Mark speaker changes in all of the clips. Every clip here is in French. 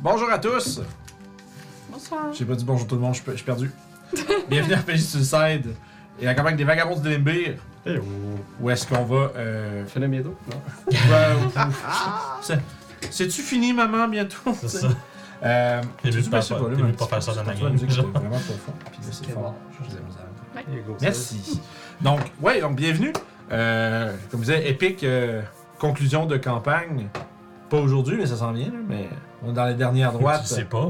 Speaker 1: Bonjour à tous!
Speaker 2: Bonsoir.
Speaker 1: J'ai pas dit bonjour tout le monde, je suis pe- je suis perdu. Bienvenue à PJ Suicide et la campagne des vagabonds de Limbir.
Speaker 3: Hey, oh.
Speaker 1: Où est-ce qu'on va. euh,
Speaker 3: Fais-le bientôt, non?
Speaker 1: ouais, c'est- C'est-tu fini, maman, bientôt?
Speaker 4: C'est ça.
Speaker 1: Euh,
Speaker 4: T'es
Speaker 1: tu
Speaker 4: mieux de
Speaker 1: peux
Speaker 4: pas
Speaker 1: baisser le
Speaker 4: faire-
Speaker 1: volume
Speaker 4: t'es
Speaker 1: un
Speaker 4: mieux de
Speaker 1: petit
Speaker 4: pas faire
Speaker 1: peu,
Speaker 4: ça dans
Speaker 1: parce
Speaker 4: la
Speaker 1: que
Speaker 4: game.
Speaker 1: musique, c'était vraiment trop fort. Puis là, c'est
Speaker 3: C'était
Speaker 1: fort.
Speaker 3: bon.
Speaker 1: Je vous aime, vous aimez.
Speaker 3: Here you go,
Speaker 1: Merci. Donc, ouais, donc bienvenue. Euh, comme je disais, épique euh, conclusion de campagne. Pas aujourd'hui, mais ça s'en vient, là, mais on est dans les dernières
Speaker 4: Tu
Speaker 1: droites.
Speaker 4: sais pas.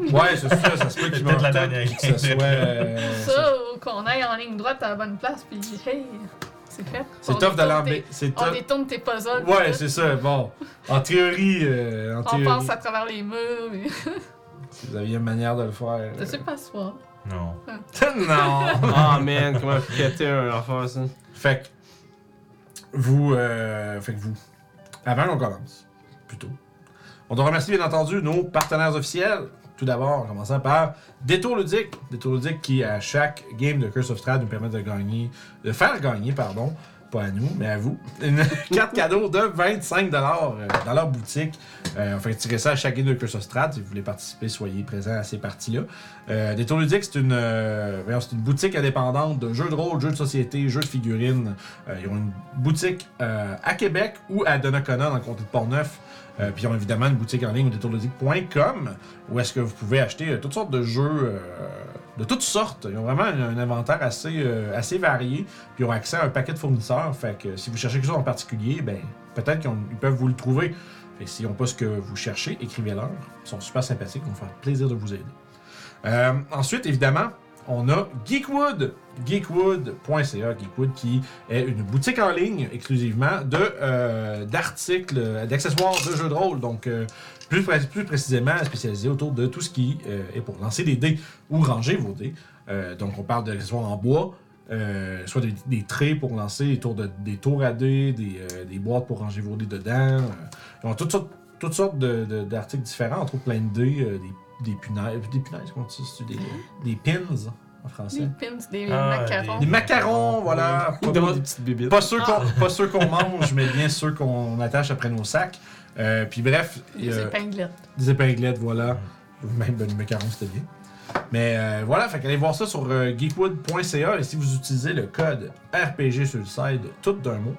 Speaker 1: Ouais, c'est ça, ça se peut
Speaker 4: C'est
Speaker 1: qu'il
Speaker 4: peut-être la
Speaker 1: m'entende,
Speaker 4: dernière
Speaker 1: puis que ça
Speaker 4: game.
Speaker 1: soit, euh,
Speaker 2: Ça, ou qu'on aille en ligne droite à la bonne place, puis hey, c'est fait.
Speaker 1: C'est
Speaker 2: On
Speaker 1: tough d'aller en
Speaker 2: détourne
Speaker 1: B. C'est
Speaker 2: tes- On
Speaker 1: tough.
Speaker 2: détourne tes puzzles. puis
Speaker 1: Ouais,
Speaker 2: tout.
Speaker 1: c'est ça. Bon, en théorie, euh, en
Speaker 2: On
Speaker 1: théorie,
Speaker 2: passe à travers les murs. mais-
Speaker 1: Euh, si vous aviez une manière de le faire.
Speaker 2: T'as-tu le passoire?
Speaker 4: Non.
Speaker 1: euh, non.
Speaker 4: Ah,
Speaker 3: Oh man, comment péter un enfant, ça?
Speaker 1: Fait que vous, euh, fait que vous. Avant qu'on commence, plutôt. On doit remercier bien entendu nos partenaires officiels. Tout d'abord, en commençant par Détour Ludique. Détour Ludique qui, à chaque game de Curse of Strahd, nous permet de gagner, de faire gagner, pardon, pas à nous, mais à vous, une carte cadeau de 25$ euh, dans leur boutique. Euh, on fait tirer ça à chaque game de Curse of Strahd. Si vous voulez participer, soyez présents à ces parties-là. Euh, Détour Ludique, c'est une, euh, voyons, c'est une boutique indépendante de jeux de rôle, jeux de société, jeux de figurines. Euh, ils ont une boutique euh, à Québec ou à Donnacona, dans le comté de Portneuf. Euh, puis ils ont évidemment une boutique en ligne au détourludique.com où est-ce que vous pouvez acheter euh, toutes sortes de jeux euh, de toutes sortes. Ils ont vraiment un, un inventaire assez, euh, assez varié. Puis ils ont accès à un paquet de fournisseurs. Fait que euh, si vous cherchez quelque chose en particulier, ben peut-être qu'ils ont- ils peuvent vous le trouver. Fait que s'ils n'ont pas ce que vous cherchez, écrivez-leur. Ils sont super sympathiques, ils vont faire plaisir de vous aider. Euh, ensuite, évidemment, on a Geekwood. Geekwood.ca, Geekwood qui est une boutique en ligne exclusivement de euh, d'articles, euh, d'accessoires de jeux de rôle. Donc, euh, plus, pré- plus précisément spécialisé autour de tout ce qui euh, est pour lancer des dés ou ranger vos dés. Euh, donc, on parle d'accessoires en bois. euh, soit des, des traits pour lancer des tours, de- des tours à dés, des, euh, des boîtes pour ranger vos dés dedans. euh, ils ont toutes sortes, toutes sortes de- de- d'articles différents. On trouve plein de dés, euh, des, des punaises. Des punaises, comment tu dis c'est-tu des, des pins en français.
Speaker 2: Des pins, des
Speaker 4: Ah,
Speaker 2: macarons.
Speaker 1: Des macarons, voilà.
Speaker 3: Il demande des petites bibites.
Speaker 1: Pas ceux qu'on pas ceux qu'on mange, mais bien ceux qu'on attache après nos sacs. Euh, puis bref, il y
Speaker 2: Des
Speaker 1: a
Speaker 2: épinglettes.
Speaker 1: des épinglettes, voilà. Même ben, le macaron, c'était bien. Mais euh, voilà, fait qu'allez voir ça sur euh, geekwood.ca et si vous utilisez le code RPG sur le site, tout d'un mot,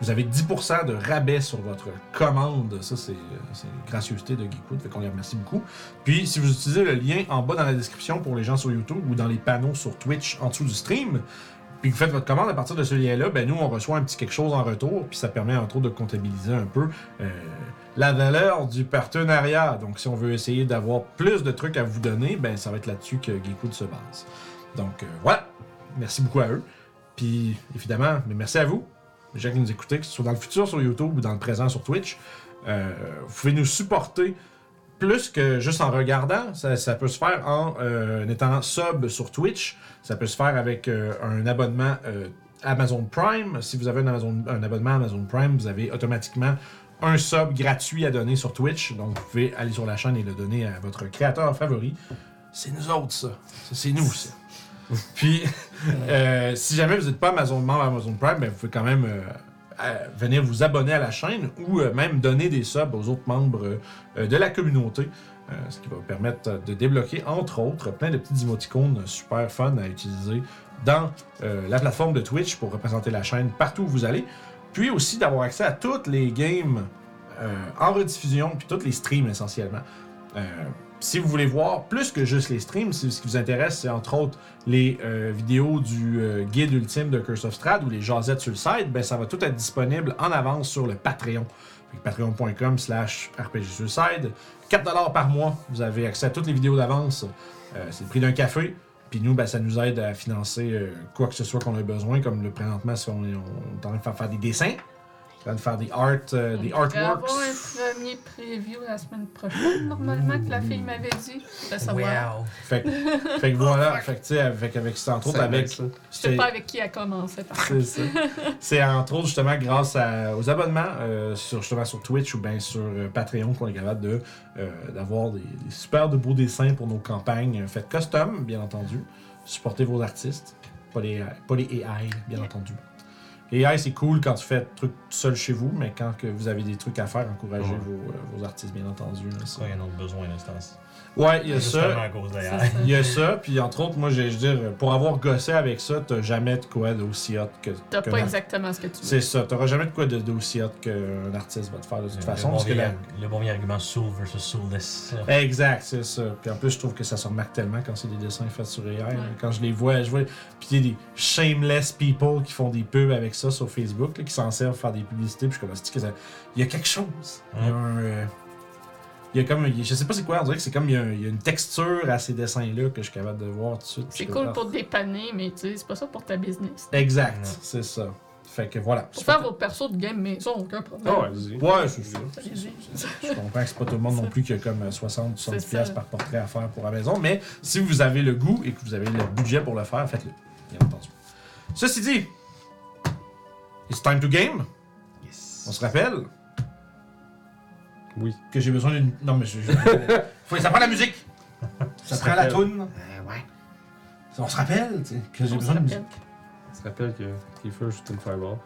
Speaker 1: vous avez 10% de rabais sur votre commande. Ça, c'est euh, c'est une gracieuseté de Geekwood, fait qu'on les remercie beaucoup. Puis, si vous utilisez le lien en bas dans la description pour les gens sur YouTube ou dans les panneaux sur Twitch en dessous du stream, puis que vous faites votre commande à partir de ce lien-là, ben nous, on reçoit un petit quelque chose en retour, puis ça permet entre autres de comptabiliser un peu euh, la valeur du partenariat. Donc, si on veut essayer d'avoir plus de trucs à vous donner, ben ça va être là-dessus que Geekwood se base. Donc, euh, voilà. Merci beaucoup à eux. Puis, évidemment, mais merci à vous, les gens qui nous écoutez, que ce soit dans le futur sur YouTube ou dans le présent sur Twitch. Euh, vous pouvez nous supporter plus que juste en regardant. Ça, ça peut se faire en, euh, en étant sub sur Twitch. Ça peut se faire avec euh, un abonnement euh, Amazon Prime. Si vous avez un, Amazon- un abonnement Amazon Prime, vous avez automatiquement un sub gratuit à donner sur Twitch. Donc, vous pouvez aller sur la chaîne et le donner à votre créateur favori. C'est nous autres, ça. Ça, c'est nous, ça. Puis, euh, si jamais vous n'êtes pas Amazon, membre Amazon Prime, ben, vous pouvez quand même euh, euh, venir vous abonner à la chaîne ou euh, même donner des subs aux autres membres euh, euh, de la communauté. euh, ce qui va vous permettre de débloquer, entre autres, plein de petits émoticônes super fun à utiliser dans euh, la plateforme de Twitch pour représenter la chaîne partout où vous allez. Puis aussi d'avoir accès à toutes les games euh, en rediffusion, puis toutes les streams essentiellement. Euh, si vous voulez voir plus que juste les streams, si ce qui vous intéresse, c'est entre autres les euh, vidéos du euh, guide ultime de Curse of Strahd ou les jasettes sur le site, ben, ça va tout être disponible en avance sur le Patreon. Fait que Patreon.com slash RPG Suicide. 4$ par mois, vous avez accès à toutes les vidéos d'avance. Euh, c'est le prix d'un café. Puis nous, ben, ça nous aide à financer euh, quoi que ce soit qu'on ait besoin, comme le présentement, si on, on est en train de faire, faire des dessins, en train de faire des art, euh, des
Speaker 2: On devrait avoir
Speaker 1: artworks.
Speaker 2: un premier preview la semaine prochaine, normalement, que la
Speaker 1: Mm.
Speaker 2: fille m'avait dit. Je vais savoir.
Speaker 1: Fait que, fait que voilà, fait que tu sais, avec, avec, c'est entre autres avec.
Speaker 3: ça.
Speaker 2: Je sais Oh, pas avec qui elle commencé. par
Speaker 1: C'est ça. C'est entre autres justement grâce à- aux abonnements euh, sur, justement sur Twitch ou bien sur euh, Patreon qu'on est capable de, euh, d'avoir des, des super de beaux dessins pour nos campagnes euh, faites custom, bien entendu. Supportez vos artistes, pas les, pas les AI, bien
Speaker 2: Yeah.
Speaker 1: entendu. Et hey, c'est cool quand tu fais des trucs tout seul chez vous, mais quand que vous avez des trucs à faire, encouragez
Speaker 4: Ouais.
Speaker 1: vos, euh, vos artistes, bien entendu. là, ça.
Speaker 4: Ça, il y en a d'autres besoins dans ce temps-ci.
Speaker 1: Ouais, il y a
Speaker 4: Justement
Speaker 1: ça.
Speaker 4: à cause
Speaker 2: C'est
Speaker 4: d'ailleurs.
Speaker 2: ça.
Speaker 1: Il y a ça, puis entre autres, moi, j'ai- je veux dire, pour avoir gossé avec ça, t'as jamais de quoi d'aussi hot que.
Speaker 2: T'as
Speaker 1: que
Speaker 2: pas
Speaker 1: la-
Speaker 2: exactement ce que tu veux.
Speaker 1: C'est ça, t'auras jamais de quoi de- d'aussi hot qu'un artiste va te faire de toute
Speaker 4: Le-
Speaker 1: façon.
Speaker 4: le, bon
Speaker 1: parce que
Speaker 4: vieil
Speaker 1: la-
Speaker 4: arg- le bon vieil argument soul versus soulless.
Speaker 1: Exact, c'est ça. Puis en plus, je trouve que ça se remarque tellement quand c'est des dessins faits sur AI. là. Quand je les vois, je vois. Puis il y a des shameless people qui font des pubs avec ça sur Facebook, là, qui s'en servent pour faire des publicités. Puis je commence à que ça... Il y a quelque chose. Il y a un. euh, Il y a comme. Je sais pas c'est quoi, on dirait que c'est comme il y, a un- il y a une texture à ces dessins-là que je suis capable de voir tout de suite.
Speaker 2: C'est
Speaker 1: Puis
Speaker 2: cool
Speaker 1: je-
Speaker 2: pour dépanner, mais tu sais, c'est pas ça pour ta business.
Speaker 1: Exact,
Speaker 4: Ouais.
Speaker 1: c'est ça. Fait que voilà.
Speaker 2: Pour faire vos persos de game maison, aucun problème.
Speaker 3: Ah ouais, vas-y.
Speaker 1: Ouais, c'est ça.
Speaker 2: Allez-y.
Speaker 1: Je comprends que c'est pas tout le monde non plus qui a comme euh, 60 70
Speaker 2: C'est ça.
Speaker 1: pièces par portrait à faire pour la maison, mais si vous avez le goût et que vous avez le budget pour le faire, faites-le. Bien entendu. Ceci dit, it's time to game.
Speaker 3: Yes.
Speaker 1: On se rappelle
Speaker 3: Oui.
Speaker 1: que j'ai besoin d'une. Non, mais je. je- Faut... Ça prend la musique Ça
Speaker 3: se
Speaker 1: prend la
Speaker 3: rappelle.
Speaker 1: toune
Speaker 3: Euh,
Speaker 1: Ouais. On se rappelle tu sais, que j'ai
Speaker 2: On se
Speaker 1: besoin de musique.
Speaker 2: rappelle.
Speaker 3: Tu te rappelles que Kiefer joue une fireball?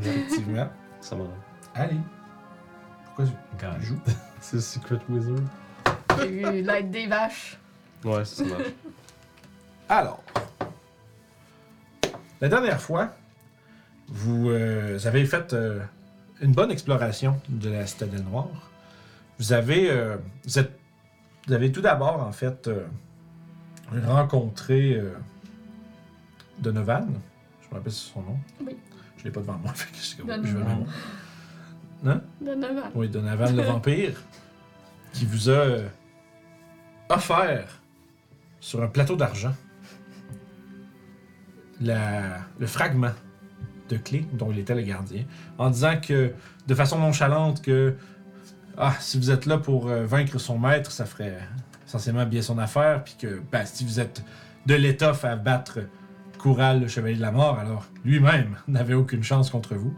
Speaker 1: Effectivement.
Speaker 3: Ça m'en
Speaker 1: Allez. Pourquoi je
Speaker 4: Quand-
Speaker 1: joue
Speaker 3: C'est Secret Wizard?
Speaker 2: J'ai eu l'aide des vaches.
Speaker 3: Ouais, ça, ça marche.
Speaker 1: Alors, la dernière fois, vous euh, avez fait euh, une bonne exploration de la citadelle noire. Vous avez, euh, vous êtes- vous avez tout d'abord, en fait, euh, rencontré euh, Donovan. Je me rappelle c'est son nom.
Speaker 2: Oui.
Speaker 1: Je l'ai pas devant moi, fait que je, sais pas,
Speaker 2: Donovan.
Speaker 1: je vais le voir.
Speaker 2: Donovan.
Speaker 1: Oui, Donovan le vampire, qui vous a euh, offert sur un plateau d'argent la- le fragment de clé dont il était le gardien, en disant que de façon nonchalante que ah si vous êtes là pour euh, vaincre son maître, ça ferait essentiellement bien son affaire, puis que ben, si vous êtes de l'étoffe à battre Coural, le chevalier de la mort, alors lui-même n'avait aucune chance contre vous.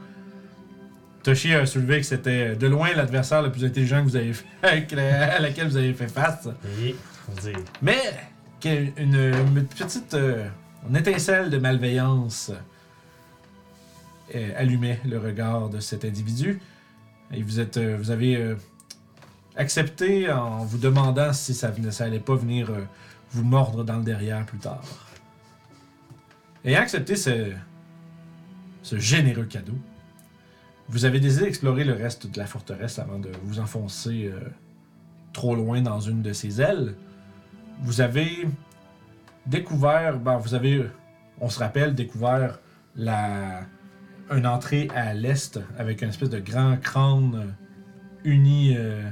Speaker 1: Toshi a soulevé que c'était de loin l'adversaire le plus intelligent que vous avez fait, avec la- à laquelle vous avez fait face.
Speaker 4: Et, on dit,
Speaker 1: Mais qu'une une petite euh, une étincelle de malveillance euh, allumait le regard de cet individu. Et vous êtes, euh, vous avez euh, accepté en vous demandant si ça venait, ça allait pas venir euh, vous mordre dans le derrière plus tard. Ayant accepté ce, ce généreux cadeau, vous avez désiré explorer le reste de la forteresse avant de vous enfoncer euh, trop loin dans une de ses ailes vous avez découvert, ben, vous avez, on se rappelle, découvert la, une entrée à l'est avec une espèce de grand crâne uni, euh,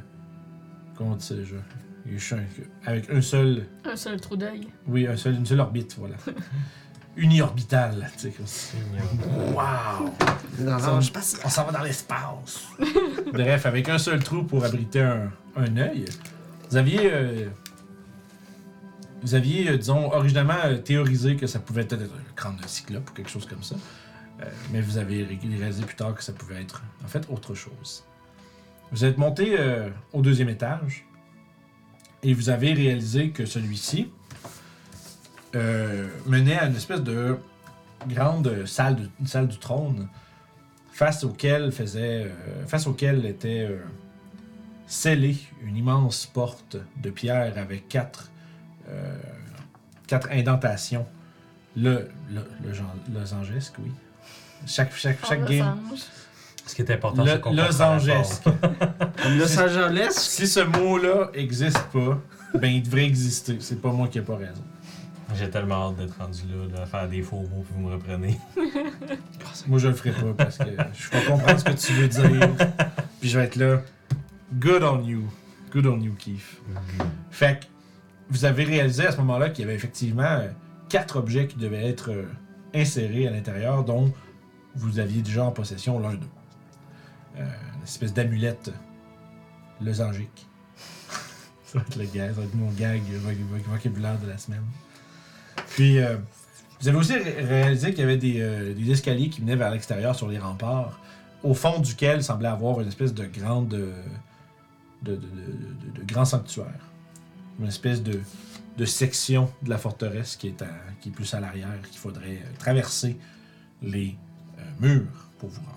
Speaker 1: comment dis je, il est chiant, avec un seul,
Speaker 2: Un seul trou d'œil.
Speaker 1: oui, un seul, une seule orbite, voilà. Uniorbitale, tu sais, comme ça.
Speaker 4: c'est mignon.
Speaker 1: Wow! On s'en va dans l'espace. Bref, avec un seul trou pour abriter un, un œil. Vous aviez, euh, vous aviez, euh, disons, originalement euh, théorisé que ça pouvait être le crâne de cyclope ou quelque chose comme ça. Euh, mais vous avez ré- réalisé plus tard que ça pouvait être, en fait, autre chose. Vous êtes monté euh, au deuxième étage et vous avez réalisé que celui-ci euh, menait à une espèce de grande euh, salle, de- une salle du trône face auquel faisait euh, face auquel était euh, scellée une immense porte de pierre avec quatre euh, quatre indentations le le le, gen- losangesque, oui chaque chaque
Speaker 2: En
Speaker 1: chaque game
Speaker 2: losange.
Speaker 4: Ce qui est important, c'est qu'on
Speaker 1: le,
Speaker 4: comprend
Speaker 1: losangesque.
Speaker 3: Comme Los Angeles?
Speaker 1: Si ce mot-là existe pas, ben il devrait exister. C'est pas moi qui ai pas raison.
Speaker 4: la porte. J'ai tellement hâte d'être rendu là, de faire des faux mots puis vous me reprenez.
Speaker 1: Moi, je le ferai pas parce que je peux comprendre ce que tu veux dire. Puis je vais être là. Good on you. Good on you, Keith. Fait que vous avez réalisé à ce moment-là qu'il y avait effectivement euh, quatre objets qui devaient être euh, insérés à l'intérieur, dont vous aviez déjà en possession l'un d'eux. Euh, une espèce d'amulette losangique. ça va être le gag, ça va être mon gag euh, voc- voc- vocabulaire de la semaine. Puis. euh, vous avez aussi ré- réalisé qu'il y avait des, euh, des escaliers qui venaient vers l'extérieur sur les remparts, au fond duquel semblait avoir une espèce de grande. euh, de, de- de- de- de grand sanctuaire. Une espèce de, de section de la forteresse qui est, à- qui est plus à l'arrière, qu'il faudrait euh, traverser les euh, mur pour vous rendre.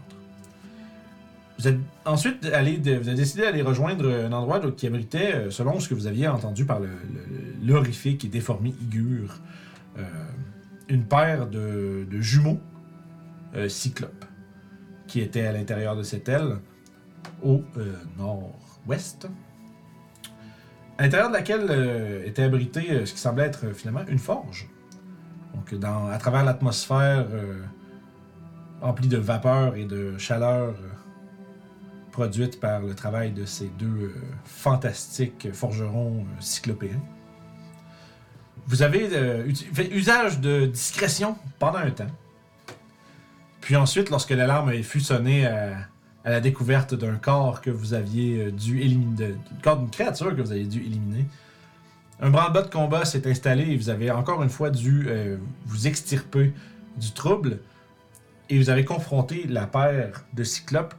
Speaker 1: Vous êtes ensuite allé, de- vous avez décidé d'aller rejoindre un endroit donc, qui abritait, euh, selon ce que vous aviez entendu par le- le- l'horrifique et déformé Igure, euh, une paire de, de jumeaux euh, cyclopes qui étaient à l'intérieur de cette aile au euh, nord-ouest, à l'intérieur de laquelle euh, était abritée euh, ce qui semblait être euh, finalement une forge. Donc, dans, à travers l'atmosphère euh, remplie de vapeur et de chaleur euh, produite par le travail de ces deux euh, fantastiques forgerons euh, cyclopéens. Vous avez euh, uti- fait usage de discrétion pendant un temps. Puis ensuite, lorsque l'alarme fut sonnée à, à la découverte d'un corps que vous aviez euh, dû éliminer, de- du corps d'une créature que vous aviez dû éliminer, un branle-bas de combat s'est installé et vous avez encore une fois dû euh, vous extirper du trouble. Et vous avez confronté la paire de cyclopes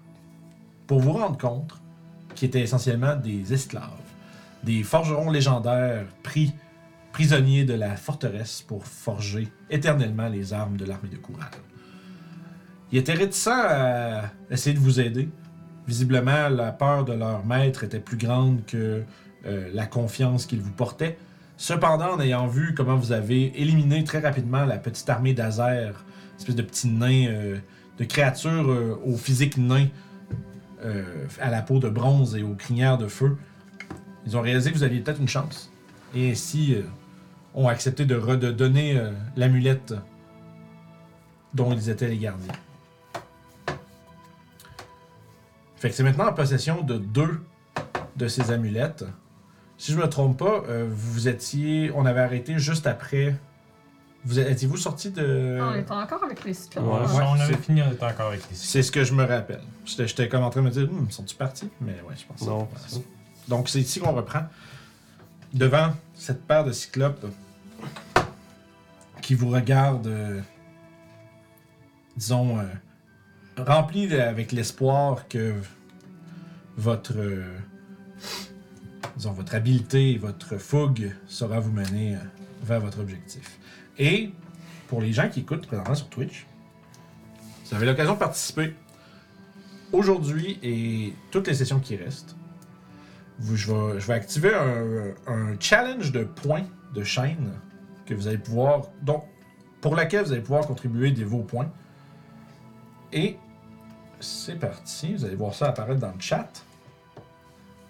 Speaker 1: pour vous rendre compte qui étaient essentiellement des esclaves, des forgerons légendaires pris prisonniers de la forteresse pour forger éternellement les armes de l'armée de Koural. Ils étaient réticents à essayer de vous aider. Visiblement, la peur de leur maître était plus grande que euh, la confiance qu'ils vous portaient. Cependant, en ayant vu comment vous avez éliminé très rapidement la petite armée d'Azer, espèce de petit nain, euh, de créature euh, au physique nain, euh, à la peau de bronze et aux crinières de feu, ils ont réalisé que vous aviez peut-être une chance. Et ainsi, euh, ont accepté de redonner euh, l'amulette dont ils étaient les gardiens. Fait que c'est maintenant en possession de deux de ces amulettes. Si je me trompe pas, euh, vous étiez. On avait arrêté juste après. Vous étiez-vous sorti de.
Speaker 2: On est encore avec les cyclopes.
Speaker 3: Ouais,
Speaker 4: Ouais,
Speaker 2: hein?
Speaker 4: ça, on avait
Speaker 1: c'est-
Speaker 4: fini, on était encore avec les six.
Speaker 1: C'est ce que je me rappelle. J'étais j'étais comme en train de me dire, Hum, sont-ils partis? Mais ouais, je pense. que
Speaker 3: Non,
Speaker 1: c'est
Speaker 3: c'est ça.
Speaker 1: Donc c'est ici qu'on reprend. Devant cette paire de cyclopes qui vous regarde, euh, disons, euh, remplis de- avec l'espoir que votre, euh, disons, votre habileté et votre fougue saura vous mener euh, vers votre objectif. Et pour les gens qui écoutent présentement sur Twitch, vous avez l'occasion de participer aujourd'hui et toutes les sessions qui restent. Vous- je, vais, je vais activer un, un challenge de points de chaîne que vous allez pouvoir. Donc, pour laquelle vous allez pouvoir contribuer de vos points. Et c'est parti. Vous allez voir ça apparaître dans le chat.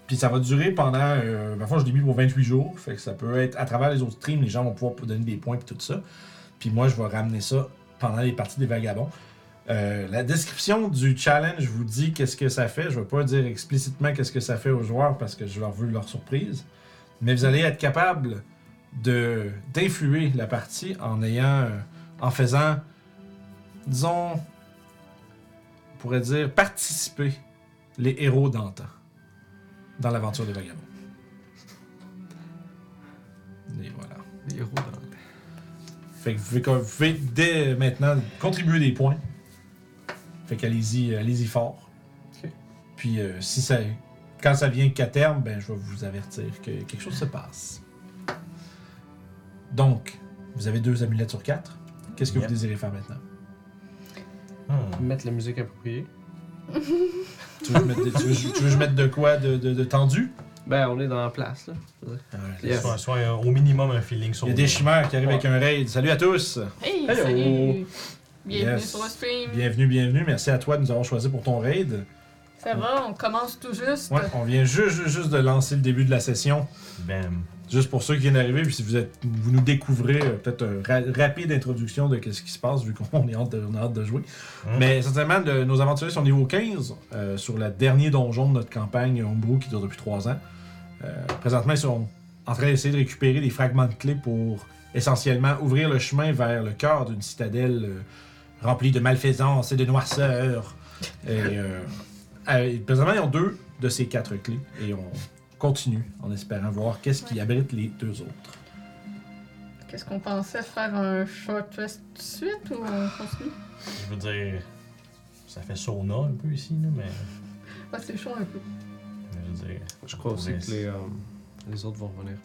Speaker 1: Puis ça va durer pendant. Euh, ma foi, je l'ai mis pour 28 jours. Fait que ça peut être à travers les autres streams, les gens vont pouvoir donner des points et tout ça. Puis moi, je vais ramener ça pendant les parties des vagabonds. Euh, la description du challenge vous dit qu'est-ce que ça fait. Je ne vais pas dire explicitement qu'est-ce que ça fait aux joueurs parce que je leur veux leur surprise. Mais vous allez être capable de d'influer la partie en ayant, euh, en faisant, disons, on pourrait dire participer les héros d'antan dans l'aventure des vagabonds. Et voilà.
Speaker 3: Les héros dans-
Speaker 1: Fait que vous pouvez, vous pouvez dès maintenant contribuer des points. Fait qu'allez-y, euh, allez-y fort.
Speaker 3: Ok.
Speaker 1: Puis euh, si ça, quand ça vient qu'à terme, ben je vais vous avertir que quelque chose se passe. Donc, vous avez deux amulettes sur quatre. Qu'est-ce que
Speaker 4: Yep.
Speaker 1: vous désirez faire maintenant
Speaker 4: Hmm.
Speaker 3: Mettre la musique appropriée.
Speaker 1: tu veux, que je mette, de- tu veux- tu veux que je mette de quoi de, de- de tendu
Speaker 3: Ben, on est dans la place, là. Yes.
Speaker 4: Soit, soit, euh, au minimum un feeling sur
Speaker 1: Il y a des chimères qui arrivent
Speaker 3: Ouais.
Speaker 1: avec un raid. Salut à tous
Speaker 2: Hey,
Speaker 1: Hello.
Speaker 2: salut! Bienvenue
Speaker 1: Yes.
Speaker 2: sur le stream.
Speaker 1: Bienvenue, bienvenue. Merci à toi de nous avoir choisi pour ton raid.
Speaker 2: Ça va, on commence tout juste.
Speaker 1: Ouais, on vient juste, juste- juste de lancer le début de la session.
Speaker 4: Bam.
Speaker 1: Juste pour ceux qui viennent d'arriver, puis si vous, êtes, vous nous découvrez, euh, peut-être une rapide introduction de ce qui se passe, vu qu'on est hâte de, on a hâte de jouer.
Speaker 4: Hmm.
Speaker 1: Mais certainement, le- nos aventuriers sont niveau 15, euh, sur le dernier donjon de notre campagne Homebrew qui dure depuis 3 ans. Euh, présentement, ils sont en train d'essayer de récupérer des fragments de clés pour essentiellement ouvrir le chemin vers le cœur d'une citadelle euh, remplie de malfaisances et de noirceur. Et, euh, euh, présentement, ils ont deux de ces quatre clés et on continue en espérant voir qu'est-ce qui abrite les deux autres.
Speaker 2: Qu'est-ce qu'on pensait faire un short rest tout de suite ou on continue?
Speaker 4: Je veux dire, ça fait sauna un peu ici, là, mais
Speaker 2: Ah, c'est chaud un peu.
Speaker 4: mais je veux dire.
Speaker 3: Je crois aussi
Speaker 4: Ouais,
Speaker 3: que les, euh, les autres vont revenir.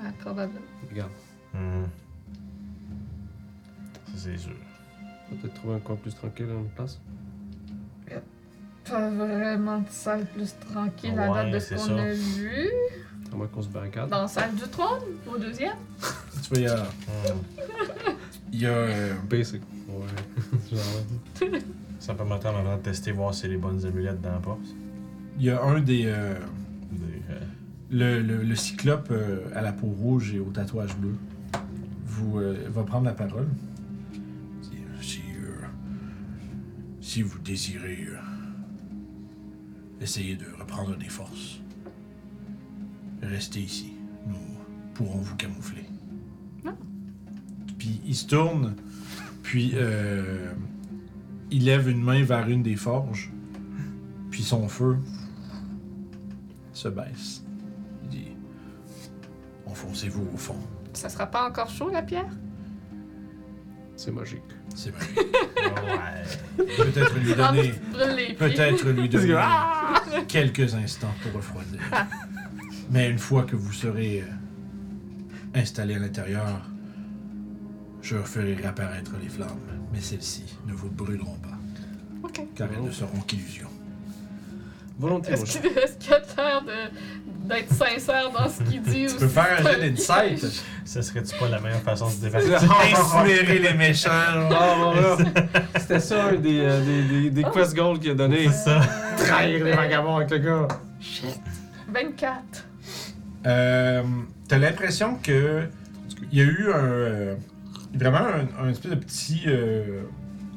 Speaker 2: Ouais, probablement.
Speaker 3: Regarde.
Speaker 4: Hmm. Ça, Mhm. C'est sûr.
Speaker 3: On va peut-être trouver un coin plus tranquille dans une place.
Speaker 2: Pas vraiment de salle plus tranquille à
Speaker 4: Ouais,
Speaker 2: date de
Speaker 4: c'est
Speaker 2: ce qu'on
Speaker 4: ça.
Speaker 2: a vu.
Speaker 3: À moins qu'on se barricade.
Speaker 2: Dans la salle du trône, au deuxième.
Speaker 1: Tu vois, il y a.
Speaker 4: Hmm.
Speaker 1: il y a, euh,
Speaker 3: Basic. Ouais. Genre,
Speaker 4: Ça peut m'attendre avant de tester, voir si c'est les bonnes amulettes dans la porte.
Speaker 1: il y a un des. euh,
Speaker 4: Des, euh,
Speaker 1: le, le- le cyclope euh, à la peau rouge et au tatouage bleu vous, euh, va prendre la parole. Si- Si, euh, si vous désirez euh, essayer de reprendre des forces, restez ici. Nous pourrons vous camoufler.
Speaker 2: Ah.
Speaker 1: Puis il se tourne, puis euh, il lève une main vers une des forges, puis son feu se baisse. Il dit Enfoncez-vous au fond.
Speaker 2: Ça sera pas encore chaud, la pierre?
Speaker 3: C'est magique.
Speaker 1: C'est vrai.
Speaker 4: ouais.
Speaker 1: Peut-être lui
Speaker 2: Ah,
Speaker 1: donner,
Speaker 2: brûle les pieds. Ah!
Speaker 1: peut-être lui donner quelques instants pour refroidir. Mais une fois que vous serez euh, installé à l'intérieur, je ferai réapparaître les flammes. Mais celles-ci ne vous brûleront pas,
Speaker 2: Ok.
Speaker 1: car elles ne seront qu'illusions.
Speaker 3: Volontiers, mon
Speaker 2: Est-ce
Speaker 3: cher.
Speaker 2: qu'il est-ce qu'il y a de faire de- d'être sincère dans ce qu'il dit
Speaker 1: Tu peux faire un jet d'insight.
Speaker 4: Ça serait-tu pas la meilleure façon de se débarrasser?
Speaker 1: Incinérer les méchants. genre.
Speaker 3: Ah, mon gars. C'était ça, un des, euh, des, des, des quest gold qu'il a donné.
Speaker 4: C'est ça.
Speaker 3: Trahir les vagabonds avec le gars.
Speaker 2: 24.
Speaker 1: Euh, T'as l'impression que il y a eu un euh, vraiment un, un espèce de petit euh,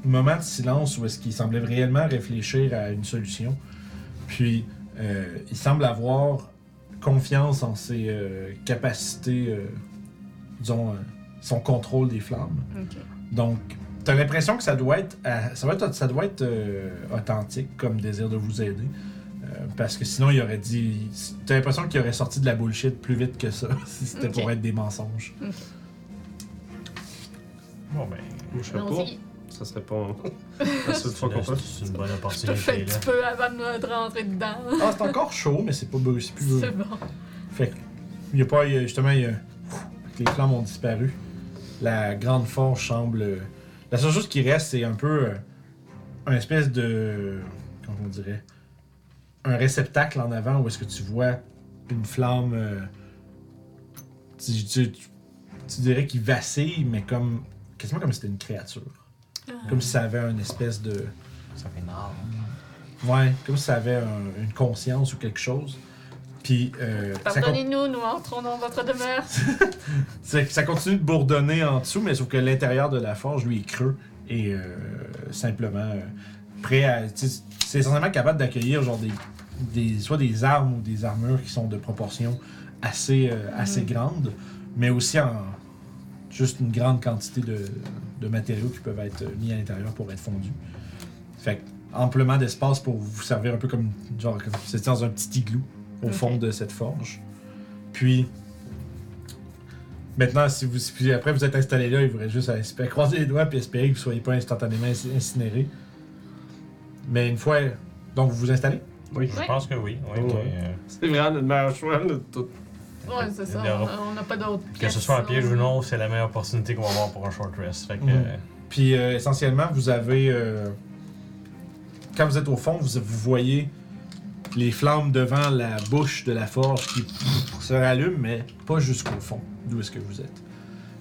Speaker 1: moment de silence où est-ce qu'il semblait réellement réfléchir à une solution. Puis euh, il semble avoir confiance en ses euh, capacités, euh, disons euh, son contrôle des flammes.
Speaker 2: Ok.
Speaker 1: Donc, t'as l'impression que ça doit être, euh, ça doit être, ça doit être euh, authentique comme désir de vous aider. Euh, parce que sinon, il aurait dit. T'as l'impression qu'il aurait sorti de la bullshit plus vite que ça, si c'était pour
Speaker 2: Ok.
Speaker 1: être des mensonges.
Speaker 4: Bon, ben.
Speaker 3: Mon chapeau.
Speaker 2: Allons-y.
Speaker 3: Ça serait pas la seule fois qu'on
Speaker 4: C'est
Speaker 3: fait.
Speaker 4: c'est une bonne
Speaker 2: Je te fais
Speaker 4: opportunité,
Speaker 2: un
Speaker 4: là.
Speaker 2: petit peu avant de me- de rentrer dedans.
Speaker 1: Ah, c'est encore chaud, mais c'est pas brûlé. c'est plus brûlé.
Speaker 2: C'est bon.
Speaker 1: Fait que, il y a pas. il y a- justement, il y a- que les flammes ont disparu. La grande forge semble. euh, La seule chose qui reste, c'est un peu. euh, un espèce de. Comment on dirait Un réceptacle en avant où est-ce que tu vois une flamme. euh, tu, tu- tu- tu dirais qu'il vacille, mais comme. Quasiment comme si c'était une créature. Comme si ça avait une espèce de.
Speaker 4: Ça fait mal.
Speaker 1: Ouais, comme si ça avait un- une conscience ou quelque chose. Puis. euh, ça con-
Speaker 2: Pardonnez-nous, nous entrons dans votre demeure.
Speaker 1: C'est- ça continue de bourdonner en dessous, mais sauf que l'intérieur de la forge, lui, est creux et euh, simplement euh, prêt à. tu sais, C'est essentiellement capable d'accueillir genre des, des- soit des armes ou des armures qui sont de proportions assez, euh, assez grandes, mais aussi en juste une grande quantité de, de matériaux qui peuvent être mis à l'intérieur pour être fondus. Fait que, amplement d'espace pour vous servir un peu comme genre comme si vous étiez dans un petit igloo au
Speaker 2: Ok.
Speaker 1: fond de cette forge. Puis Maintenant, si vous, puis après vous êtes installé là, il vous reste juste à espérer, croiser les doigts puis espérer que vous soyez pas instantanément inc- incinéré. Mais une fois, donc vous vous installez.
Speaker 3: Oui.
Speaker 4: Je
Speaker 2: Ouais.
Speaker 4: pense que oui. oui
Speaker 3: Ouais.
Speaker 4: mais, euh,
Speaker 3: C'est vraiment le meilleur choix de tout.
Speaker 2: Ouais, c'est ça.
Speaker 4: D'ailleurs,
Speaker 2: On on n'a pas d'autre
Speaker 4: Que ce soit un piège ou non, c'est la meilleure opportunité qu'on va avoir pour un short rest. Fait que.
Speaker 1: Mhm.
Speaker 4: euh,
Speaker 1: Puis euh, essentiellement, vous avez. euh, quand vous êtes au fond, vous, vous voyez les flammes devant la bouche de la forge qui pff, se rallument, mais pas jusqu'au fond, d'où est-ce que vous êtes.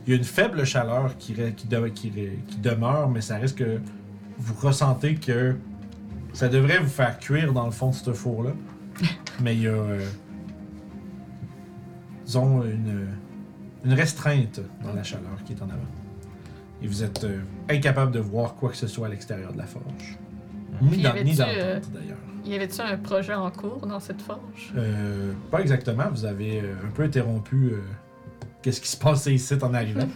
Speaker 1: Il y a une faible chaleur qui, re- qui, de- qui re- qui demeure, mais ça risque que vous ressentez que ça devrait vous faire cuire dans le fond de ce four-là. Mais il y a. euh, disons, une, une restreinte dans la chaleur qui est en avant et vous êtes euh, incapable de voir quoi que ce soit à l'extérieur de la forge. Ni
Speaker 2: Puis
Speaker 1: dans,
Speaker 2: y
Speaker 1: ni dans
Speaker 2: avait-tu, euh,
Speaker 1: le temple, d'ailleurs.
Speaker 2: Y avait-tu un projet en cours dans cette forge?
Speaker 1: Euh, pas exactement, vous avez euh, un peu interrompu euh, qu'est-ce qui se passait ici en arrivant.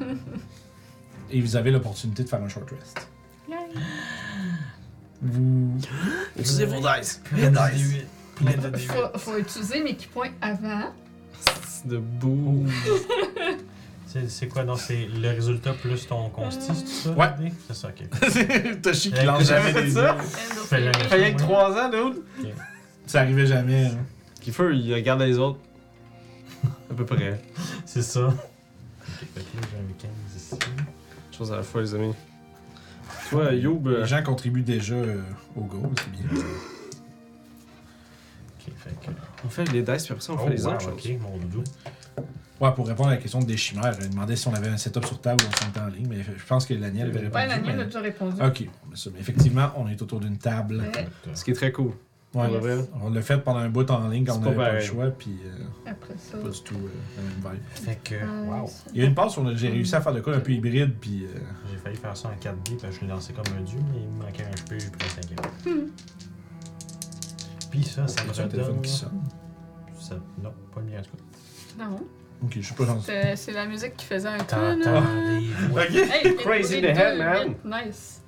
Speaker 1: et vous avez l'opportunité de faire un short rest.
Speaker 2: Yay.
Speaker 1: Vous...
Speaker 3: Utilisez vos dice.
Speaker 4: Plein de D8. Plein de D8.
Speaker 2: Faut, faut utiliser mes key points avant.
Speaker 3: De boue.
Speaker 4: C'est c'est quoi donc c'est le résultat plus ton consti, c'est tout ça?
Speaker 1: Ouais.
Speaker 4: le dé? C'est ça, ok.
Speaker 1: Toshi qui
Speaker 4: Euh,
Speaker 1: lance jamais
Speaker 3: J'avais
Speaker 1: des
Speaker 3: fait ça.
Speaker 1: dés.
Speaker 2: End of
Speaker 4: Fais la-
Speaker 2: phase.
Speaker 4: fais la-
Speaker 3: Fait que 3 ans, dude.
Speaker 1: Ça arrivait jamais. hein.
Speaker 3: Kiefer, il regarde les autres. À peu près.
Speaker 4: C'est ça. Ok, fait que là, j'ai un 15 ici.
Speaker 3: Chose à la fois, les amis. Tu vois, Youb. euh,
Speaker 1: Les gens contribuent déjà euh, au goal, c'est bien.
Speaker 4: Ok, fait que.
Speaker 3: On fait les dice, puis après ça, on
Speaker 4: Oh,
Speaker 3: fait les
Speaker 4: wow,
Speaker 3: autres
Speaker 4: ok, mon doudou.
Speaker 1: Ouais, pour répondre à la question des chimères, je demandais si on avait un setup sur table ou on s'entend en ligne, mais je pense que Laniel avait répondu.
Speaker 2: Ouais, la mienne
Speaker 1: mais-
Speaker 2: a déjà répondu.
Speaker 1: Ok, bon, ben ça, mais effectivement, on est autour d'une table.
Speaker 2: Mais
Speaker 3: choses. Ce qui est très cool.
Speaker 1: Ouais,
Speaker 3: Pour vrai.
Speaker 1: on l'a fait pendant un bout en ligne quand
Speaker 3: C'est
Speaker 1: on
Speaker 3: pas
Speaker 1: n'avait pas le
Speaker 3: pareil.
Speaker 1: choix, puis euh,
Speaker 2: après ça.
Speaker 1: pas du tout euh, la même vibe.
Speaker 4: Fait que.
Speaker 2: euh,
Speaker 4: Wow.
Speaker 2: ça-
Speaker 1: Il y a une passe où on a- j'ai réussi à faire de quoi un peu hybride, puis euh,
Speaker 4: J'ai failli faire ça en 4D parce que je l'ai lancé comme un dieu, mais il me manquait un HP, j'ai pris un cinquième.
Speaker 2: Hmm.
Speaker 4: Puis ça, ça me
Speaker 1: c'est un téléphone
Speaker 4: redonne.
Speaker 1: qui sonne.
Speaker 4: Ça... Non, pas le mien en tout cas.
Speaker 2: Non.
Speaker 1: Ok, je suis pas gentil.
Speaker 2: C'est c'est la musique qui faisait un tune.
Speaker 4: T'entends
Speaker 2: là.
Speaker 4: des voix.
Speaker 1: Ok!
Speaker 2: Hey,
Speaker 3: Crazy
Speaker 2: les
Speaker 3: the hell,
Speaker 2: deux
Speaker 3: man.
Speaker 2: huit, Nice.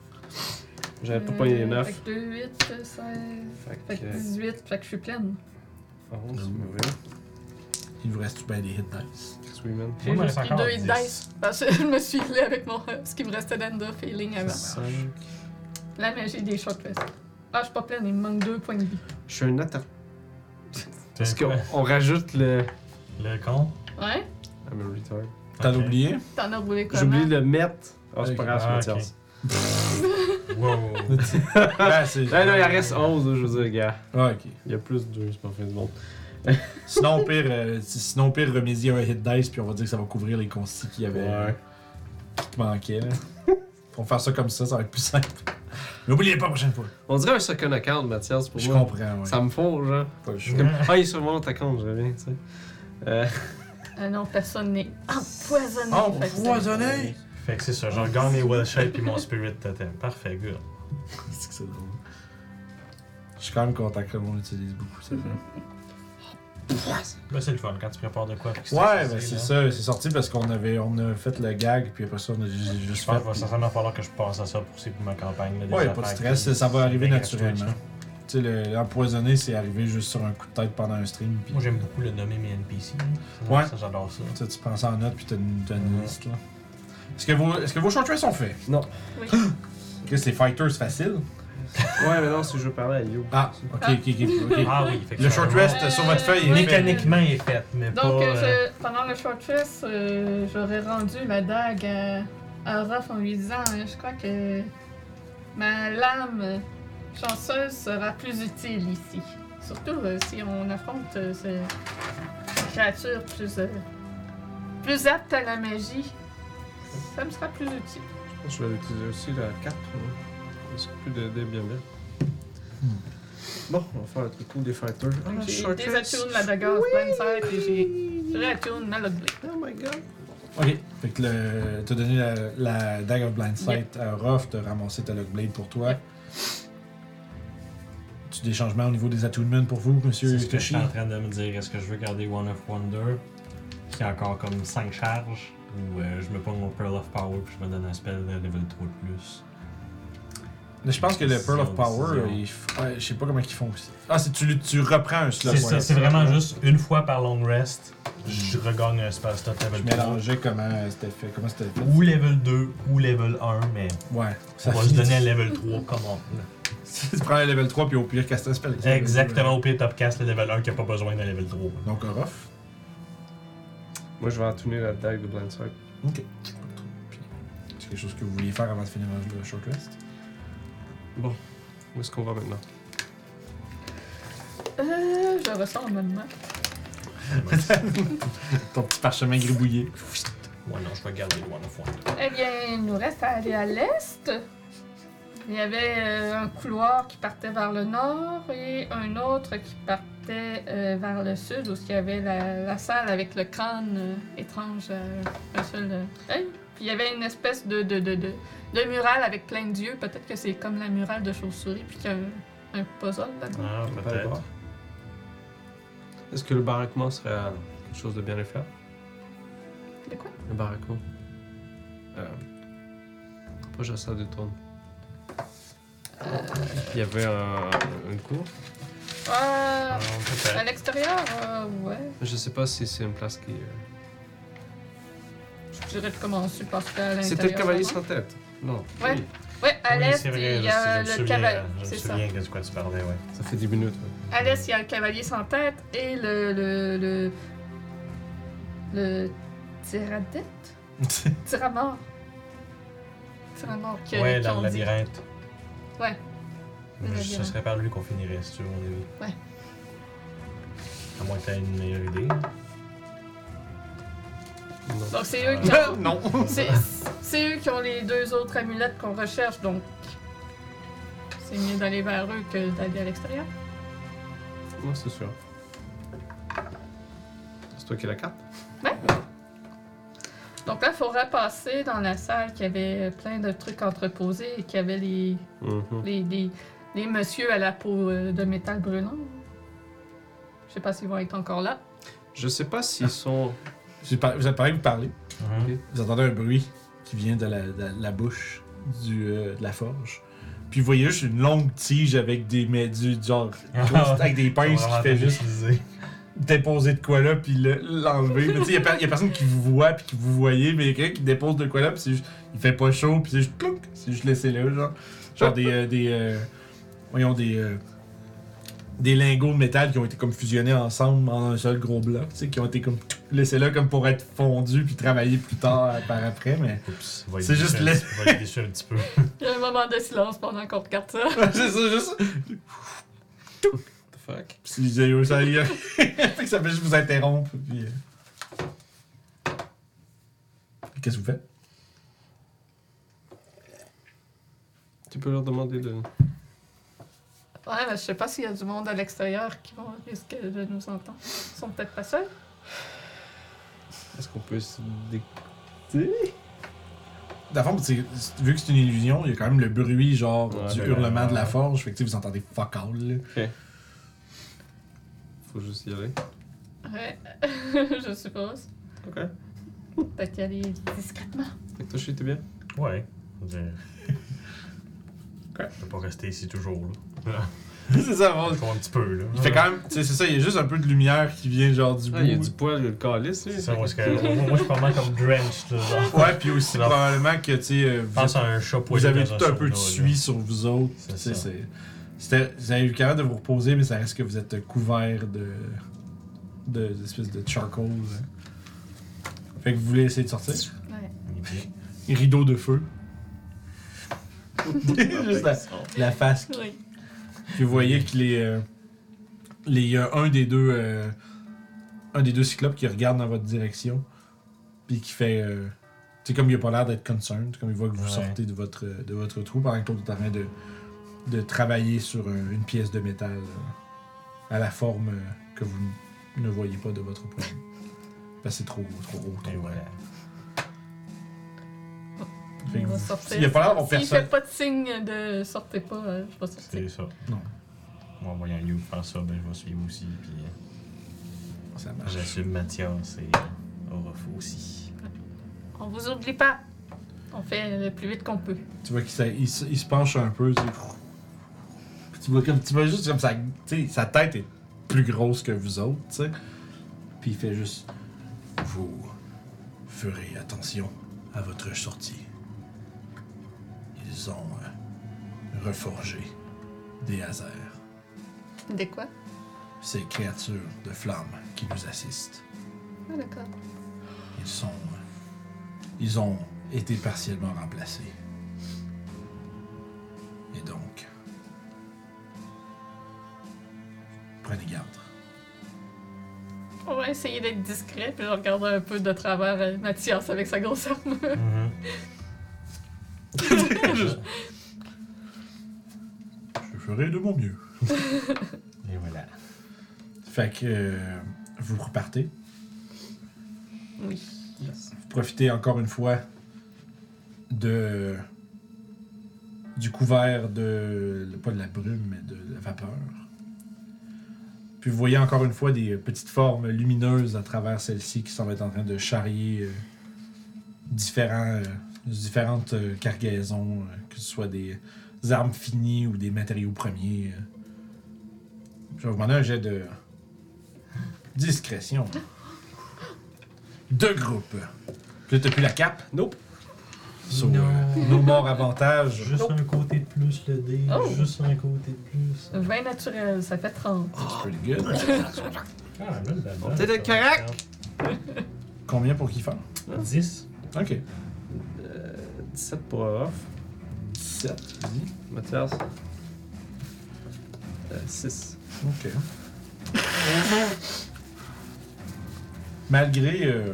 Speaker 3: J'avais pas
Speaker 2: Euh,
Speaker 3: pogné les 9.
Speaker 2: Fait que 2, 8, 16.
Speaker 3: Fait euh,
Speaker 2: Fait que 18. Fait que je suis pleine.
Speaker 3: 11,
Speaker 1: Non.
Speaker 3: mauvais.
Speaker 1: Il vous reste bien des hit dice.
Speaker 3: Chris Wheeman.
Speaker 4: Moi, il me
Speaker 2: J'ai
Speaker 4: reste
Speaker 2: pris
Speaker 4: encore
Speaker 2: deux hit
Speaker 4: 10.
Speaker 2: dice. Parce que je me suis filé avec mon, euh, ce qui me restait d'Enda Feeling avant.
Speaker 3: Cinq.
Speaker 2: La magie des short rests. Ah, je suis pas pleine, il me manque deux points de vie.
Speaker 3: Je suis un attard.
Speaker 4: T'as
Speaker 3: Parce qu'on
Speaker 4: quoi?
Speaker 3: on rajoute le.
Speaker 4: Le con.
Speaker 2: Ouais?
Speaker 3: I'm a retard.
Speaker 1: T'as
Speaker 4: Ok.
Speaker 1: oublié?
Speaker 2: T'en as roulé
Speaker 3: J'ai
Speaker 2: comment?
Speaker 3: oublié de le mettre. Ah, c'est pas
Speaker 1: Ok.
Speaker 3: grave,
Speaker 4: Ah,
Speaker 3: c'est
Speaker 4: ok.
Speaker 3: Mathias.
Speaker 4: Wow.
Speaker 1: ben, c'est.
Speaker 3: Ah non, il en reste 11, là, je veux dire, gars.
Speaker 1: Ah, ok.
Speaker 3: Il y a plus de deux, c'est pas fin du monde.
Speaker 1: Sinon, au pire, euh, si- sinon, au pire, remédier un hit dice, puis on va dire que ça va couvrir les concis qu'il y avait qui manquaient. Là. on va faire ça comme ça, ça va être plus simple. Mais oubliez pas la prochaine fois.
Speaker 3: On dirait un second account, Mathias, pour
Speaker 1: je
Speaker 3: moi.
Speaker 1: comprends, ouais.
Speaker 3: Ça me fond, genre.
Speaker 1: Pas le
Speaker 3: Je suis
Speaker 1: choix.
Speaker 3: comme, ah, il est sur mon autre account, je reviens, tu sais. Euh,
Speaker 2: Ah non, personne n'est empoisonné.
Speaker 1: Oh,
Speaker 2: Fait que c'est-
Speaker 1: empoisonné!
Speaker 4: Fait que c'est ça, je regarde mes well shape et mon spirit totem. Parfait, good.
Speaker 1: C'est que c'est drôle. Je suis quand même content que le monde utilise beaucoup ça.
Speaker 4: Là, Ben, c'est le fun quand tu prépares de quoi.
Speaker 1: Ouais, ben c'est ça, c'est sorti parce qu'on avait on a fait le gag, puis après ça, on a ju-
Speaker 4: Je
Speaker 1: juste
Speaker 4: pense
Speaker 1: fait.
Speaker 4: qu'il va sincèrement falloir que je passe à ça pour, c'est pour ma campagne. Là, des
Speaker 1: Ouais, pas de
Speaker 4: affaires
Speaker 1: stress,
Speaker 4: qui-
Speaker 1: ça va arriver
Speaker 4: qui-
Speaker 1: naturellement. Tu sais, le- l'empoisonné, c'est arrivé juste sur un coup de tête pendant un stream, puis
Speaker 4: Moi, j'aime beaucoup le nommer mes NPC. là. hein. Ça,
Speaker 1: Ouais.
Speaker 4: Ça, j'adore ça.
Speaker 1: tu sais, tu penses en note, puis t'as une, t'as une
Speaker 4: Mhm.
Speaker 1: liste, là. Est-ce que vos, est-ce que vos short rests sont faits?
Speaker 3: non.
Speaker 2: Oui.
Speaker 1: Ok, c'est fighters facile.
Speaker 3: Ouais, mais non, si je veux parler à You.
Speaker 1: Ah, ok, ok, ok. ok.
Speaker 4: Ah oui, fait que
Speaker 1: Le
Speaker 4: ça,
Speaker 1: short
Speaker 4: vraiment,
Speaker 1: rest sur votre feuille est
Speaker 2: Euh,
Speaker 1: fait.
Speaker 4: Mécaniquement, il est fait, mais pas.
Speaker 2: Donc, euh,
Speaker 4: euh,
Speaker 2: je- pendant le short rest, euh, j'aurais rendu ma dague à, à Raph en lui disant euh, Je crois que ma lame chanceuse sera plus utile ici. Surtout euh, si on affronte euh, ce- ces créatures plus, euh, plus aptes à la magie. Ça me sera plus utile.
Speaker 3: Je pense que je vais utiliser aussi la carte. hein. Parce que plus de dés bien bien. Bon, on va faire le truc cool des fighters. Ah,
Speaker 2: Donc, J'ai
Speaker 3: short rest.
Speaker 2: désattune la dague à Spencer et j'ai réattune ma Lockblade.
Speaker 3: Oh my god.
Speaker 1: Ok, fait que le- t'as donné la, la Dagger of Blindsight à Ruff, t'as ramassé ta Lockblade pour toi. Tu des changements au niveau des attunements pour vous, monsieur
Speaker 4: c'est ce que je
Speaker 1: Toshi?
Speaker 4: suis en train de me dire. Est-ce que je veux garder One of Wonder, qui a encore comme 5 charges, ou euh, je me prends mon Pearl of Power puis je me donne un spell de level 3 de plus
Speaker 1: Mais je pense que le Pearl of
Speaker 4: Décision,
Speaker 1: Power,
Speaker 4: décision.
Speaker 1: il f- ouais, je sais pas comment ils font aussi. Ah, c'est tu, le- tu reprends un slot.
Speaker 4: C'est ça,
Speaker 1: ouais.
Speaker 4: c'est vraiment juste une fois par long rest, je regagne un spell stop
Speaker 1: Je
Speaker 4: level 3.
Speaker 1: mélangeais comment c'était fait. Comment c'était fait.
Speaker 4: Ou level 2 ou level 1, mais
Speaker 1: Ouais.
Speaker 4: on va se donner un
Speaker 1: un
Speaker 4: level 3 comme on
Speaker 1: tu prends le level 3 puis au pire, casse un spell.
Speaker 4: Exactement, au pire topcast le level 1 qui a pas besoin d'un level 3.
Speaker 1: Donc Ruff.
Speaker 3: Moi, je vais entourner la dague de Blindside.
Speaker 1: Ok. Puis, C'est quelque chose que vous vouliez faire avant de finir le short rest?
Speaker 3: Bon, où est-ce qu'on va maintenant
Speaker 2: Euh, je ressens maintenant.
Speaker 1: Ton petit parchemin gribouillé.
Speaker 4: Ouais, non, je vais garder One of Wonder.
Speaker 2: Eh bien, il nous reste à aller à l'est. Il y avait euh, un couloir qui partait vers le nord et un autre qui partait euh, vers le sud, où il y avait la, la salle avec le crâne euh, étrange, euh, un seul euh, œil. Puis il y avait une espèce de, de, de, de, de murale avec plein de dieux. Peut-être que c'est comme la murale de chauve-souris, puis qu'il y a un, un puzzle là-dedans.
Speaker 4: Ah,
Speaker 3: On va aller voir.
Speaker 4: peut-être.
Speaker 3: Est-ce que le baraquement serait euh, quelque chose de bien à faire
Speaker 2: De quoi?
Speaker 3: Le baraquement. Euh. Pas juste ça de tourne. Euh, Il y avait un, une cour.
Speaker 2: Ah,
Speaker 4: Ah, peut-être.
Speaker 2: à l'extérieur, euh, ouais.
Speaker 3: Je sais pas si c'est une place qui. euh,
Speaker 2: Je dirais de commencer par faire à l'intérieur. hein.
Speaker 3: C'était le cavalier
Speaker 2: vraiment.
Speaker 3: sans tête. Non.
Speaker 2: Ouais.
Speaker 3: Oui.
Speaker 2: Ouais, à
Speaker 4: Oui,
Speaker 2: l'est,
Speaker 4: c'est vrai,
Speaker 2: il y
Speaker 4: je sais,
Speaker 2: a
Speaker 4: je me
Speaker 2: le
Speaker 4: souviens,
Speaker 2: cavalier.
Speaker 4: Je
Speaker 2: C'est
Speaker 4: me
Speaker 2: ça.
Speaker 4: souviens de quoi tu parlais, ouais.
Speaker 3: Ça fait 10 minutes. ouais.
Speaker 2: À l'est, il y a le cavalier sans tête et le. le. le. le. tiradette? Tiramort. un nom que
Speaker 4: Ouais, dans
Speaker 2: qu'on
Speaker 4: le
Speaker 2: dit.
Speaker 4: labyrinthe.
Speaker 2: Ouais. Le
Speaker 4: Mais
Speaker 2: labyrinthe.
Speaker 4: ce serait par lui qu'on finirait, si tu veux, mon avis.
Speaker 2: Ouais.
Speaker 4: À moins que t'aies une meilleure idée.
Speaker 2: Donc c'est eux qui ont...
Speaker 1: non!
Speaker 2: c'est- C'est eux qui ont les deux autres amulettes qu'on recherche, donc c'est mieux d'aller vers eux que d'aller à l'extérieur.
Speaker 3: Moi, c'est sûr. C'est toi qui as la carte?
Speaker 2: Donc là, il faudrait passer dans la salle qui avait plein de trucs entreposés et qui avait les,
Speaker 3: Mm-hmm.
Speaker 2: les, les, les messieurs à la peau euh, de métal brûlant. Je sais pas s'ils vont être encore là.
Speaker 3: Je sais pas s'ils sont.
Speaker 1: J'ai par- Vous êtes pareil, vous parlez.
Speaker 4: Mhm.
Speaker 1: Vous entendez un bruit qui vient de la, de la bouche du, euh, de la forge. Puis vous voyez juste une longue tige avec des mais du du genre avec des pinces qui fait juste
Speaker 4: utiliser.
Speaker 1: déposer de quoi là puis le- l'enlever. Mais tu sais, il y, a per- y a personne qui vous voit puis qui vous voyez, mais il y a quelqu'un qui dépose de quoi là puis c'est juste- il fait pas chaud puis c'est juste plouc, c'est juste laissé là genre genre des euh, des euh, voyons des euh, des lingots de métal qui ont été comme fusionnés ensemble en un seul gros bloc, tu sais, qui ont été comme tout laissés là comme pour être fondus puis travaillés plus tard euh, par après, mais
Speaker 4: Oups, va être
Speaker 1: C'est juste
Speaker 4: déçu un
Speaker 1: laisse-
Speaker 4: petit- va être déçu un petit peu.
Speaker 2: Il y a un moment de silence pendant qu'on regarde ça.
Speaker 1: c'est ça juste
Speaker 3: What the fuck?
Speaker 1: Puis les yeux, ça y est. Fait que ça fait juste vous interrompre. Puis... euh. Qu'est-ce que vous faites?
Speaker 3: Tu peux leur demander de.
Speaker 2: Ouais, mais je sais pas s'il y a du monde à l'extérieur qui vont risquer de nous entendre. Ils sont peut-être pas seuls.
Speaker 3: Est-ce qu'on peut se dé-
Speaker 1: Dans le fond, c'est- c'est- vu que c'est une illusion, il y a quand même le bruit genre
Speaker 3: Ouais,
Speaker 1: du
Speaker 4: ben,
Speaker 1: hurlement de la
Speaker 4: ouais.
Speaker 1: forge. Fait que tu sais, vous entendez fuck all. là.
Speaker 3: Faut juste y aller.
Speaker 2: Ouais, je suppose.
Speaker 3: Ok. Fait
Speaker 2: Peut-être y aller discrètement.
Speaker 3: que toi, Shay, t'es bien?
Speaker 4: Ouais. Je... Je peux pas rester ici toujours, là.
Speaker 1: c'est ça, bon.
Speaker 4: Encore un petit peu, là.
Speaker 1: Il fait quand même. tu sais, C'est ça, il y a juste un peu de lumière qui vient genre du bout.
Speaker 3: Ah, il y a du poil, le calice, lui.
Speaker 4: C'est ça, moi, c'est que- moi, moi, je suis pas mal comme drenched, là. genre.
Speaker 1: Ouais, puis aussi
Speaker 4: Non.
Speaker 1: probablement que tu sais, euh,
Speaker 4: Je
Speaker 1: vous,
Speaker 4: pense à un chat
Speaker 1: vous
Speaker 4: poilu
Speaker 1: avez
Speaker 4: dans
Speaker 1: tout un peu de
Speaker 4: sauna, là.
Speaker 1: suie sur vous autres.
Speaker 4: C'est
Speaker 1: tu sais,
Speaker 4: ça.
Speaker 1: c'est- c'était- Vous avez eu capable de vous reposer, mais ça reste que vous êtes couvert de. de d'espèces de charcoal. là. Fait que vous voulez essayer de sortir?
Speaker 2: Ouais.
Speaker 4: Et puis,
Speaker 1: rideau de feu. Juste la, la face.
Speaker 2: Oui.
Speaker 1: Puis vous voyez qu'il est. euh, les, il y a un des deux. euh, un des deux cyclopes qui regarde dans votre direction. Puis qui fait. euh, tu sais, comme il a pas l'air d'être concerned, comme il voit que vous
Speaker 4: Ouais.
Speaker 1: sortez de votre, euh, de votre trou pendant que l'autre est en train de, de travailler sur un- une pièce de métal euh, à la forme euh, que vous ne voyez pas de votre point de vue. Parce que c'est trop trop gros, trop
Speaker 4: et
Speaker 1: gros.
Speaker 4: voilà.
Speaker 1: Fait que
Speaker 2: On va
Speaker 1: vous-
Speaker 2: sortir.
Speaker 1: Il a pas l'air d'avoir
Speaker 2: S'il
Speaker 1: personne.
Speaker 2: fait pas de signe de sortez pas, euh, je vais sortir.
Speaker 4: C'est ça.
Speaker 1: Non.
Speaker 4: Moi, en voyant You faire ça, ben, je vais suivre aussi. Puis, euh,
Speaker 1: Ça marche.
Speaker 4: j'assume Mathias et euh, Orofo aussi.
Speaker 2: On vous oublie pas. On fait le plus vite qu'on peut.
Speaker 1: Tu vois qu'il se- il se, il se penche un peu. tu sais. Puis Tu vois, comme, tu vois juste comme sa, tu sais, sa tête est plus grosse que vous autres. tu sais. Puis il fait juste. Vous ferez attention à votre sortie. Ils ont euh, reforgé des hasards,
Speaker 2: Des quoi
Speaker 1: ces créatures de flammes qui nous assistent.
Speaker 2: Ah, d'accord.
Speaker 1: Ils sont. euh, Ils ont été partiellement remplacés. Et donc. Prenez garde.
Speaker 2: On va essayer d'être discret, puis je regarde un peu de travers euh, Mathias avec sa grosse armure.
Speaker 1: Je ferai de mon mieux.
Speaker 4: Et voilà.
Speaker 1: Fait que. euh, vous repartez.
Speaker 2: Oui.
Speaker 3: Yes.
Speaker 1: Vous profitez encore une fois de. du couvert de. pas de la brume, mais de la vapeur. Puis vous voyez encore une fois des petites formes lumineuses à travers celle-ci qui semblent être en train de charrier euh, différents, euh, différentes euh, cargaisons, euh, que ce soit des armes finies ou des matériaux premiers. euh. Je vais vous demander un jet de discrétion. Deux groupes. Puis là, t'as plus la cape.
Speaker 3: Nope.
Speaker 1: So,
Speaker 4: Non.
Speaker 1: euh, nos morts avantages.
Speaker 4: Juste un côté de plus, le dé.
Speaker 2: Oh.
Speaker 4: Juste un côté de plus.
Speaker 2: 20 naturel, ça fait 30.
Speaker 1: That's pretty good.
Speaker 4: Ah, là, là, là,
Speaker 3: T'es
Speaker 4: ça
Speaker 3: de
Speaker 4: va
Speaker 3: correct?
Speaker 1: Combien pour qu'il fasse?
Speaker 4: faire 10.
Speaker 1: Ok.
Speaker 3: Euh, 17 pour off.
Speaker 1: 17, vas-y.
Speaker 3: Mathias. Euh, 6.
Speaker 1: Ok. Malgré euh,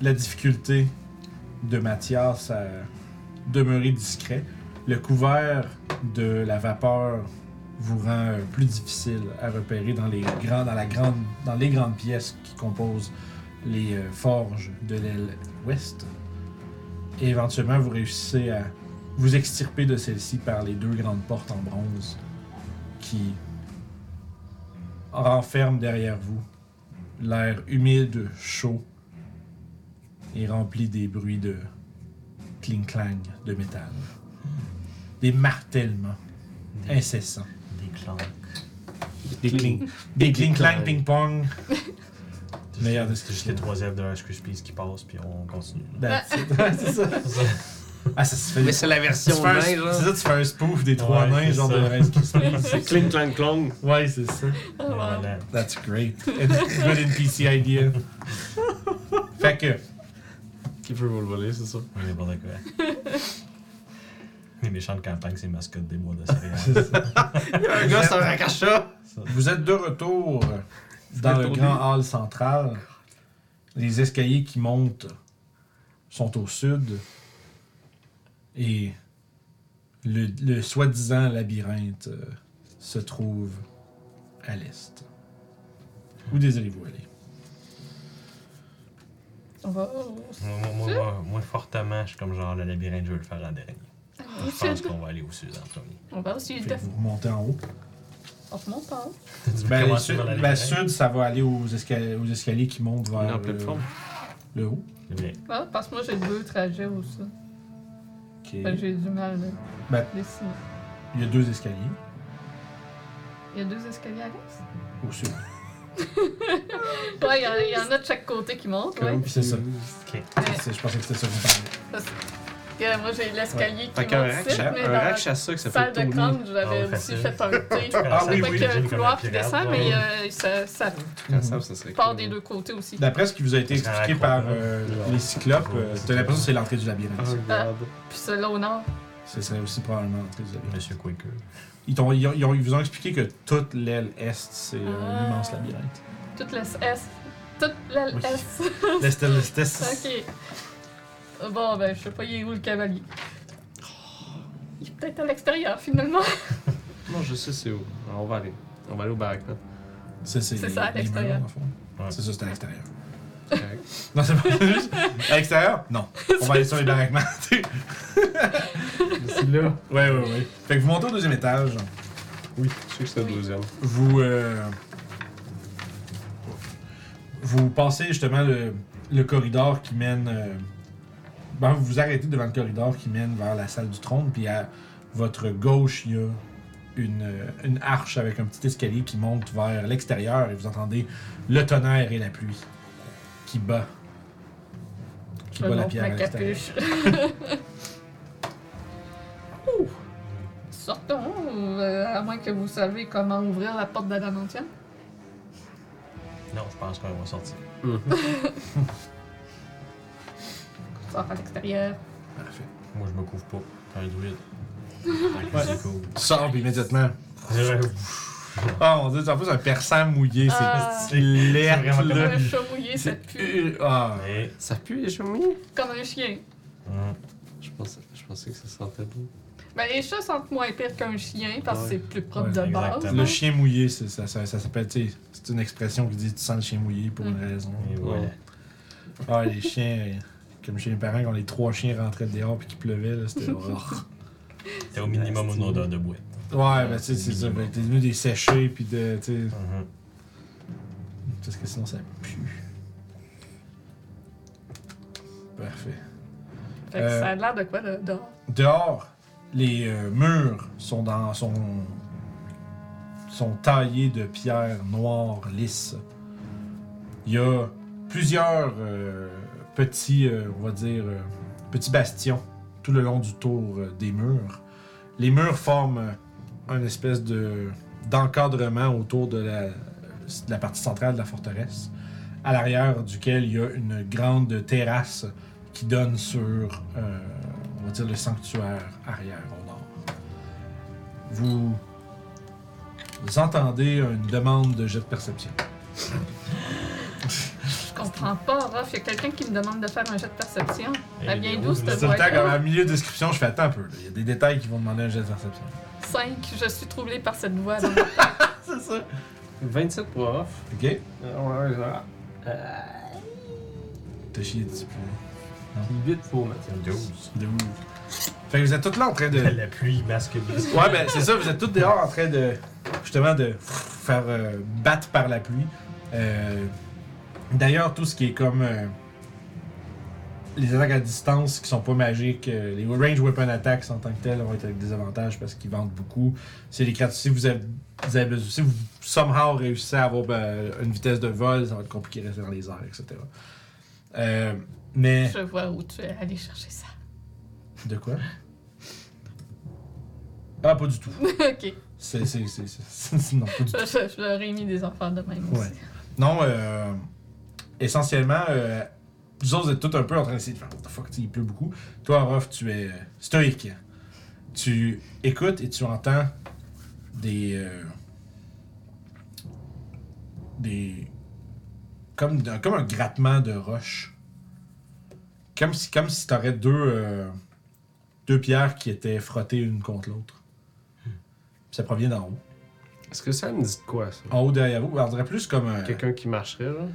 Speaker 1: la difficulté de Mathias à demeurer discret, le couvert de la vapeur vous rend euh, plus difficile à repérer dans les, grands, dans la grande, dans les grandes pièces qui composent les euh, forges de l'aile ouest. Et éventuellement, vous réussissez à vous extirper de celle-ci par les deux grandes portes en bronze qui renferme derrière vous l'air humide, chaud et rempli des bruits de cling-clang de métal. Des martèlements
Speaker 4: Des,
Speaker 1: incessants.
Speaker 4: des clans.
Speaker 1: Des cling, des cling-clang
Speaker 3: clang.
Speaker 1: ping-pong. Meilleur de ce que
Speaker 4: C'est juste
Speaker 1: j'ai.
Speaker 4: les trois F de Ice Krispies qui passent, puis on continue.
Speaker 1: That's it. Ouais, c'est ça. Ah, ça se fait.
Speaker 5: Mais c'est la
Speaker 1: tu
Speaker 5: version
Speaker 1: fais un-
Speaker 5: nain,
Speaker 1: C'est
Speaker 5: genre.
Speaker 1: ça, tu fais un spoof des trois
Speaker 4: Ouais,
Speaker 1: nains,
Speaker 4: c'est
Speaker 1: genre
Speaker 4: ça.
Speaker 1: de Rice Krispies.
Speaker 3: Cling, clang, clang.
Speaker 1: Ouais, c'est ça.
Speaker 2: Oh,
Speaker 4: Et
Speaker 2: wow.
Speaker 4: voilà.
Speaker 1: That's great. Good NPC idea. E. Fait que.
Speaker 3: Qui peut vous le voler, c'est ça?
Speaker 4: On est bon d'accord. Les méchants de campagne, c'est mascotte des bois de céréales.
Speaker 1: c'est ça.
Speaker 5: Un gars, c'est un racachat.
Speaker 1: Vous êtes de retour dans le
Speaker 3: retourné.
Speaker 1: grand hall central. Les escaliers qui montent sont au sud. Et le, le soi-disant labyrinthe euh, se trouve à l'est. Où désirez-vous aller?
Speaker 2: On va au-
Speaker 4: Moi, moi, moi, moi, moi, fortement, je suis comme genre le labyrinthe, je veux le faire en dernier.
Speaker 2: au
Speaker 4: Je pense
Speaker 2: sud.
Speaker 4: qu'on va aller au sud en premier.
Speaker 2: On va au sud.
Speaker 1: Fait que vous remontez en haut.
Speaker 2: On remonte pas. hein. haut.
Speaker 4: Tu veux
Speaker 1: Ben, le
Speaker 4: commencer
Speaker 1: sud,
Speaker 4: par le
Speaker 1: ben,
Speaker 4: labyrinthe?
Speaker 1: sud, ça va aller aux, esca- aux escaliers qui montent vers
Speaker 3: On est en
Speaker 1: euh,
Speaker 3: plateforme.
Speaker 1: le haut.
Speaker 4: C'est vrai.
Speaker 2: Ah, parce que moi j'ai deux trajets ou ça.
Speaker 1: Ok.
Speaker 2: Fait que J'ai du mal euh, à
Speaker 1: Ben-
Speaker 2: dessiner.
Speaker 1: Il y a deux escaliers
Speaker 2: Il y a deux escaliers à l'est?
Speaker 1: au sud.
Speaker 2: Ouais, il y, en a- il y en a de chaque côté qui monte, ouais.
Speaker 1: Puis c'est ça.
Speaker 4: Ok.
Speaker 2: Mais-
Speaker 1: C'est- Je pensais que c'était ça que vous parliez.
Speaker 2: Parce que moi, j'ai l'escalier
Speaker 3: Fait
Speaker 2: qui
Speaker 3: qu'un
Speaker 2: monte ici,
Speaker 3: rack-
Speaker 2: mais
Speaker 3: un
Speaker 2: dans la
Speaker 3: rack chasseur qui
Speaker 2: salle
Speaker 3: s'appelle
Speaker 2: de
Speaker 3: Tony.
Speaker 2: crâne, j'avais
Speaker 4: Ah, ouais,
Speaker 2: aussi
Speaker 4: facile.
Speaker 2: fait un thé.
Speaker 1: Ah oui,
Speaker 2: fait
Speaker 1: oui,
Speaker 2: qu'il y a un couloir qui descend, mais euh, ça, ça
Speaker 3: Quand
Speaker 1: Mhm.
Speaker 3: ça, ça serait
Speaker 2: part
Speaker 3: cool.
Speaker 2: des deux côtés aussi.
Speaker 1: D'après ce qui vous a été
Speaker 4: Parce qu'en
Speaker 1: expliqué par
Speaker 4: racontant,
Speaker 1: euh,
Speaker 4: genre,
Speaker 1: les cyclopes, euh,
Speaker 4: ouais,
Speaker 1: t'as
Speaker 4: c'est
Speaker 1: l'impression
Speaker 4: ça.
Speaker 1: que c'est l'entrée du
Speaker 3: Ah,
Speaker 1: labyrinthe.
Speaker 3: regarde.
Speaker 2: Puis celle-là au nord.
Speaker 1: Ce serait aussi probablement l'entrée du labyrinthe.
Speaker 4: Monsieur Quaker.
Speaker 1: Ils, t'ont- ils ont- ils ont- ils vous ont expliqué que toute l'aile est, c'est euh,
Speaker 2: Ah.
Speaker 1: un immense labyrinthe.
Speaker 2: Toute la S. Toute la
Speaker 1: Oui.
Speaker 2: S.
Speaker 1: L'est, l'est, l'est.
Speaker 2: ok. Bon, ben, je sais pas, il est où le cavalier? Il est peut-être à l'extérieur, finalement.
Speaker 3: Non, je sais c'est où. Alors, on va aller. On va aller au baraque, man.
Speaker 1: Ça, c'est
Speaker 2: C'est ça, à
Speaker 1: les
Speaker 2: l'extérieur.
Speaker 1: murs, dans le fond.
Speaker 4: Ouais.
Speaker 1: C'est ça, c'est à l'extérieur.
Speaker 3: Correct.
Speaker 1: Non, c'est pas juste. À l'extérieur? Non. On va aller sur les baraquements. tu sais.
Speaker 3: C'est là.
Speaker 1: ouais, ouais, ouais. Fait que vous montez au deuxième étage.
Speaker 3: Oui, je sais que c'est le deuxième.
Speaker 1: vous euh, vous passez justement le, le corridor qui mène euh, ben, vous vous arrêtez devant le corridor qui mène vers la salle du trône puis à votre gauche il y a une, euh, une arche avec un petit escalier qui monte vers l'extérieur et vous entendez le tonnerre et la pluie qui bat qui
Speaker 2: Je
Speaker 1: bat la
Speaker 2: monte
Speaker 1: pierre à
Speaker 2: ma
Speaker 1: l'extérieur.
Speaker 2: capuche. Ouh. Sortons, euh, à moins que vous savez comment ouvrir la porte d'Adamantium.
Speaker 4: Non, je pense qu'on va sortir.
Speaker 2: On sort à l'extérieur.
Speaker 1: Parfait.
Speaker 4: Moi, je me couvre pas. T'as un druide. Ouais. C'est cool.
Speaker 1: Tu sors puis immédiatement.
Speaker 4: C'est vrai.
Speaker 1: Ah mon dieu, tu en plus un persan mouillé, c'est
Speaker 2: Ah.
Speaker 1: c'est laid,
Speaker 4: vraiment comme
Speaker 1: là.
Speaker 2: Le chat mouillé, ça pue
Speaker 1: C'est- Ah.
Speaker 4: Mais.
Speaker 3: Ça pue les chemins.
Speaker 2: comme un chien.
Speaker 4: hum,
Speaker 3: Je pensais, je pensais que ça sentait bon.
Speaker 2: Ben, les chats sentent moins pire qu'un chien parce que
Speaker 3: Ouais.
Speaker 2: c'est plus propre
Speaker 1: Ouais,
Speaker 2: de base.
Speaker 4: exactement.
Speaker 1: Le
Speaker 2: hein.
Speaker 1: chien mouillé, c'est- ça, ça, ça s'appelle, tu sais, c'est une expression qui dit tu sens le chien mouillé pour une
Speaker 2: Mm.
Speaker 1: raison.
Speaker 4: Et voilà.
Speaker 1: Ah, les chiens, euh, comme chez mes parents, quand les trois chiens rentraient dehors puis qu'il pleuvait, là, c'était. Oh.
Speaker 4: T'es au minimum une odeur de boîte.
Speaker 1: Ouais, ben, tu sais, c'est ça. Ben, t'es devenu des séchés puis de, tu sais,
Speaker 4: Mhm.
Speaker 1: parce que sinon ça pue. Parfait.
Speaker 2: Fait que
Speaker 1: Euh,
Speaker 2: ça a l'air de quoi, là, dehors?
Speaker 1: Dehors, les euh, murs sont dans sont, sont taillés de pierres noires lisses. Il y a plusieurs euh, petits, euh, on va dire, euh, petits bastions tout le long du tour euh, des murs. Les murs forment euh, une espèce de d'encadrement autour de la, de la partie centrale de la forteresse, à l'arrière duquel il y a une grande terrasse qui donne sur euh, on va dire le sanctuaire arrière au nord. Vous, vous entendez une demande de jet de perception.
Speaker 2: Je comprends pas, Raph. Il y a quelqu'un qui me demande de faire un jet de perception.
Speaker 4: Eh,
Speaker 2: Elle vient
Speaker 4: il est
Speaker 2: d'où,
Speaker 4: où,
Speaker 2: cette
Speaker 4: je
Speaker 1: C'est tout le temps, comme
Speaker 2: boîte-là?
Speaker 1: à milieu de description, je fais attends un peu. là. Il y a des détails qui vont demander un jet de perception.
Speaker 2: 5. Je suis troublée par cette voix. là.
Speaker 3: 27 pour off.
Speaker 1: Ok?
Speaker 3: Euh, ouais, ouais, ouais. Euh,
Speaker 1: T'as chié 10 points.
Speaker 3: Puis 8 pour Mathieu.
Speaker 4: 12.
Speaker 1: De ouf. Fait que vous êtes tous là en train de.
Speaker 4: La pluie masque le
Speaker 1: Ouais, ben c'est ça, vous êtes tous dehors en train de justement de faire euh, battre par la pluie. Euh, D'ailleurs, tout ce qui est comme euh, les attaques à distance qui sont pas magiques, euh, les range weapon attacks en tant que telles vont être avec des avantages parce qu'ils vendent beaucoup. C'est les créatures. Si vous avez, vous avez besoin, si vous somehow réussissez à avoir ben, une vitesse de vol, ça va être compliqué de rester dans les airs, etc. Euh, mais
Speaker 2: Je vois où tu es allé chercher ça.
Speaker 1: de quoi Ah, pas du tout.
Speaker 2: ok.
Speaker 1: C'est, c'est, c'est, c'est- c'est- non, pas du
Speaker 2: Je,
Speaker 1: tout.
Speaker 2: je- je leur ai mis des enfants de même aussi.
Speaker 1: Ouais. Non, euh, essentiellement, euh, vous autres, vous êtes tous un peu en train d'essayer de faire What the fuck, tu sais, il pleut beaucoup. Toi, Ruff, tu es euh, stoïque. Tu écoutes et tu entends des. euh, des. Comme, d'un- comme un grattement de roche. Comme si, comme si t'aurais deux. euh, deux pierres qui étaient frottées une contre l'autre. Ça provient d'en haut.
Speaker 3: Est-ce que ça me dit de quoi, ça?
Speaker 1: En haut derrière vous, on dirait plus comme. un-
Speaker 3: Quelqu'un qui marcherait, genre?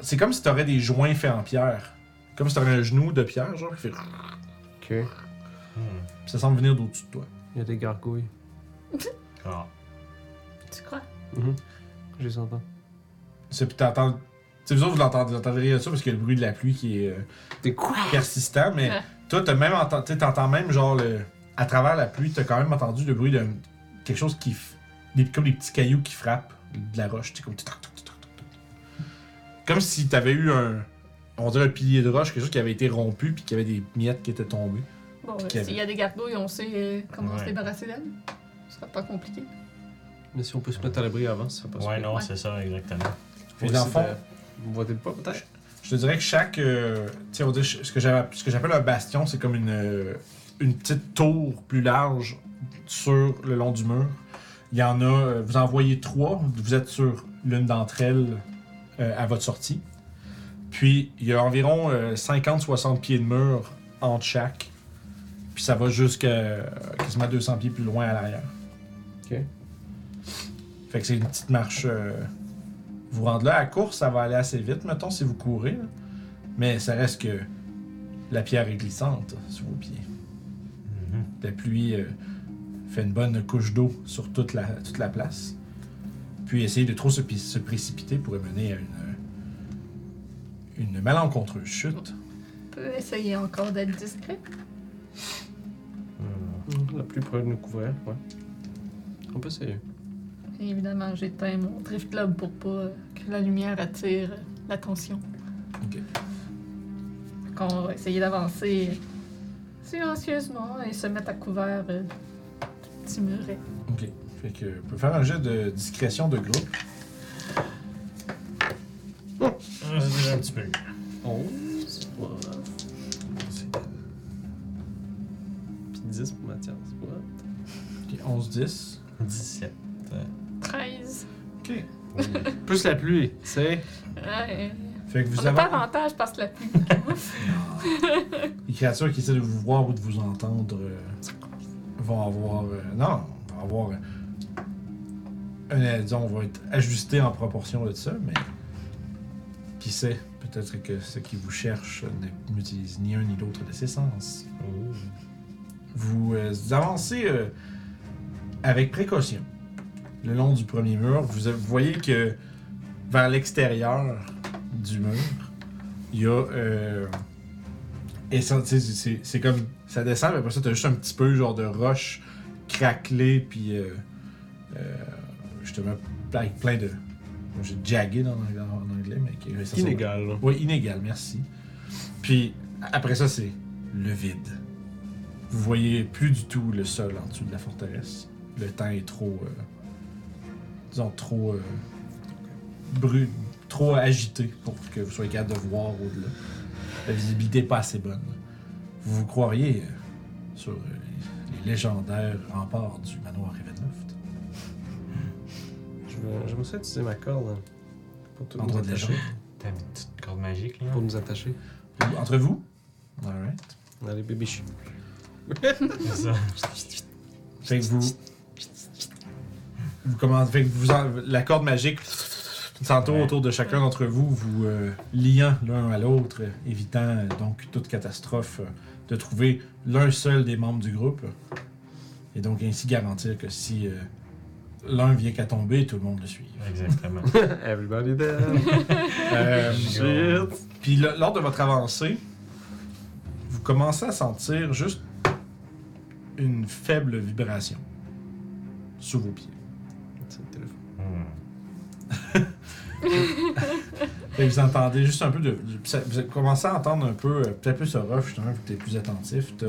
Speaker 1: C'est comme si t'aurais des joints faits en pierre. Comme si t'aurais un genou de pierre, genre, qui fait...
Speaker 3: Ok. Il
Speaker 1: Ça semble venir d'au-dessus de toi.
Speaker 3: y a des gargouilles.
Speaker 4: Ah,
Speaker 2: Tu crois?
Speaker 3: Je les entends.
Speaker 1: C'est puis t'entends... Tu sais, vous autres, vous l'entendez, vous entendriez ça parce qu'il y a le bruit de la pluie qui est euh,
Speaker 3: T'es quoi?
Speaker 1: persistant, mais
Speaker 2: Ouais.
Speaker 1: toi, t'as même entendu... Tu sais, t'entends même, genre, le... à travers la pluie, t'as quand même entendu le bruit de quelque chose qui... f- des- Comme des petits cailloux qui frappent de la roche. tu sais, comme... tic, toc, toc, toc, toc, toc, toc. Comme si t'avais eu un... On dirait un pilier de roche, quelque chose qui avait été rompu, puis qu'il y avait des miettes qui étaient tombées.
Speaker 2: Bon, euh,
Speaker 1: Kevin.
Speaker 2: s'il y a des gargouilles, on sait euh, comment
Speaker 4: Ouais.
Speaker 2: se débarrasser d'elles. Ce sera pas compliqué.
Speaker 3: Mais si on peut se mettre à l'abri avant, ça passe.
Speaker 4: Ouais, non,
Speaker 2: Ouais.
Speaker 4: c'est ça, exactement.
Speaker 1: Fait que dans le fond,
Speaker 3: Vous voyez pas, peut-être?
Speaker 1: Je te dirais que chaque. euh, tu sais, on dit, ce que j'avais- ce que j'appelle un bastion, c'est comme une, euh, une petite tour plus large sur le long du mur. Il y en a. euh, Vous en voyez trois. Vous êtes sur l'une d'entre elles euh, à votre sortie. Puis, il y a environ 50-60 pieds de mur entre chaque. Puis, ça va jusqu'à euh, quasiment 200 pieds plus loin à l'arrière.
Speaker 3: Ok.
Speaker 1: Fait que c'est une petite marche. euh, vous rendre là à la course, ça va aller assez vite, mettons, si vous courez. là. Mais ça reste que la pierre est glissante sous vos pieds.
Speaker 4: Mhm.
Speaker 1: La pluie euh, fait une bonne couche d'eau sur toute la, toute la place. Puis essayer de trop se, pi- se précipiter pourrait mener à une, euh, une malencontreuse chute.
Speaker 2: On peut essayer encore d'être discret.
Speaker 4: Mhm.
Speaker 3: La pluie pourrait nous couvrir, ouais. On peut essayer.
Speaker 2: Et évidemment, j'éteins mon drift club pour pas euh, que la lumière attire euh, l'attention.
Speaker 1: Ok.
Speaker 2: Qu'on va essayer d'avancer silencieusement et se mettre à couvert euh, du petit muret.
Speaker 1: Ok. Fait que on peut faire un jet de discrétion de groupe.
Speaker 4: Ah, C'est déjà un petit peu mieux.
Speaker 3: 11 pour off. Puis 10 pour Mathias. pour off.
Speaker 1: Ok, 11-10.
Speaker 4: 17.
Speaker 2: 13.
Speaker 1: Ok.
Speaker 3: Plus la pluie, tu sais.
Speaker 2: Ouais,
Speaker 1: Fait que
Speaker 2: on
Speaker 1: vous
Speaker 2: n'a
Speaker 1: avez
Speaker 2: pas avantage parce que la pluie.
Speaker 1: les créatures qui essaient de vous voir ou de vous entendre euh, vont avoir. euh, non, vont avoir. euh, un- euh, disons, on va être ajusté en proportion de ça, mais. Qui sait Peut-être que ceux qui vous cherchent ne- n'utilisent ni un ni l'autre de ces sens.
Speaker 4: Oh.
Speaker 1: Vous euh, avancez euh, avec précaution. Le long du premier mur, vous vous voyez que vers l'extérieur du mur, il y a. euh, et ça, tu sais, c'est- c'est c'est comme. Ça descend, mais après ça, t'as juste un petit peu genre de roche craquelée, puis. Euh, euh, justement, avec plein de. J'ai jagged en, en- en anglais, mais. qui- ça, c'est-
Speaker 3: Inégal. là.
Speaker 1: oui, inégal, merci. Puis après ça, c'est le vide. Vous voyez plus du tout le sol en dessous de la forteresse. Le temps est trop. euh, disons, trop. euh, brut, trop agité pour que vous soyez capable de voir au-delà. La visibilité n'est pas assez bonne. Vous vous croiriez euh, sur euh, les, les légendaires remparts du manoir Ravenloft.
Speaker 3: Je vais, je vais essayer d'utiliser ma corde. hein, Pour tout
Speaker 1: Endroit
Speaker 3: nous
Speaker 1: de
Speaker 3: attacher.
Speaker 4: T'as une petite corde magique là.
Speaker 3: Pour nous attacher.
Speaker 1: Vous- Entre vous? Alright.
Speaker 3: Allez, bébé chou.
Speaker 4: C'est ça.
Speaker 1: Fait que vous... vous commencez, fait que vous en- la corde magique s'entoure
Speaker 4: Ouais.
Speaker 1: autour de chacun d'entre vous, vous euh, liant l'un à l'autre, euh, évitant euh, donc toute catastrophe euh, de trouver l'un seul des membres du groupe. Et donc ainsi garantir que si euh, l'un vient qu'à tomber, tout le monde le suit.
Speaker 4: Exactement.
Speaker 3: Everybody down.
Speaker 1: Euh,
Speaker 3: Shit.
Speaker 1: Puis là, lors de votre avancée, vous commencez à sentir juste une faible vibration sous vos pieds.
Speaker 3: C'est le téléphone.
Speaker 4: Hmm.
Speaker 1: Et Ben, vous entendez juste un peu de. de- ça- Vous commencez à entendre un peu, euh, peut-être plus rough, justement, vu que t'es plus attentif. T'as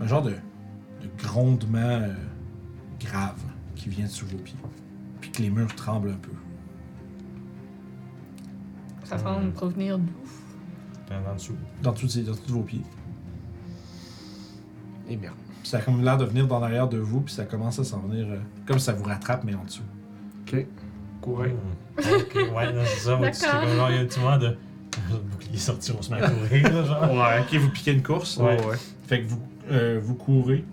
Speaker 1: un genre de, de grondement euh, grave qui vient de sous vos pieds. Puis que les murs tremblent un peu.
Speaker 2: Ça semble
Speaker 4: Hmm.
Speaker 2: provenir d'où?
Speaker 4: T'es en dessous.
Speaker 1: Dans tous ces- dans tous vos pieds.
Speaker 3: Et merde.
Speaker 1: Puis ça a comme l'air de venir dans l'arrière de vous, puis ça commence à s'en venir euh, comme ça vous rattrape, mais en dessous.
Speaker 3: Ok. Courir.
Speaker 4: Hmm. Ok, ouais, là, c'est ça. Faut que tu-
Speaker 2: D'accord.
Speaker 4: genre, Il y a un petit moment de. Le bouclier est sorti, on se met à courir, là, genre.
Speaker 1: Ouais. Ok, vous piquez une course.
Speaker 4: Ouais.
Speaker 3: ouais.
Speaker 1: Fait que vous, euh, vous courez,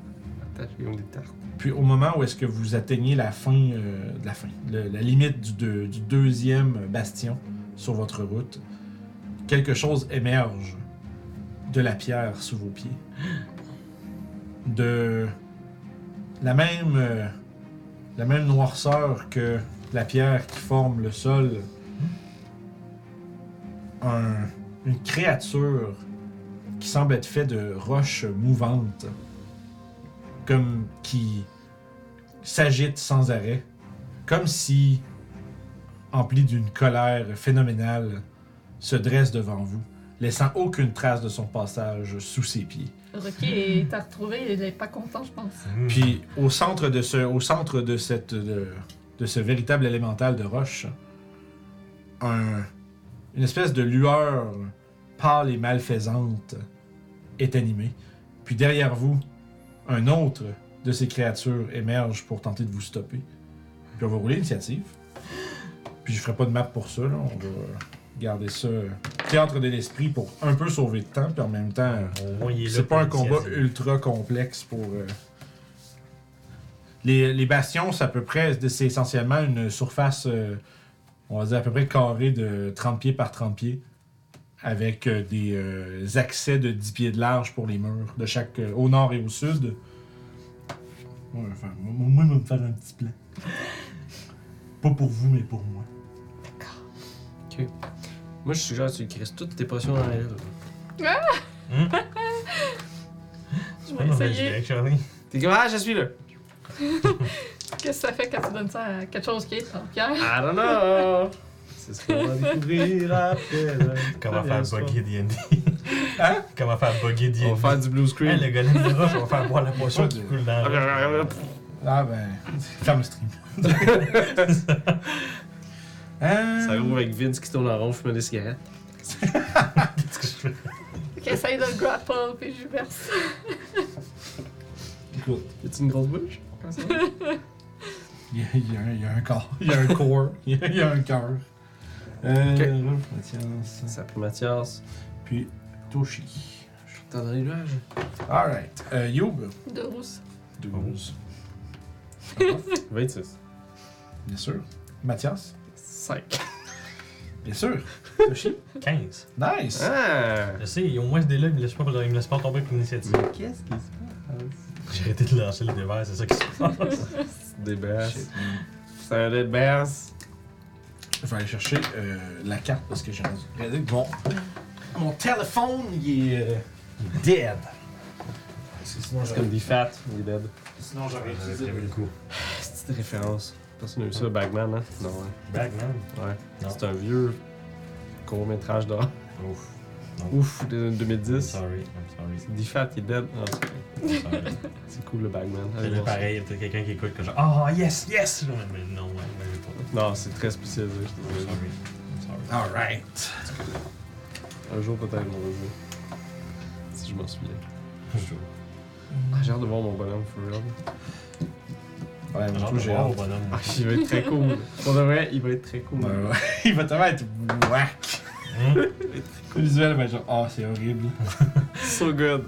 Speaker 3: Attaché comme des tartes.
Speaker 1: puis au moment où est-ce que vous atteignez la fin, euh, de la fin, le- la limite du, deux- du deuxième bastion sur votre route, quelque chose émerge de la pierre sous vos pieds. De la même, euh, la même noirceur que la pierre qui forme le sol. Un- une créature qui semble être faite de roches mouvantes comme qui s'agite sans arrêt, comme si, empli d'une colère phénoménale, se dresse devant vous, laissant aucune trace de son passage sous ses pieds.
Speaker 2: Rocky, t'as retrouvé, il est pas content, je pense.
Speaker 4: Hmm.
Speaker 1: Puis au centre de ce, au centre de cette, de, de ce véritable élémental de roche, un- une espèce de lueur pâle et malfaisante est animée. Puis derrière vous, un autre de ces créatures émerge pour tenter de vous stopper. Puis on va rouler l'initiative. Puis je ferai pas de map pour ça. là. On va garder ça théâtre de l'esprit pour un peu sauver de temps, puis en même temps. euh,
Speaker 4: Au moins, il est là
Speaker 1: c'est pas un
Speaker 4: pour
Speaker 1: combat
Speaker 4: initiative.
Speaker 1: ultra complexe pour. euh, Les, les bastions, c'est à peu près. C'est essentiellement une surface, euh, on va dire à peu près carrée de 30 pieds par 30 pieds, avec euh, des euh, accès de 10 pieds de large pour les murs, de chaque, euh, au nord et au sud. Ouais, enfin, moi, moi, je vais me faire un petit plan. pas pour vous, mais pour moi.
Speaker 3: Moi, je suggère que tu crisses toutes tes potions dans elle.
Speaker 2: Je
Speaker 4: Hmm. Pas
Speaker 2: vais
Speaker 4: une mauvaise
Speaker 2: essayer.
Speaker 4: idée, Charlie.
Speaker 3: T'es comme, ah, je suis là.
Speaker 2: Qu'est-ce que ça fait quand tu donnes ça à quelque chose qui est en pierre?
Speaker 3: I don't know. C'est ce qu'on va découvrir après. là.
Speaker 4: Comment
Speaker 3: Bien
Speaker 4: faire
Speaker 3: sûr.
Speaker 4: bugger D&D.
Speaker 1: Hein?
Speaker 4: Comment faire bugger D&D.
Speaker 3: On va faire du blue
Speaker 4: Hey,
Speaker 3: screen.
Speaker 4: Hein, le golem de roche, on va faire boire la potion qui coule dans la roche.
Speaker 1: Ah ben, ferme le stream. Hein?
Speaker 3: Ça roule avec Vince qui tourne en rond, fume des cigarettes.
Speaker 4: Qu'est-ce que je fais?
Speaker 2: J'essaye de le grapple, puis je verse.
Speaker 1: Écoute.
Speaker 3: Y'a-tu une grosse bouche? Comme ça?
Speaker 1: Il y, a, il y a un- il y a un corps, il y a un corps, il y a, il y a un cœur. Euh, Mathias.
Speaker 3: Ça pris Mathias.
Speaker 1: Puis Toshi.
Speaker 3: T'as dans les nuages?
Speaker 1: Alright. Euh, Youb.
Speaker 2: De rousse.
Speaker 3: Ah
Speaker 1: 12.
Speaker 3: Ouf. 26.
Speaker 1: Bien sûr. Mathias.
Speaker 3: 5.
Speaker 1: Bien sûr. Toshi.
Speaker 4: 15.
Speaker 1: Nice.
Speaker 3: Ah!
Speaker 4: Je sais, au moins ce délai, il me laisse pas, il me laisse pas tomber pour l'initiative.
Speaker 3: qu'est-ce qui se passe?
Speaker 4: J'ai arrêté de lancer le dévers, c'est ça qui se passe.
Speaker 3: C'est des basses.
Speaker 1: Shit, man.
Speaker 3: C'est un des basses.
Speaker 1: Je vais aller chercher euh, la carte parce que j'ai réalisé que mon, mon téléphone, il est euh, dead. Parce que sinon,
Speaker 3: C'est comme
Speaker 1: j'aurais-
Speaker 3: des fats, des dead.
Speaker 1: sinon, j'aurais utilisé.
Speaker 4: le coup.
Speaker 3: Petite référence. Personne n'a vu ça, Bagman, hein? Non, ouais.
Speaker 4: Bagman.
Speaker 3: Ouais.
Speaker 4: Non.
Speaker 3: C'est un vieux court-métrage d'or.
Speaker 4: Ouf.
Speaker 3: Ouf, de
Speaker 4: I'm
Speaker 3: 2010.
Speaker 4: sorry, I'm sorry,
Speaker 3: Des fat, il est dead. Non, c'est vrai.
Speaker 4: I'm sorry.
Speaker 3: C'est cool, le Bagman.
Speaker 4: C'est
Speaker 3: Allez
Speaker 4: le
Speaker 3: voir ça.
Speaker 4: pareil, il y a peut-être quelqu'un qui écoute que genre Ah yes, yes! Mais non, ouais, mais j'ai pas.
Speaker 3: Non, c'est très spécialisé. je te
Speaker 4: I'm
Speaker 3: dis.
Speaker 4: sorry. I'm sorry.
Speaker 1: Alright.
Speaker 3: Un jour, peut-être, mon revue. Si je m'en souviens.
Speaker 4: Toujours.
Speaker 3: Ah, J'ai hâte de voir mon bonhomme, for real.
Speaker 1: Ouais, moi,
Speaker 4: Alors,
Speaker 1: tout, j'ai
Speaker 4: wow,
Speaker 1: hâte.
Speaker 4: bonhomme.
Speaker 3: Ah, il va être très cool. Pour de vrai, il va être très cool.
Speaker 1: Ouais, ouais. Il va tellement être whack.
Speaker 4: Hum?
Speaker 1: Le visuel va être genre, oh, c'est horrible.
Speaker 3: So good.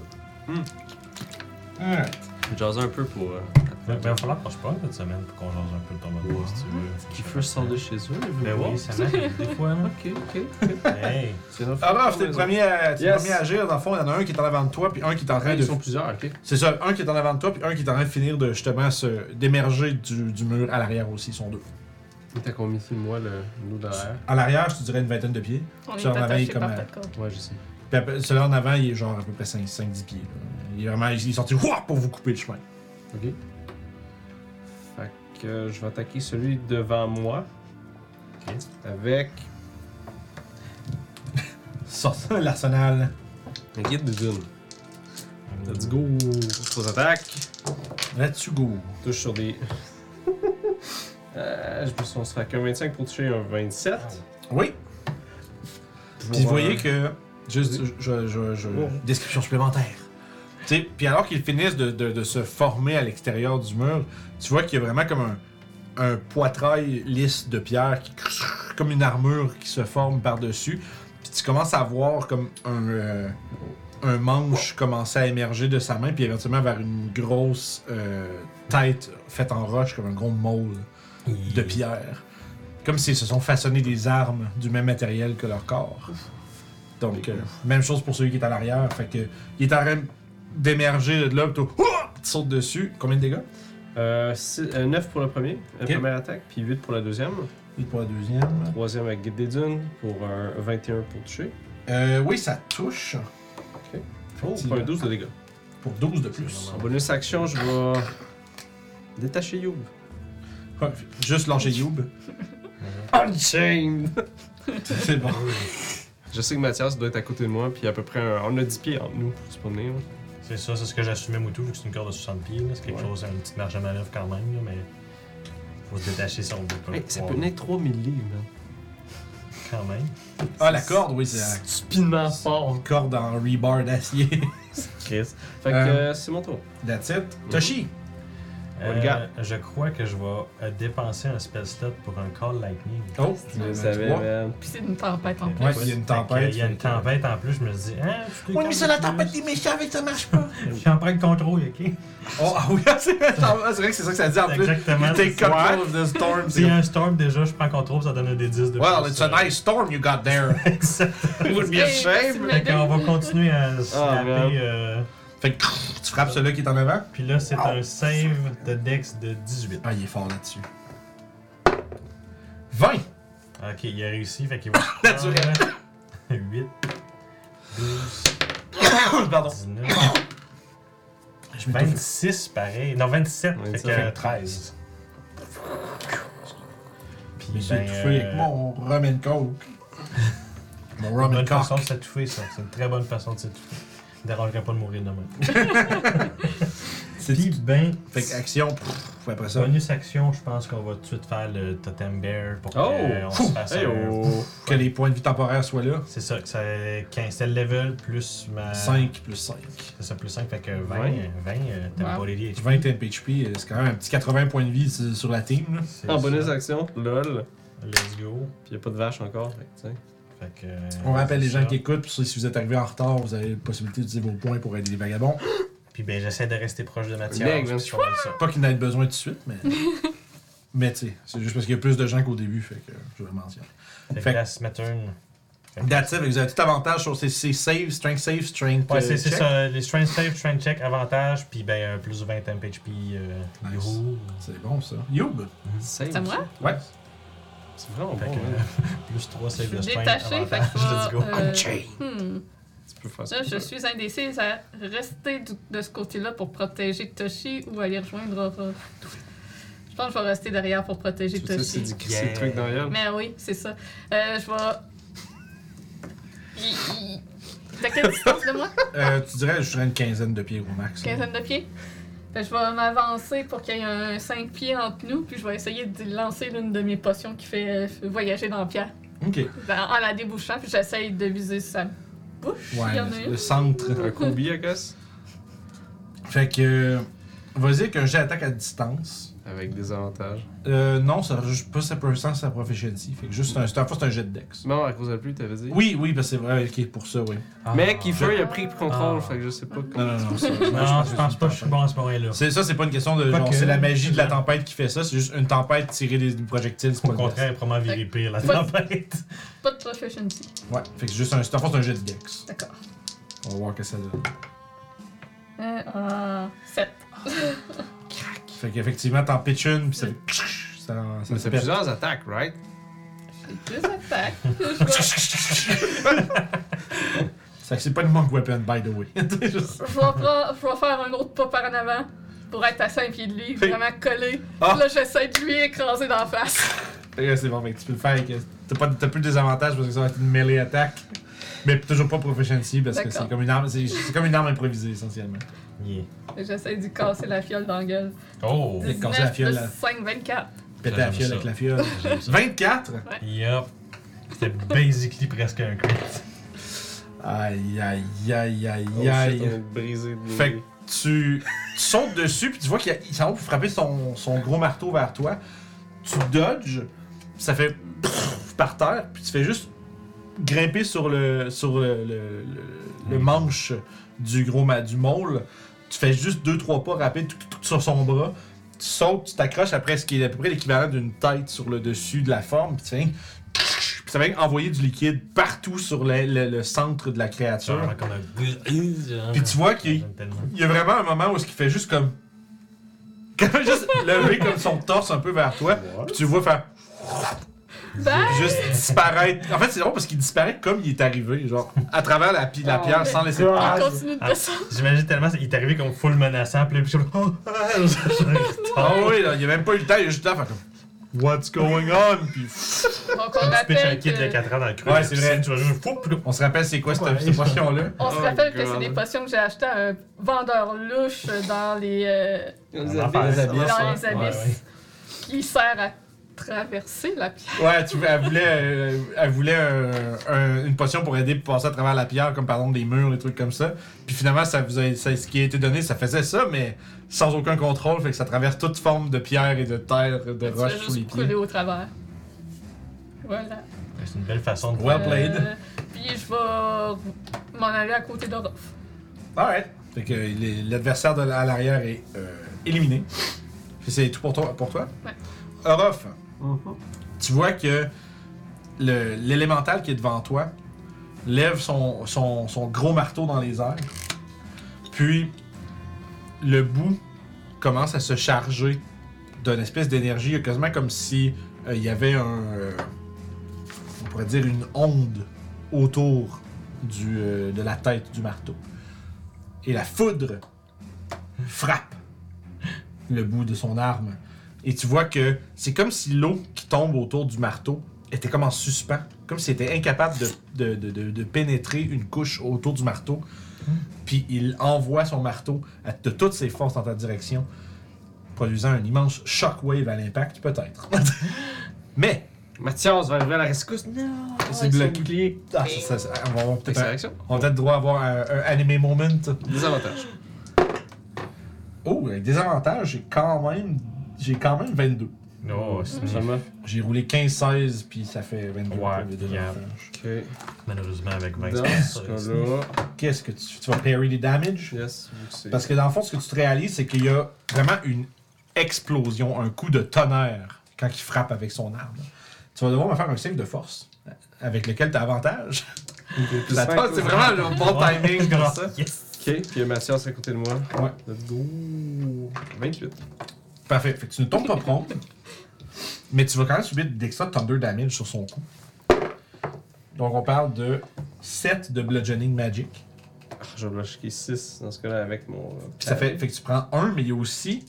Speaker 1: Ah.
Speaker 5: Je vais jaser un peu pour. Euh,
Speaker 4: Mais il va falloir que je parle cette semaine pour qu'on change un peu le ton de voix, si tu veux.
Speaker 3: Qui first sort de chez eux,
Speaker 4: Mais ouais, ça m'arrive des fois, là.
Speaker 3: Ok, ok, ok.
Speaker 4: Hey!
Speaker 3: C'est notre
Speaker 1: Ah, bref, t'es le premier à, t'es le
Speaker 3: Yes.
Speaker 1: premier à agir. Dans le fond, il y en a un qui est en avant de toi, puis un qui est en train
Speaker 3: Ils
Speaker 1: de.
Speaker 3: sont plusieurs, ok.
Speaker 1: C'est ça, un qui est en avant de toi, puis un qui est en train de finir de justement se- d'émerger du, du mur à l'arrière aussi. Ils sont deux.
Speaker 3: Il t'a combien ici, moi, le nous derrière
Speaker 1: À l'arrière, je te dirais une vingtaine de pieds.
Speaker 2: On
Speaker 1: Tu
Speaker 2: est
Speaker 1: en avais
Speaker 2: attaché
Speaker 1: comme
Speaker 2: par
Speaker 1: un-
Speaker 2: ta corde.
Speaker 3: Ouais, je sais.
Speaker 1: Puis après, celui-là en avant, il est genre à peu près 5-10 pieds. là. Il est vraiment il est sorti Ouah! pour vous couper le chemin.
Speaker 3: Ok. Fait que euh, je vais attaquer celui devant moi.
Speaker 4: Ok.
Speaker 3: Avec.
Speaker 1: Sortant l'arsenal.
Speaker 3: Un guide de dune. Let's go. Trois attaques.
Speaker 1: Let's go.
Speaker 3: Touche sur des. euh, je pense qu'on sera qu'un 25 pour toucher un 27.
Speaker 1: Oui. Puis vous voyez que. Juste, je, je- je-
Speaker 3: Ouais.
Speaker 1: description supplémentaire. Tu sais, puis alors qu'ils finissent de, de- de se former à l'extérieur du mur, tu vois qu'il y a vraiment comme un, un poitrail lisse de pierre, qui, comme une armure qui se forme par-dessus. Puis tu commences à voir comme un, euh, un manche commencer à émerger de sa main, puis éventuellement vers une grosse euh, tête faite en roche, comme un gros môle de pierre. Comme s'ils se sont façonnés des armes du même matériel que leur corps. Donc, euh, même chose pour celui qui est à l'arrière. Fait que, il est en train d'émerger de là, plutôt, tu sautes dessus. Combien de dégâts
Speaker 3: Euh, 9 pour le premier, la
Speaker 1: Ok.
Speaker 3: première attaque, puis 8 pour la deuxième.
Speaker 1: Et pour la deuxième.
Speaker 3: Troisième avec Guide des Dunes pour un 21 pour toucher.
Speaker 1: Euh, oui, ça touche.
Speaker 3: Oh,
Speaker 1: Effectivement.
Speaker 3: pour un 12 de dégâts.
Speaker 1: Pour 12 de plus.
Speaker 3: En bonus action, je vais détacher Youb.
Speaker 1: Ouais, Juste lâcher Youb.
Speaker 3: Unchained!
Speaker 1: C'est bon.
Speaker 3: Je sais que Mathias doit être à côté de moi, puis à peu près un- on a 10 pieds entre nous pour se promener. hein. là.
Speaker 4: C'est ça, c'est ce que j'assumais Moutou, vu que c'est une corde de 60 pieds. là. C'est quelque
Speaker 3: Ouais.
Speaker 4: chose, une petite marge de manœuvre quand même, là, mais faut se détacher si on veut pas.
Speaker 3: Hey,
Speaker 4: le
Speaker 3: ça
Speaker 4: pouvoir,
Speaker 3: peut tenir 3000 livres, man.
Speaker 4: Quand même.
Speaker 1: Ah, la corde, oui, c'est la
Speaker 3: Stupidement fort.
Speaker 1: corde en rebar d'acier.
Speaker 3: Chris. Fait
Speaker 1: Euh.
Speaker 3: que euh, c'est mon tour.
Speaker 1: That's it. Toshi.
Speaker 4: Euh,
Speaker 3: le garde.
Speaker 4: je crois que je vais euh, dépenser un spell slot pour un Call Lightning.
Speaker 1: Oh, tu
Speaker 3: Je
Speaker 1: l'as
Speaker 3: le savais,
Speaker 1: trois.
Speaker 3: man.
Speaker 2: Puis c'est une tempête en plus.
Speaker 1: Ouais, il y a une tempête.
Speaker 4: Il y a une tempête en plus, je me dis, hein, tu
Speaker 1: Oui, mais c'est la tempête des méchants, avec ça marche pas.
Speaker 4: J'en prends le contrôle, ok?
Speaker 1: Oh, ah oui, c'est vrai, c'est vrai que c'est ça que ça dit en plus.
Speaker 4: Exactement.
Speaker 1: You take
Speaker 4: c'est ça.
Speaker 1: control of the storm.
Speaker 4: S'il y a
Speaker 1: c'est-
Speaker 4: un storm déjà, je prends contrôle, ça donne un des 10 de
Speaker 1: Well,
Speaker 4: plus.
Speaker 1: it's a
Speaker 4: euh,
Speaker 1: nice storm you got there.
Speaker 4: Exact.
Speaker 3: Would be
Speaker 2: Hey,
Speaker 3: a
Speaker 2: merci de
Speaker 3: shame.
Speaker 2: m'aider.
Speaker 4: Fait qu'on va continuer
Speaker 1: Oh,
Speaker 4: à
Speaker 3: man.
Speaker 4: snapper. euh,
Speaker 1: fait que crrr, tu frappes celui qui est en avant.
Speaker 4: Puis là,
Speaker 1: Oh.
Speaker 4: c'est un save de Dex de 18.
Speaker 1: Ah, il est fort là-dessus. 20!
Speaker 4: Ok, il a réussi, fait qu'il va.
Speaker 1: Naturel.
Speaker 4: 8, 12,
Speaker 1: Pardon.
Speaker 4: 19,
Speaker 1: Je m'étouffe.
Speaker 4: 26 pareil. Non, 27, fait
Speaker 3: Fait
Speaker 4: que
Speaker 3: que
Speaker 4: 13. Puis
Speaker 1: Je me suis
Speaker 4: ben,
Speaker 1: étouffé
Speaker 4: euh,
Speaker 1: avec mon rum and coke. Mon rum and
Speaker 4: bonne façon de
Speaker 1: coke.
Speaker 4: s'étouffer, ça. C'est une très bonne façon de s'étouffer. Ça me dérangerait pas de mourir demain. Puis ben,
Speaker 1: Fait que action, pff, puis après ça.
Speaker 4: bonus action, je pense qu'on va tout de suite faire le Totem Bear pour
Speaker 3: Oh!
Speaker 4: qu'on Euh, se fasse
Speaker 3: Hey,
Speaker 4: un-
Speaker 3: oh.
Speaker 1: Que les points de vie temporaires soient là.
Speaker 4: C'est ça, que ça 15, c'est le level plus ma.
Speaker 1: 5 plus 5.
Speaker 4: C'est ça, plus 5, fait que 20, 20,
Speaker 3: Vingt.
Speaker 4: euh, t'as
Speaker 2: Wow.
Speaker 4: pas les liens.
Speaker 1: 20 PHP, euh, c'est quand même un petit 80 points de vie sur sur la team. là.
Speaker 4: C'est
Speaker 3: En Ah, bonus
Speaker 4: ça.
Speaker 3: action, lol.
Speaker 4: Let's go.
Speaker 3: Puis y a pas de vache encore, fait que tu sais.
Speaker 4: Fait que, euh,
Speaker 1: On rappelle les
Speaker 4: c'est
Speaker 1: gens
Speaker 4: ça.
Speaker 1: qui écoutent, puis si vous êtes arrivé en retard, vous avez la possibilité d'utiliser vos points pour aider les vagabonds.
Speaker 4: Puis ben, j'essaie de rester proche de Mathias.
Speaker 3: Leg, man.
Speaker 4: puis je contrôle ça.
Speaker 1: Pas qu'il n'ait besoin tout de suite, mais. mais tu sais, c'est juste parce qu'il y a plus de gens qu'au début, fait que je le mentionne.
Speaker 4: Fait que
Speaker 1: Fait-
Speaker 4: la smattern.
Speaker 1: That's it, fait que vous avez tout avantage sur ces, ces saves, strength save, strength.
Speaker 4: Ouais,
Speaker 1: euh,
Speaker 4: c'est c'est
Speaker 1: check.
Speaker 4: ça, les strength save, strength check, avantage, puis ben, euh, plus 20 MPHP. Euh,
Speaker 1: Nice.
Speaker 4: youhou.
Speaker 1: C'est bon ça. Youb!
Speaker 3: Save.
Speaker 2: C'est à moi?
Speaker 1: Ouais.
Speaker 3: C'est vraiment
Speaker 4: Fait
Speaker 3: bon, hein.
Speaker 4: que, euh,
Speaker 3: man.
Speaker 4: plus 3
Speaker 2: Je
Speaker 4: save
Speaker 2: suis
Speaker 4: de strength.
Speaker 2: détachée, fait
Speaker 4: avantage,
Speaker 2: que
Speaker 4: let's go.
Speaker 2: je vais, euh, hmm.
Speaker 3: Tu peux faire ça.
Speaker 2: Là, je suis indécise à rester du- de ce côté-là pour protéger Toshi ou aller rejoindre Aurore. Je pense que je vais rester derrière pour protéger
Speaker 3: Tu sais, c'est
Speaker 2: Toshi.
Speaker 3: du c'est le truc derrière.
Speaker 2: Mais oui, c'est ça. Euh, je vais. Il- il- De quelle distance de moi?
Speaker 1: Euh, tu dirais, je dirais une quinzaine de pieds au max. là.
Speaker 2: Quinzaine de pieds? Fait que je vais m'avancer pour qu'il y ait un 5 pieds entre nous, puis je vais essayer de lancer l'une de mes potions qui fait euh, voyager dans la pierre.
Speaker 1: Ok.
Speaker 2: Ben, En la débouchant, puis j'essaye de viser sa bouche. Il y en a
Speaker 1: Ouais,
Speaker 2: une.
Speaker 1: le centre.
Speaker 3: Un Kobe, I guess.
Speaker 1: Fait que. euh, Vas-y qu'un jet attaque à distance.
Speaker 3: Avec des avantages.
Speaker 1: Euh, non, ça rajoute pas sa puissance, sa proficiency. Fait que juste un, c'est un, c'est un jet de dex.
Speaker 3: Non, à cause de la pluie, t'avais dit.
Speaker 1: Oui, oui, parce que c'est vrai, ok, pour ça, oui.
Speaker 3: Mais Kiefer, il a pris le
Speaker 4: Ah.
Speaker 3: contrôle, fait que je sais pas
Speaker 1: Non,
Speaker 3: comment.
Speaker 1: non, non. c'est-
Speaker 4: Non, je pense pas que je suis
Speaker 1: tempête.
Speaker 4: bon à ce moment-là.
Speaker 1: C'est ça, c'est pas une question de.
Speaker 4: Pas
Speaker 1: genre,
Speaker 4: que-
Speaker 1: C'est la magie de la tempête qui fait ça, c'est juste une tempête tirée des des projectiles, c'est pas
Speaker 4: Au
Speaker 1: le
Speaker 4: contraire, probablement virer pire la
Speaker 2: Pas-
Speaker 4: tempête.
Speaker 2: Pas de proficiency.
Speaker 1: best. Ouais, fait que c'est juste un. c'est- En fait, c'est un jet de dex.
Speaker 2: D'accord.
Speaker 1: On va voir que ça donne.
Speaker 2: Euh, ah, 7.
Speaker 1: Fait qu'effectivement, t'en pitches une, pis ça fait. Ça, ça
Speaker 3: Mais c'est
Speaker 1: pète.
Speaker 3: plusieurs attaques, right?
Speaker 2: J'ai deux attaques. Je vais-
Speaker 1: Ça fait que c'est pas une monk weapon, by the way. C'est juste-
Speaker 2: je vais prendre- je vais faire un autre pas par en avant pour être à 5 pieds de lui,
Speaker 1: Fait-
Speaker 2: vraiment collé.
Speaker 1: Ah!
Speaker 2: Là, j'essaie de lui écraser d'en face.
Speaker 1: Fait que c'est bon, mais tu peux le faire. avec- euh, T'as, pas, t'as plus de désavantages parce que ça va être une mêlée attaque. Mais toujours pas proficiency parce que
Speaker 2: D'accord.
Speaker 1: c'est comme une arme, c'est, c'est comme une arme improvisée essentiellement.
Speaker 4: Yeah.
Speaker 2: J'essaie de lui casser la fiole dans la gueule.
Speaker 4: Oh!
Speaker 1: Casser la
Speaker 2: 19
Speaker 1: fiole,
Speaker 2: plus
Speaker 1: là.
Speaker 2: 5, 24.
Speaker 1: Péter la
Speaker 4: J'aime
Speaker 1: fiole
Speaker 4: ça.
Speaker 1: avec la fiole.
Speaker 4: J'aime ça.
Speaker 1: 24!
Speaker 4: Yup. C'était basically presque un crit.
Speaker 1: Aïe, aïe, aïe,
Speaker 3: Oh
Speaker 1: aïe, aïe.
Speaker 3: shit, on est brisé de
Speaker 1: Fait que tu, tu sautes dessus, puis tu vois qu'il il s'en va pour frapper son, son gros marteau vers toi. Tu dodges, ça fait pfff par terre, puis tu fais juste grimper sur le, sur le, le- le- le
Speaker 4: Oui.
Speaker 1: manche du gros ma- du môle. Tu fais juste deux trois pas rapides tuk, tuk, tuk, sur son bras. Tu sautes, tu t'accroches après ce qui est à peu près l'équivalent d'une tête sur le dessus de la forme, puis tu fais un puis ça va envoyer du liquide partout sur le, le- le centre de la créature.
Speaker 4: Genre, comme un-
Speaker 1: Puis tu vois qu'il-
Speaker 4: J'aime tellement.
Speaker 1: Il y a vraiment un moment où ce qu'il fait juste comme. Comme juste lever comme son torse un peu vers toi. Puis tu le vois faire
Speaker 2: Bye!
Speaker 1: juste disparaître. En fait, c'est drôle parce qu'il disparaît comme il est arrivé, genre à travers la, pi- la
Speaker 2: Oh,
Speaker 1: pierre
Speaker 2: mais-
Speaker 1: sans laisser de
Speaker 2: Il
Speaker 1: trace.
Speaker 2: continue de
Speaker 4: Ah.
Speaker 2: descendre.
Speaker 4: J'imagine tellement, il est arrivé comme full menaçant, puis là, puis je suis comme, oh, ah, je- je-
Speaker 1: Ah oui, là, il y a même pas eu le temps, il y a juste le temps de faire comme What's going on? Puis pff,
Speaker 2: Donc, on
Speaker 4: je pitch un
Speaker 2: rappelle
Speaker 4: kid de
Speaker 2: que,
Speaker 4: 4 ans dans le creux.
Speaker 1: Ouais, c'est
Speaker 4: Puis
Speaker 1: vrai.
Speaker 4: ça, Tu vas juste, fou, puis là,
Speaker 1: on se rappelle c'est quoi cette,
Speaker 4: Ouais.
Speaker 1: cette potion-là?
Speaker 2: on se
Speaker 3: Oh
Speaker 2: rappelle que
Speaker 3: God.
Speaker 2: c'est des potions que j'ai achetées à un vendeur louche dans les, euh,
Speaker 4: On en parle,
Speaker 1: les habits,
Speaker 2: dans
Speaker 1: ça.
Speaker 2: les
Speaker 4: Ouais,
Speaker 2: abysses
Speaker 4: ouais.
Speaker 2: qui sert à traverser la pierre.
Speaker 1: Ouais, tu, elle voulait, euh, elle voulait euh, un- une potion pour aider pour passer à travers la pierre, comme par exemple des murs, des trucs comme ça. Puis finalement, ça vous a- ça- ce qui a été donné, ça faisait ça, mais sans aucun contrôle, fait que ça traverse toute forme de pierre et de terre, de
Speaker 2: Tu vas
Speaker 1: roche Ben, sous les
Speaker 2: juste
Speaker 1: pieds.
Speaker 2: couler au travers. Voilà.
Speaker 4: C'est une belle façon de
Speaker 1: Well played.
Speaker 2: Euh, puis je vais m'en aller à côté d'Orof.
Speaker 1: Alright. Fait que les- l'adversaire de, à l'arrière est euh, éliminé. Fait que C'est tout pour toi. Pour toi.
Speaker 2: Ouais.
Speaker 1: Orof, Mhm. tu vois que le- l'élémental qui est devant toi lève son, son- son gros marteau dans les airs. Puis le bout commence à se charger d'une espèce d'énergie, quasiment comme si euh, il y avait un, euh, on pourrait dire une onde autour du, euh, de la tête du marteau et la foudre frappe le bout de son arme. Et tu vois que c'est comme si l'eau qui tombe autour du marteau était comme en suspens, comme si était incapable de, de- de- de- de pénétrer une couche autour du marteau. Puis il envoie son marteau à- de toutes ses forces dans ta direction, produisant un immense shockwave à l'impact, peut-être. Mais,
Speaker 3: Mathias va arriver à la rescousse. Non!
Speaker 1: C'est
Speaker 3: avec son
Speaker 1: bloqué.
Speaker 3: bouclier.
Speaker 1: ah, ça- ça- on va avoir peut-être
Speaker 3: Fait que c'est
Speaker 1: un-
Speaker 3: action.
Speaker 1: on va peut-être droit à avoir un, un anime moment.
Speaker 3: Des avantages.
Speaker 1: Oh, avec des avantages, j'ai quand même j'ai quand même 22.
Speaker 4: Non, Oh, c'est
Speaker 3: Oh, Seulement.
Speaker 1: J'ai roulé 15 16 puis ça fait 22
Speaker 4: Ouais,
Speaker 1: pour les deux
Speaker 4: yeah.
Speaker 1: avantages.
Speaker 3: Ok.
Speaker 4: malheureusement avec 20
Speaker 3: Dans ce cas-là.
Speaker 1: Qu'est-ce que tu tu vas parry les damages
Speaker 3: Yes, vu que c'est.
Speaker 1: parce que dans le fond ce que tu te réalises c'est qu'il y a vraiment une explosion, un coup de tonnerre quand il frappe avec son arme. Tu vas devoir me faire un save de force avec lequel tu as avantage.
Speaker 3: que
Speaker 1: Ça passe, c'est vraiment le bon timing comme ça.
Speaker 4: Yes.
Speaker 3: Ok, puis il y a Mathias à côté de moi.
Speaker 1: Ouais.
Speaker 3: Let's go. 28.
Speaker 1: Parfait, fait que tu ne tombes pas prompt. Mais tu vas quand même subir d'extra thunder damage sur son coup. Donc on parle de 7 de bludgeoning magic.
Speaker 3: Ah, je vais bloquer 6 dans ce cas-là avec mon. euh,
Speaker 1: Puis ça fait, fait que tu prends un, mais il y a aussi.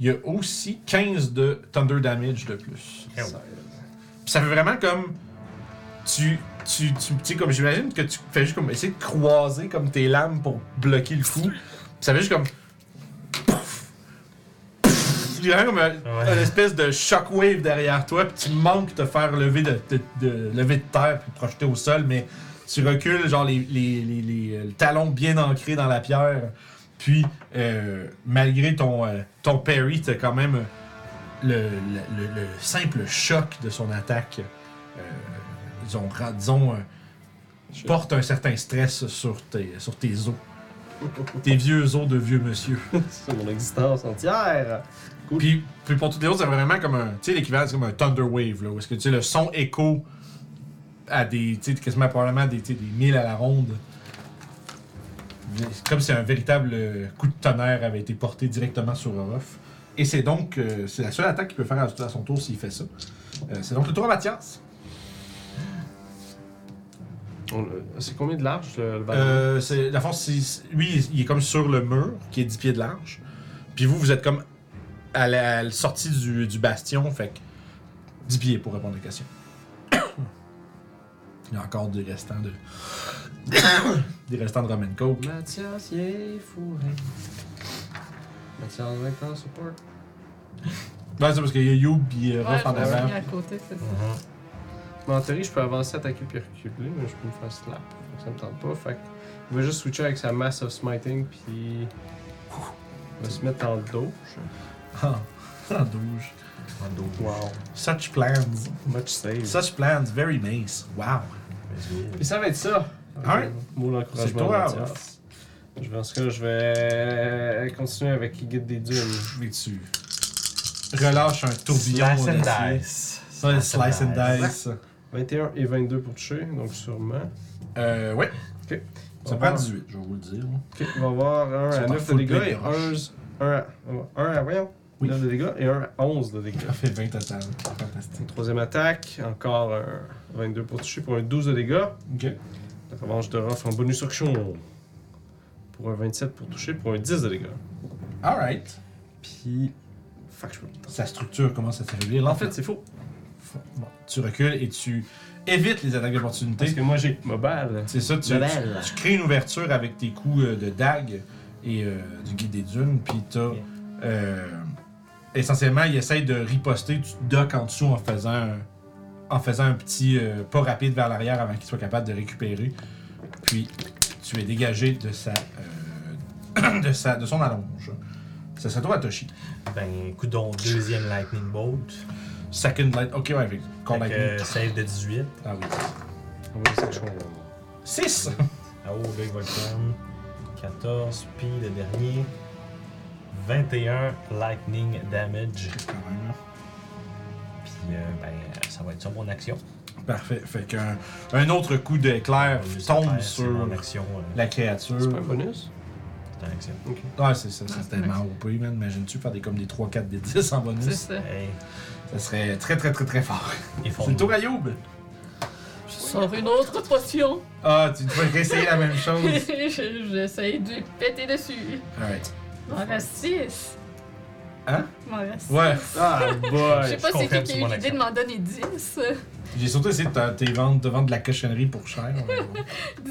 Speaker 1: Il y a aussi 15 de Thunder Damage de plus.
Speaker 4: Oh.
Speaker 1: Puis ça fait vraiment comme. Tu. Tu, tu, tu sais, comme j'imagine que tu fais juste comme essayer de croiser comme tes lames pour bloquer le coup. Puis ça fait juste comme. Pouf! Pouf! Il y a vraiment comme un-
Speaker 4: Ouais.
Speaker 1: une espèce de shockwave derrière toi, puis tu manques de te faire lever de, de, de- lever de terre puis te projeter au sol, mais tu recules, genre les, les, les, les, euh, le talon bien ancré dans la pierre, Puis, euh, malgré ton, euh, ton parry, t'as quand même euh, le, le- le- le simple choc de son attaque. euh, disons, ra- disons, euh,
Speaker 3: Je-
Speaker 1: porte un certain stress sur tes, sur tes os. Tes vieux os de vieux monsieur.
Speaker 3: C'est mon existence entière.
Speaker 1: Puis, puis pour toutes les autres, c'est vraiment comme un. Tu sais, l'équivalent, c'est comme un Thunder Wave, là, où est-ce que tu sais, le son écho à des. Tu sais, quasiment probablement des, tu sais, des mille à la ronde. C'est comme si un véritable euh, coup de tonnerre avait été porté directement sur Orof. Et c'est donc. euh, c'est la seule attaque qu'il peut faire à, à son tour s'il fait ça. Euh, c'est donc le tour à Mathias.
Speaker 3: On le- C'est combien de large le, le ballon?
Speaker 1: Euh, c'est, dans le fond, c'est- lui, il est comme sur le mur, qui est 10 pieds de large. Puis vous, vous êtes comme à la, à la sortie du, du bastion, fait que 10 pieds pour répondre à la question. il y a encore des restants de. des restants de Roman Coke.
Speaker 3: Mathias, il est fourré. Mathias, maintenant, support.
Speaker 1: Ouais, Ben, c'est parce qu'il y a You puis euh,
Speaker 2: Ouais,
Speaker 1: Ruff
Speaker 2: je
Speaker 1: en
Speaker 2: me suis mis
Speaker 1: avant.
Speaker 2: à côté, c'est ça.
Speaker 4: Mhm.
Speaker 3: Mais en théorie, je peux avancer, attaquer puis reculer, mais je peux me faire slap. Fait que Ça me tente pas. Fait que il va juste switcher avec sa Mass of Smiting, puis. Il va se mettre en dos.
Speaker 1: Ah, en douche. En douche.
Speaker 3: Wow.
Speaker 1: Such plans.
Speaker 3: Much save.
Speaker 1: Such plans, very nice. Wow.
Speaker 3: Et ça va être ça.
Speaker 1: Alright.
Speaker 3: Mot d'encouragement.
Speaker 1: C'est toi,
Speaker 3: de Mathias. Je vais, en tout cas, je vais continuer avec Guide des Dunes.
Speaker 1: Mais tu relâches un tourbillon.
Speaker 4: Slice and
Speaker 1: d'acier.
Speaker 4: dice.
Speaker 1: Ouais, slice and dice.
Speaker 3: 21 et 22 pour toucher, donc sûrement.
Speaker 1: Euh, ouais.
Speaker 3: Ok.
Speaker 1: Ça
Speaker 3: On
Speaker 1: prend
Speaker 3: va-
Speaker 1: 18, je vais vous le dire.
Speaker 3: Ok, on va avoir un
Speaker 1: Ils sont
Speaker 3: à
Speaker 1: en
Speaker 3: 9 de
Speaker 1: full
Speaker 3: dégâts et
Speaker 1: plate de roche.
Speaker 3: 1 à. un à. voyons.
Speaker 1: Oui.
Speaker 3: 9 de dégâts et un à 11 de dégâts.
Speaker 1: Ça fait 20 total. Fantastique.
Speaker 3: Troisième attaque, encore un 22 pour toucher pour un 12 de dégâts.
Speaker 1: Ok.
Speaker 3: La revanche de Ruff en bonus action. Pour un 27 pour toucher pour un 10 de dégâts.
Speaker 1: Alright.
Speaker 3: Puis. Fuck, je peux.
Speaker 1: Sa structure commence à s'affaiblir.
Speaker 3: En fait, c'est faux.
Speaker 1: Bon, tu recules et tu évites les attaques
Speaker 3: Parce
Speaker 1: d'opportunité.
Speaker 3: que moi j'ai ma balle.
Speaker 1: C'est ça, tu, tu,
Speaker 5: Rebelle.
Speaker 1: tu crées une ouverture avec tes coups euh, de dague et euh, du guide des dunes, puis t'as. euh, essentiellement, il essaye de riposter, tu te docks en dessous en faisant un, en faisant un petit euh, pas rapide vers l'arrière avant qu'il soit capable de récupérer. Puis tu es dégagé de sa, euh, de, sa de son allonge. Ça serait toi, Toshi.
Speaker 4: Ben, coudon, deuxième Lightning Bolt.
Speaker 1: Second light. Ok, ouais, avec
Speaker 4: Fait
Speaker 1: combat.
Speaker 4: que, save de 18.
Speaker 1: Ah oui.
Speaker 3: Bonus action.
Speaker 1: 6!
Speaker 4: Ah oh, là, il va le prendre. 14, puis le dernier. 21 Lightning Damage. Puis, euh, ben, ça va être ça mon action.
Speaker 1: Parfait. Fait qu'un un autre coup d'éclair
Speaker 4: Bonus
Speaker 1: Euh, tombe
Speaker 4: affaire, c'est
Speaker 1: sur
Speaker 4: mon action. euh,
Speaker 1: la
Speaker 3: C'est pas un
Speaker 1: créature.
Speaker 3: bonus?
Speaker 4: c'est une action.
Speaker 1: Ah, c'est ça, c'est tellement OP, man. Imagine-tu faire des comme des 3, 4, des 10 en
Speaker 2: C'est
Speaker 1: bonus?
Speaker 2: ça.
Speaker 4: Hey,
Speaker 1: Ça serait très, très, très, très fort.
Speaker 4: ils font
Speaker 1: C'est le tour à Youb!
Speaker 2: Je sors une autre potion.
Speaker 1: Ah, tu devrais essayer la même chose.
Speaker 2: Je- J'essaye de péter dessus.
Speaker 1: Alright.
Speaker 2: Il m'en reste 6.
Speaker 1: Hein?
Speaker 2: Il m'en reste
Speaker 1: Ouais,
Speaker 2: six.
Speaker 3: Ah,
Speaker 2: Je sais
Speaker 3: boy!
Speaker 2: pas
Speaker 4: je
Speaker 2: c'est qui
Speaker 4: confirme,
Speaker 2: qui
Speaker 4: c'est
Speaker 2: a
Speaker 4: mon
Speaker 2: eu l'idée
Speaker 4: action.
Speaker 2: de m'en donner 10.
Speaker 1: j'ai surtout essayé de te- te vendre, de vendre de la cochonnerie pour cher. mais bon.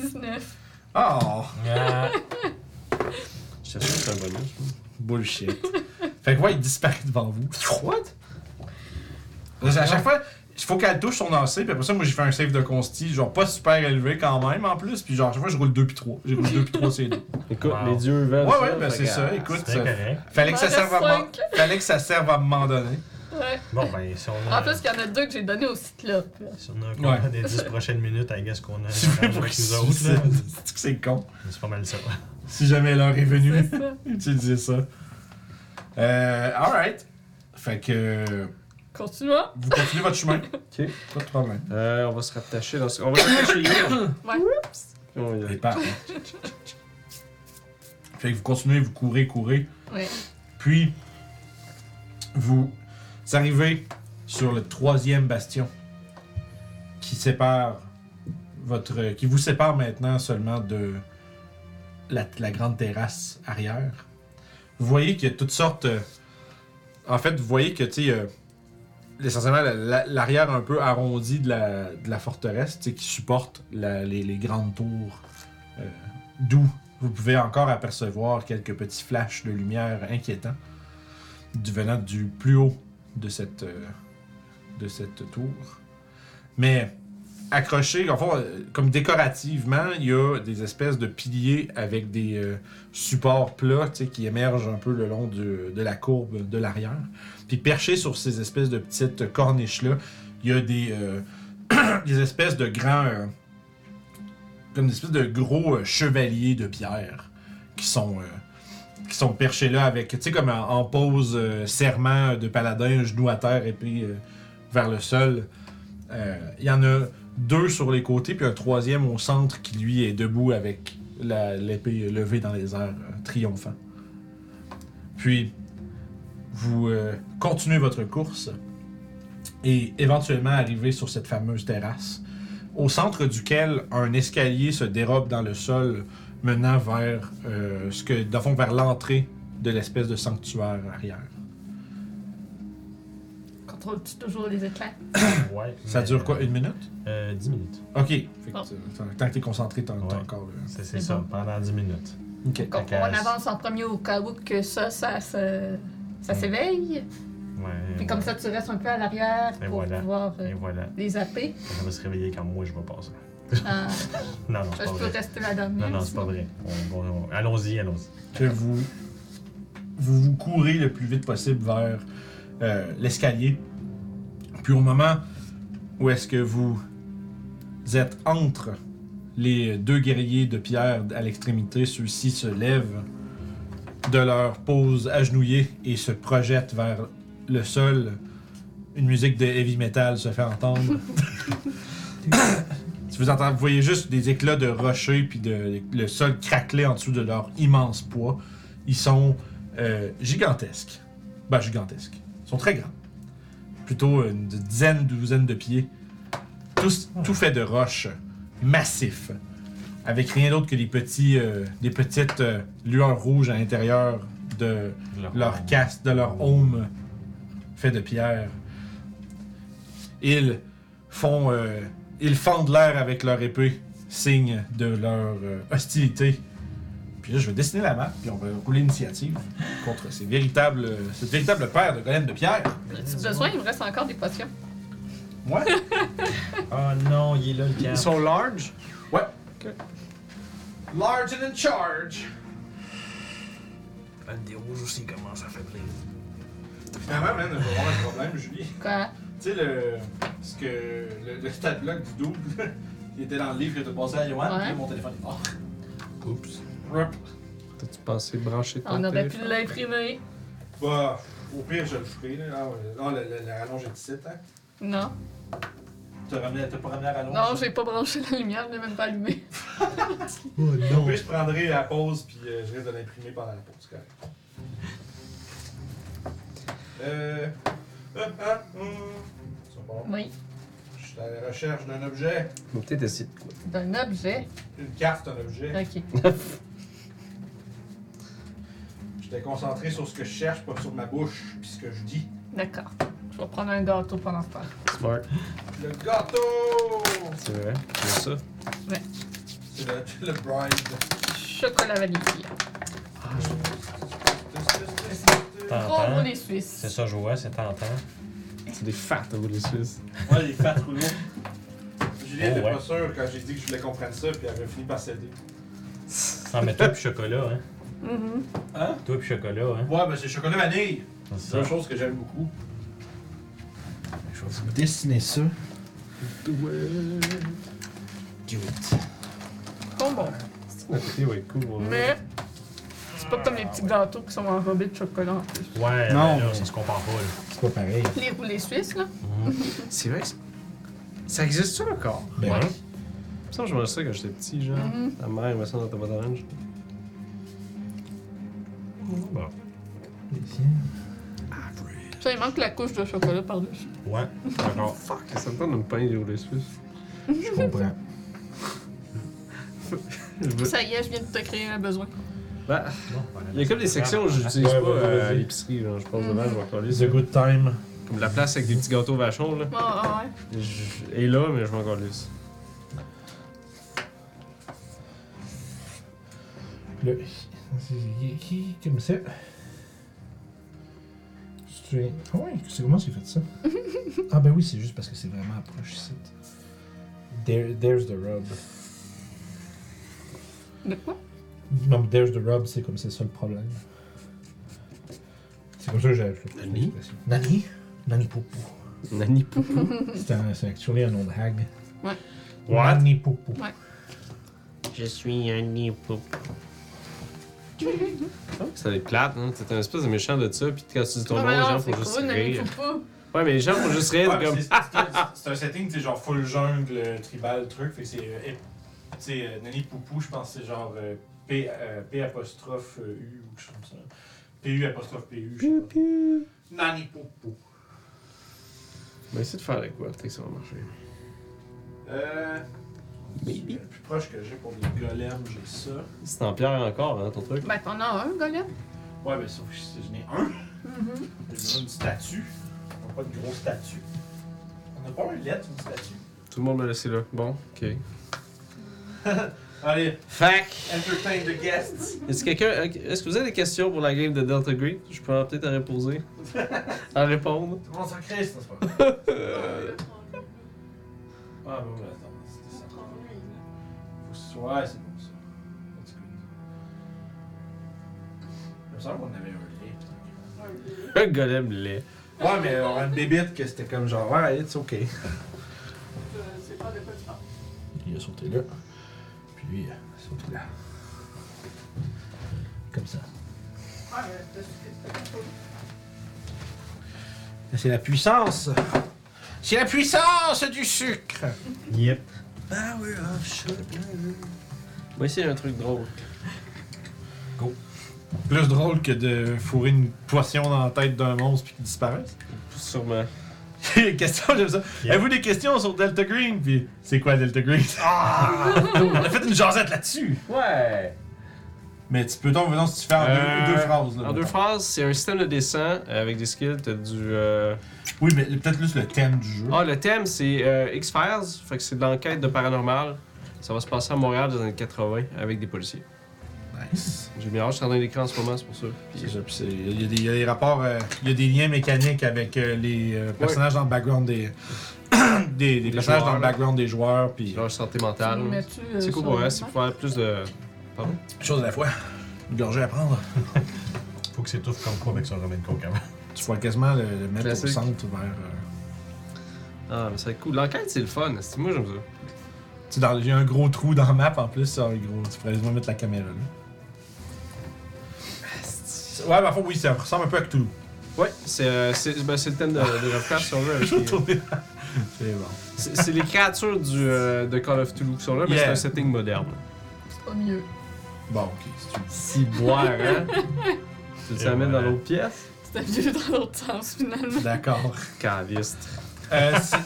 Speaker 2: 19.
Speaker 1: Oh,
Speaker 4: Ah,
Speaker 3: Je sais pas si c'est un bonus.
Speaker 1: bullshit. Fait que ouais, il disparaît devant vous.
Speaker 3: What?
Speaker 1: À chaque fois, il faut qu'elle touche son AC, puis après ça, moi j'ai fait un save de consti, genre pas super élevé quand même en plus, puis genre à chaque fois je roule 2 puis 3. J'ai roulé 2 puis 3 c'est 2.
Speaker 3: Écoute,
Speaker 4: Wow.
Speaker 3: les dieux veulent.
Speaker 1: Ouais,
Speaker 3: ça,
Speaker 1: ouais, ben
Speaker 3: fait
Speaker 1: c'est
Speaker 3: que,
Speaker 1: ça,
Speaker 3: ah,
Speaker 1: écoute.
Speaker 4: c'est
Speaker 1: ça-
Speaker 4: correct.
Speaker 1: Fallait que ça
Speaker 2: Il m'en reste
Speaker 1: serve à m'en-
Speaker 2: cinq.
Speaker 1: Fallait que ça serve à un moment donné.
Speaker 2: Ouais.
Speaker 4: Bon, ben, si on a,
Speaker 2: En plus, il y en a deux que j'ai donné au cyclope.
Speaker 4: si on a un combat
Speaker 1: Ouais.
Speaker 4: des 10 prochaines minutes, I guess qu'on a
Speaker 1: Si vous voulez
Speaker 4: avec
Speaker 1: pour qu'ils
Speaker 4: les
Speaker 1: se
Speaker 4: autres. là.
Speaker 1: suicident. C'est-tu que C'est con.
Speaker 4: C'est pas mal ça.
Speaker 1: Si jamais l'heure est venue,
Speaker 2: C'est ça.
Speaker 1: utilisez ça. Euh, alright. Fait que
Speaker 2: Continuons.
Speaker 1: vous continuez votre chemin.
Speaker 3: Ok.
Speaker 1: Pas de problème.
Speaker 3: Euh, on va se rattacher dans ce. On va se rattacher Oh, hier.
Speaker 2: Ouais.
Speaker 3: Puis on va y
Speaker 1: Et
Speaker 3: aller.
Speaker 1: par- fait que vous continuez, vous courez, courez.
Speaker 2: Ouais.
Speaker 1: Puis, vous arrivez sur le troisième bastion qui sépare votre, qui vous sépare maintenant seulement de la, la grande terrasse arrière. Vous voyez qu'il y a toutes sortes. euh, en fait, vous voyez que tu sais, euh, essentiellement la- la- l'arrière un peu arrondi de la, de la forteresse, tu sais, qui supporte la- les, les grandes tours, euh, d'où vous pouvez encore apercevoir quelques petits flashs de lumière inquiétants du venant du plus haut de cette, euh, de cette tour. Mais accroché, en fond, euh, comme décorativement, il y a des espèces de piliers avec des euh, supports plats tu sais, qui émergent un peu le long du- de la courbe de l'arrière. Puis perché sur ces espèces de petites corniches-là, il y a des, euh, des espèces de grands. euh, comme des espèces de gros euh, chevaliers de pierre qui sont. euh, qui sont perchés là avec, tu sais, comme en, en pose euh, serment de paladin, genou à terre, épée euh, vers le sol. Euh, Il y en a deux sur les côtés, puis un troisième au centre qui, lui, est debout avec la- l'épée levée dans les airs, euh, triomphant. Puis, vous euh, continuez votre course et éventuellement arrivez sur cette fameuse terrasse, au centre duquel un escalier se dérobe dans le sol, menant vers euh, ce que, dans le fond, vers l'entrée de l'espèce de sanctuaire arrière.
Speaker 2: Contrôles-tu toujours les éclats?
Speaker 4: Ouais.
Speaker 1: Ça
Speaker 4: mais,
Speaker 1: dure quoi,
Speaker 4: euh,
Speaker 1: une minute?
Speaker 4: euh, 10 minutes.
Speaker 1: Ok. Fait que,
Speaker 2: Bon.
Speaker 1: euh, tant que t'es concentré, t'as t'as
Speaker 4: Ouais.
Speaker 1: encore le...
Speaker 4: C'est c'est
Speaker 2: C'est
Speaker 4: ça,
Speaker 2: bon.
Speaker 4: pendant 10 minutes.
Speaker 1: Ok.
Speaker 2: Qu'on-
Speaker 4: Fait
Speaker 2: On,
Speaker 4: que-
Speaker 2: avance en premier au cas où que ça, ça, se- ça
Speaker 4: Mm.
Speaker 2: s'éveille.
Speaker 4: Ouais.
Speaker 2: Puis comme ça, tu restes un peu à l'arrière
Speaker 4: Et
Speaker 2: pour
Speaker 4: voilà.
Speaker 2: pouvoir euh,
Speaker 4: Et voilà.
Speaker 2: les zapper.
Speaker 4: Ça va se réveiller quand moi je vais passer.
Speaker 2: Ah,
Speaker 4: Non, non, c'est pas
Speaker 2: je peux
Speaker 4: vrai.
Speaker 2: rester la dernière.
Speaker 4: Non, non, c'est pas vrai. On- on- on- Allons-y, allons-y.
Speaker 1: que vous, vous vous courez le plus vite possible vers euh, l'escalier. Puis au moment où est-ce que vous êtes entre les deux guerriers de pierre à l'extrémité, ceux-ci se lèvent de leur pose agenouillée et se projettent vers le sol. Une musique de heavy metal se fait entendre. Si vous entendez, vous voyez juste des éclats de rochers puis de, le sol craquelait en dessous de leur immense poids. Ils sont euh, gigantesques. Ben, gigantesques. Ils sont très grands. Plutôt une dizaine, douzaine de pieds. Tous, tout fait de roches massifs. Avec rien d'autre que des, petits, euh, des petites euh, lueurs rouges à l'intérieur de, leur caste, de leur home fait de pierre. Ils font. euh, ils fendent l'air avec leur épée, signe de leur euh, hostilité. Puis là, je vais dessiner la map, puis on va rouler l'initiative contre ces véritables, euh, cette véritable paire de golems de pierre.
Speaker 2: As-tu besoin? Il me reste encore des potions.
Speaker 1: Ouais.
Speaker 4: Oh non, il est là le
Speaker 3: Ils
Speaker 4: casque.
Speaker 3: sont large.
Speaker 1: ouais. Large and in charge.
Speaker 4: Un des rouges aussi commence à faiblir.
Speaker 1: Finalement, man, je vais avoir un problème, Julie.
Speaker 2: Quoi?
Speaker 1: Tu sais, le, ce que, le, le stat block du double, qui était dans le livre que t'as passé à Yoann,
Speaker 2: Ouais.
Speaker 1: puis là, mon téléphone est mort.
Speaker 3: Oups.
Speaker 1: Rup.
Speaker 3: T'as-tu pensé brancher ton
Speaker 2: On aurait pu
Speaker 3: téléphone?
Speaker 2: l'imprimer.
Speaker 1: Bah, au pire, je le ferai. Là. Ah, ouais. Ah, la, la, la rallonge est 17, hein?
Speaker 2: Non.
Speaker 1: T'as ramené- t'as pas ramené la rallonge?
Speaker 2: Non, j'ai pas branché la lumière, je l'ai même pas allumée.
Speaker 1: Au pire, je prendrai la pause, puis euh, je risque de l'imprimer pendant la pause, c'est correct. Euh... Ah, ah, hum. C'est bon.
Speaker 2: Oui.
Speaker 1: Je suis à la recherche d'un objet.
Speaker 3: Faut Peut-être essayer de quoi.
Speaker 2: D'un objet.
Speaker 1: Une carte, un objet.
Speaker 2: Ok.
Speaker 1: J'étais concentré sur ce que je cherche, pas sur ma bouche, puis ce que je dis.
Speaker 2: D'accord. Je vais prendre un gâteau pendant ce temps.
Speaker 3: Smart.
Speaker 1: Le gâteau!
Speaker 3: C'est vrai. C'est ça.
Speaker 1: C'est le, le bride.
Speaker 2: Chocolat vanille. Trop pour
Speaker 4: T'entends?
Speaker 2: les Suisses.
Speaker 4: C'est ça, je vois, c'est tentant.
Speaker 3: C'est des fat au bout des Suisses.
Speaker 1: Moi, les fat rouleaux. Julien
Speaker 4: Oh,
Speaker 1: était
Speaker 4: ouais.
Speaker 1: pas sûre quand j'ai dit que je voulais qu'on prenne ça, puis elle avait fini par céder.
Speaker 4: Non, Ah, mais toi pis chocolat, hein.
Speaker 3: Mm-hmm.
Speaker 2: Mhm.
Speaker 1: Hein?
Speaker 4: Toi pis chocolat, hein.
Speaker 1: Ouais, ben c'est chocolat vanille.
Speaker 4: C'est
Speaker 1: C'est
Speaker 4: ça.
Speaker 1: une chose que j'aime beaucoup.
Speaker 5: Je vais vous dessiner ça. Cute.
Speaker 2: Trop bon.
Speaker 3: Notre prix va être cool. Ah, ouais.
Speaker 2: Mais c'est pas comme les petits gâteaux qui sont enrobés de chocolat en plus.
Speaker 4: Ouais,
Speaker 5: Non.
Speaker 4: non. là, on se compare pas, là.
Speaker 5: C'est pas pareil.
Speaker 2: Les roulés suisses, là.
Speaker 3: C'est vrai que c'est- ça existe ça encore?
Speaker 5: Ben
Speaker 4: Ouais.
Speaker 5: oui.
Speaker 3: Il me semble que je mangeais ça quand j'étais petit, genre.
Speaker 2: Mhm.
Speaker 3: Ta mère aimait ça dans ta boîte orange.
Speaker 4: Bon.
Speaker 2: Ça, il manque la couche de chocolat par-dessus.
Speaker 4: Ouais, d'accord.
Speaker 3: Fuck, ça me tente de me peindre les roulés suisses.
Speaker 5: Je comprends.
Speaker 3: Je veux-
Speaker 2: Ça y est, je viens de te créer un besoin.
Speaker 3: Ben, il y a comme des sections où j'utilise
Speaker 1: Ouais,
Speaker 3: pas
Speaker 1: ouais,
Speaker 3: euh,
Speaker 1: vas-y.
Speaker 3: à l'épicerie, genre. Je passe devant, je vais encore les
Speaker 1: The good time.
Speaker 3: Comme la place avec des petits gâteaux vachons, là.
Speaker 2: Ouais, ouais, ouais.
Speaker 3: Je- Et là, mais je m'en calisse.
Speaker 5: Le... C'est qui qui me sait? C'est Ah ouais, c'est comment j'ai fait ça? ah ben oui, c'est juste parce que c'est vraiment proche ici. There- there's the rub.
Speaker 2: De quoi?
Speaker 5: Non, mais there's the rub, c'est comme c'est ça le problème. C'est comme ça que j'ai acheté
Speaker 3: Nani?
Speaker 5: l'expression. Nani? Nani Poupou.
Speaker 3: Nani
Speaker 5: C'est un- c'est actually un nom de hag.
Speaker 2: Ouais.
Speaker 3: What?
Speaker 5: Nani Poupou.
Speaker 3: Je suis un nipou. Ça va être plate, hein? T'es un espèce de méchant de ça, pis quand tu dis ton
Speaker 2: Ah, ben
Speaker 3: nom, les gens font juste rire. Ouais, mais les gens font juste rire,
Speaker 6: Ouais,
Speaker 3: comme.
Speaker 6: c'est- c'est un- C'est un setting, tu sais, genre full jungle, euh, tribal, truc. Fait que c'est. euh, ép- Tu sais, euh, Nani Poupou, je pense que c'est genre euh, P, euh, P apostrophe euh, U ou quelque chose comme ça. PU apostrophe PU, je sais pas. Nani Poupou.
Speaker 3: On va essayer ben, de faire de quoi, peut-être que ça va marcher.
Speaker 6: Euh. Le plus proche que j'ai pour les golems, j'ai ça.
Speaker 3: C'est en pierre encore, hein, ton truc?
Speaker 2: Ben, t'en as un, golem.
Speaker 6: Ouais, mais sauf que je- j'en ai un. J'ai une statue. On n'a pas de grosse statue. On n'a pas un lettre, une statue.
Speaker 3: Tout le monde m'a laissé là. Bon, ok.
Speaker 6: Allez,
Speaker 3: Fac!
Speaker 6: entertain the guests.
Speaker 3: Est-ce que quelqu'un. Est-ce que vous avez des questions pour la game de Delta Green? Je pourrais peut-être en reposer. en répondre.
Speaker 6: Tout le monde s'en crisse, n'est-ce pas?
Speaker 3: Euh,
Speaker 6: Ah, bah ouais, attends, c'était ça. Faut que ce soit. Ouais, c'est bon ça. That's good. Il me semble qu'on avait un lien. putain.
Speaker 3: Un golem laid.
Speaker 1: Ouais, mais on a une bébite que c'était comme genre, ouais, it's okay. Il a sauté là. Puis lui, il a sauté là. Comme ça. C'est la puissance. C'est la puissance du sucre.
Speaker 4: Yep.
Speaker 3: Moi, c'est un truc drôle.
Speaker 1: Plus drôle que de fourrer une poisson dans la tête d'un monstre puis qu'il disparaisse.
Speaker 3: Sûrement.
Speaker 1: question, j'aime ça.
Speaker 4: Yeah.
Speaker 1: Avez-vous des questions sur Delta Green? Puis c'est quoi Delta Green? Ah! on a fait une jasette là-dessus.
Speaker 3: Ouais!
Speaker 1: Mais tu peux donc venir si tu fais en deux-
Speaker 3: Euh,
Speaker 1: deux, phrases. là,
Speaker 3: En deux
Speaker 1: mettons.
Speaker 3: phrases, c'est un système de dessin euh, avec des skills. T'as du. euh,
Speaker 1: Oui, mais peut-être juste le thème du jeu.
Speaker 3: Ah, le thème, c'est euh, X-Files. Fait que c'est de l'enquête de paranormal. Ça va se passer à Montréal dans les années 80 avec des policiers.
Speaker 1: Nice.
Speaker 3: J'ai mis l'âge sur l'écran en ce moment, c'est pour ça. Puis-
Speaker 1: C'est ça, puis c'est- Il y, a des- il y a des rapports, euh, il y a des liens mécaniques avec euh, les euh, personnages dans le background des. des, des personnages
Speaker 3: joueurs,
Speaker 1: dans le
Speaker 3: là.
Speaker 1: background des joueurs, puis.
Speaker 3: Leur santé mentale. C'est cool pour
Speaker 2: moi,
Speaker 3: elle, c'est pour faire plus de. Pardon?
Speaker 1: Une chose à la fois. Une gorgée à prendre.
Speaker 4: Faut que c'est tout comme quoi avec son Roman Coke avant.
Speaker 1: Tu vois quasiment le, le mettre
Speaker 3: Classique.
Speaker 1: au centre vers. euh,
Speaker 3: Ah, mais ça va être cool. L'enquête, c'est le fun. C'est moi, j'aime ça.
Speaker 1: Tu sais, dans- j'ai un gros trou dans la map en plus, ça, un gros. Tu pourrais juste mettre la caméra là. C'est- Ouais, mais en fait, oui, ça ressemble un peu à Cthulhu.
Speaker 3: Ouais, c'est euh, c'est- ben, c'est le thème de, de Lovecraft, si on veut. avec
Speaker 1: Je vais
Speaker 3: les-
Speaker 1: tourner là. C'est bon.
Speaker 3: C'est c'est les créatures du, euh, de Call of Toulouse qui sont là, mais
Speaker 1: Yeah.
Speaker 3: c'est un setting moderne.
Speaker 2: C'est pas mieux.
Speaker 1: Bon, ok, si tu le dis.
Speaker 3: Si boire, hein? tu
Speaker 4: Et
Speaker 3: le amènes
Speaker 4: voilà.
Speaker 3: dans l'autre pièce?
Speaker 2: C'était mieux dans l'autre sens, finalement.
Speaker 1: D'accord.
Speaker 3: Caviste.
Speaker 1: Euh, c'est-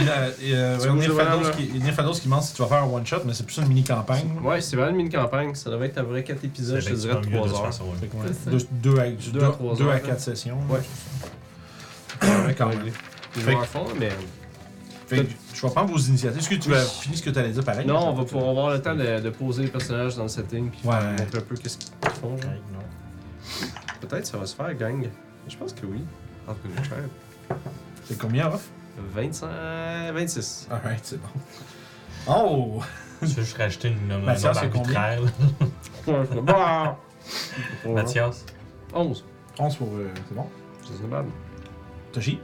Speaker 1: il y a- il y a-
Speaker 3: Tu
Speaker 1: il y a
Speaker 3: bouges le
Speaker 1: Néphados
Speaker 3: bonhomme, là.
Speaker 1: qui- il y a Néphados qui demande si tu vas faire un one-shot, mais c'est plus une mini-campagne.
Speaker 3: Ouais, c'est vraiment une mini-campagne. Ça devrait être à vrai 4 épisodes, je te dirais 3 heures.
Speaker 1: Fait que, ouais,
Speaker 2: C'est ça.
Speaker 1: deux, deux à, deux,
Speaker 3: à trois
Speaker 1: deux à
Speaker 3: heures,
Speaker 1: quatre sessions.
Speaker 3: Ouais.
Speaker 1: Ouais, quand même.
Speaker 3: Les
Speaker 1: Fait que-
Speaker 3: joueurs font, mais...
Speaker 1: Fait que je vais prendre vos initiatives. Est-ce que tu as fini ce que tu allais dire pareil?
Speaker 3: Non, on va pouvoir avoir le temps de, de poser les personnages dans le setting, puis
Speaker 1: Ouais.
Speaker 3: montrer un peu qu'est-ce qu'ils font. genre. Peut-être ça va se faire, gang. Je pense que oui. En tout cas, cher.
Speaker 1: C'est combien, off?
Speaker 3: 25... 26.
Speaker 1: Alright, c'est bon. Oh!
Speaker 4: Tu veux juste racheter une nomme
Speaker 1: Mathias, c'est combien?
Speaker 4: arbitraire, là?
Speaker 3: Bah!
Speaker 4: Mathias?
Speaker 3: 11.
Speaker 1: 11 pour. euh, c'est bon.
Speaker 3: C'est raisonnable.
Speaker 1: Toshi?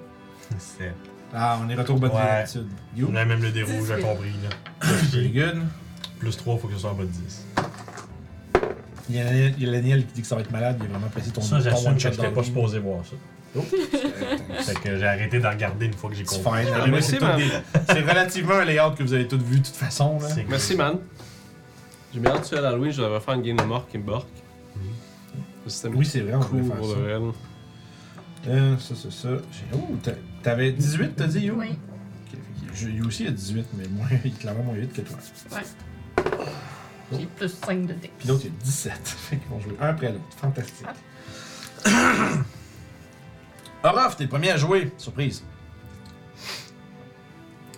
Speaker 4: C'est...
Speaker 1: Ah, on est retour bas de
Speaker 4: Ouais.
Speaker 1: l'habitude. You?
Speaker 4: Là, même le dérouge, j'ai
Speaker 2: Dix.
Speaker 4: compris, là.
Speaker 1: Pretty good.
Speaker 4: Plus 3, faut que ce soit en bas de 10.
Speaker 1: Il y a Daniel- il y a Daniel qui dit que ça va être malade, il a vraiment apprécié ton
Speaker 4: Ça,
Speaker 1: ton
Speaker 4: j'assume que
Speaker 1: one-shot
Speaker 4: j'étais pas
Speaker 1: d'Halloween.
Speaker 4: supposé voir ça. Fait que j'ai arrêté d'en regarder une fois que j'ai
Speaker 1: C'est
Speaker 4: compris.
Speaker 1: fine. hein,
Speaker 3: Ah,
Speaker 1: Mais
Speaker 3: mais
Speaker 1: c'est
Speaker 3: c'est
Speaker 1: tout
Speaker 3: ma-
Speaker 1: des- c'est relativement un layout que vous avez tous vu de toute façon. Là.
Speaker 4: C'est cool.
Speaker 3: Merci, man. J'ai bien hâte de tuer à l'Halloween, je devrais faire une game de Mork et Bork. Le système
Speaker 1: Oui, c'est vrai, on
Speaker 3: cool
Speaker 1: voulait faire
Speaker 3: pour
Speaker 1: ça.
Speaker 3: le réel.
Speaker 1: Euh, ça, ça, ça. J'ai- Oh, t'a- t'avais 18, t'as dit, You?
Speaker 2: Oui.
Speaker 1: Ok, fait que J'ai- You aussi a 18, mais moi, il est clairement moins vite que toi.
Speaker 2: J'ai plus 5 de dé.
Speaker 1: Puis l'autre, il a 17. Fait qu'ils vont jouer un après l'autre. Fantastique. Orof, t'es le premier à jouer. Surprise.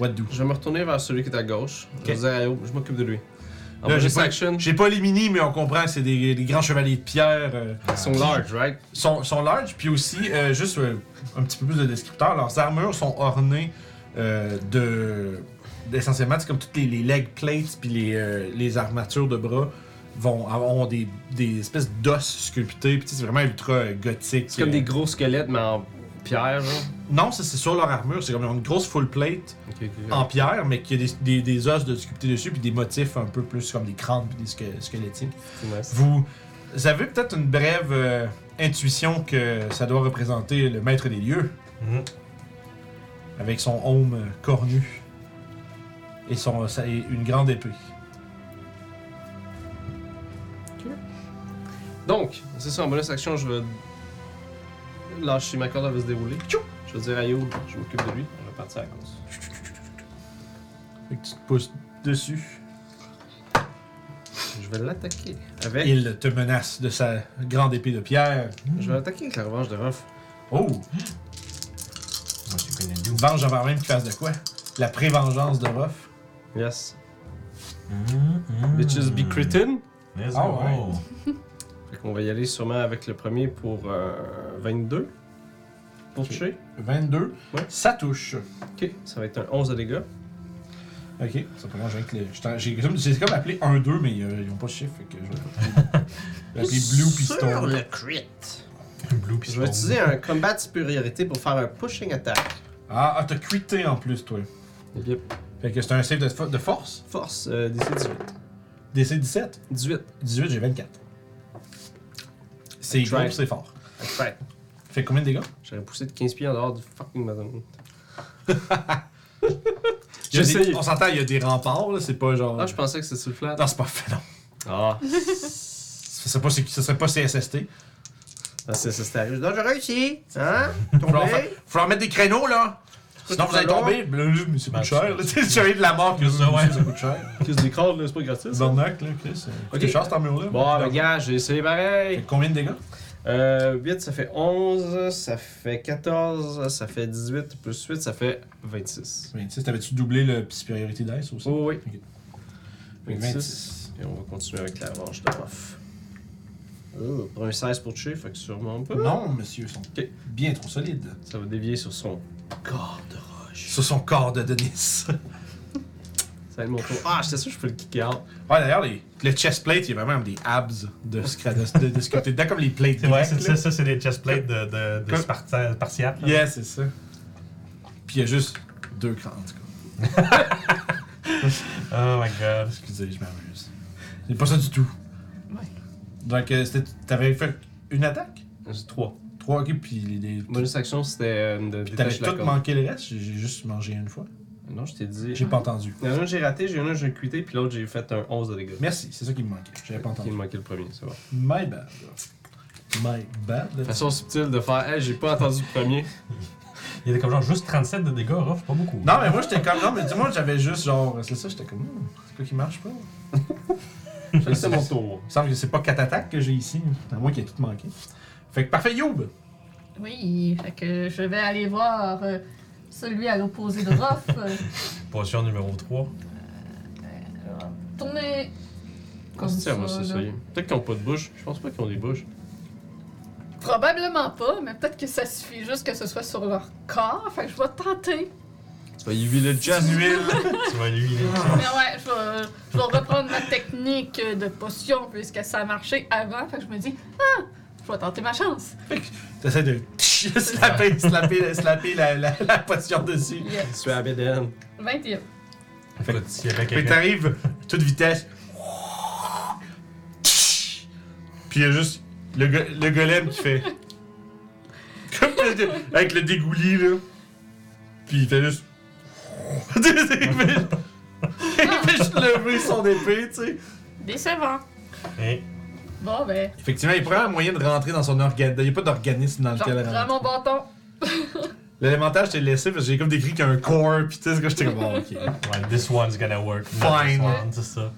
Speaker 1: What do?
Speaker 3: Je vais me retourner vers celui qui est à gauche. Je vais
Speaker 1: Ok.
Speaker 3: dire à Yo, je m'occupe de lui. En
Speaker 1: Là, j'ai
Speaker 3: bonus
Speaker 1: pas-
Speaker 3: action,
Speaker 1: J'ai pas les mini, mais on comprend que c'est des, des grands chevaliers de pierre. euh,
Speaker 3: ils sont large, right?
Speaker 1: sont, sont larges, puis aussi, euh, juste euh, un petit peu plus de descripteur, leurs armures sont ornées euh, de essentiellement, c'est comme toutes les, les leg plates puis les, euh, les armatures de bras vont ont des, des espèces d'os sculptés. Puis tu sais, c'est vraiment ultra euh, gothique.
Speaker 3: C'est comme
Speaker 1: euh.
Speaker 3: des gros squelettes, mais en pierre, genre.
Speaker 1: Non, ça, c'est sur leur armure. C'est comme ils ont une grosse full plate
Speaker 3: Ok, ok.
Speaker 1: en pierre, mais qui a des, des, des os de sculptés dessus puis des motifs un peu plus comme des crânes puis des squel- squelettiques.
Speaker 3: C'est nice.
Speaker 1: Vous avez peut-être une brève euh, intuition que ça doit représenter le maître des lieux
Speaker 4: Mhm.
Speaker 1: avec son homme euh, cornu et, son, sa- et une grande épée.
Speaker 3: Donc, c'est ça, en bonus action, je vais lâcher ma corde, elle va se dérouler. Je vais dire à Yo, je m'occupe de lui, elle va partir à la course.
Speaker 1: Fait que tu te pousses dessus.
Speaker 3: Je vais l'attaquer avec.
Speaker 1: Il te menace de sa grande épée de pierre.
Speaker 3: Je vais l'attaquer avec la revanche de Ruff.
Speaker 1: Oh!
Speaker 4: Moi, tu connais
Speaker 1: Tu
Speaker 4: d'où.
Speaker 1: te venges avant même qu'il fasse de quoi? La prévengeance de Ruff.
Speaker 3: Yes.
Speaker 4: Mhm, mhm.
Speaker 3: Bitches be crittin.
Speaker 4: Let's
Speaker 1: Ah,
Speaker 4: go.
Speaker 1: ouais.
Speaker 3: Fait qu'on va y aller sûrement avec le premier pour euh, 22. Pour toucher.
Speaker 1: 22.
Speaker 3: Ouais.
Speaker 1: Ça touche.
Speaker 3: Ok, ça va être un 11 de dégâts.
Speaker 1: Ok. Ça prend avec le. je t'en- J'ai comme, j'ai comme appelé 1-2, mais euh, ils n'ont pas de chiffre. Fait que je vais l'appeler Blue
Speaker 3: Sur
Speaker 1: Piston.
Speaker 3: le crit.
Speaker 4: Blue
Speaker 3: Je vais utiliser un combat de supériorité pour faire un pushing attack.
Speaker 1: Ah, ah, t'as quitté en plus, toi.
Speaker 3: Yep.
Speaker 1: Fait que c'est un save de, fo- de force.
Speaker 3: Force, euh, DC 18.
Speaker 1: DC 17.
Speaker 3: 18.
Speaker 1: 18, j'ai 24. C'est
Speaker 3: Try.
Speaker 1: gros, c'est fort.
Speaker 3: Ouais.
Speaker 1: Fait combien de dégâts?
Speaker 3: J'aurais poussé de 15 pieds en dehors du fucking madame.
Speaker 1: Il y a des-
Speaker 3: J'essaye.
Speaker 1: On s'entend, il y a des remparts, là. C'est pas genre.
Speaker 3: Ah, je pensais que c'était sur le flat.
Speaker 1: Non, c'est pas fait, non.
Speaker 3: Ah,
Speaker 1: Ça serait pas, ça serait pas CSST.
Speaker 3: Ah, c'est ça, c'était arrivé. Donc, j'ai réussi. Hein? Tombé.
Speaker 1: Faut leur, faire, faut leur mettre des créneaux, là. Sinon, vous allez tomber. Bleu, Mais c'est pas
Speaker 4: Ben,
Speaker 1: cher, là.
Speaker 4: c'est-
Speaker 1: C'est le chevalier de la mort que ça, ouais. Ça coûte cher.
Speaker 3: Qu'est-ce que des cordes, là? C'est pas gratuit. ça?
Speaker 1: Zornac, là, Chris.
Speaker 3: Ok.
Speaker 1: Ok. cher, cet armure-là.
Speaker 3: Bon, ben,
Speaker 1: Putain.
Speaker 3: mais gars, j'ai essayé
Speaker 1: Fait
Speaker 3: pareil.
Speaker 1: combien de dégâts
Speaker 3: Euh, 8, ça fait 11, ça fait 14, ça fait 18, plus 8, ça fait 26.
Speaker 1: 26. T'avais-tu doublé le supériorité dice aussi
Speaker 3: Oh, oui.
Speaker 1: Ok. Fait que
Speaker 3: 26. Et on va continuer avec la revanche de Ruff. Oh, pour un 16 pour toucher, fait que sûrement pas.
Speaker 1: Non, monsieur, ils sont bien trop solides.
Speaker 3: Ça va dévier sur son corps de roche.
Speaker 1: Sur son corps de Denis.
Speaker 3: Ça va être mon tour. Ah, j'étais sûr que je peux le kicker out.
Speaker 1: Ouais, d'ailleurs, les- le chest plate, il y a vraiment des abs de Scrados. de, de, sculpter dedans, comme les plates.
Speaker 4: C'est vrai,
Speaker 1: grecs,
Speaker 4: c'est
Speaker 1: là.
Speaker 4: ça, ça, c'est des chestplates de, de, de
Speaker 1: Comme-
Speaker 4: Sparta- euh, Spartiates, là.
Speaker 1: Yeah, c'est ça. Puis il y a juste deux crans, en tout cas.
Speaker 4: Oh my god.
Speaker 1: Excusez, je m'amuse. C'est pas ça du tout.
Speaker 2: Ouais.
Speaker 1: Donc, euh, c'était- t'avais fait une attaque
Speaker 3: J'ai 3.
Speaker 1: Trois, ok, puis les. les-
Speaker 3: Bonus action, c'était euh, de
Speaker 1: puis t'avais
Speaker 3: détacher la
Speaker 1: tout
Speaker 3: corde.
Speaker 1: manqué le reste, j'ai j'ai juste mangé une fois.
Speaker 3: Non, je t'ai dit.
Speaker 1: J'ai pas entendu.
Speaker 3: Il y en a un j'ai raté, j'ai un j'ai quitté, puis l'autre j'ai fait un 11 de dégâts.
Speaker 1: Merci, c'est ça qui me manquait. J'avais pas
Speaker 3: Il
Speaker 1: entendu.
Speaker 3: manquait le premier, c'est bon.
Speaker 1: My bad. My bad.
Speaker 3: Façon subtile de faire, hey, j'ai pas entendu le premier.
Speaker 4: Il était comme genre juste 37 de dégâts, Ruff, pas beaucoup.
Speaker 1: Non, mais moi j'étais comme. Non, mais dis-moi, j'avais juste genre. C'est ça, j'étais comme. Hmm, c'est quoi qui marche pas Il
Speaker 3: Fait que c'est mon tour.
Speaker 1: me semble que c'est pas quatre attaques que j'ai ici, à moins qu'il y ait tout manqué. Fait que parfait, Youb
Speaker 2: Oui, fait que je vais aller voir euh, celui à l'opposé de Rof. euh,
Speaker 4: Potion numéro 3.
Speaker 2: tourner.
Speaker 3: Comme
Speaker 2: Comme
Speaker 3: ça,
Speaker 2: ça,
Speaker 3: moi, c'est
Speaker 2: là.
Speaker 3: ça. Peut-être qu'ils ont pas de bouche. Je pense pas qu'ils ont des bouches.
Speaker 2: Probablement pas, mais peut-être que ça suffit juste que ce soit sur leur corps. Fait que je vais tenter.
Speaker 3: Tu vas y huiler le chest.
Speaker 4: tu vas lui, il est
Speaker 1: Ah.
Speaker 2: Mais ouais, je vais, je vais reprendre ma technique de potion puisque ça a marché avant. Fait que je me dis, ah, je vais tenter ma chance.
Speaker 1: T'essaies de. slapper, slapper, slapper la, la, la potion dessus.
Speaker 2: Il y a
Speaker 3: Tu es à Beden.
Speaker 2: 21.
Speaker 4: Fait que s'il y avait
Speaker 1: Fait que
Speaker 4: quelqu'un.
Speaker 1: t'arrives à toute vitesse. Puis il y a juste le, go- le golem qui fait. Comme le dé- avec le dégoulis, là. Puis il fait juste. il fait il fait juste lever son épée, tu sais.
Speaker 2: Décevant.
Speaker 4: Hein?
Speaker 2: Bon, ben,
Speaker 1: Effectivement, il prend un moyen de rentrer dans son organe. Il n'y a pas d'organisme dans
Speaker 2: je
Speaker 1: lequel
Speaker 2: reprends
Speaker 1: rentrer.
Speaker 2: mon bâton.
Speaker 1: L'élémentage, je t'ai laissé parce que j'ai comme décrit qu'il y a un corps, puis tu sais, c'est que j'étais comme, bon, ok.
Speaker 4: Ouais, this one's gonna work. Not
Speaker 1: Fine.
Speaker 4: This one, c'est ça.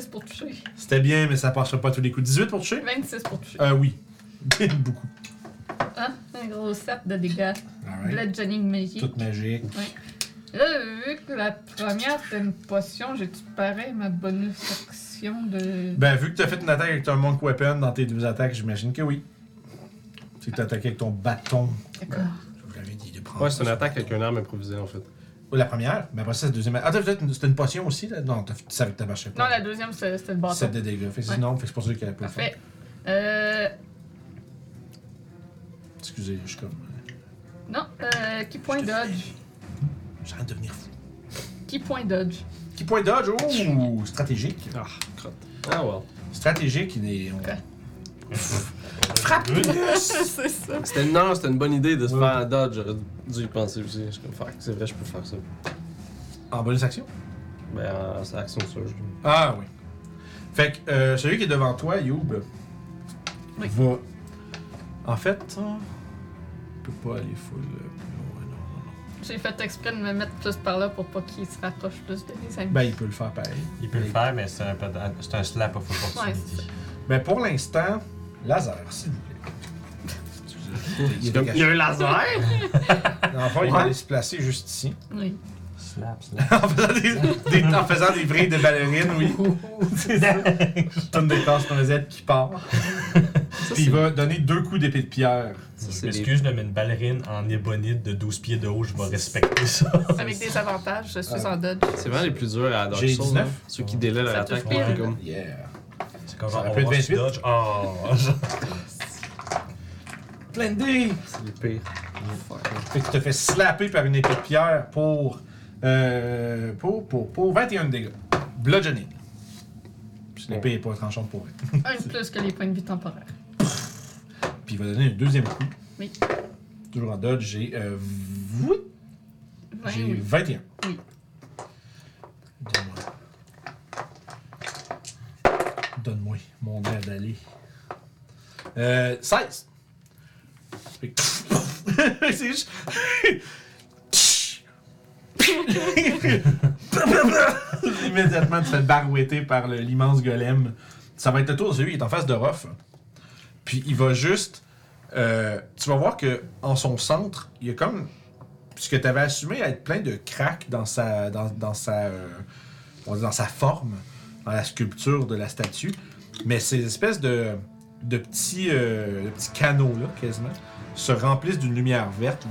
Speaker 2: 26 pour toucher.
Speaker 1: C'était bien, mais ça passera pas à tous les coups. 18 pour toucher
Speaker 2: 26 pour toucher.
Speaker 1: Euh, oui. Beaucoup.
Speaker 2: Hein? Un gros 7 de dégâts.
Speaker 1: Alright.
Speaker 2: Bludgeoning magique.
Speaker 1: Toute magique.
Speaker 2: Là, vu que la première c'était une potion, j'ai-tu pareil ma bonus action de.
Speaker 1: Ben, vu que t'as fait une attaque avec ton monk weapon dans tes deux attaques, j'imagine que oui. Si t'as attaqué avec ton bâton.
Speaker 2: D'accord.
Speaker 1: Je vous l'avais dit de prendre. Oh,
Speaker 3: Ouais, c'est une attaque avec une arme improvisée en fait.
Speaker 1: La première, mais après ça, c'est la deuxième. Ah, t'as peut-être une- c'était une potion aussi, là? Non, t'as fait ça avec ta marche.
Speaker 2: Non, la deuxième, c'est- c'était le bâton.
Speaker 1: 7 de dégâts. Fait que c'est-
Speaker 2: Ouais.
Speaker 1: non, fait que c'est pour ça qu'elle a pas le faire.
Speaker 2: Parfait. Euh,
Speaker 1: Excusez, je suis comme.
Speaker 2: non, euh, qui point dodge.
Speaker 1: J'arrête de devenir fou.
Speaker 2: Qui point dodge.
Speaker 1: Qui point dodge? Oh! Stratégique.
Speaker 3: Ah, crotte. Ah, well.
Speaker 1: Stratégique, il est. on-
Speaker 2: Ok.
Speaker 1: Frappe!
Speaker 2: c'est ça.
Speaker 3: C'était une, non, c'était une bonne idée de se
Speaker 1: Ouais.
Speaker 3: faire un dodge. J'aurais dû y penser aussi. Je suis comme, fuck, c'est vrai, je peux faire ça.
Speaker 1: En bonus action?
Speaker 3: Ben, euh, c'est action sûre. je-
Speaker 1: Ah oui. Fait que euh, celui qui est devant toi, Youb,
Speaker 2: Oui.
Speaker 1: va. En fait, on peut pas aller full euh, plus loin. Non, non, non.
Speaker 2: J'ai fait exprès de me mettre plus par là pour pas qu'il se rapproche plus de mes amis.
Speaker 1: Ben, il peut le faire pareil.
Speaker 4: Il peut le
Speaker 1: Mais-
Speaker 4: faire, mais c'est un, pad- c'est un slap of opportunity.
Speaker 2: Ouais,
Speaker 1: Mais Ben, pour l'instant, laser, s'il vous plaît. Excusez, il est
Speaker 3: Comme,
Speaker 1: caché.
Speaker 3: un laser!
Speaker 1: Enfin, il va aller se placer juste ici.
Speaker 2: Oui.
Speaker 4: slap, slap.
Speaker 1: en, faisant des, des- en faisant des vrilles de ballerine, oui. C'est ça. Tonne de tasse dans les ailes qui part.
Speaker 3: Ça,
Speaker 1: Puis il
Speaker 3: c'est-
Speaker 1: va donner deux coups d'épée de pierre.
Speaker 3: ça,
Speaker 4: Je
Speaker 3: c'est des-
Speaker 4: m'excuse, là, mais une ballerine en ébonite de 12 pieds de haut, je vais respecter ça.
Speaker 2: Avec des avantages, je suis
Speaker 1: Ah.
Speaker 2: en dodge.
Speaker 3: c'est vraiment les plus durs à Dark
Speaker 1: J'ai
Speaker 3: Souls.
Speaker 1: 19.
Speaker 3: hein. Ceux qui délaient leur
Speaker 2: Ça touche
Speaker 3: attaque.
Speaker 4: pas.
Speaker 3: c'est comme-
Speaker 1: Yeah.
Speaker 4: C'est quand
Speaker 1: Ça
Speaker 4: genre,
Speaker 1: aurait
Speaker 4: on
Speaker 1: pu
Speaker 4: va voir
Speaker 1: être
Speaker 4: si dodge. Oh, genre,
Speaker 1: Plein de dés.
Speaker 3: C'est les pires.
Speaker 1: Fait que tu te fais slapper par une épée de pierre pour, euh, pour, pour, pour 21 dégâts. Bludgeoning. Puis l'épée est pas tranchante pour elle.
Speaker 2: Un de plus que les points de vie temporaires.
Speaker 1: Puis il va donner un deuxième coup.
Speaker 2: Oui.
Speaker 1: Toujours en dodge, j'ai euh, oui,
Speaker 2: Vingt,
Speaker 1: j'ai
Speaker 2: oui.
Speaker 1: 21.
Speaker 2: Oui.
Speaker 1: Donne-moi. Donne-moi mon air d'aller. Euh, 16. Fait que- C'est juste. Immédiatement, tu te fais barouetter par le- l'immense golem. Ça va être le tour de celui qui est en face de Ruff. Puis il va juste. euh, tu vas voir que en son centre, il y a comme ce que tu avais assumé être plein de cracks dans sa dans, dans sa euh, on va dire dans sa forme, dans la sculpture de la statue, mais ces espèces de de petits euh, de petits canaux là quasiment se remplissent d'une lumière verte.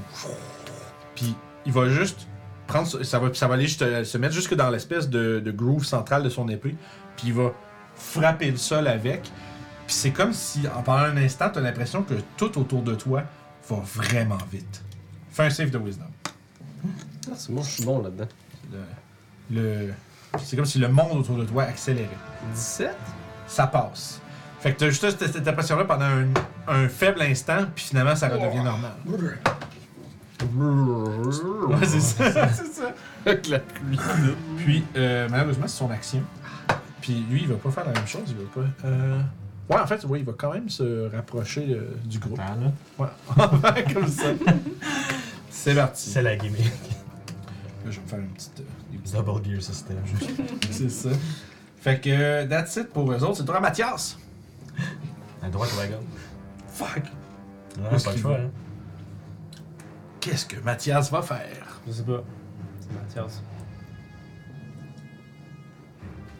Speaker 1: Puis il va juste prendre ce- ça va ça va aller juste, euh, se mettre jusque dans l'espèce de, de groove central de son épée, puis il va frapper le sol avec. Puis c'est comme si en pendant un instant, tu as l'impression que tout autour de toi va vraiment vite. Fais un save de wisdom.
Speaker 3: Ah, c'est moi, je suis bon là-dedans.
Speaker 1: Le, le- c'est comme si le monde autour de toi accélérait.
Speaker 3: 17?
Speaker 1: Ça passe. Fait que t'as juste cette, cette impression-là pendant un, un faible instant, puis finalement ça redevient normal. Ouais, c'est ça. c'est ça.
Speaker 3: Avec la pluie.
Speaker 1: Puis euh, malheureusement, c'est son action. Puis lui, il va pas faire la même chose. Il va pas. euh, Ouais, en fait, ouais, il va quand même se rapprocher euh, du groupe.
Speaker 4: attends, là.
Speaker 1: Ouais, comme ça. C'est parti.
Speaker 4: C'est la gimmick.
Speaker 1: Là, je vais me faire une petite. euh, des petites-
Speaker 4: Double gear system. juste.
Speaker 1: C'est ça. Fait que, euh, that's it pour eux autres. C'est le tour à Mathias.
Speaker 4: À droite ou à gauche?
Speaker 1: Fuck.
Speaker 4: Non,
Speaker 1: Qu'est-ce
Speaker 4: pas de
Speaker 1: qu'il
Speaker 4: choix,
Speaker 1: veut?
Speaker 4: hein.
Speaker 1: Qu'est-ce que Mathias va faire?
Speaker 6: Je sais pas. C'est Mathias.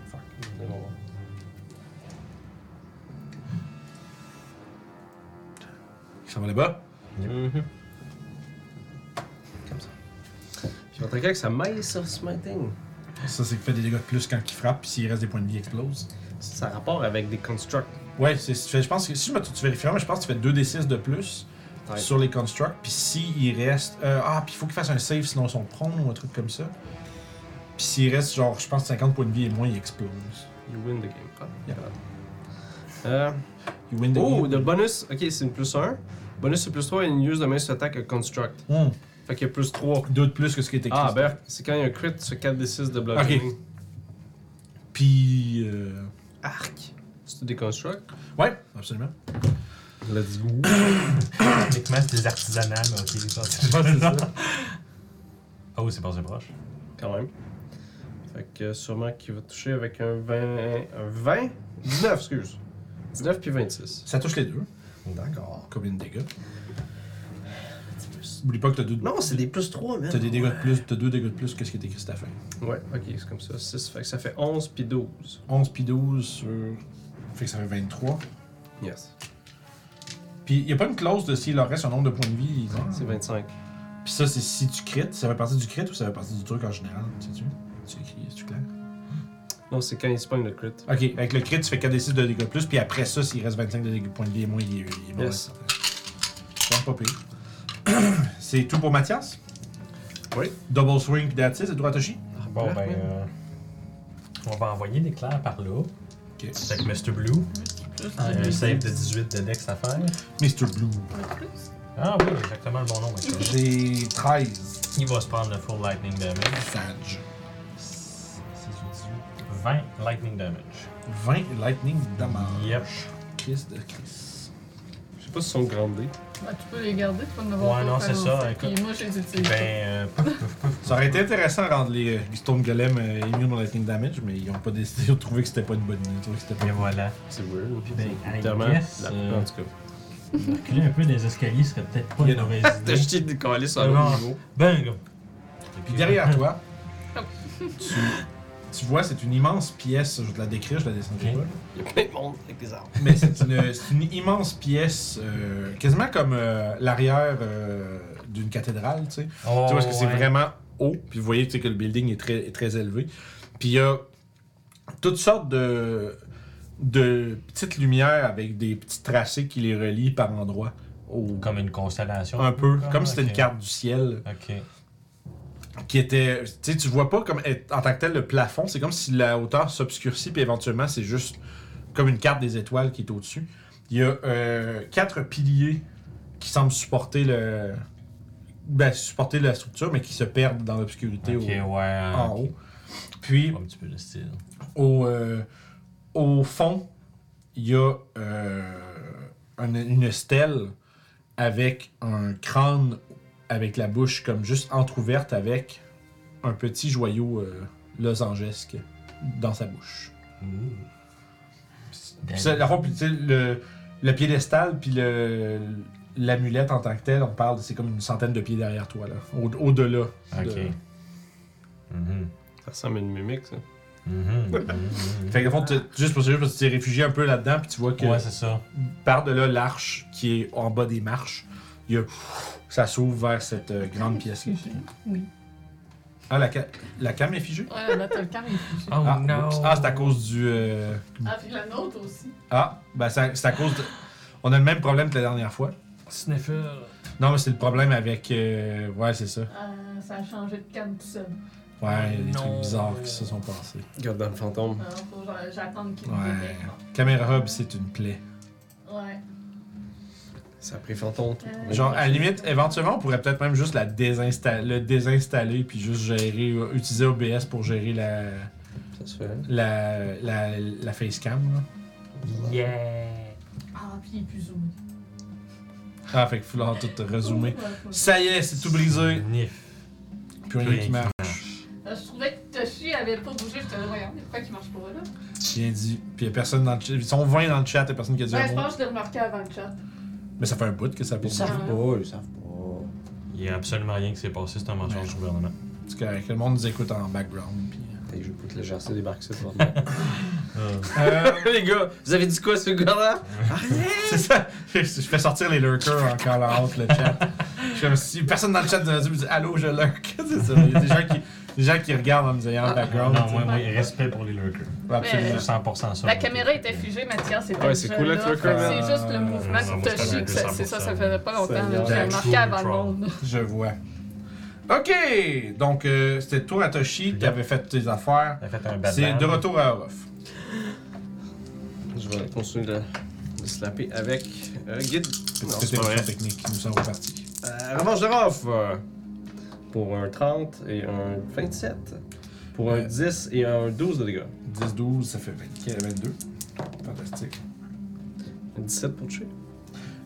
Speaker 3: Fuck, c'est bon.
Speaker 1: Il s'en va là-bas.
Speaker 3: Mhm. Comme ça. Je vais attaquer avec sa mace of smiting.
Speaker 1: Ça, c'est qu'il fait des dégâts de plus quand il frappe, puis s'il reste des points de vie, il explose.
Speaker 3: Ça a rapport avec des constructs.
Speaker 1: Ouais, c'est, tu fais- je pense que si je me, tu vérifieras, mais je pense que tu fais 2d6 de plus
Speaker 3: Ouais.
Speaker 1: sur les constructs, puis s'il reste. euh, ah, puis il faut qu'il fasse un save, sinon ils sont prone ou un truc comme ça. Puis s'il reste, genre, je pense 50 points de vie et moins, il explose.
Speaker 3: You win the game. Ah,
Speaker 1: Yeah.
Speaker 3: malade. Euh,
Speaker 1: You win the
Speaker 3: oh,
Speaker 1: game.
Speaker 3: le bonus. Ok, c'est une plus 1. Bonus, c'est plus 3 et une use de main sur attaque à construct.
Speaker 1: Hmm,
Speaker 3: Fait qu'il y a plus 3.
Speaker 1: Deux de plus que ce qui est écrit.
Speaker 3: Ah, ben, c'est quand il y a un crit sur 4d6 de blocking.
Speaker 1: Puis. euh,
Speaker 3: Arc. C'est des constructs.
Speaker 1: Ouais, absolument.
Speaker 3: Let's go.
Speaker 4: Techniquement, c'est des artisanales, mais ok, ça, c'est pas ça. Oh, c'est passé proche.
Speaker 3: Quand même. Fait que sûrement qu'il va toucher avec un 20. Un 20 19, excuse. 19 puis 26.
Speaker 1: Ça touche les deux.
Speaker 3: D'accord.
Speaker 1: Combien de dégâts Oublie pas que t'as deux,
Speaker 3: Non, c'est des plus 3, man.
Speaker 1: t'as des dégâts de plus, t'as deux dégâts de plus que ce qui est écrit sur ta feuille.
Speaker 3: Ouais, ok, c'est comme ça. 6, fait que ça fait 11 puis 12.
Speaker 1: 11 puis 12 sur. Fait que ça fait 23.
Speaker 3: Yes.
Speaker 1: Puis il n'y a pas une clause de s'il leur reste un nombre de points de vie. ils ont.
Speaker 3: C'est 25.
Speaker 1: Puis Puis ça, c'est si tu crites, ça va partir du crit ou ça va partir du truc en général, sais-tu? Tu écris, c'est-tu clair?
Speaker 3: Non, c'est quand il spawn le crit.
Speaker 1: Ok, avec le crit, tu fais 4d6 de dégâts de plus, puis après ça, s'il reste 25 de dégâts points de vie et moins, il est, il est mort.
Speaker 3: Yes.
Speaker 1: Je pense pas pire. c'est tout pour Mathias?
Speaker 3: Oui.
Speaker 1: Double swing, puis that's it, c'est droit à Toshi?
Speaker 4: Bon, ben. euh, on va envoyer l'éclair par là.
Speaker 1: Ok.
Speaker 4: Avec Mr. Blue. Un save de 18 de Dex à faire.
Speaker 1: Mr. Blue.
Speaker 4: Ah oui, exactement le bon nom. Mr. Blue.
Speaker 1: J'ai 13.
Speaker 4: Il va se prendre le full lightning damage.
Speaker 1: Sage.
Speaker 4: 6 ou 18. 20 lightning damage.
Speaker 1: 20 lightning damage.
Speaker 4: Yep.
Speaker 1: Chris de Chris.
Speaker 3: Je sais pas si ils sont grandés.
Speaker 2: Bah, tu peux les garder, tu peux en avoir
Speaker 4: Ouais,
Speaker 2: pas
Speaker 4: non,
Speaker 2: faire
Speaker 4: c'est ça,
Speaker 2: longtemps.
Speaker 4: écoute.
Speaker 2: Puis moi, je les utilise. pas.
Speaker 4: Ben, euh, pouf, pouf, pouf.
Speaker 1: Ça aurait été intéressant de rendre les, les Stone Golem euh, immunes au lightning damage, mais ils ont pas décidé, ils ont trouvé que c'était pas une bonne idée. ils ont trouvé que c'était pas
Speaker 4: euh, Et voilà.
Speaker 3: C'est weird.
Speaker 4: Puis ben, I
Speaker 3: Évidemment,
Speaker 4: guess,
Speaker 3: la-
Speaker 4: euh,
Speaker 3: En tout cas.
Speaker 4: Reculer un peu des escaliers serait peut-être pas une mauvaise
Speaker 3: T'as
Speaker 4: idée.
Speaker 3: jeté des colis sur
Speaker 4: Non.
Speaker 3: le niveau.
Speaker 4: Ben, go.
Speaker 1: Puis derrière toi, tu, tu vois, c'est une immense pièce. Je te la décrire, je la descendrai pas.
Speaker 4: Ok.
Speaker 1: là.
Speaker 3: Il y a plein de monde avec des armes.
Speaker 1: Mais c'est une, euh, c'est une immense pièce, euh, quasiment comme euh, l'arrière euh, d'une cathédrale, tu sais.
Speaker 4: Oh,
Speaker 1: tu vois, parce que c'est
Speaker 4: ouais.
Speaker 1: vraiment haut. Puis vous voyez tu sais, que le building est très, est très élevé. Puis il y a toutes sortes de, de petites lumières avec des petits tracés qui les relient par endroits. au-
Speaker 4: Comme une constellation.
Speaker 1: un peu,
Speaker 4: Ah,
Speaker 1: comme si c'était
Speaker 4: ok.
Speaker 1: une carte du ciel
Speaker 4: Ok.
Speaker 1: qui était. Tu sais, tu vois pas comme être- en tant que tel le plafond, c'est comme si la hauteur s'obscurcit, puis éventuellement c'est juste comme une carte des étoiles qui est au-dessus. Il y a euh, quatre piliers qui semblent supporter le. Ben, supporter la structure, mais qui se perdent dans l'obscurité
Speaker 4: Ok, ouais.
Speaker 1: au- Ah, en haut. Puis,
Speaker 4: Un petit peu de style.
Speaker 1: au, euh, au fond, il y a euh, une, une stèle avec un crâne avec la bouche comme juste entr'ouverte avec un petit joyau euh, losangesque dans sa bouche. Puis ça, la fois, puis, tu sais, le, le piédestal puis le l'amulette en tant que telle, on parle, de- c'est comme une centaine de pieds derrière toi, là, au- au-delà.
Speaker 4: Ok.
Speaker 1: de-
Speaker 4: Mhm.
Speaker 3: Ça ressemble à une mimique, ça.
Speaker 4: Mhm. Mhm.
Speaker 1: Fait que, au fond, tu- juste pour ça, juste parce que tu t'es réfugié un peu là-dedans, puis tu vois que
Speaker 4: Ouais, c'est ça.
Speaker 1: Par-delà l'arche qui est en bas des marches, il y a- ça s'ouvre vers cette euh, grande pièce.
Speaker 2: Oui.
Speaker 1: Ah, la, ca- la cam est figée?
Speaker 2: Ouais, là, t'as le carré.
Speaker 4: Oh
Speaker 1: ah, oups. Ah, c'est à cause du... euh,
Speaker 2: Ah, puis la nôtre aussi.
Speaker 1: Ah, ben c'est à, c'est à cause de... On a le même problème que la dernière fois.
Speaker 4: Sniffer.
Speaker 1: Non, mais c'est le problème avec... euh, Ouais, c'est ça.
Speaker 2: Ah, ça a changé de canne tout seul.
Speaker 1: Ouais, les trucs
Speaker 4: Non.
Speaker 1: bizarres qui se sont passés.
Speaker 3: Garde dans le fantôme.
Speaker 2: Alors, faut que j'attende qu'il me
Speaker 1: Ouais.
Speaker 2: détecte.
Speaker 1: Caméra Hub, c'est une plaie.
Speaker 2: Ouais.
Speaker 3: Ça a pris fantôme. tout.
Speaker 2: Euh,
Speaker 1: Genre, à la limite, éventuellement, on pourrait peut-être même juste la désinsta- le désinstaller, puis juste gérer... euh, utiliser OBS pour gérer la...
Speaker 3: Ça se fait.
Speaker 1: la, la, la facecam. Là.
Speaker 4: Yeah.
Speaker 2: Ah, puis il est plus zoomé.
Speaker 1: Ah, fait qu'il faut leur tout rezoomer. Ça y est, c'est tout brisé.
Speaker 4: Sniff.
Speaker 1: Plus rien qui marche.
Speaker 2: Euh, Je trouvais que Toshi avait pas bougé. Je te regardais. Pourquoi il marche pas là?
Speaker 1: Bien dit. Puis y a personne dans le chat. Ils sont 20 dans le chat, y a personne qui a dit
Speaker 2: Ben,
Speaker 1: un
Speaker 2: je
Speaker 1: mot.
Speaker 2: pense que je l'ai remarqué avant le chat. Euh,
Speaker 1: Mais ça fait un bout que ça
Speaker 5: Ils
Speaker 1: bouge.
Speaker 5: savent pas, ils savent pas.
Speaker 4: Il y a absolument rien qui s'est passé, c'est un mensonge du gouvernement.
Speaker 1: Parce que que le monde nous écoute en background. Puis...
Speaker 3: Hey, je veux pas que le GRC débarque ça. pour-
Speaker 4: Euh,
Speaker 1: Euh,
Speaker 3: les gars, vous avez dit quoi sur le gars-là?
Speaker 1: c'est ça. Je fais sortir les lurkers en call out le chat. Je suis comme si personne dans le chat me dit Allô, je lurk. c'est ça. Il y a des gens qui, des gens qui regardent en nous ayant en background.
Speaker 4: non, ouais, ouais, respect pour les lurkers.
Speaker 1: Absolument.
Speaker 4: 100% ça.
Speaker 2: La caméra était figée, Mathias. était
Speaker 3: Ouais, c'est
Speaker 2: déjà
Speaker 3: cool,
Speaker 2: là.
Speaker 3: le truc,
Speaker 2: Fait que
Speaker 1: hein.
Speaker 2: C'est juste le mouvement
Speaker 4: Ouais,
Speaker 2: de
Speaker 4: moi, c'était
Speaker 2: Toshi. que ça- C'est ça, ça
Speaker 4: 100%.
Speaker 2: faisait pas longtemps. là.
Speaker 4: C'est
Speaker 2: J'ai remarqué
Speaker 4: la
Speaker 2: avant le
Speaker 4: control.
Speaker 2: monde.
Speaker 1: Je vois. OK! Donc, euh, c'était toi, Atoshi, qui avait fait tes affaires.
Speaker 4: Elle a fait un bad
Speaker 1: C'est
Speaker 4: band.
Speaker 1: de retour à Orof.
Speaker 3: Je vais continuer de, de slapper avec euh, Guide. Non,
Speaker 1: C'était
Speaker 3: c'est pas vrai.
Speaker 1: technique. Nous sommes repartis.
Speaker 3: Euh, revanche de Rof euh, pour un 30 et un 27. Pour un
Speaker 1: Euh.
Speaker 3: 10 et un 12 de dégâts.
Speaker 1: 10, 12, ça fait 24, 22. Fantastique.
Speaker 3: Un 17 pour toucher.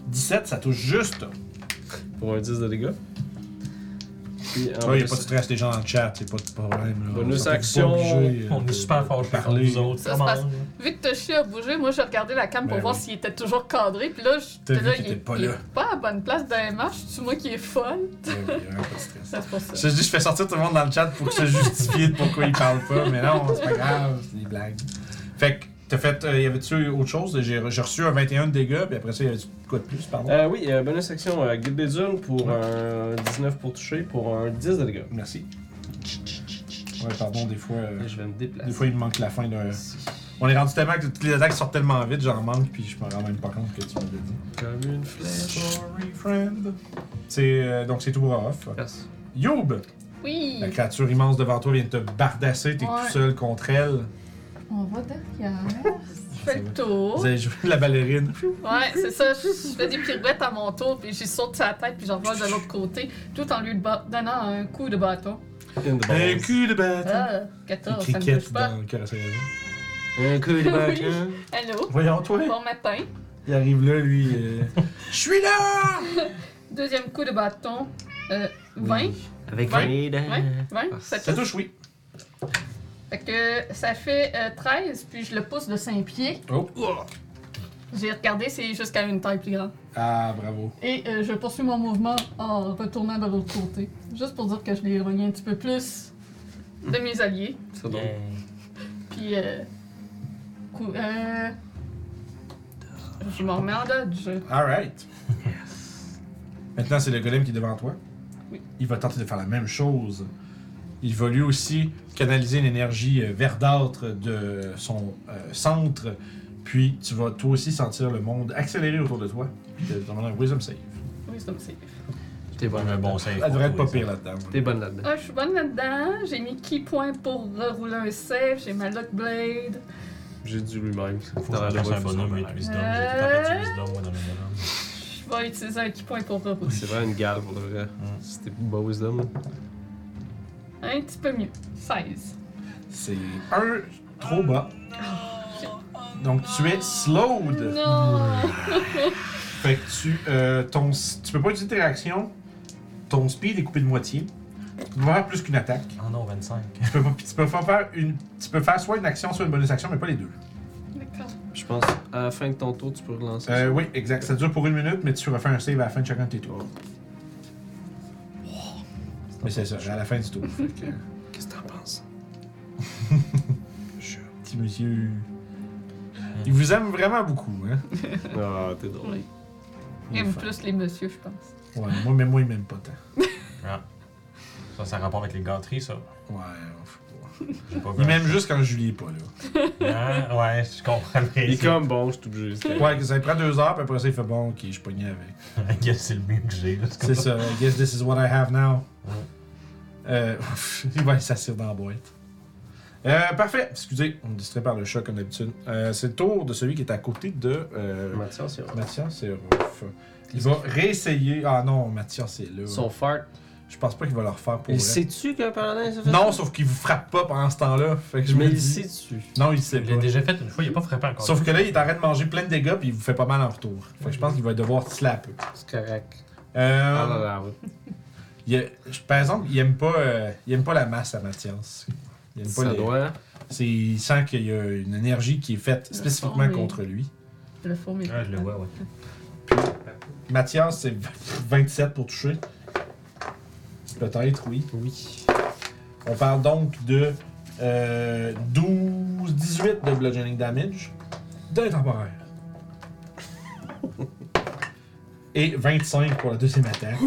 Speaker 1: 17, ça touche juste.
Speaker 3: Pour un 10 de dégâts. Puis un
Speaker 1: Là, il n'y a
Speaker 3: bonus-
Speaker 1: pas de stress des gens dans le chat, c'est pas de problème. là.
Speaker 3: Bonus
Speaker 1: Ils sont pas
Speaker 3: action.
Speaker 1: obligés, euh,
Speaker 4: On
Speaker 1: de-
Speaker 4: est super
Speaker 1: de
Speaker 4: fort contre
Speaker 1: parler.
Speaker 4: les autres.
Speaker 2: Ça se
Speaker 4: Come
Speaker 2: passe-
Speaker 4: on.
Speaker 2: Vu que Toshi a bougé, moi j'ai regardé la cam pour
Speaker 1: Ben
Speaker 2: voir
Speaker 1: oui.
Speaker 2: s'il était toujours cadré. Puis là, je
Speaker 1: T'as vu
Speaker 2: là,
Speaker 1: qu'il
Speaker 2: il
Speaker 1: était pas
Speaker 2: il est
Speaker 1: là.
Speaker 2: pas à bonne place dans les marches. C'est moi qui est folle.
Speaker 1: Ouais, ouais, vraiment pas de stress.
Speaker 2: Ça, c'est pour ça.
Speaker 1: Je te dis, je fais sortir tout le monde dans le chat pour se justifier de pourquoi ils parlent pas, mais non, c'est pas grave, c'est des blagues. Fait que T'as fait. euh, y avait-tu autre chose J'ai j'ai reçu un 21 de dégâts, puis après ça, y avait-tu quoi de plus, pardon
Speaker 3: Euh, oui, euh, bonus action, euh, Guide des Dunes pour un 19 pour toucher, pour un 10 de dégâts.
Speaker 1: Merci. Ouais, pardon, des fois. euh,
Speaker 3: Là, je vais me déplacer.
Speaker 1: des fois, il me manque la fin d'un.
Speaker 3: Ici.
Speaker 1: On est rendu tellement que toutes les attaques sortent tellement vite, j'en manque, puis je me rends même pas compte que tu m'as dit.
Speaker 3: Comme une flèche.
Speaker 1: Sorry, friend. C'est, euh, donc, c'est tout bras off.
Speaker 3: Yes.
Speaker 1: Youb,
Speaker 2: Oui!
Speaker 1: la créature immense devant toi vient de te bardasser, t'es
Speaker 2: Ouais.
Speaker 1: tout seul contre elle.
Speaker 2: On va derrière. Je fais le tour.
Speaker 1: Vous avez joué la ballerine.
Speaker 2: Ouais, c'est ça. Je je fais des pirouettes à mon tour, puis j'y saute sur la tête, puis j'en reviens de l'autre côté, tout en lui ba- donnant un coup de bâton.
Speaker 3: In the
Speaker 1: Un
Speaker 3: balls.
Speaker 1: cul de bâton.
Speaker 2: Ah,
Speaker 1: Il
Speaker 2: 14, ça me touche
Speaker 1: criquette
Speaker 2: pas.
Speaker 1: dans le carrosse à gazon.
Speaker 3: Un coup de
Speaker 2: Oui.
Speaker 3: bâton.
Speaker 2: Allô?
Speaker 1: Voyons, toi.
Speaker 2: Bon matin.
Speaker 1: Il arrive là, lui. euh, Je suis là!
Speaker 2: Deuxième coup de bâton. Euh, 20.
Speaker 7: Avec
Speaker 2: Ouais.
Speaker 7: les dents.
Speaker 2: 20. 20. Ça
Speaker 1: Ça
Speaker 2: touche.
Speaker 1: touche, oui.
Speaker 2: Fait que ça fait euh, 13, puis je le pousse de 5 pieds.
Speaker 1: Oh.
Speaker 2: J'ai regardé, c'est jusqu'à une taille plus grande.
Speaker 1: Ah, bravo.
Speaker 2: Et euh, je poursuis mon mouvement en retournant de l'autre côté. Juste pour dire que je l'ai éloigné un petit peu plus de mes alliés.
Speaker 3: C'est drôle.
Speaker 7: Yeah.
Speaker 2: Puis. Euh, cou- euh, je m'en remets en dodge.
Speaker 1: Alright. Maintenant, c'est le golem qui est devant toi.
Speaker 2: Oui.
Speaker 1: Il va tenter de faire la même chose. Il va lui aussi canaliser l'énergie euh, verdâtre de son euh, centre. Puis tu vas toi aussi sentir le monde accélérer autour de toi. Je vais te demander un Wisdom Save.
Speaker 2: Oui, ça me save.
Speaker 3: T'es bonne
Speaker 4: Un
Speaker 3: là-dedans.
Speaker 4: bon save.
Speaker 1: Elle devrait être
Speaker 4: pour
Speaker 1: pas
Speaker 4: toi,
Speaker 1: pire là-dedans.
Speaker 3: T'es bonne là-dedans.
Speaker 2: Ah, je suis bonne là-dedans. J'ai mis key points pour rerouler un save. J'ai ma lock blade.
Speaker 3: J'ai dit lui-même. ça.
Speaker 4: Faut que je fasse un bonhomme et wisdom. J'ai tout en
Speaker 2: Euh.
Speaker 4: fait du wisdom, moi, dans mes bonhommes.
Speaker 2: Je vais utiliser un key point pour rerouler.
Speaker 3: C'est vraiment une gale pour le vrai.
Speaker 4: Mm.
Speaker 3: C'était beau wisdom. là.
Speaker 2: Un petit peu mieux. 16.
Speaker 1: C'est un trop bas. Donc tu es slowed.
Speaker 2: Non!
Speaker 1: Fait que tu, euh, ton, tu peux pas utiliser tes réactions. Ton speed est coupé de moitié. Tu peux pas faire plus qu'une attaque.
Speaker 4: Oh non, 25.
Speaker 1: Tu peux, pas- tu peux pas faire une, tu peux faire soit une action, soit une bonus action, mais pas les deux.
Speaker 2: D'accord.
Speaker 3: Je pense, à la fin de ton tour, tu peux relancer.
Speaker 1: Euh,
Speaker 3: ça.
Speaker 1: oui, exact. Ça dure pour une minute, mais tu refais un save à la fin de chacun de tes tours. Mais c'est ça, à la fin du tour. Fait que, euh,
Speaker 3: Qu'est-ce que t'en penses?
Speaker 1: petit monsieur. Il vous aime vraiment beaucoup, hein?
Speaker 3: Ah, t'es drôle.
Speaker 2: Oui. Aime plus les messieurs, je pense.
Speaker 1: Ouais, moi, mais moi, il m'aime pas tant.
Speaker 4: Ça, ça a rapport avec les gâteries, ça.
Speaker 1: Ouais, on fait
Speaker 4: J'ai pas
Speaker 1: pas.
Speaker 4: vu
Speaker 1: Il
Speaker 4: un-
Speaker 1: m'aime juste quand Julie est pas là.
Speaker 4: Hein? Ouais, je comprends le
Speaker 3: Il est
Speaker 4: principe.
Speaker 3: comme bon, je suis obligé. c'était-
Speaker 1: Ouais, ça prend deux heures, puis après ça, il fait bon, ok, je suis pogné avec.
Speaker 4: I guess c'est le mieux que j'ai. là,
Speaker 1: C'est ça, I guess this is what I have now.
Speaker 4: Ouais.
Speaker 1: Euh, il va s'asseoir dans la boîte. Euh, parfait, excusez, on me distrait par le chat comme d'habitude. Euh, c'est le tour de celui qui est à côté de euh,
Speaker 3: Mathias, il a-
Speaker 1: Mathias et Ruff. Il va réessayer. Ah non, Mathias est là.
Speaker 3: son fart.
Speaker 1: Je pense pas qu'il va le refaire pour
Speaker 3: Il
Speaker 1: vrai.
Speaker 3: sait-tu qu'un paladin ça fait
Speaker 1: Non,
Speaker 3: ça?
Speaker 1: sauf qu'il vous frappe pas pendant ce temps-là. Fait que je
Speaker 3: Mais
Speaker 1: me
Speaker 3: il
Speaker 1: dis.
Speaker 3: sait-tu?
Speaker 1: Non, il sait
Speaker 4: Il l'a
Speaker 1: pas.
Speaker 4: déjà fait une fois, il a pas frappé encore.
Speaker 1: Sauf que là, il est en train de manger plein de dégâts, puis il vous fait pas mal en retour. Fait que je pense qu'il va devoir slapper.
Speaker 3: C'est correct.
Speaker 1: Euh,
Speaker 3: Ah, là, là, ouais.
Speaker 1: Il a- je- par exemple, il aime pas, euh, il aime pas la masse à Mathias. Il aime pas
Speaker 3: Ça
Speaker 1: les-
Speaker 3: doit. hein?
Speaker 1: c'est- il sent qu'il y a une énergie qui est faite
Speaker 2: Le
Speaker 1: spécifiquement
Speaker 2: son,
Speaker 1: contre lui.
Speaker 2: Le faux mais.
Speaker 4: Ouais, Ah, je le vois, ouais.
Speaker 1: Mathias, c'est 27 pour toucher. Peut-être, oui.
Speaker 3: Oui.
Speaker 1: On parle donc de euh, 12, 18 de bludgeoning damage. D'un temporaire. Et 25 pour la deuxième attaque.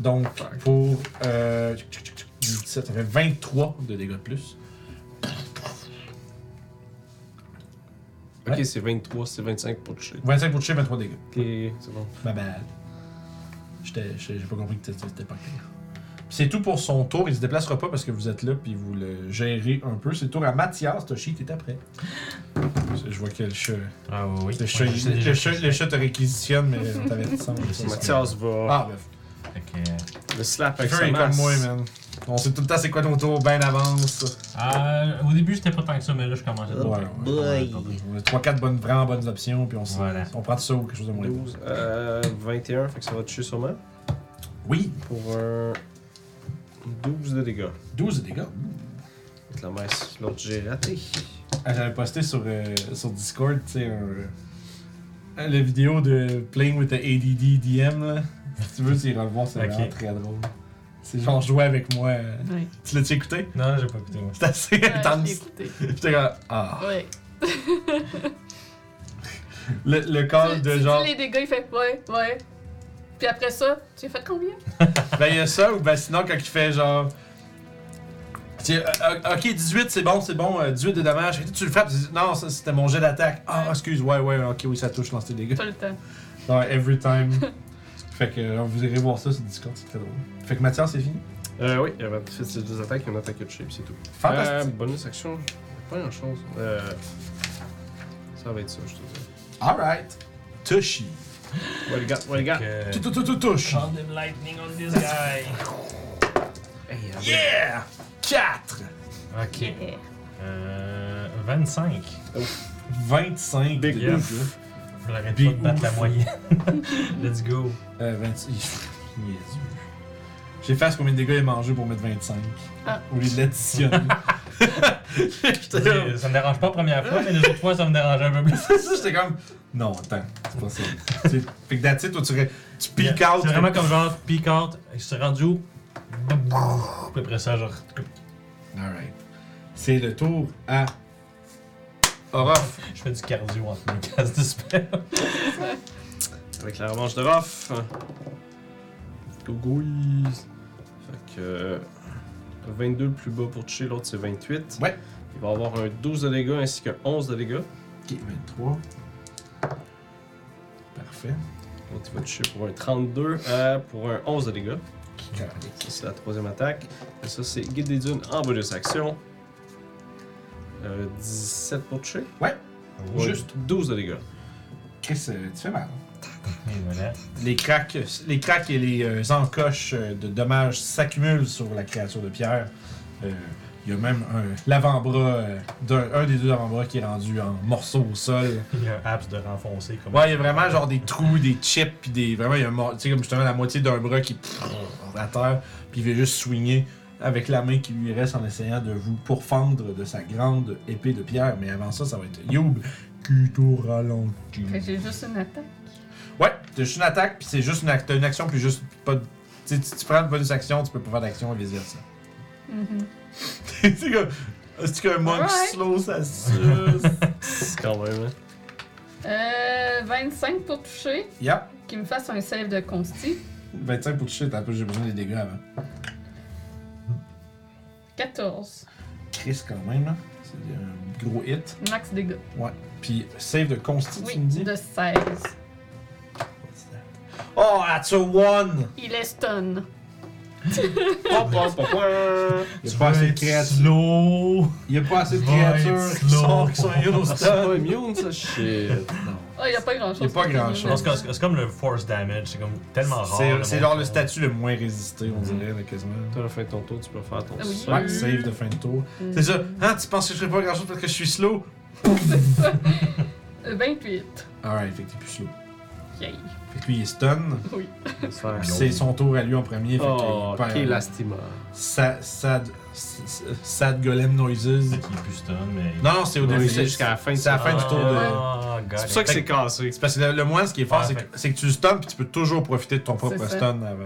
Speaker 1: Donc, pour euh, 17, ça fait 23 de dégâts de plus.
Speaker 3: Ok,
Speaker 1: Ouais.
Speaker 3: c'est 23, c'est 25 pour toucher.
Speaker 1: 25 pour toucher, 23 dégâts.
Speaker 3: Ok, c'est bon.
Speaker 1: Ma bad. J'étais- J'ai j'ai pas compris que t'étais- c'était pas clair. Puis C'est tout pour son tour. Il se déplacera pas parce que vous êtes là puis vous le gérez un peu. C'est le tour à Mathias. Toshi, t'es après. Je vois que le chat.
Speaker 4: Ah oui, oui.
Speaker 1: Le chat,
Speaker 4: Ouais, je sais
Speaker 1: le
Speaker 4: déjà
Speaker 1: chat-
Speaker 4: ce que
Speaker 1: le
Speaker 4: je
Speaker 1: chat te réquisitionne, mais on t'avertissant.
Speaker 3: Mathias va
Speaker 1: Ah, bref.
Speaker 4: fais. Fait que, euh,
Speaker 3: le slap avec
Speaker 1: Fur
Speaker 3: sa
Speaker 1: est comme
Speaker 3: masse.
Speaker 1: moi, man. On sait tout le temps c'est quoi ton tour, ben d'avance.
Speaker 4: Ah, au début, c'était pas tant que ça, mais là, je commençais à
Speaker 1: Ouais, ouais.
Speaker 7: Boy.
Speaker 1: On a 3-4 bonnes, vraiment bonnes options, puis on, se-
Speaker 4: Voilà.
Speaker 1: on prend tout ça ou quelque chose de moins bon.
Speaker 3: 12, euh, 21, fait que ça va toucher sûrement.
Speaker 1: Oui,
Speaker 3: Pour un 12 de dégâts.
Speaker 1: 12 de dégâts.
Speaker 3: Avec la masse, l'autre j'ai raté.
Speaker 1: Ah, J'avais posté sur, euh, sur Discord, tu sais, un, euh, la vidéo de Playing with the ADD DM, là. Si tu veux, tu iras le voir, c'est
Speaker 4: Ok.
Speaker 1: vraiment très drôle. C'est genre jouer avec moi. euh.
Speaker 7: Ouais.
Speaker 1: Tu l'as-tu écouté?
Speaker 4: Non, j'ai pas écouté, moi.
Speaker 1: C'est assez
Speaker 7: Ouais,
Speaker 2: Ah,
Speaker 7: je l'ai
Speaker 1: intense.
Speaker 7: écouté.
Speaker 1: J'étais comme. Ah.
Speaker 7: Ouais.
Speaker 1: Le, le
Speaker 2: tu,
Speaker 1: call de
Speaker 2: tu
Speaker 1: genre.
Speaker 2: dis les dégâts, il fait ouais, ouais. Puis après ça, tu as fait combien?
Speaker 1: Ben, il y a ça, ou ben sinon, quand il fait genre. Tu sais, euh, euh, ok, 18, c'est bon, c'est bon, euh, 18 de dommage. Tu le frappes, tu dis, non, ça, c'était mon jet d'attaque. Ah, excuse, ouais, ouais, ok, oui, ça touche, lance tes dégâts.
Speaker 2: Pas le temps.
Speaker 1: Non, every time. fait que euh, vous irez voir ça sur Discord, c'est très drôle. Fait que Mathias, c'est fini.
Speaker 3: Euh, oui, il y avait c'est deux attaques et une attaque de shape, c'est tout.
Speaker 1: Fantastique.
Speaker 3: Euh, bonus action, pas grand chose. Euh, ça va être ça, je te dis.
Speaker 4: Euh,
Speaker 1: Alright. Tushy.
Speaker 3: What you got, what you got?
Speaker 4: Que-
Speaker 1: Tout, tout, tout, tout, touche.
Speaker 4: Call them lightning on this guy.
Speaker 3: Hey, euh,
Speaker 1: Yeah! 4!
Speaker 4: Ok.
Speaker 2: Eh,
Speaker 4: Euh, 25.
Speaker 1: 25
Speaker 3: Big
Speaker 1: de
Speaker 4: ouf.
Speaker 1: dégâts.
Speaker 4: Je l'arrête pas
Speaker 1: Big
Speaker 4: de battre la
Speaker 1: ouf.
Speaker 4: moyenne. Let's go.
Speaker 1: Euh, 26. Niaiseux. J'efface combien de dégâts il a mangé pour mettre 25.
Speaker 2: Ah.
Speaker 1: Au lieu de l'additionner. J'étais comme-
Speaker 4: Ça me dérange pas la première fois, mais les autres fois, ça me dérange un peu plus.
Speaker 1: C'est ça, j'étais comme. Non, attends, c'est pas ça. C'est- fait que d'attitude, toi, tu, re- tu peek out.
Speaker 4: C'est vraiment comme genre peak out, je suis rendu où? Puis après ça, genre.
Speaker 1: Alright. C'est le tour à. Orof.
Speaker 4: Je fais du cardio entre mes cases de spell.
Speaker 3: Avec la revanche de Rof. Gogouille. Fait que. euh, 22 le plus bas pour toucher, l'autre c'est 28.
Speaker 1: Ouais.
Speaker 3: Il va avoir un 12 de dégâts ainsi qu'un 11 de dégâts.
Speaker 1: Ok, 23. Parfait.
Speaker 3: L'autre il va toucher pour un 32 euh, pour un 11 de dégâts.
Speaker 1: Correct.
Speaker 3: Ça, c'est la troisième attaque. Et ça, c'est Guide des Dunes en bonus action. Euh, 17 pour toucher.
Speaker 1: Juste.
Speaker 3: 12 de dégâts.
Speaker 1: Chris, euh, tu fais mal.
Speaker 4: Et voilà.
Speaker 1: Les cracks, les cracks et les euh, encoches euh, de dommages s'accumulent sur la créature de pierre. Euh, Il y a même un, l'avant-bras, euh, d'un, un des deux avant-bras qui est rendu en morceaux au sol.
Speaker 4: Il y a un abs de renfoncer comme
Speaker 1: Ouais, il y a vraiment genre des trous, des chips, puis des. Vraiment, il y a un mor- tu sais, comme justement la moitié d'un bras qui pff, à terre, puis il veut juste swinguer avec la main qui lui reste en essayant de vous pourfendre de sa grande épée de pierre. Mais avant ça, ça va être Youb qui tour ralenti.
Speaker 2: Fait que j'ai juste une attaque.
Speaker 1: Ouais, t'as juste une attaque, puis c'est juste une, ac- t'as une action, puis juste pas de. Tu sais, tu- tu prends une bonus action, tu peux pas faire d'action et vice versa.
Speaker 2: Mhm.
Speaker 1: c'est comme. C'est qu'un monk
Speaker 2: Alright.
Speaker 1: slow, ça suce.
Speaker 3: C'est quand même, hein.
Speaker 2: Euh, 25 pour toucher.
Speaker 1: yep.
Speaker 2: Qu'il me fasse un save de consti.
Speaker 1: 25 pour toucher, t'as pas, j'ai besoin des dégâts avant.
Speaker 2: 14.
Speaker 1: Chris, quand même, là. C'est un gros hit.
Speaker 2: Max dégâts.
Speaker 1: Puis, save de consti,
Speaker 2: Oui,
Speaker 1: tu me dis.
Speaker 2: de 16.
Speaker 1: Oh, that's a one!
Speaker 2: Il est stun.
Speaker 3: Pop, pop, pop, pop.
Speaker 1: Y'a
Speaker 4: Tu
Speaker 1: pas
Speaker 4: veux
Speaker 1: assez de
Speaker 4: être
Speaker 1: créatures.
Speaker 4: slow.
Speaker 1: Y'a pas assez de
Speaker 4: Tu vas être
Speaker 1: créatures qui
Speaker 4: slow.
Speaker 1: sont, qui sont immune au
Speaker 3: C'est pas
Speaker 1: stun.
Speaker 3: immune, ça, shit.
Speaker 1: Non.
Speaker 2: Ah, il n'y a pas grand chose.
Speaker 1: Il y a pas grand-chose.
Speaker 4: Je pense que c'est- c'est comme le force damage, c'est comme tellement rare.
Speaker 1: C'est- C'est
Speaker 4: monde
Speaker 1: genre le
Speaker 4: qui-
Speaker 1: statut le moins résisté, on
Speaker 4: Mhm.
Speaker 1: dirait, là, quasiment.
Speaker 3: Toi, à la fin de ton tour, tu peux faire ton
Speaker 2: Ah oui.
Speaker 3: save.
Speaker 1: Ouais, save de fin de tour.
Speaker 2: Mhm.
Speaker 1: C'est ça. Hein, tu penses que je ferais pas grand chose parce que je suis slow?
Speaker 2: Euh, 28.
Speaker 1: Alright, fait que t'es plus slow.
Speaker 2: Yay.
Speaker 1: Fait que lui, il est stun.
Speaker 2: Oui.
Speaker 1: Puis c'est son tour à lui en premier. Fait
Speaker 3: Oh,
Speaker 1: qu'il perd.
Speaker 3: ok, lastima.
Speaker 1: Sa- sad, sad, sad golem noises.
Speaker 4: Qui est plus stun, mais.
Speaker 1: Non, non, c'est au début.
Speaker 3: c'est
Speaker 1: C'est
Speaker 3: jusqu'à la fin
Speaker 1: c'est à la fin du tour de.
Speaker 4: Ah, God.
Speaker 3: C'est pour ça que c'est cassé.
Speaker 1: C'est parce que le, le moine, ce qui est fort,
Speaker 4: Ouais,
Speaker 1: c'est
Speaker 4: Ah, fait-
Speaker 1: que, c'est que tu le stun puis tu peux toujours profiter de ton propre
Speaker 2: C'est ça.
Speaker 1: stun. Avant...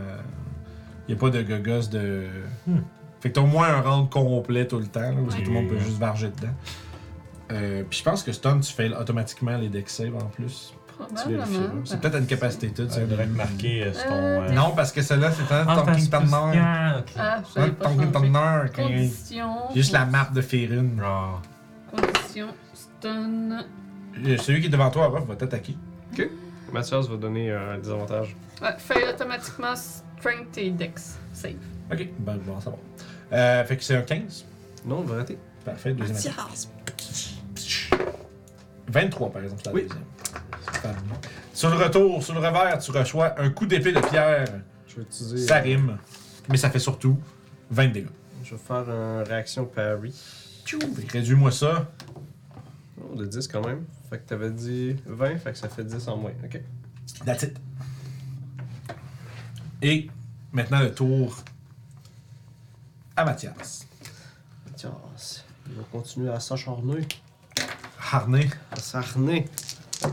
Speaker 1: Il n'y a pas de gogos de.
Speaker 4: Hmm.
Speaker 1: Fait que t'as au moins un round complet tout le temps, là, parce que
Speaker 4: Ouais.
Speaker 1: tout le monde peut juste varger dedans. Euh, puis je pense que stun, tu fais automatiquement les deck save en plus. Tu vérifieras.
Speaker 2: Probablement.
Speaker 1: C'est peut-être à une capacité étude,
Speaker 4: Ça
Speaker 1: ça.
Speaker 4: devrait être marqué euh, sur ton.
Speaker 2: Euh,
Speaker 4: euh,
Speaker 1: Non, parce que celle-là, c'est un Hein?
Speaker 4: Ah,
Speaker 1: Tonking
Speaker 4: c'est plus-
Speaker 1: Tanner.
Speaker 4: Ah, ok.
Speaker 2: Ah, je
Speaker 1: Un
Speaker 2: savais pas
Speaker 1: Tonking
Speaker 2: changer.
Speaker 1: Tanner. qui-
Speaker 2: Condition.
Speaker 1: Juste la map de Ferun.
Speaker 4: Raw.
Speaker 2: Condition. Stun.
Speaker 1: Euh, Celui qui est devant toi, Orof, va t'attaquer.
Speaker 3: Mathias va donner euh, un désavantage.
Speaker 2: Ouais, fais automatiquement Strength et Dex. Save.
Speaker 1: Ok, ben, bon, ça va. Euh, fait que c'est un 15.
Speaker 3: Non, on va rater.
Speaker 1: Parfait, deuxième attaque. 23, par exemple, c'est la
Speaker 3: Oui.
Speaker 1: deuxième. C'est pas bon. Sur le retour, sur le revers, tu reçois un coup d'épée de pierre.
Speaker 3: Je vais utiliser.
Speaker 1: Ça
Speaker 3: euh,
Speaker 1: rime, mais ça fait surtout 20 dégâts.
Speaker 3: Je vais faire une réaction parry.
Speaker 1: Tchou, fait que Réduis-moi ça.
Speaker 3: Oh, de 10 quand même. Fait que t'avais dit 20, fait que ça fait 10 en moins. Ok.
Speaker 1: That's it. Et maintenant le tour à Mathias.
Speaker 3: Mathias, il va continuer à s'acharner.
Speaker 1: Harnais.
Speaker 3: À s'arner.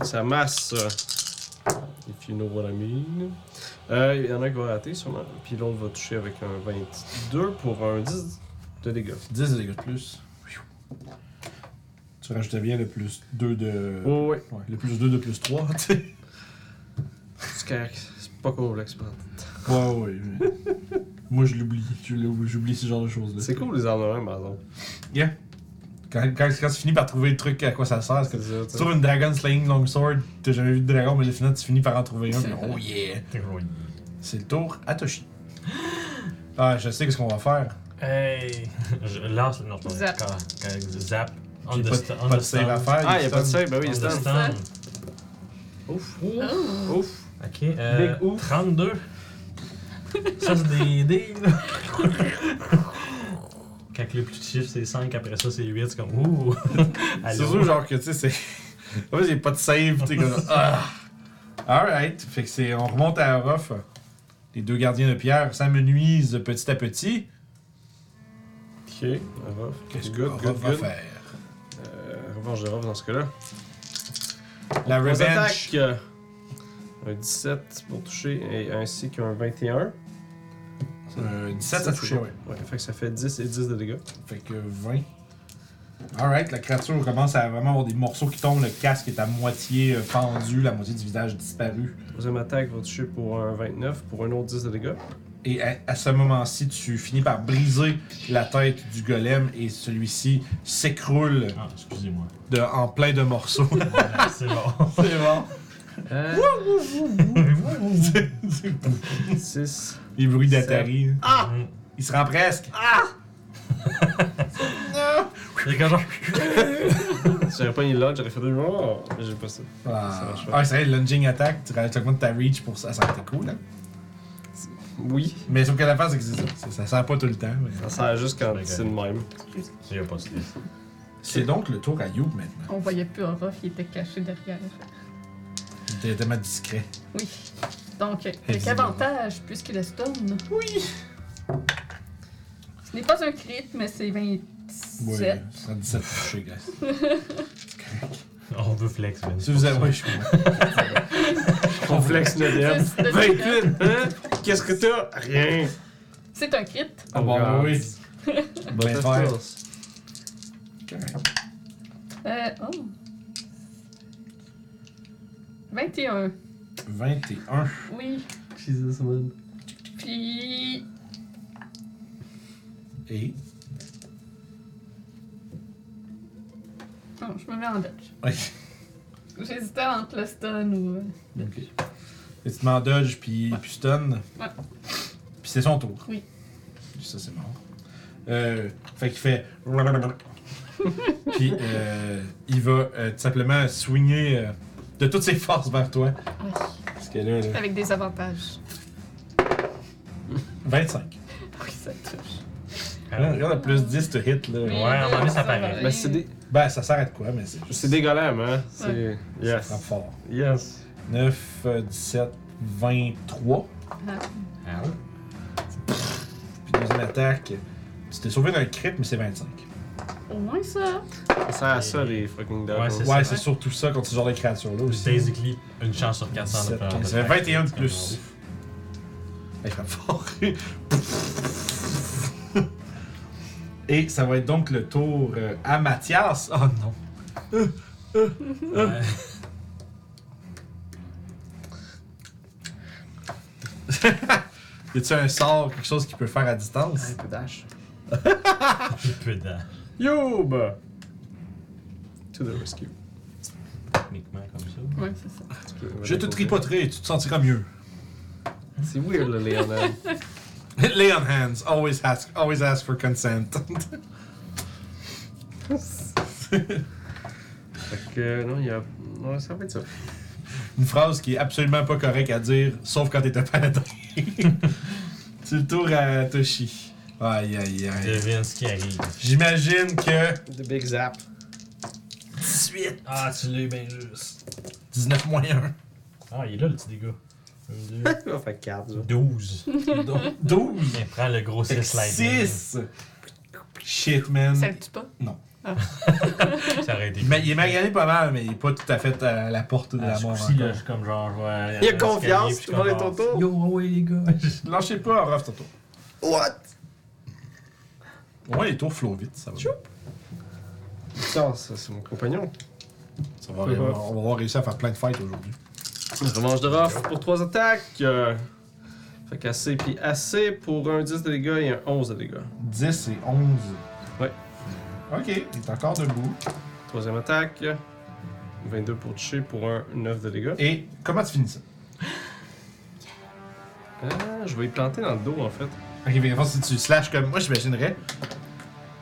Speaker 3: Ça masse. euh, If you know what I mean. Euh, Il y en a un qui va rater sûrement. Puis l'autre va toucher avec un 22 pour un 10 de dégâts.
Speaker 1: 10 de dégâts de plus. Tu rajoutais bien le plus 2 de.
Speaker 3: Ouais, Oh, ouais.
Speaker 1: Ouais, le plus 2 de plus 3, tu sais.
Speaker 3: C'est correct. C'est pas complexe, Brad.
Speaker 1: Ouais, ouais. mais- Moi, je l'oublie. Je l'oublie- J'oublie ce genre de choses-là.
Speaker 3: C'est cool les armes de main, par exemple.
Speaker 1: Quand, quand, quand tu finis par trouver le truc à quoi ça sert, c'est que
Speaker 3: ça,
Speaker 1: tu trouves une Dragon Slaying Longsword, t'as jamais vu de dragon, mais là, finalement, tu finis par en trouver un. puis oh yeah! C'est le tour à Toshi. Ah, je sais qu'est-ce qu'on va faire.
Speaker 4: Hey! Je lance non, pas-
Speaker 2: Zap.
Speaker 4: quand- quand- Zap. On
Speaker 1: J'ai
Speaker 4: the
Speaker 1: pas,
Speaker 4: sta- on
Speaker 1: pas
Speaker 4: the
Speaker 1: de save
Speaker 4: stand.
Speaker 1: à faire.
Speaker 3: Ah, il y a pas de
Speaker 1: stun.
Speaker 3: save, ben oui,
Speaker 4: On
Speaker 3: il
Speaker 4: the
Speaker 3: stand.
Speaker 4: stand.
Speaker 3: Ouf,
Speaker 2: Oh.
Speaker 3: ouf.
Speaker 4: Ok. Euh,
Speaker 3: Big ouf.
Speaker 4: 32. Ça, c'est des dés, là. Quand le plus de chiffre, c'est 5, après ça, c'est 8. C'est comme, ouh!
Speaker 1: C'est
Speaker 4: Allô?
Speaker 1: sûr, genre que, tu sais, c'est. En fait, j'ai pas de save, tu sais, comme. Ah! Alright. Fait que c'est. On remonte à Orof. Les deux gardiens de pierre s'amenuisent petit à petit.
Speaker 3: Ok, Rof.
Speaker 1: Qu'est-ce que
Speaker 3: good,
Speaker 1: Orof
Speaker 3: good,
Speaker 1: va
Speaker 3: good.
Speaker 1: faire?
Speaker 3: Euh, revanche de Rof dans ce cas-là.
Speaker 1: La
Speaker 3: On
Speaker 1: revenge.
Speaker 3: attaque euh, un 17 pour toucher et ainsi qu'un 21.
Speaker 1: Euh, 17 à toucher, ouais.
Speaker 3: Ouais, fait que ça fait 10 et 10 de dégâts.
Speaker 1: Fait que 20. Alright, la créature commence à vraiment avoir des morceaux qui tombent. Le casque est à moitié euh, pendu, la moitié du visage disparu.
Speaker 3: Deuxième attaque va toucher pour un 29 pour un autre 10 de dégâts.
Speaker 1: Et à, à ce moment-ci, tu finis par briser la tête du golem et celui-ci s'écroule
Speaker 4: Ah, excusez-moi.
Speaker 1: de- en plein de morceaux.
Speaker 4: Voilà, c'est bon.
Speaker 1: C'est bon.
Speaker 3: Euh, 6.
Speaker 1: Les bruits
Speaker 3: Sept.
Speaker 1: d'Atari.
Speaker 4: Ah!
Speaker 1: Il se rend presque.
Speaker 4: Les gars, genre,
Speaker 3: J'aurais pas mis l'autre, j'aurais fait deux. Oh, j'ai pas ça. Ça
Speaker 1: Ah,
Speaker 3: marche pas.
Speaker 1: ah c'est vrai, le lunging attack, tu rajoutes l'augmente de ta reach pour ça. Ça aurait été cool. Hein?
Speaker 3: Oui.
Speaker 1: Mais sauf que l'affaire, c'est que c'est ça. Ça- Ça sert pas tout le temps. mais-
Speaker 3: Ça sert juste quand c'est le même.
Speaker 4: il y a pas de stress.
Speaker 1: C'est donc le tour à You maintenant.
Speaker 2: On voyait plus Orof, il était caché derrière.
Speaker 1: Il était tellement discret.
Speaker 2: Oui. Donc, avec
Speaker 1: Évidemment.
Speaker 2: avantage, puisqu'il est stun. Oui! Ce n'est pas un crit, mais c'est 27.
Speaker 1: Ouais, 117 touchés, guys.
Speaker 4: On veut flex, man.
Speaker 1: Si vous avez. Ouais, je suis
Speaker 3: Complexe le DM.
Speaker 2: Plus de
Speaker 3: 28! Hein? Qu'est-ce que t'as? Rien!
Speaker 2: C'est un crit.
Speaker 1: Ah bon, bah oui. Ben, Bien faire. Correct.
Speaker 2: Euh, oh. 21.
Speaker 1: 21.
Speaker 2: Oui.
Speaker 3: Jesus, man.
Speaker 2: Puis.
Speaker 1: Et.
Speaker 2: Non, je me mets en dodge.
Speaker 1: Ouais.
Speaker 2: J'hésitais entre le stun ou. euh,
Speaker 1: Ok. Et tu m'en dodge, puis, puis stun.
Speaker 2: Ouais.
Speaker 1: Puis c'est son tour.
Speaker 2: Oui.
Speaker 1: Ça, c'est mort. Euh, fait qu'il fait. puis euh, il va euh, tout simplement swinguer euh, de toutes ses forces vers toi.
Speaker 2: ouais,
Speaker 1: Parce que là, là,
Speaker 2: Avec des avantages.
Speaker 1: 25.
Speaker 2: Oui, ça touche.
Speaker 1: Là, regarde, le plus 10 to hit, là.
Speaker 4: Ouais, à un moment donné, ça paraît.
Speaker 2: va
Speaker 3: Ben, c'est
Speaker 2: aller.
Speaker 3: des...
Speaker 1: Ben, ça sert à de quoi, mais c'est juste.
Speaker 3: C'est des golems, hein? C'est...
Speaker 1: ça frappe
Speaker 3: Yes.
Speaker 1: fort.
Speaker 3: Yes.
Speaker 1: 9, euh, 17, 23.
Speaker 4: Ah,
Speaker 1: Puis deuxième attaque. Tu t'es sauvé d'un crit, mais c'est 25.
Speaker 2: Au moins ça.
Speaker 3: Ça sert à ça, les fucking dames.
Speaker 4: Ouais, c'est
Speaker 1: ouais,
Speaker 4: ça.
Speaker 1: c'est surtout ça contre ce genre de créature-là aussi.
Speaker 4: C'est basically une chance sur 400 de
Speaker 1: 17,
Speaker 4: faire.
Speaker 1: 15, ça fait 21 de plus. Il frappe fort. Et ça va être donc le tour euh, à Mathias. Oh non.
Speaker 4: Ouais.
Speaker 1: Y a-tu un sort, quelque chose qu'il peut faire à distance?
Speaker 3: dash.
Speaker 4: Putain.
Speaker 3: Yo, bah! To the rescue.
Speaker 4: Uniquement comme ça.
Speaker 2: Ouais, c'est ça.
Speaker 1: Je te tripoterai et tu te sentiras mieux.
Speaker 3: C'est weird, là, Léonard.
Speaker 1: Lay on hands. Always ask, always ask for consent.
Speaker 3: fait que, non, il y a. Ouais, ça va être ça.
Speaker 1: Une phrase qui est absolument pas correcte à dire, sauf quand t'es un paladin. C'est le tour à Toshi. Aïe, aïe, aïe.
Speaker 4: Devine ce qui arrive.
Speaker 1: J'imagine que
Speaker 3: The Big Zap.
Speaker 1: 18,
Speaker 4: Ah, tu l'as eu bien juste.
Speaker 1: 19 moins 1.
Speaker 4: Ah, il est là le petit dégât. 1,
Speaker 3: On fait 4,
Speaker 4: 2, 12.
Speaker 1: 12.
Speaker 4: Prends le gros 6 slide.
Speaker 1: 6. Shit, man.
Speaker 2: Ça le tue pas.
Speaker 1: Non.
Speaker 4: Ça aurait été.
Speaker 1: Mais il est magané pas mal, mais il est pas tout à fait à la porte de
Speaker 4: Ah,
Speaker 1: la
Speaker 4: ce
Speaker 1: mort.
Speaker 4: coup-ci, là,
Speaker 1: encore.
Speaker 4: je euh, suis comme genre.
Speaker 3: Il y a confiance, tout le monde est
Speaker 4: autour.
Speaker 3: autour.
Speaker 5: Yo, ouais, les gars.
Speaker 1: Lâchez pas, Raph, ton tour.
Speaker 3: What?
Speaker 1: Au moins, les tours flottent vite, ça va.
Speaker 3: Ça, ça, c'est mon compagnon.
Speaker 1: Ça va, on va- on va avoir réussi à faire plein de fights aujourd'hui.
Speaker 3: Revanche de Ruff pour 3 attaques. Euh, Fait qu'assez puis assez pour un 10 de dégâts et un 11 de dégâts.
Speaker 1: 10 et 11.
Speaker 3: Ouais.
Speaker 1: Ok, il est encore debout.
Speaker 3: Troisième attaque. 22 pour toucher pour un 9 de dégâts.
Speaker 1: Et comment tu finis ça?
Speaker 3: Ah, je vais y planter dans le dos en fait.
Speaker 1: Ok, mais en fait, si tu slashes comme. Moi, j'imaginerais. Tu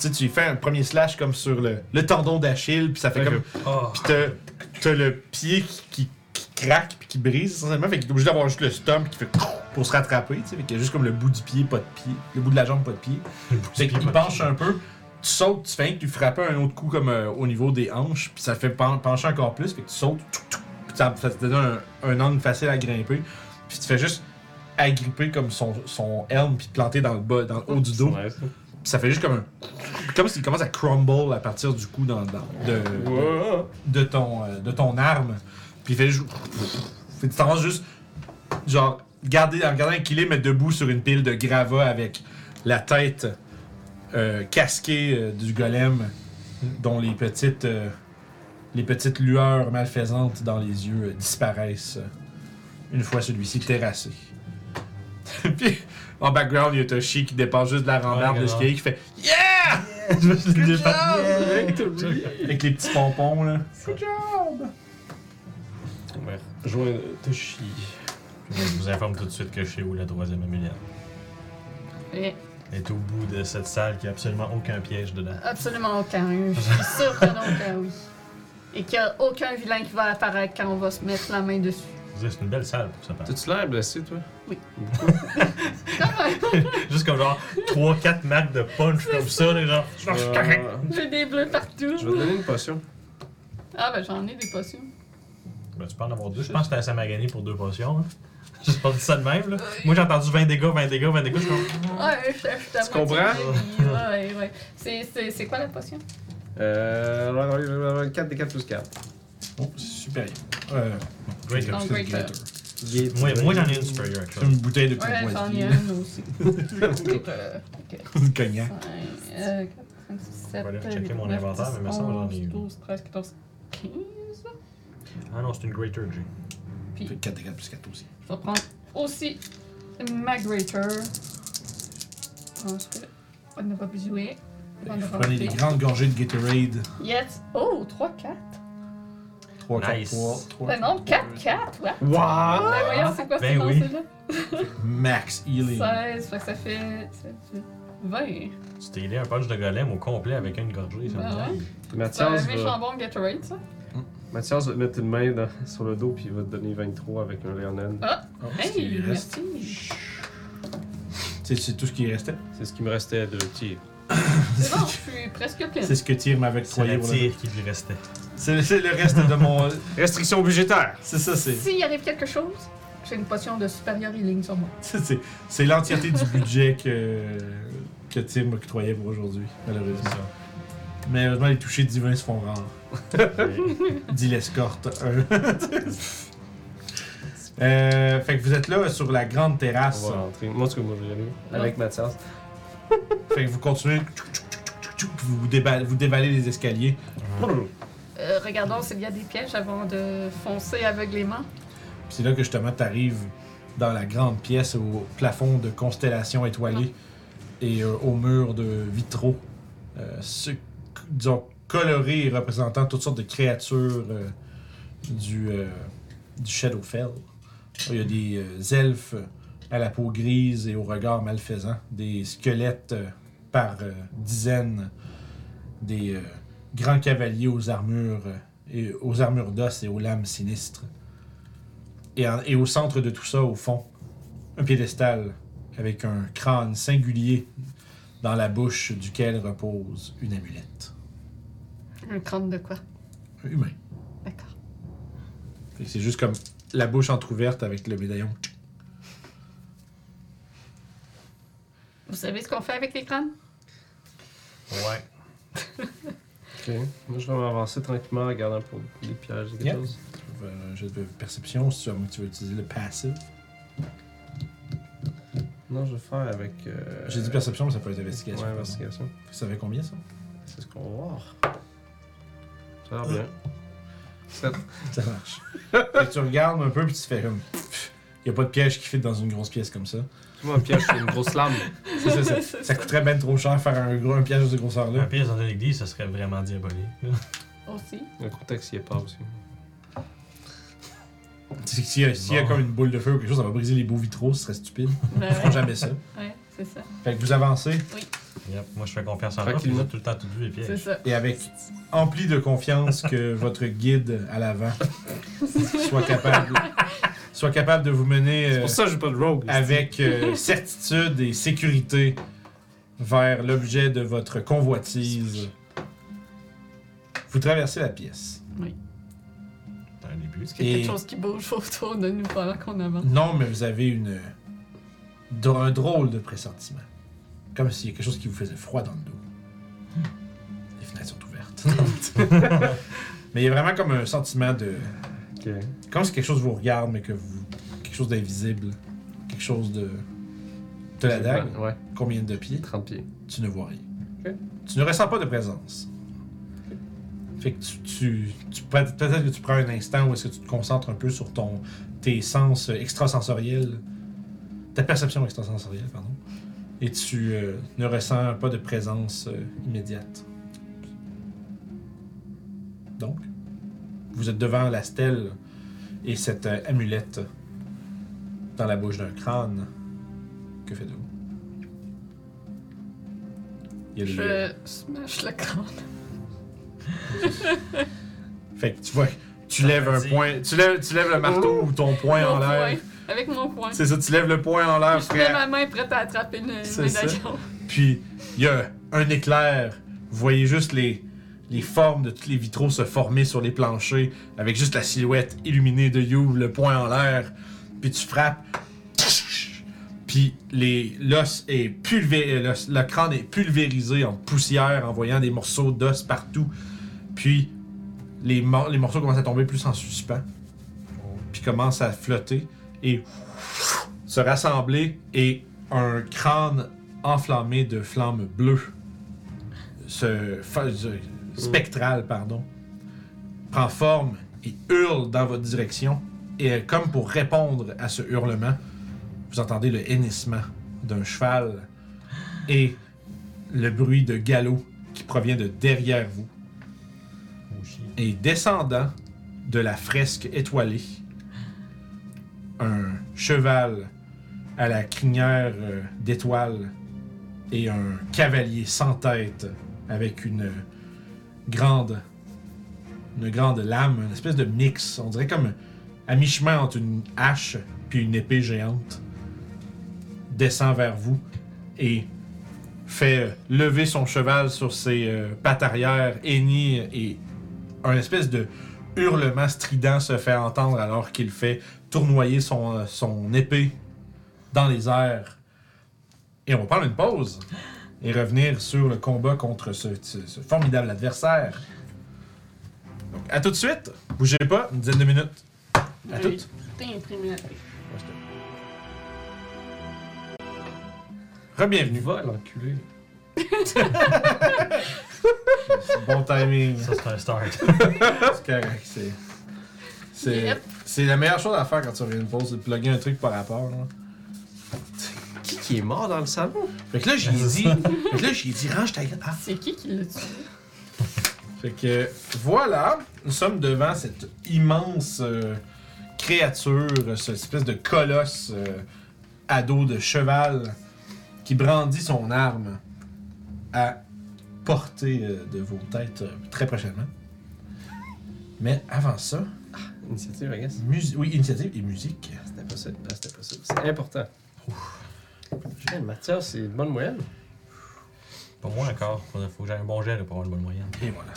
Speaker 1: sais, tu fais un premier slash comme sur le, le tendon d'Achille, puis ça fait
Speaker 3: Ok.
Speaker 1: comme.
Speaker 4: Oh.
Speaker 1: Puis t'as- t'as le pied qui, qui- qui craque, puis qui brise, essentiellement. Fait que t'es obligé d'avoir juste le stomp qui fait. pour se rattraper, tu sais. Fait qu'il y a juste comme le bout du pied, pas de pied. Le bout de la jambe, pas de pied. Fait qu'il penche un peu. Tu sautes, tu fais que tu frappes un autre coup comme euh, au niveau des hanches, puis ça fait pen- pencher encore plus. Fait que tu sautes, tout, tout, puis ça, ça te donne un, un angle facile à grimper. Puis tu fais juste agripper comme son, son helm, puis te planter dans le bas, dans le haut du dos.
Speaker 3: Nice.
Speaker 1: Puis ça fait juste comme un. Comme s'il commence à crumble à partir du coup dans, dans- de,
Speaker 3: Wow.
Speaker 1: de, ton, euh, de ton arme. Puis il fait juste. Fait que tu t'en vas juste. Genre, garder, en regardant l'équilibre, mais debout sur une pile de gravats avec la tête euh, casquée euh, du golem, dont les petites. euh, les petites lueurs malfaisantes dans les yeux euh, disparaissent euh, une fois celui-ci terrassé. Puis, en background, il y a Toshi qui dépasse juste de la rambarde
Speaker 4: Ouais,
Speaker 1: de
Speaker 4: grave.
Speaker 1: l'escalier qui fait Yeah!
Speaker 5: Je me suis
Speaker 1: Good
Speaker 5: dépassé.
Speaker 1: job!
Speaker 3: Mec, t'as oublié.
Speaker 1: Avec les petits pompons, là. Good job!
Speaker 3: On va rejoindre Toshi.
Speaker 4: Je vous informe tout de suite que je sais où la troisième amulette.
Speaker 2: Et
Speaker 4: Elle est au bout de cette salle qui a absolument aucun piège dedans.
Speaker 2: absolument aucun. Je suis sûre que non, que oui. Et qu'il n'y a aucun vilain qui va apparaître quand on va se mettre la main dessus.
Speaker 4: C'est une belle salle pour ça. par
Speaker 3: T'as-tu l'air blessé toi?
Speaker 2: Oui.
Speaker 3: Beaucoup.
Speaker 4: exemple. Juste comme genre 3-4 marques de punch comme ça, les gens.
Speaker 3: Je vais-
Speaker 2: J'ai des bleus partout.
Speaker 3: Euh, je vais te donner une potion.
Speaker 2: Ah ben j'en ai des potions.
Speaker 4: Ben, tu peux en avoir deux. Je pense que t'as assez magané pour deux potions. hein. J'ai pas dit ça de même. Là. Moi, j'ai entendu 20 dégâts, 20 dégâts, 20 dégâts. Je suis comme,
Speaker 2: Ouais, Ah, je, je, je
Speaker 3: Tu comprends?
Speaker 2: Ouais, ouais, ouais. C'est- C'est c'est quoi la potion?
Speaker 3: Euh, 4 des 4 plus 4.
Speaker 1: Oh, c'est supérieur. Euh,
Speaker 4: Great.
Speaker 1: c'est
Speaker 3: Ah.
Speaker 2: Oh,
Speaker 1: le
Speaker 2: great.
Speaker 1: greater.
Speaker 4: Moi, moi, j'en ai une supérieure.
Speaker 1: C'est une bouteille de
Speaker 2: Ouais, j'en ai
Speaker 1: courvoisier.
Speaker 2: un aussi. Donc, euh, ok.
Speaker 1: Du cognac.
Speaker 2: Cinq, euh, quatre, cinq, six, sept,
Speaker 4: Voilà,
Speaker 2: euh,
Speaker 4: checker
Speaker 2: huit,
Speaker 4: mon
Speaker 2: neuf,
Speaker 4: inventaire,
Speaker 2: dix,
Speaker 4: mais il me semble que j'en ai
Speaker 2: onze,
Speaker 4: une.
Speaker 2: 12, 13, 14, 15.
Speaker 4: Ah non, c'est une Greater G.
Speaker 1: Fait 4 de 4 plus 4 aussi.
Speaker 2: Je vais prendre aussi ma grater. Parce que on n'a pas besoin. On va
Speaker 1: Prenez des grandes gorgées de Gatorade.
Speaker 2: Yes. Oh, 3, 4.
Speaker 1: 3, 4,
Speaker 4: Nice.
Speaker 1: 3, 3.
Speaker 2: Ben non, 4, 4, ouais.
Speaker 3: Wow!
Speaker 2: Ben voyons, c'est quoi
Speaker 4: Ben
Speaker 2: ce
Speaker 4: oui.
Speaker 2: lancé-là?
Speaker 1: Max healing.
Speaker 2: 16, fait que ça fait, ça fait 20.
Speaker 4: Tu t'es aidé un punch de golem au complet avec une gorgée. Ça me
Speaker 2: Ah
Speaker 4: dit,
Speaker 2: ouais? C'est un
Speaker 3: Mathias
Speaker 2: méchant
Speaker 3: va,
Speaker 2: bon Gatorade, ça.
Speaker 3: Mathias va te mettre une main dans- sur le dos puis il va te donner 23 avec un Léonel.
Speaker 1: Oh, c'est ce qui
Speaker 2: Hey,
Speaker 1: lui reste.
Speaker 2: merci.
Speaker 1: C'est- C'est tout ce qui restait.
Speaker 3: C'est ce qui me restait de tir.
Speaker 2: C'est bon, je suis presque pleine.
Speaker 1: C'est ce que tire m'avait
Speaker 4: C'est
Speaker 1: croyé.
Speaker 4: la
Speaker 1: pour le-
Speaker 4: tire qui lui restait.
Speaker 1: C'est c'est le reste de mon.
Speaker 3: Restriction budgétaire!
Speaker 1: C'est ça, c'est.
Speaker 2: S'il arrive quelque chose, j'ai une potion de supérieur healing sur moi.
Speaker 1: c'est- c'est- C'est l'entièté du budget que, que Tim m'octroyait pour aujourd'hui, malheureusement. Mais heureusement, les touchés divins se font rares. dit l'escorte 1. euh, fait que vous êtes là sur la grande terrasse.
Speaker 3: On va rentrer. Moi, en tout cas, moi, je vais y aller Ah. avec Mathias.
Speaker 1: Fait que vous continuez. tchou, tchou, tchou, tchou, tchou, puis Vous, déba- vous dévalez les escaliers.
Speaker 2: Euh, regardons s'il y a des pièges avant de foncer aveuglément.
Speaker 1: Puis C'est là que justement t'arrives dans la grande pièce au plafond de constellations étoilées et euh, au mur de vitraux, euh, ce- disons, colorés et représentant toutes sortes de créatures euh, du, euh, du Shadowfell. Il y a des euh, elfes à la peau grise et au regard malfaisant, des squelettes euh, par euh, dizaines, des euh, grands cavaliers aux armures euh, et aux armures d'os et aux lames sinistres. Et, en- et au centre de tout ça, au fond, un piédestal avec un crâne singulier dans la bouche duquel repose une amulette.
Speaker 2: Un crâne de quoi?
Speaker 1: Un Humain.
Speaker 2: D'accord.
Speaker 1: Fait que C'est juste comme la bouche entrouverte avec le médaillon.
Speaker 2: Vous savez ce qu'on fait avec les crânes?
Speaker 4: Ouais.
Speaker 3: Ok. Moi, je vais m'avancer tranquillement en regardant pour les pièges et quelque
Speaker 1: Yep.
Speaker 3: chose.
Speaker 1: Euh, J'ai de perception si tu veux, tu veux utiliser le passif.
Speaker 3: Non, je vais faire avec. euh,
Speaker 1: J'ai dit perception, mais ça peut être investigation.
Speaker 3: Ouais,
Speaker 1: pardon.
Speaker 3: investigation.
Speaker 1: Tu savais combien ça
Speaker 3: C'est ce qu'on va voir. Ça a l'air bien. Sept.
Speaker 1: Ça marche. Fait que tu regardes un peu puis tu fais comme. Il n'y a pas de piège qui fit dans une grosse pièce comme ça.
Speaker 3: Ah. Moi, un piège, c'est une grosse lame.
Speaker 1: C'est ça, ça, ça coûterait bien trop cher faire un, gros, un piège de cette
Speaker 4: Un
Speaker 1: grosseur-là.
Speaker 4: piège dans l'église, ça serait vraiment diabolique. là.
Speaker 2: Aussi.
Speaker 3: Le contexte, il est pas aussi.
Speaker 1: S'il y, a- s'il y a
Speaker 4: Bon.
Speaker 1: comme une boule de feu ou quelque chose, ça va briser les beaux vitraux, ce serait stupide.
Speaker 2: Ben
Speaker 1: Ils feront
Speaker 2: ouais,
Speaker 1: jamais ça.
Speaker 2: ouais, c'est ça.
Speaker 1: Fait que vous avancez
Speaker 4: Yep, Moi, je fais confiance en
Speaker 3: Fait
Speaker 4: toi,
Speaker 3: qu'il
Speaker 4: puis
Speaker 3: va-
Speaker 4: j'ai tout le temps tout vu les
Speaker 2: C'est
Speaker 4: pièges.
Speaker 2: ça.
Speaker 1: et avec ampli de confiance que votre guide à l'avant soit capable, soit capable de vous mener.
Speaker 3: C'est
Speaker 1: euh,
Speaker 3: pour ça que j'ai pas de rogue.
Speaker 1: avec euh, certitude et sécurité vers l'objet de votre convoitise. Vous traversez la pièce.
Speaker 4: T'as un début.
Speaker 2: Parce qu'il y a
Speaker 1: Et-
Speaker 2: quelque chose qui bouge autour de nous pendant qu'on avance.
Speaker 1: Non, mais vous avez une dr- un drôle de pressentiment. Comme s'il y a quelque chose qui vous faisait froid dans le dos. Les fenêtres sont ouvertes. mais il y a vraiment comme un sentiment de...
Speaker 3: Ok.
Speaker 1: Comme si quelque chose vous regarde, mais que vous... Quelque chose d'invisible. Quelque chose de... De la dague.
Speaker 3: Ouais,
Speaker 1: Combien de pieds?
Speaker 3: 30 pieds.
Speaker 1: tu ne vois rien.
Speaker 3: Ok.
Speaker 1: Tu ne ressens pas de présence. Fait que tu, tu, tu- peut- peut-être que tu prends un instant où est-ce que tu te concentres un peu sur ton tes sens euh, extrasensoriels, ta perception extrasensorielle, pardon, et tu euh, ne ressens pas de présence euh, immédiate. Donc, vous êtes devant la stèle et cette euh, amulette dans la bouche d'un crâne. Que faites-vous? Il y a des-
Speaker 2: Je smash le crâne.
Speaker 1: Fait que tu vois, tu lèves un
Speaker 4: Vas-y.
Speaker 1: point, tu lèves, tu lèves le marteau ou ton poing
Speaker 2: Mon
Speaker 1: en l'air.
Speaker 2: poing. Avec mon poing.
Speaker 1: C'est ça, tu lèves le poing en l'air,
Speaker 2: Puis je mets
Speaker 1: frère.
Speaker 2: ma main prête à attraper le
Speaker 1: C'est
Speaker 2: médaillon.
Speaker 1: Puis il y a un éclair. Vous voyez juste les, les formes de tous les vitraux se former sur les planchers avec juste la silhouette illuminée de You, le poing en l'air. Puis tu frappes. Puis les l'os est pulvé- euh, l'os- le crâne est pulvérisé en poussière en voyant des morceaux d'os partout. Puis les, mor- les morceaux commencent à tomber plus en suspens. puis commence à flotter et se rassembler et un crâne enflammé de flammes bleues, se, fa- se- spectrale, pardon, prend forme et hurle dans votre direction. Et euh, comme pour répondre à ce hurlement, vous entendez le hennissement d'un cheval et le bruit de galop qui provient de derrière vous.
Speaker 4: Oh, shit.
Speaker 1: Et descendant de la fresque étoilée, un cheval à la crinière euh, d'étoiles et un cavalier sans tête avec une grande une grande lame, une espèce de mix, on dirait comme à mi-chemin entre une hache puis une épée géante, descend vers vous et fait euh, lever son cheval sur ses euh, pattes arrière, hennit et un espèce de hurlement strident se fait entendre alors qu'il fait tournoyer son, euh, son épée dans les airs. Et on va prendre une pause et revenir sur le combat contre ce, ce- ce formidable adversaire. Donc, à tout de suite. Bougez pas, une dizaine de minutes. À toutes.
Speaker 2: T'es imprimé.
Speaker 1: Rebienvenue.
Speaker 3: Il va, l'enculé.
Speaker 1: Bon timing.
Speaker 4: Ça, c'est un start.
Speaker 1: C'est correct, c'est- C'est
Speaker 2: Yep.
Speaker 1: c'est la meilleure chose à faire quand tu reviens une pause, c'est de plugger un truc par rapport. là.
Speaker 3: Qui qui est mort dans le salon?
Speaker 1: Fait que là, j'ai dit, fait que là, j'ai dit, range ta ah,
Speaker 2: C'est qui qui l'a tué?
Speaker 1: Fait que voilà, nous sommes devant cette immense euh, créature, euh, cette espèce de colosse euh, à dos de cheval qui brandit son arme à portée euh, de vos têtes euh, très prochainement. Mais avant ça,
Speaker 3: Initiative, I guess.
Speaker 1: musi- oui, initiative et musique.
Speaker 3: C'était possible. Ah, c'était possible. C'est important. Hey, Mathias, c'est une bonne moyenne.
Speaker 4: Pour moi, encore, faut, faut que j'ai un bon gel pour avoir une bonne moyenne.
Speaker 1: Et voilà,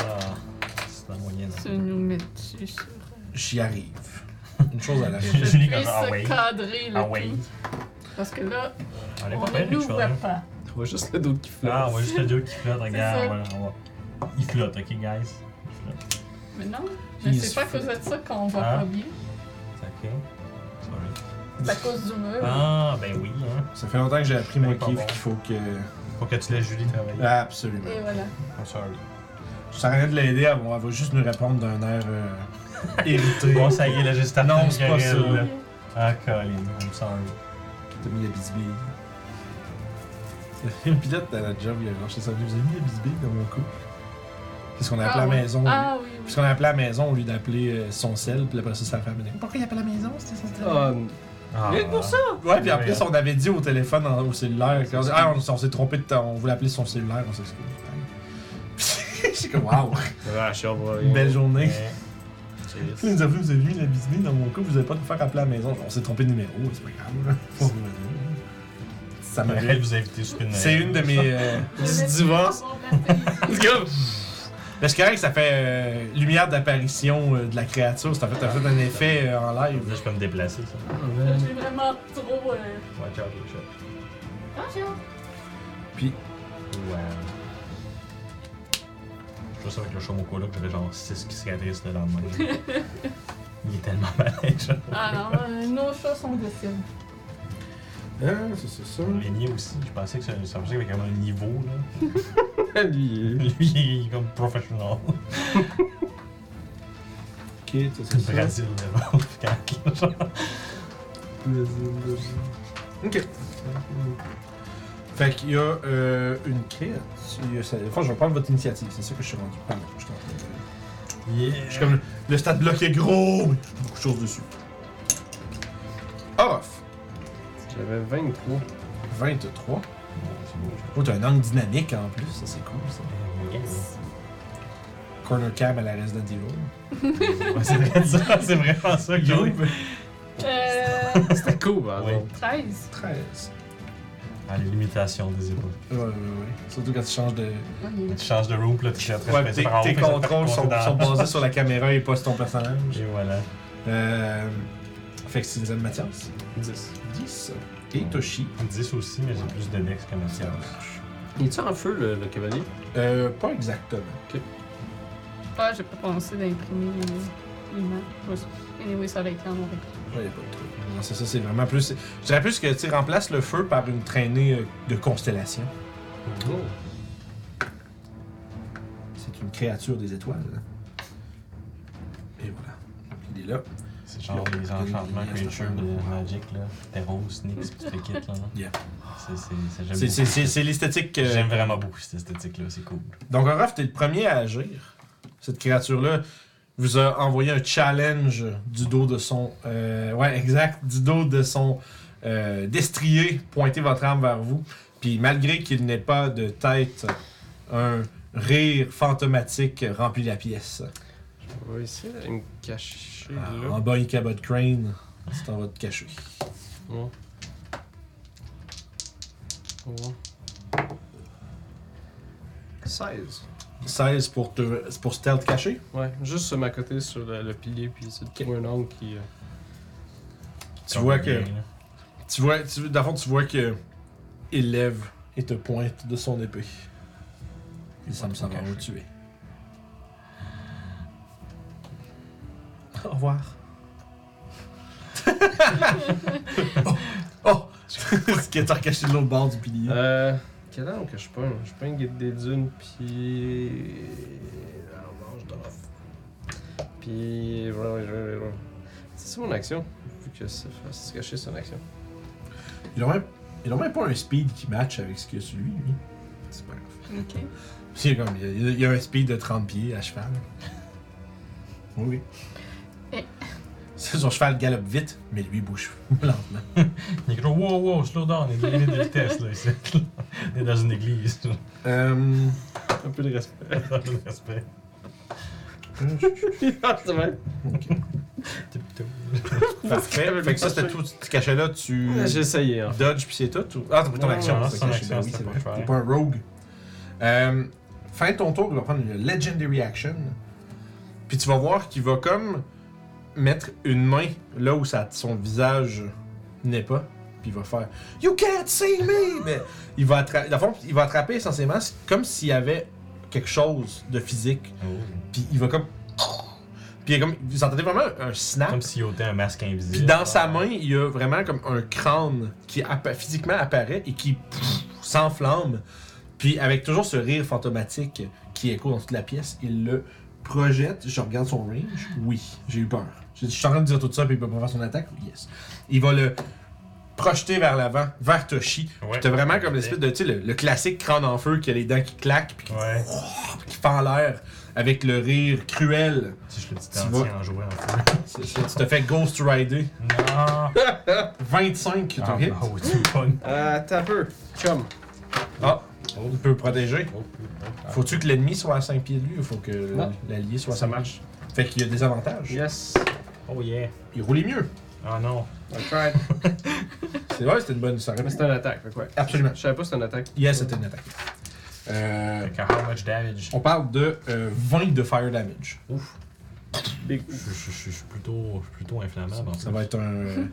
Speaker 4: Ah, c'est la moyenne. hein.
Speaker 2: Tu nous mets dessus sur.
Speaker 1: j'y arrive. Une chose à la
Speaker 2: Je
Speaker 1: fois.
Speaker 4: Julie,
Speaker 2: puisse
Speaker 4: comme, ah oui.
Speaker 2: cadrer le
Speaker 4: Ah oui.
Speaker 2: tout. Parce que là,
Speaker 4: On est
Speaker 2: on
Speaker 4: pas
Speaker 2: ne
Speaker 4: pire, quelque chose.
Speaker 2: l'ouvre
Speaker 4: hein.
Speaker 2: pas.
Speaker 3: On voit juste le dos qui flotte.
Speaker 4: Ah, on voit juste le dieu qui flotte, regarde.
Speaker 2: ça.
Speaker 4: voilà, on va- Il flotte, ok, guys? Il flotte.
Speaker 2: Mais non,
Speaker 1: Il se
Speaker 2: mais
Speaker 1: Hein?
Speaker 2: c'est pas à
Speaker 1: fait.
Speaker 2: cause de ça qu'on va
Speaker 4: Ah.
Speaker 2: pas bien.
Speaker 4: Ok. Sorry.
Speaker 2: C'est à cause du mur.
Speaker 4: Ah, ben oui, hein.
Speaker 1: Ça fait longtemps que j'ai appris, moi,
Speaker 4: pas
Speaker 1: Keith,
Speaker 4: bon.
Speaker 1: qu'il faut que.
Speaker 4: Faut que tu laisses Julie travailler.
Speaker 1: Ah. Absolument.
Speaker 2: Et voilà.
Speaker 4: I'm sorry.
Speaker 1: Je t'arrête de l'aider, elle va elle va juste nous répondre d'un air euh, irrité.
Speaker 4: Bon, ça y est, là, j'ai starté
Speaker 1: Non,
Speaker 4: le
Speaker 1: c'est pas
Speaker 4: viril,
Speaker 1: ça.
Speaker 4: là. Ah, Colin, I'm sorry.
Speaker 1: T'as mis la bisbille. Le pilote à la job, il a lâché ça. Vous avez mis la bisbille dans mon cou. C'est ce qu'on appelait à
Speaker 2: Ah,
Speaker 1: la
Speaker 2: ouais.
Speaker 1: maison. lui.
Speaker 2: Ah oui,
Speaker 1: Puis
Speaker 2: oui.
Speaker 1: ce qu'on appelait à la maison, au lieu d'appeler euh, son sel, puis après ça, sa femme elle dit Pourquoi il appelle la maison C'était ça, c'était
Speaker 3: Ah,
Speaker 4: Ah.
Speaker 1: Mais pour ça, Ouais, puis en plus, on avait dit au téléphone, en- au cellulaire, qu'on disait, ah, on, on s'est trompé de temps, on voulait appeler son cellulaire, on s'excuse. Puis J'ai comme, waouh,
Speaker 3: Rachel, va
Speaker 1: une belle journée.
Speaker 4: Mais-
Speaker 1: Il nous a vu, vous avez vu la bisbille dans mon cou, vous avez pas de faire appeler à la maison. On s'est trompé de numéro, c'est hein. pas grave. là. Faut- Ça
Speaker 4: Ça
Speaker 1: m'arrive.
Speaker 4: m'arrête de vous inviter au souper de Noël.
Speaker 1: C'est une de mes. euh,
Speaker 2: Je vais
Speaker 1: divorce.
Speaker 2: avoir de la paix.
Speaker 1: Mais Ben, c'est correct, que ça fait euh, lumière d'apparition euh, de la créature. Ça fait, ça fait un effet euh, en live.
Speaker 4: Là, je peux me déplacer, ça.
Speaker 3: Ah,
Speaker 2: J'ai vraiment trop. euh,
Speaker 4: Watch out, watch out.
Speaker 2: Bonjour.
Speaker 4: Wow. euh, Je trouve ça avec le Shomoko là que j'avais genre 6 qui cicatrices le lendemain. Il est tellement malade,
Speaker 2: Alors, euh, nos chats sont dociles.
Speaker 1: Ah, c'est- c'est ça.
Speaker 4: Les miens aussi, je pensais que ça, ça pensait qu'il y avait quand même un niveau là.
Speaker 3: Ah, Lui,
Speaker 4: Lui, il est comme professional.
Speaker 1: Ok, ça, c'est ça.
Speaker 4: Brésil level, quand genre.
Speaker 1: Ok. Fait qu'il y a euh, une créature. il y a ça- Enfin, je vais prendre votre initiative, c'est ça que je suis rendu. Pardon, je suis en train de-
Speaker 4: Yeah.
Speaker 1: Je suis comme. Le stade bloc est gros, mais beaucoup de choses dessus. Off,
Speaker 3: J'avais 23.
Speaker 1: 23.
Speaker 4: C'est beau,
Speaker 1: Oh, t'as un angle dynamique en plus, ça c'est cool ça.
Speaker 4: je- Yes.
Speaker 1: Corner cab à la Resident Evil.
Speaker 4: Ouais, c'est vrai ça, c'est vraiment ça que j'ai.
Speaker 2: Euh,
Speaker 3: C'était Ah, cool, bah, par
Speaker 4: Oui.
Speaker 3: exemple.
Speaker 2: 13.
Speaker 1: 13.
Speaker 4: Ah, les limitations des époques.
Speaker 1: Ouais, ouais, ouais. Surtout quand tu changes de.
Speaker 4: Tu changes de room, puis là, tu cherches
Speaker 1: Ouais, tes,
Speaker 4: Ah,
Speaker 1: tes contrôles sont, sont basés sur la caméra et pas sur ton personnage.
Speaker 4: Et voilà.
Speaker 1: Euh, fait que c'est les Mathias.
Speaker 3: 10.
Speaker 1: 10. Et Toshi.
Speaker 4: 10 aussi, mais j'ai plus de dex que Mathias.
Speaker 3: Il est-tu en feu, le, le cavalier?
Speaker 1: Euh, pas exactement.
Speaker 2: Ah, j'ai pas pensé d'imprimer les- les mains. Anyway, ça aurait été en mon répertoire.
Speaker 1: Ouais, y a pas de truc. Non, c'est ça, c'est vraiment plus. Je dirais plus que tu remplaces le feu par une traînée euh, de constellation.
Speaker 3: Oh.
Speaker 1: C'est une créature des étoiles. hein. Et voilà. Il est là.
Speaker 4: C'est genre les enchantements creatures de Magic, là. Terreau, Sneaks, pis tout le kit, là. non?
Speaker 1: Yeah.
Speaker 4: C'est- c'est- c'est- j'aime
Speaker 1: C'est-
Speaker 4: beaucoup
Speaker 1: C'est c'est-
Speaker 4: cette-
Speaker 1: c'est l'esthétique. euh,
Speaker 4: J'aime vraiment beaucoup cette esthétique-là, c'est cool.
Speaker 1: Donc, Orof, t'es le premier à agir. Cette créature-là vous a envoyé un challenge du dos de son. euh, ouais, exact. Du dos de son euh, destrier, pointer votre arme vers vous. Puis, malgré qu'il n'ait pas de tête, un rire fantomatique remplit la pièce.
Speaker 3: On va essayer d'aller me cacher,
Speaker 1: Ah,
Speaker 3: là.
Speaker 1: en bas, il cabot crane. C'est en vas te cacher.
Speaker 3: Ouais. Ouais. 16.
Speaker 1: 16 pour, te, c'est pour stealth caché.
Speaker 3: Ouais, juste sur ma côté, sur le, le pilier, puis c'est
Speaker 1: Ok.
Speaker 3: tout un angle qui. euh,
Speaker 1: Tu vois que. Tu vois, tu, dans le fond, tu vois que il lève et te pointe de son épée. Il semble savoir où tu es. Au revoir. oh! oh. Ce qui est recaché de l'autre bord du pilier.
Speaker 3: Euh. Quel angle que je peins Je peins guide des dunes, puis. euh, Alors, mange d'off. Puis. C'est ça mon action. Vu que c'est facile de se cacher, c'est une action.
Speaker 1: Ils ont même, ils ont même pas un speed qui match avec ce qu'il y a sur lui, lui. C'est pas grave.
Speaker 2: Ok.
Speaker 1: C'est comme, il y a- il y, a- il y a un speed de 30 pieds à cheval. Oui, oui.
Speaker 2: Eh.
Speaker 1: C'est Son cheval galope vite, mais lui bouge lentement.
Speaker 4: Il est gros, wow, wow, slow down, il est de vitesse, là, ici. Il est dans une église, tout.
Speaker 1: Euh,
Speaker 3: Un peu de respect.
Speaker 4: Dans le respect.
Speaker 3: c'est vrai.
Speaker 1: ok.
Speaker 4: Tip-toe.
Speaker 1: Parfait. Fait que ça, c'était tout. Tu te cachais là, tu
Speaker 3: J'essayais, en fait.
Speaker 1: dodge puis c'est tout. ou- Ah, t'as pris ton
Speaker 3: Ouais,
Speaker 1: action.
Speaker 4: ouais,
Speaker 1: t'as
Speaker 4: c'est
Speaker 1: caché.
Speaker 4: une action,
Speaker 1: Ben oui,
Speaker 4: c'était
Speaker 1: c'est
Speaker 4: pour
Speaker 1: vrai.
Speaker 4: faire.
Speaker 1: T'es pas un rogue. Euh, fin de ton tour, il va prendre une legendary action. Puis tu vas voir qu'il va comme mettre une main là où ça- son visage n'est pas. Puis il va faire You can't see me! Mais il va attraper, il va attraper essentiellement c'est comme s'il y avait quelque chose de physique.
Speaker 4: Oh.
Speaker 1: Puis il va comme. Puis il est comme. Vous entendez vraiment un snap.
Speaker 4: Comme s'il ôtait un masque invisible.
Speaker 1: Puis dans sa main, il y a vraiment comme un crâne qui appa- physiquement apparaît et qui pff, s'enflamme. Puis avec toujours ce rire fantomatique qui écho dans toute la pièce, il le projette. Je regarde son range. Oui, j'ai eu peur. Je, je suis en train de dire tout ça, puis il peut pas faire son attaque. Yes. Il va le projeter vers l'avant, vers Toshi.
Speaker 4: Ouais.
Speaker 1: C'était vraiment comme l'espèce de, tu sais, le, le classique crâne en feu qui a les dents qui claquent, puis qui,
Speaker 4: Ouais.
Speaker 1: qui fend l'air avec le rire cruel.
Speaker 4: Si je le dis
Speaker 1: Tu
Speaker 4: tant
Speaker 1: vois.
Speaker 4: en jouant. en fait.
Speaker 1: C'est ça, Tu te fais Ghost Rider.
Speaker 4: Non!
Speaker 1: 25 qui te hit.
Speaker 4: Ah, oh, tu me pognes.
Speaker 3: Euh, t'as peu. Chum.
Speaker 1: Ah, il peut protéger.
Speaker 4: Oh, putain.
Speaker 1: Faut-tu que l'ennemi soit à 5 pieds de lui ou faut que
Speaker 3: Non.
Speaker 1: l'allié soit à 5 marche. Fait qu'il y a des avantages.
Speaker 3: Yes.
Speaker 4: Oh yeah.
Speaker 1: Il roulait mieux.
Speaker 4: Ah non.
Speaker 3: I tried.
Speaker 1: C'est vrai, c'était une bonne histoire.
Speaker 3: Mais c'est une attaque, fait que ouais.
Speaker 1: Absolument.
Speaker 3: Je savais pas si c'était une attaque.
Speaker 1: Yes, c'était une attaque. Euh,
Speaker 4: Fait que how much damage?
Speaker 1: on parle de euh, 20 de fire damage.
Speaker 3: Big.
Speaker 4: Je, je- je- je suis plutôt, je suis plutôt inflammable. en
Speaker 1: Ça
Speaker 4: plus.
Speaker 1: va être un euh,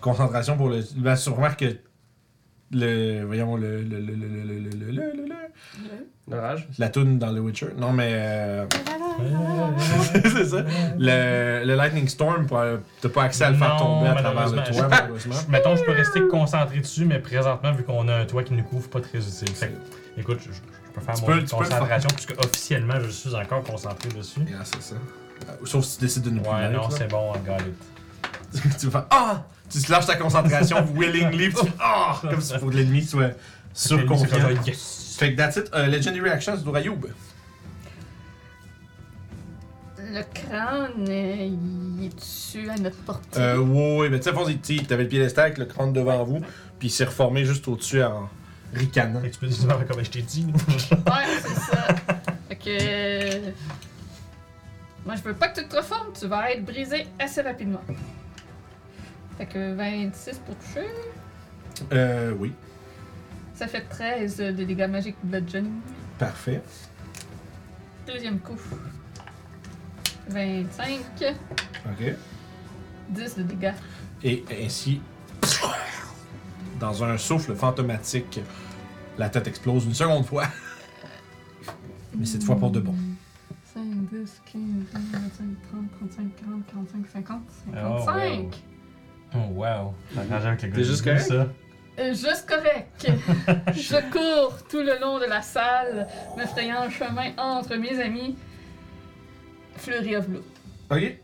Speaker 1: concentration pour le. Ben, sûrement que le. Voyons le. le, le, le, le, le, le, le, le, le, le-
Speaker 3: L'orage.
Speaker 1: la toune dans The Witcher. Non mais. euh,
Speaker 4: Euh,
Speaker 1: c'est ça. Le, le Lightning Storm, pour, euh, t'as pas accès à le faire
Speaker 4: Non,
Speaker 1: tomber à travers le
Speaker 4: malheureusement,
Speaker 1: toit,
Speaker 4: je-
Speaker 1: malheureusement.
Speaker 4: je- mettons, je peux rester concentré dessus, mais présentement, vu qu'on a un toit qui nous couvre, pas très utile. Fait que, écoute, je, je- je peux faire
Speaker 1: Tu
Speaker 4: mon
Speaker 1: peux- tu peux le
Speaker 4: concentration, puisque officiellement, je suis encore concentré dessus.
Speaker 1: Yeah, c'est ça. Euh, Sauf si tu décides de nous
Speaker 4: Ouais,
Speaker 1: punir,
Speaker 4: non,
Speaker 1: là.
Speaker 4: c'est bon, I got it.
Speaker 1: tu vas faire Ah Tu te lâches ta concentration willingly, puis tu Ah Comme si pour l'ennemi soit surconfiant.
Speaker 4: Fait que, oh, Yes!
Speaker 1: Fait que that's it, euh, Legendary Actions d'Orayoub.
Speaker 2: Le crâne, euh, il est dessus à notre portée.
Speaker 1: Euh, ouais, ouais, mais tu sais, Fonzie, tu sais, t'avais le piédestal avec le crâne devant vous, puis il s'est reformé juste au-dessus en ricanant.
Speaker 4: Fait que tu peux dire comme je t'ai dit.
Speaker 1: oh.
Speaker 2: Ouais, c'est ça. Fait que. euh, Moi, je veux pas que tu te reformes, tu vas être brisé assez rapidement. Fait que 26 pour toucher,
Speaker 1: Euh, oui,
Speaker 2: ça fait 13 de dégâts magiques bludgeoning.
Speaker 1: parfait.
Speaker 2: Deuxième coup. 25,
Speaker 1: Ok.
Speaker 2: 10 de dégâts.
Speaker 1: Et ainsi, dans un souffle fantomatique, la tête explose une seconde fois. Mais cette fois pour de bon.
Speaker 2: 5, 10, 15, 20, 25, 30, 35, 40, 45, 50,
Speaker 4: Oh,
Speaker 2: 55.
Speaker 4: wow. Oh wow. T'arranges avec le gars.
Speaker 3: T'es
Speaker 4: du
Speaker 3: juste
Speaker 4: goût,
Speaker 3: correct?
Speaker 4: ça.
Speaker 2: Euh, Juste correct. je cours tout le long de la salle, me frayant un chemin entre mes amis. Fleury of Blue.
Speaker 1: Ok.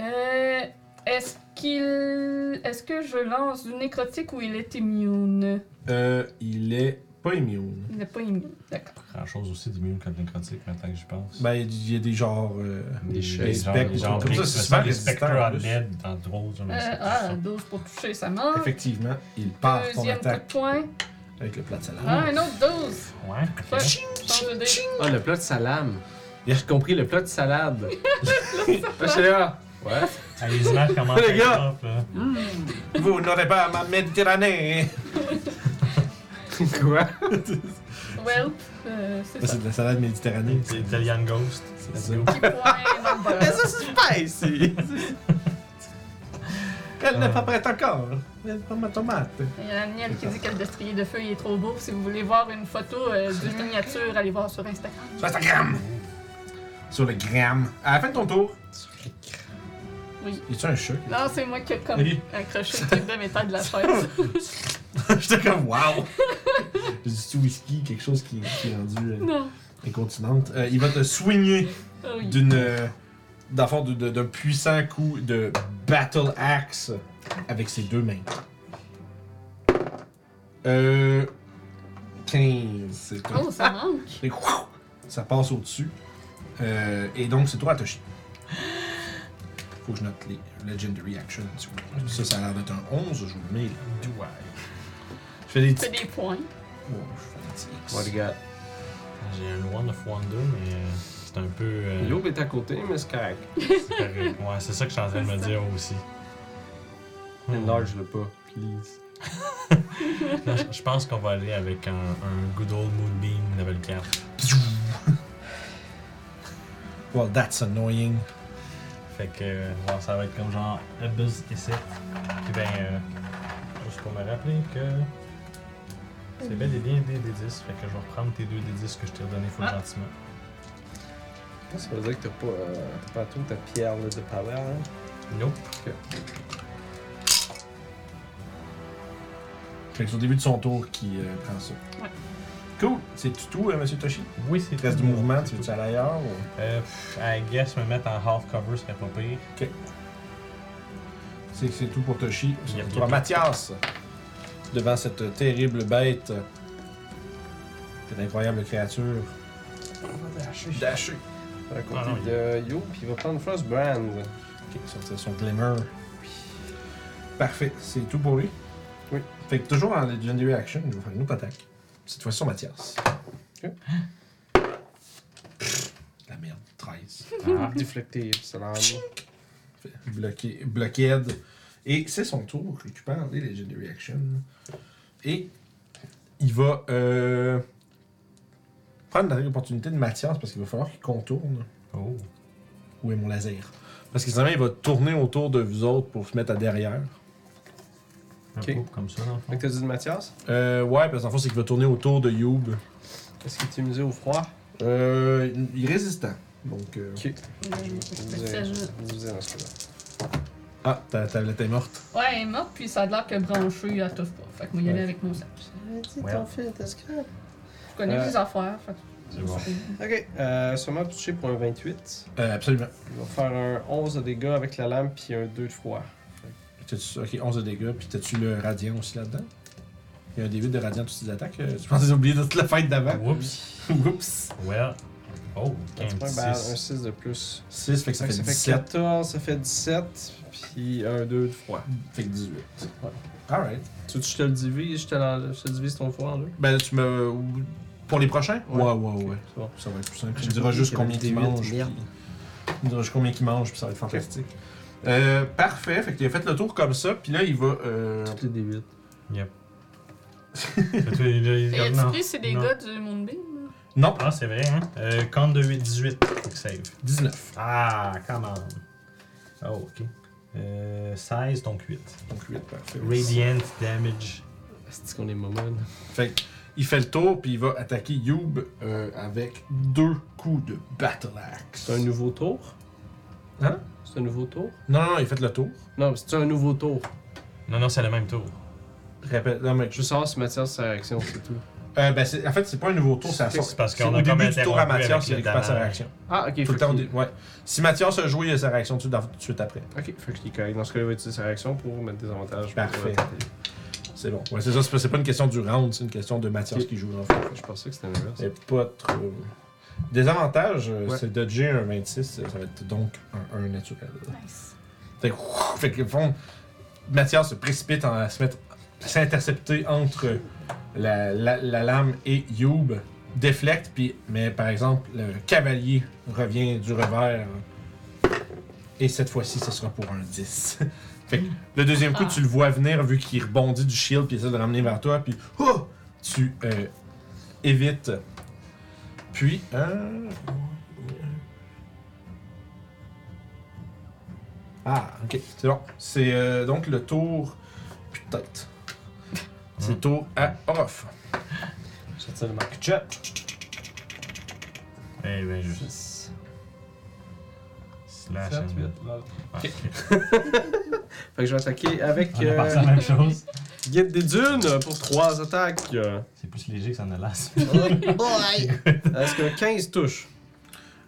Speaker 2: Euh, est-ce qu'il. Est-ce que je lance du nécrotique ou il est immune
Speaker 1: Euh, il est pas immune.
Speaker 2: Il n'est pas immune. D'accord.
Speaker 4: Grand chose aussi d'immune comme nécrotique maintenant que j'y pense.
Speaker 1: Ben, il y a des genres. euh,
Speaker 4: des
Speaker 1: des
Speaker 4: choses.
Speaker 1: spectres, des
Speaker 4: Genre,
Speaker 1: trucs comme
Speaker 4: des-
Speaker 1: ça, c'est
Speaker 4: ça,
Speaker 1: souvent
Speaker 4: des
Speaker 1: résistant,
Speaker 4: spectres
Speaker 1: en
Speaker 4: à
Speaker 1: plus.
Speaker 4: LED dans Drôle.
Speaker 2: Euh, ah, 12 pour toucher, ça
Speaker 1: Ah.
Speaker 2: manque.
Speaker 1: Effectivement, il part ton
Speaker 2: Deuxième coup de
Speaker 1: attaque
Speaker 2: poing.
Speaker 1: avec le plat de salade.
Speaker 2: Ah, un autre 12.
Speaker 4: Ouais. ok.
Speaker 2: Ouais. Change de dé.
Speaker 3: Ah, le plat de salame.
Speaker 1: Yeah.
Speaker 3: J'ai compris, le plat de salade. Ah, j'étais là. Ouais.
Speaker 4: Ah, les images commencent
Speaker 3: Les gars!
Speaker 4: à être top, là.
Speaker 1: Vous n'aurez pas ma Méditerranée!
Speaker 3: Quoi?
Speaker 2: Well, euh, c'est
Speaker 1: Ça,
Speaker 2: ça.
Speaker 1: c'est de la salade méditerranée.
Speaker 4: C'est Italian Ghost.
Speaker 1: C'est ça.
Speaker 2: Petit point dans le bol.
Speaker 3: Mais ça, c'est spicy!
Speaker 1: Elle n'est pas prête encore! Elle prend ma tomate!
Speaker 2: Il y a Daniel qui dit que le destrier de feu il est trop beau. Si vous voulez voir une photo euh, d'une miniature, allez voir sur Instagram.
Speaker 1: Sur Instagram! Sur le gram. À la fin de ton tour,
Speaker 2: Oui.
Speaker 1: y a-tu un chat?
Speaker 2: Non, c'est moi qui ai comme
Speaker 1: Oui.
Speaker 2: accroché le truc de métal de la chaise.
Speaker 1: J'étais comme wow! J'ai du whisky, quelque chose qui, qui est rendu euh,
Speaker 2: non.
Speaker 1: incontinente. Euh, il va te swinguer
Speaker 2: Ah oui.
Speaker 1: d'une euh, dans le fond, de- de- d'un puissant coup de battle axe avec ses deux mains. Euh 15, c'est tout.
Speaker 2: Oh, ça manque.
Speaker 1: Et wouh, ça passe au-dessus. Euh, et donc c'est toi à toucher. Faut que je note les legendary actions. si vous voulez. Ça ça a l'air d'être un 11, je vous le mets. là.
Speaker 4: Mm-hmm. Do I?
Speaker 1: Je fais des
Speaker 2: C'est
Speaker 1: petits
Speaker 2: des points.
Speaker 1: Oh, je fais des petits X.
Speaker 3: What you got?
Speaker 4: J'ai un One of Wonder, mais euh, c'est un peu. euh,
Speaker 3: L'aube est à côté, mais c'est correct.
Speaker 4: c'est correct. Ouais, c'est ça que je suis en train de me dire aussi. Hmm.
Speaker 3: Enlarge-le pas, please.
Speaker 4: Non, je- Je pense qu'on va aller avec un, un Good Old Moonbeam level 4.
Speaker 1: Well, that's annoying.
Speaker 4: Fait que euh, ouais, ça va être comme genre Abyss et 7. Puis ben, euh, juste pour me rappeler que C'est bel et bien des D10. Fait que je vais reprendre tes deux D10 que je t'ai redonné faut
Speaker 2: Ah.
Speaker 4: gentiment.
Speaker 3: Ça veut dire que t'as pas, euh, t'as pas tout ta pierre là, de power. Hein?
Speaker 4: Nope.
Speaker 1: Fait que c'est au début de son tour qui euh, prend ça.
Speaker 2: Ouais.
Speaker 1: Cool. C'est tout, tout euh, Monsieur Toshi?
Speaker 4: Oui, c'est
Speaker 1: Il te reste du
Speaker 4: tout.
Speaker 1: mouvement, tu
Speaker 4: C'est
Speaker 1: veux-tu
Speaker 4: tout.
Speaker 1: aller ailleurs? ou-
Speaker 4: Euh, pff, I guess me mettre en half cover serait pas pire.
Speaker 1: C'est c'est tout pour Toshi.
Speaker 4: Il y a-
Speaker 1: Toi, Mathias, devant cette terrible bête, euh, cette incroyable créature, dashée.
Speaker 3: À côté
Speaker 4: Ah non, il-
Speaker 3: de Yo, puis il va prendre First Brand.
Speaker 1: Ok, sortir son glimmer. Parfait, c'est tout pour lui.
Speaker 3: Oui.
Speaker 1: Fait que toujours en Legendary Action, il va faire une autre attaque. Cette fois sur Mathias.
Speaker 3: Ok.
Speaker 1: Pfff, La merde, 13.
Speaker 4: Ah.
Speaker 3: Déflecté, c'est l'arme.
Speaker 1: Fait Bloqué, blockade. Et c'est son tour, récupère les Legendary Action. Et il va euh, prendre l'opportunité de Mathias parce qu'il va falloir qu'il contourne.
Speaker 4: Oh.
Speaker 1: Où est mon laser? Parce que sinon, il va tourner autour de vous autres pour se mettre à derrière.
Speaker 4: Un
Speaker 3: Ok.
Speaker 4: coup comme ça, dans le
Speaker 3: Fait
Speaker 4: fond.
Speaker 3: que t'as dit de Mathias,
Speaker 1: Euh, ouais, parce qu'en fait, c'est qu'il va tourner autour de Youb.
Speaker 3: est-ce qu'il est immunisé au froid
Speaker 1: Euh, il est résistant. Donc. euh,
Speaker 3: Ok.
Speaker 2: Ouais,
Speaker 3: Vous avez un scoop.
Speaker 1: Ah, ta tablette est morte.
Speaker 2: elle est morte, puis ça a l'air que branché, elle touche pas. Fait que moi, y aller avec mon sac.
Speaker 3: J'avais dit
Speaker 4: Ouais.
Speaker 3: t'en fais t'as scrap.
Speaker 2: Je connais
Speaker 3: Euh,
Speaker 2: les affaires. Fait que
Speaker 4: C'est bon.
Speaker 3: Ok, euh, sûrement touché pour un 28.
Speaker 1: Euh, absolument.
Speaker 3: Il va faire un 11 de dégâts avec la lame puis un 2 de froid.
Speaker 1: T'as-tu- ok, 11 de dégâts. Puis t'as-tu le radiant aussi là-dedans? Il y a un début de radiant toutes ces attaques. euh, Je pense qu'ils ont oublié de toute la fête d'avant.
Speaker 4: Oups.
Speaker 1: Oups.
Speaker 4: Well. Oh,
Speaker 3: Un,
Speaker 4: un petit
Speaker 3: ben, un
Speaker 4: six.
Speaker 3: 6 de plus.
Speaker 1: 6, fait que ça
Speaker 3: Fait que
Speaker 1: fait
Speaker 3: ça fait
Speaker 1: 17.
Speaker 3: 14, ça fait 17, puis un 2 de froid.
Speaker 1: Fait que 18.
Speaker 3: Ouais.
Speaker 1: Alright.
Speaker 3: Tu veux que je te le divise, je te, l'en- je te divise ton froid en deux?
Speaker 1: Ben, tu me. Pour les prochains?
Speaker 3: Ouais.
Speaker 1: Ouais, ouais, ouais.
Speaker 3: C'est bon.
Speaker 1: Ça va être plus simple. Tu me diras juste combien
Speaker 3: qu'il
Speaker 1: il
Speaker 3: y avait des
Speaker 1: mange.
Speaker 3: huit, merde.
Speaker 1: puis- Tu me diras juste combien il mange, puis ça va être fantastique. Euh, parfait. Fait qu'il a fait le tour comme ça, puis là, il va. euh,
Speaker 3: Toutes les D8.
Speaker 2: Et as-tu
Speaker 4: Et
Speaker 2: pris, c'est des
Speaker 4: non.
Speaker 2: gars du Moonbeam?
Speaker 1: Non,
Speaker 4: Ah, c'est vrai, hein? Euh, compte de 8, 18. Faut que save.
Speaker 1: 19.
Speaker 4: Ah, come on. Oh, ok. Euh, 16, donc 8.
Speaker 1: Donc 8, parfait.
Speaker 4: Radiant damage.
Speaker 3: C'est qu'on est momone.
Speaker 1: Fait qu'il fait le tour, puis il va attaquer Youb euh, avec deux coups de Battle Axe.
Speaker 3: C'est un nouveau tour?
Speaker 1: Hein?
Speaker 3: C'est un nouveau tour?
Speaker 1: Non, non, non, il fait le tour.
Speaker 3: Non, mais c'est un nouveau tour.
Speaker 4: Non, non, c'est le même tour.
Speaker 1: Répète, non, mais
Speaker 3: Je veux savoir si Mathias sa réaction, c'est tout.
Speaker 1: euh, ben, c'est- en fait, c'est pas un nouveau tour, c'est à
Speaker 4: C'est parce qu'on
Speaker 1: au
Speaker 4: a comme
Speaker 1: début du tour à
Speaker 4: interrompu
Speaker 1: Mathias,
Speaker 4: avec
Speaker 1: il
Speaker 4: le
Speaker 1: récupère sa
Speaker 4: damage.
Speaker 1: réaction.
Speaker 3: Ah, ok.
Speaker 1: Tout
Speaker 3: fait
Speaker 1: le temps, au
Speaker 3: qu'il-
Speaker 1: dé- ouais. Si Mathias a joué, il a sa réaction tout de tout de suite après.
Speaker 3: Ok, fait que je correct. Dans ce cas, il va utiliser sa réaction pour mettre des avantages. pour
Speaker 1: Parfait.
Speaker 3: attaquer.
Speaker 1: C'est bon. Ouais, c'est ça, c'est pas- c'est pas une question du round, c'est une question de Mathias
Speaker 3: Ok.
Speaker 1: qui joue. En fait.
Speaker 3: Je pensais que c'était l'inverse.
Speaker 1: C'est pas trop. Désavantage, euh,
Speaker 3: Ouais.
Speaker 1: c'est dodger un 26, euh, ça va être donc un 1 naturel.
Speaker 2: Nice.
Speaker 1: Fait que, ouf, fait que, au fond, Mathias se précipite en- à se mettre, à s'intercepter entre la, la- la lame et Youb, déflecte, puis, mais par exemple, le cavalier revient du revers. Et cette fois-ci, ce sera pour un 10. fait que, le deuxième coup,
Speaker 2: Ah.
Speaker 1: tu le vois venir vu qu'il rebondit du shield, puis essaie de le ramener vers toi, puis oh, tu euh, évites. Puis, euh, Ah, ok, c'est bon. C'est euh, donc le tour. Putain. C'est le tour à off.
Speaker 3: Je retire le marque. Chat.
Speaker 4: Eh ben, je.
Speaker 3: 6,
Speaker 4: Slash.
Speaker 3: 7,
Speaker 4: and-
Speaker 3: 8.
Speaker 4: Ouais, ok.
Speaker 3: Fait que je vais attaquer avec
Speaker 4: On a pensé à la
Speaker 3: euh,
Speaker 4: même chose.
Speaker 3: Guide des Dunes pour 3 attaques. Euh,
Speaker 4: C'est plus léger que ça en a l'asse.
Speaker 3: Est-ce que 15 touches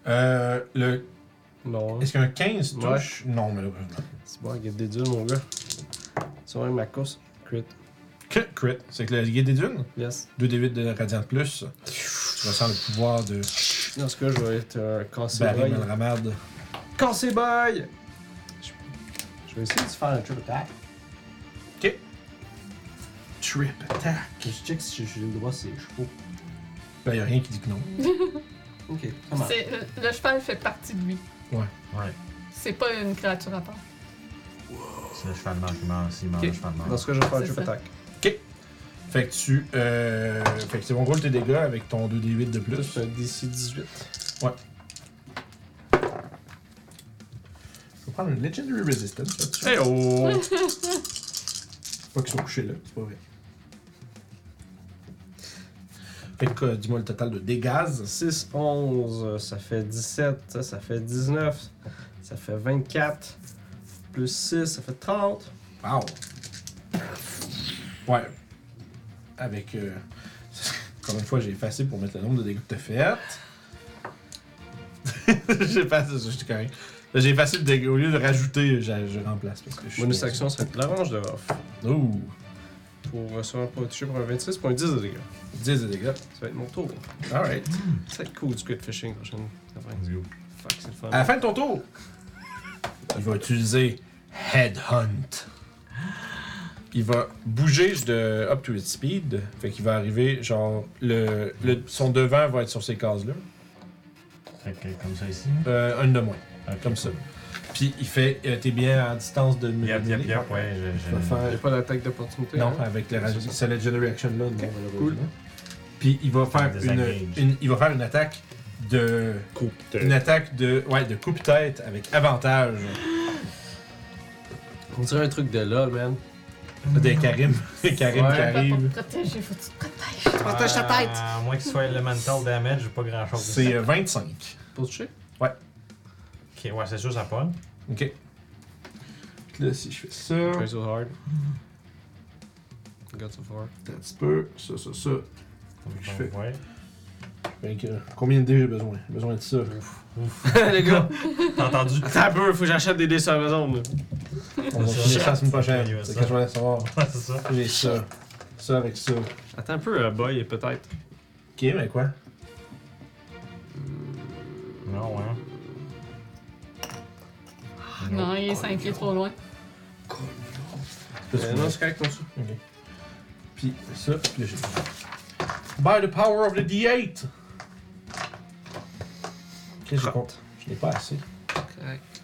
Speaker 1: Euh, le...
Speaker 3: Non. hein.
Speaker 1: Est-ce qu'un 15
Speaker 3: Ouais.
Speaker 1: touche Non, malheureusement.
Speaker 3: C'est bon, Guide des Dunes, mon gars. C'est vrai, ma course. Crit.
Speaker 1: Que crit. C'est que le guide des dunes,
Speaker 3: Yes.
Speaker 1: 2d8 de radiant de plus. Tu ressens le pouvoir de
Speaker 3: Dans ce cas, je vais être euh, cassé
Speaker 1: Barry
Speaker 3: boy.
Speaker 1: Malramad.
Speaker 3: Cassé boy Je- Je vais essayer de faire un triple attack.
Speaker 1: Trip attack.
Speaker 3: Je check si j'ai le droit, c'est chevaux.
Speaker 1: Ben, y a rien qui dit que non.
Speaker 3: Ok, ça marche.
Speaker 2: C'est- le- le cheval fait partie de lui.
Speaker 4: Ouais.
Speaker 2: C'est pas une créature à part.
Speaker 4: C'est le cheval mort qui meurt. S'il meurt,
Speaker 3: Ok.
Speaker 4: le cheval mort.
Speaker 3: Dans ce cas, je vais faire un
Speaker 2: C'est
Speaker 3: triple
Speaker 2: ça.
Speaker 3: attack.
Speaker 1: Fait que tu. Euh... Fait que c'est bon, roule tes dégâts avec ton 2d8 de plus.
Speaker 3: C'est un DC 18.
Speaker 1: Je vais prendre une Legendary Resistance là-dessus.
Speaker 3: Hey oh
Speaker 1: Pas qu'ils sont couchés là, c'est pas vrai. Fait que, euh, dis-moi le total de dégaz.
Speaker 3: 6, 11, ça fait 17, ça, ça fait 19, ça fait 24, plus 6, ça fait 30.
Speaker 1: Wow. Ouais. Avec. euh, Encore une fois, j'ai effacé pour mettre le nombre de dégâts que t'as fait. j'ai effacé ça, j'étais correct. J'ai effacé le dégât. Au lieu de rajouter, j'a- je remplace. Parce que je suis- Oh,
Speaker 3: Bonus action, ça fait l'orange de off.
Speaker 1: Ouh.
Speaker 3: Pour recevoir pas touché pour un 26, pour un 10 de dégâts.
Speaker 1: 10 de dégâts.
Speaker 3: Ça va être mon tour.
Speaker 1: Alright.
Speaker 3: Ça va être cool du crit fishing prochaine. la fin.
Speaker 4: Let's go.
Speaker 3: Fuck, c'est le fun.
Speaker 1: À la fin de ton tour, il va utiliser Headhunt. Il va bouger de up to its speed. Fait qu'il va arriver, genre, le, le- son devant va être sur ces cases-là.
Speaker 4: Fait que comme ça ici.
Speaker 1: Euh, une de moins,
Speaker 4: Ok.
Speaker 1: comme ça. Puis il fait, euh, t'es bien à distance de.
Speaker 4: Yep, yep, yep, ouais, je-
Speaker 1: Je vais
Speaker 4: je.
Speaker 1: faire-
Speaker 3: J'ai pas d'attaque d'opportunité.
Speaker 1: Non,
Speaker 3: hein?
Speaker 1: avec la raj- c'est la Legendary Action là, non, malheureusement.
Speaker 3: cool.
Speaker 1: Puis il va faire
Speaker 4: Désengage.
Speaker 1: une, une- il va faire une attaque de
Speaker 7: Coupe
Speaker 1: une attaque de ouais de coupe tête avec avantage
Speaker 3: On dirait un truc de LOL, man.
Speaker 1: de Karim, Karim
Speaker 3: Ouais.
Speaker 1: qui arrive.
Speaker 2: Pour te protéger, faut que tu te protèges.
Speaker 4: Protège ta tête! À moins que ce soit elemental damage, j'ai pas grand chose.
Speaker 1: C'est euh, 25.
Speaker 3: Pour toucher?
Speaker 4: Ok, ouais, c'est sûr, ça pogne.
Speaker 1: OK. Là si je fais ça,
Speaker 3: Try so hard. Got so far.
Speaker 1: un petit peu, ça ça ça. Je fais.
Speaker 4: Ouais.
Speaker 1: Fait que, euh, combien de dés j'ai besoin J'ai besoin de ça.
Speaker 3: Les gars,
Speaker 4: T'as entendu?
Speaker 3: attends un peu, faut que j'achète des dés sur Amazon. là.
Speaker 1: On va
Speaker 4: C'est
Speaker 1: finir
Speaker 4: ça.
Speaker 1: ça la semaine
Speaker 4: Il y a
Speaker 1: prochaine. C'est
Speaker 4: ça.
Speaker 1: quand je vais la savoir.
Speaker 4: Ouais, c'est ça.
Speaker 1: J'ai ça. Ça avec ça. Euh, OK,
Speaker 3: Attends un peu, euh, boy, peut-être.
Speaker 1: mais quoi
Speaker 4: Non, hein.
Speaker 2: Ah, Non, il est 5 pieds trop loin.
Speaker 3: Euh, non, c'est correct, on suit.
Speaker 1: Ok. Puis ça, puis là, j'ai. By the power of the D8! Qu'est-ce que je compte? Je n'ai pas assez.
Speaker 3: Correct.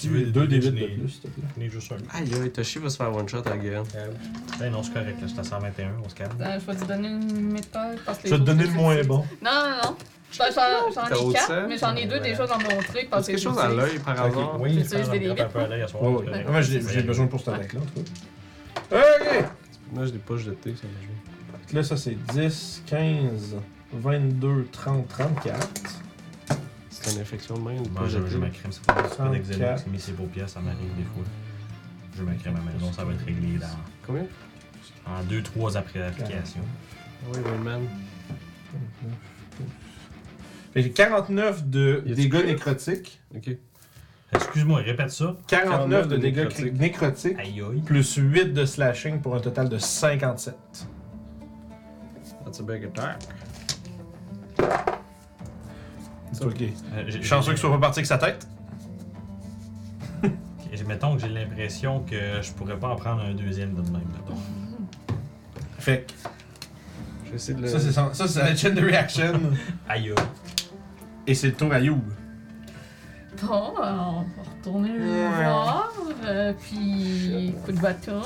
Speaker 1: Tu veux deux D8 de plus, s'il te plaît.
Speaker 4: On est juste un.
Speaker 3: Aïe, aïe, Toshi va se faire one shot again.
Speaker 4: Ben non, c'est correct, là, c'est à 121, on se calme.
Speaker 2: Attends, Euh, je vais te donner une méthode. parce que
Speaker 1: Je vais
Speaker 2: les
Speaker 1: te donner le
Speaker 2: autres,
Speaker 1: moins
Speaker 2: c'est-
Speaker 1: bon.
Speaker 2: Non, non, non. J'en j'en- j'en
Speaker 3: T'as
Speaker 2: ai
Speaker 3: autre
Speaker 2: 4,
Speaker 3: scène?
Speaker 2: mais j'en ai deux
Speaker 4: Ouais.
Speaker 2: déjà dans mon truc.
Speaker 3: T'as
Speaker 2: parce que
Speaker 3: quelque chose
Speaker 2: je
Speaker 3: à
Speaker 2: sais.
Speaker 3: l'œil par hasard?
Speaker 4: Oui,
Speaker 2: Tu
Speaker 4: c'est
Speaker 2: utilises des
Speaker 4: un
Speaker 2: limites,
Speaker 4: peu à l'œil à soir.
Speaker 1: Ah, Ouais, ouais.
Speaker 4: correct.
Speaker 1: Moi, j'ai j'ai besoin pour cette attaque-là, en tout cas. Ok!
Speaker 3: Moi, je l'ai pas jeté, ça m'a joué.
Speaker 1: Fait que Là, ça, c'est 10, 15, 22, 30, 34.
Speaker 3: C'est une infection de main, ou pas
Speaker 4: Moi, je,
Speaker 3: jeté.
Speaker 4: je ma crème, c'est pas, c'est pas d'examen, mais c'est pour pièces, ça m'arrive des fois. Je ma crème à la maison, ça va être réglé dans,
Speaker 3: Combien? Ah
Speaker 4: en 2-3 après l'application.
Speaker 3: Oui, ouais, man.
Speaker 1: Fait que 49 de
Speaker 3: Y a-tu
Speaker 1: dégâts
Speaker 3: plus?
Speaker 1: nécrotiques.
Speaker 3: Ok.
Speaker 4: Excuse-moi, répète ça.
Speaker 1: 49 de dégâts
Speaker 3: nécrotiques.
Speaker 1: cri- nécrotiques.
Speaker 4: Aïe aïe.
Speaker 1: Plus 8 de slashing pour un total de 57.
Speaker 3: That's a big attack.
Speaker 1: C'est ok.
Speaker 4: Euh, j'ai-
Speaker 1: Chanceux
Speaker 4: j'ai-
Speaker 1: qu'il soit pas parti avec sa tête.
Speaker 4: j'ai- Mettons que j'ai l'impression que je pourrais pas en prendre un deuxième de même, mettons.
Speaker 1: Fait que
Speaker 3: Je vais essayer de le.
Speaker 1: ça, c'est son- ça, c'est la legendary action.
Speaker 4: Aïe aïe.
Speaker 1: Et c'est le tour à Youb.
Speaker 2: Bon, euh, on va retourner le voir. euh, puis, coup de bâton.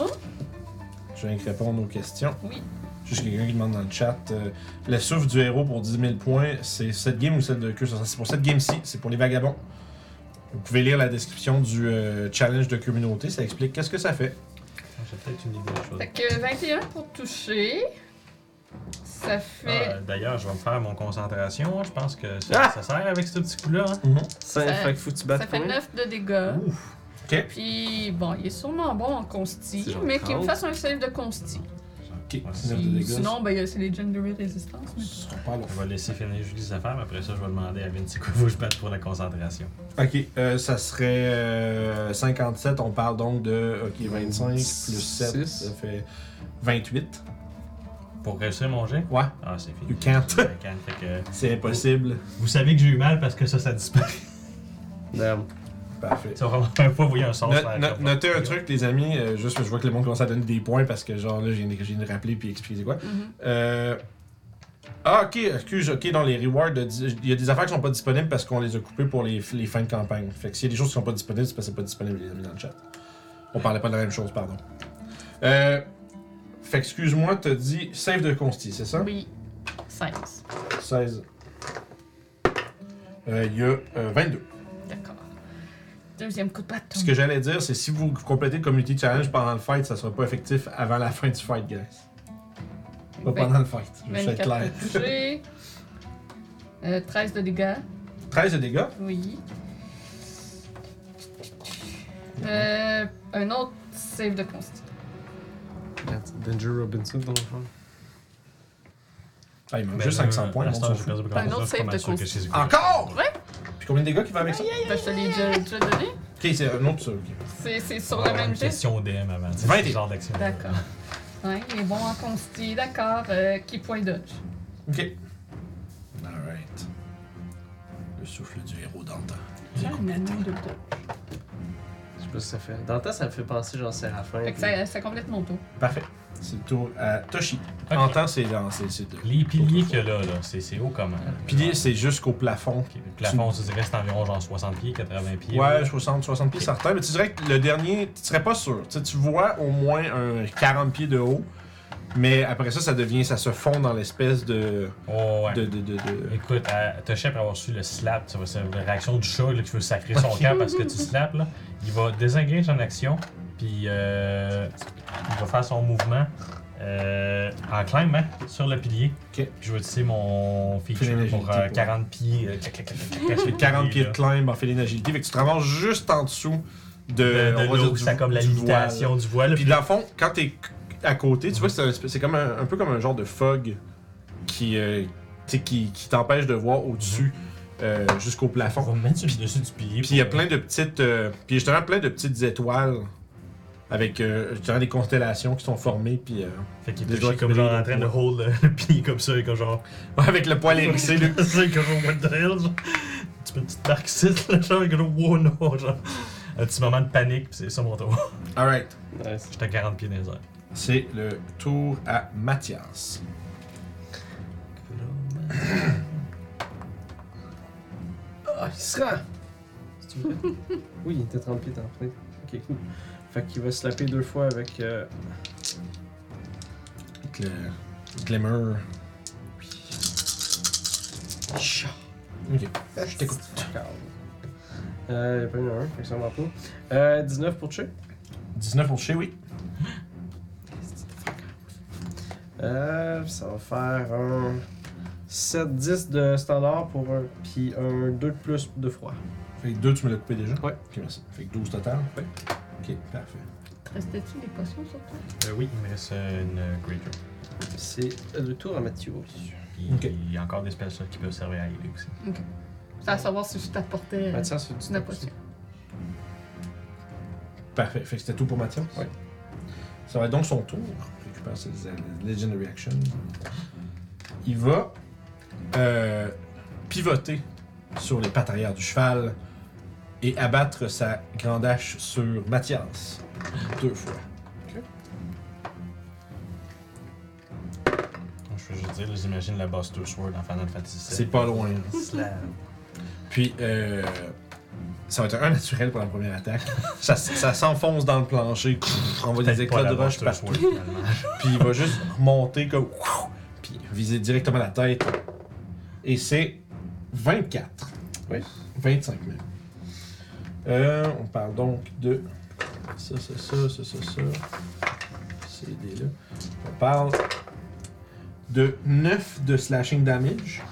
Speaker 1: Je viens de répondre aux questions.
Speaker 2: Oui.
Speaker 1: Juste quelqu'un qui demande dans le chat euh, le souffle du héros pour 10 000 points, c'est cette game ou celle de Queue sur Scène? C'est pour cette game-ci, c'est pour les vagabonds. Vous pouvez lire la description du euh, challenge de communauté, ça explique qu'est-ce que ça fait.
Speaker 4: Ah, J'ai peut-être une idée de chose.
Speaker 2: Fait que 21 pour toucher. Ça fait.
Speaker 4: Ah, D'ailleurs, je vais me faire mon concentration. Je pense que ça,
Speaker 3: Ah!
Speaker 4: ça sert avec ce petit coup-là. hein.
Speaker 1: Mhm.
Speaker 3: Ça,
Speaker 2: Ça-
Speaker 3: fait que faut que tu
Speaker 2: ça
Speaker 3: battes
Speaker 2: fait
Speaker 3: combien?
Speaker 2: 9 de dégâts.
Speaker 1: Ouf. Ok.
Speaker 2: Puis, bon, il est sûrement bon en
Speaker 3: C'est
Speaker 2: consti,
Speaker 3: genre
Speaker 2: mais qu'il me
Speaker 3: 30.
Speaker 2: fasse un save de consti.
Speaker 1: Ok.
Speaker 4: Ouais,
Speaker 1: Neuf de
Speaker 2: Puis
Speaker 1: dégâts.
Speaker 2: sinon, ben, il y a- c'est les Legendary Resistance. mais-
Speaker 1: Ce sera pas long.
Speaker 4: Je vais laisser finir Julie ses affaires, mais après ça, je vais demander à Vin c'est quoi faut que je batte pour la concentration.
Speaker 1: Ok, euh, ça serait euh, 57, on parle donc de ok 25 plus 7,
Speaker 3: Six.
Speaker 1: ça fait 28.
Speaker 4: Pour réussir mon jet?
Speaker 1: Ouais,
Speaker 4: Ah, c'est fini.
Speaker 1: you can't.
Speaker 4: Je can't, fait que- euh,
Speaker 1: C'est impossible.
Speaker 4: Vous savez que j'ai eu mal parce que ça, ça disparaît.
Speaker 3: Damn.
Speaker 1: Parfait.
Speaker 4: C'est vraiment la première fois que vous voyez un sens.
Speaker 1: No-
Speaker 4: faire
Speaker 1: no-
Speaker 4: comme-
Speaker 1: notez un truc, les amis, euh, juste parce que je vois que le monde commence à donner des points parce que, genre, là, j'ai j'ai de rappeler puis expliquer c'est quoi.
Speaker 2: Mhm.
Speaker 1: Euh, Ah, ok, excuse, ok, dans les rewards, euh, di- il y a des affaires qui sont pas disponibles parce qu'on les a coupées pour les, les fins de campagne. Fait que s'il y a des choses qui sont pas disponibles, c'est parce que c'est pas disponible, les amis, dans le chat. On parlait pas de la même chose, pardon. Euh, fait que, excuse-moi, t'as dit save de consti, c'est ça?
Speaker 2: Oui, 16.
Speaker 1: 16. Euh, Il y a euh, 22.
Speaker 2: D'accord. Deuxième coup de bâton.
Speaker 1: Ce que j'allais dire, c'est si vous complétez le community challenge pendant le fight, ça sera pas effectif avant la fin du fight, guys. Pas pendant le fight, je vais être
Speaker 2: 24
Speaker 1: clair.
Speaker 2: de toucher. Euh, 13 de dégâts,
Speaker 1: 13 de dégâts.
Speaker 2: oui. Euh, un autre save de consti.
Speaker 3: That's Danger Robinson dans le fond.
Speaker 1: Ah, il manque
Speaker 7: Ben,
Speaker 1: juste
Speaker 7: là,
Speaker 1: 500 points,
Speaker 7: à
Speaker 1: on
Speaker 7: l'instant,
Speaker 1: s'en
Speaker 7: j'ai
Speaker 1: fout.
Speaker 7: perdu grand-chose,
Speaker 2: Un autre
Speaker 7: je suis pas
Speaker 2: save
Speaker 7: mal
Speaker 2: de
Speaker 7: sûr que
Speaker 2: cause.
Speaker 7: c'est ce que-
Speaker 1: Encore?
Speaker 2: Ouais.
Speaker 1: Puis combien de dégâts qui va avec ça? Ok,
Speaker 2: Ben, je te l'ai déjà déjà donné.
Speaker 1: c'est un autre ça. ok.
Speaker 2: C'est c'est sur
Speaker 7: On
Speaker 1: Ah,
Speaker 2: le
Speaker 7: va avoir
Speaker 2: même
Speaker 7: une
Speaker 2: geste.
Speaker 7: question au DM avant. C'est
Speaker 1: 20.
Speaker 7: ce genre d'action.
Speaker 2: D'accord. Ouais, il est bon en consti, d'accord. Euh, qui point dodge.
Speaker 1: Ok. Alright. Le souffle du héros d'antan.
Speaker 2: Ah, il y en a un de dodge.
Speaker 3: Je sais pas ce que ça fait. Dans le temps, ça me fait penser genre Séraphin.
Speaker 2: Fait que ça, ça complète mon tour.
Speaker 1: Parfait. C'est le tour à Toshi.
Speaker 7: Ok.
Speaker 1: Antan, c'est dans. C'est, c'est de...
Speaker 7: Les piliers qu'il y a là, là, c'est c'est haut comment? là?
Speaker 1: Pilier, c'est jusqu'au plafond.
Speaker 7: Ok, Le plafond, ça dirait, c'est environ genre 60 pieds, 80 pieds.
Speaker 1: Ouais, 60, 60 pieds
Speaker 7: Ok.
Speaker 1: certain, mais tu dirais que le dernier, tu serais pas sûr. Tu sais, tu vois au moins un 40 pieds de haut, mais après ça, ça devient, ça se fond dans l'espèce de,
Speaker 7: Oh, ouais.
Speaker 1: de, de, de, de-
Speaker 7: Écoute, à Tosha, après avoir su le slap, tu vois, c'est la réaction du chat là, qui veut sacrer son
Speaker 1: Ok.
Speaker 7: camp parce que tu slaps, là, il va désengage en action, puis euh, il va faire son mouvement euh, en climb hein, sur le pilier.
Speaker 1: Ok.
Speaker 7: Puis je vais utiliser mon feature
Speaker 1: Fais
Speaker 7: pour
Speaker 1: l'agilité
Speaker 7: euh,
Speaker 1: pour-
Speaker 7: 40 pieds. euh, clac, clac, clac, clac, clac,
Speaker 1: de
Speaker 7: sur le
Speaker 1: 40 pieds
Speaker 7: là.
Speaker 1: de climb en filet d'agilité. Fait que tu te ramasses juste en dessous de,
Speaker 7: de,
Speaker 1: on
Speaker 7: de
Speaker 1: va dire,
Speaker 7: l'eau,
Speaker 1: du-
Speaker 7: ça comme la
Speaker 1: du
Speaker 7: limitation du voile.
Speaker 1: voile. Puis dans le fond, quand t'es à côté, tu vois, c'est, un, espèce- c'est comme un, un peu comme un genre de fog qui, euh, tu sais, qui, qui t'empêche de voir au-dessus euh, jusqu'au
Speaker 7: on
Speaker 1: plafond.
Speaker 7: va me mettre sur le dessus du pilier.
Speaker 1: Puis il y a plein de petites. euh, puis justement, plein de petites étoiles. Avec euh, justement des constellations qui sont formées. Puis euh,
Speaker 7: Fait qu'il
Speaker 1: des
Speaker 7: est
Speaker 1: doigts qui
Speaker 7: touché comme genre
Speaker 1: brillent.
Speaker 7: en train de hold le, le pilier comme ça, et comme genre.
Speaker 1: avec le poil hérissé, là.
Speaker 7: C'est comme genre, what the hell? genre. Tu peux une petite marxiste, là, genre, comme genre, wow, non, genre. Un petit moment de panique, pis c'est ça mon tour.
Speaker 1: Alright.
Speaker 3: Nice.
Speaker 7: J'étais à 40 pieds dans les airs.
Speaker 1: C'est le tour à Mathias.
Speaker 3: Ah, il se rend! Si tu veux. oui, il était 30 pieds en fenêtre. Ok, cool. Fait qu'il va se slapper deux fois avec. euh,
Speaker 1: Avec le Glimmer. Ok. Je t'écoute.
Speaker 3: Euh, il n'y a pas eu un, fait que ça m'en pas. Euh, 19 pour tuer.
Speaker 1: 19 pour toucher, oui.
Speaker 3: Euh, ça va faire un 7-10 de standard pour un, puis un 2 de plus de froid.
Speaker 1: Fait que 2, tu me l'as coupé déjà.
Speaker 3: Ouais.
Speaker 1: Ok, merci. Fait que 12 total. Ouais. Ok, parfait.
Speaker 2: Te Restait-tu des potions sur toi?
Speaker 7: Euh, oui, il me reste euh, une euh, Great Joke.
Speaker 3: C'est le tour à Mathieu.
Speaker 1: Euh,
Speaker 7: Puis
Speaker 1: Ok.
Speaker 7: Il y a encore des spells là, qui peuvent servir à healer aussi.
Speaker 2: Ça à savoir si je t'apportais euh,
Speaker 3: Mathieu, c'est du
Speaker 2: une potion.
Speaker 1: Parfait. Fait que c'était tout pour Mathias.
Speaker 3: Ouais.
Speaker 1: Ça va être donc son tour. Récupère ses euh, Legendary Action. Il va euh, pivoter sur les pattes arrière du cheval et abattre sa grande hache sur Mathias. Deux fois.
Speaker 7: Je veux juste dire, là, j'imagine la boss Two Sword dans Final Fantasy VII.
Speaker 1: C'est pas loin.
Speaker 7: Slam.
Speaker 1: Puis, euh, ça va être un naturel pour la première attaque. ça ça s'enfonce dans le plancher. On voit des
Speaker 7: Peut-être pas
Speaker 1: éclats
Speaker 7: la
Speaker 1: de roche
Speaker 7: Buster
Speaker 1: partout.
Speaker 7: Sword, finalement.
Speaker 1: Puis il va juste remonter comme. Puis viser directement la tête. Et c'est 24.
Speaker 3: Oui.
Speaker 1: 25 même. Euh, on parle donc de. Ça, ça, ça, ça, ça, ça. Ces dés-là. On parle de 9 de slashing damage.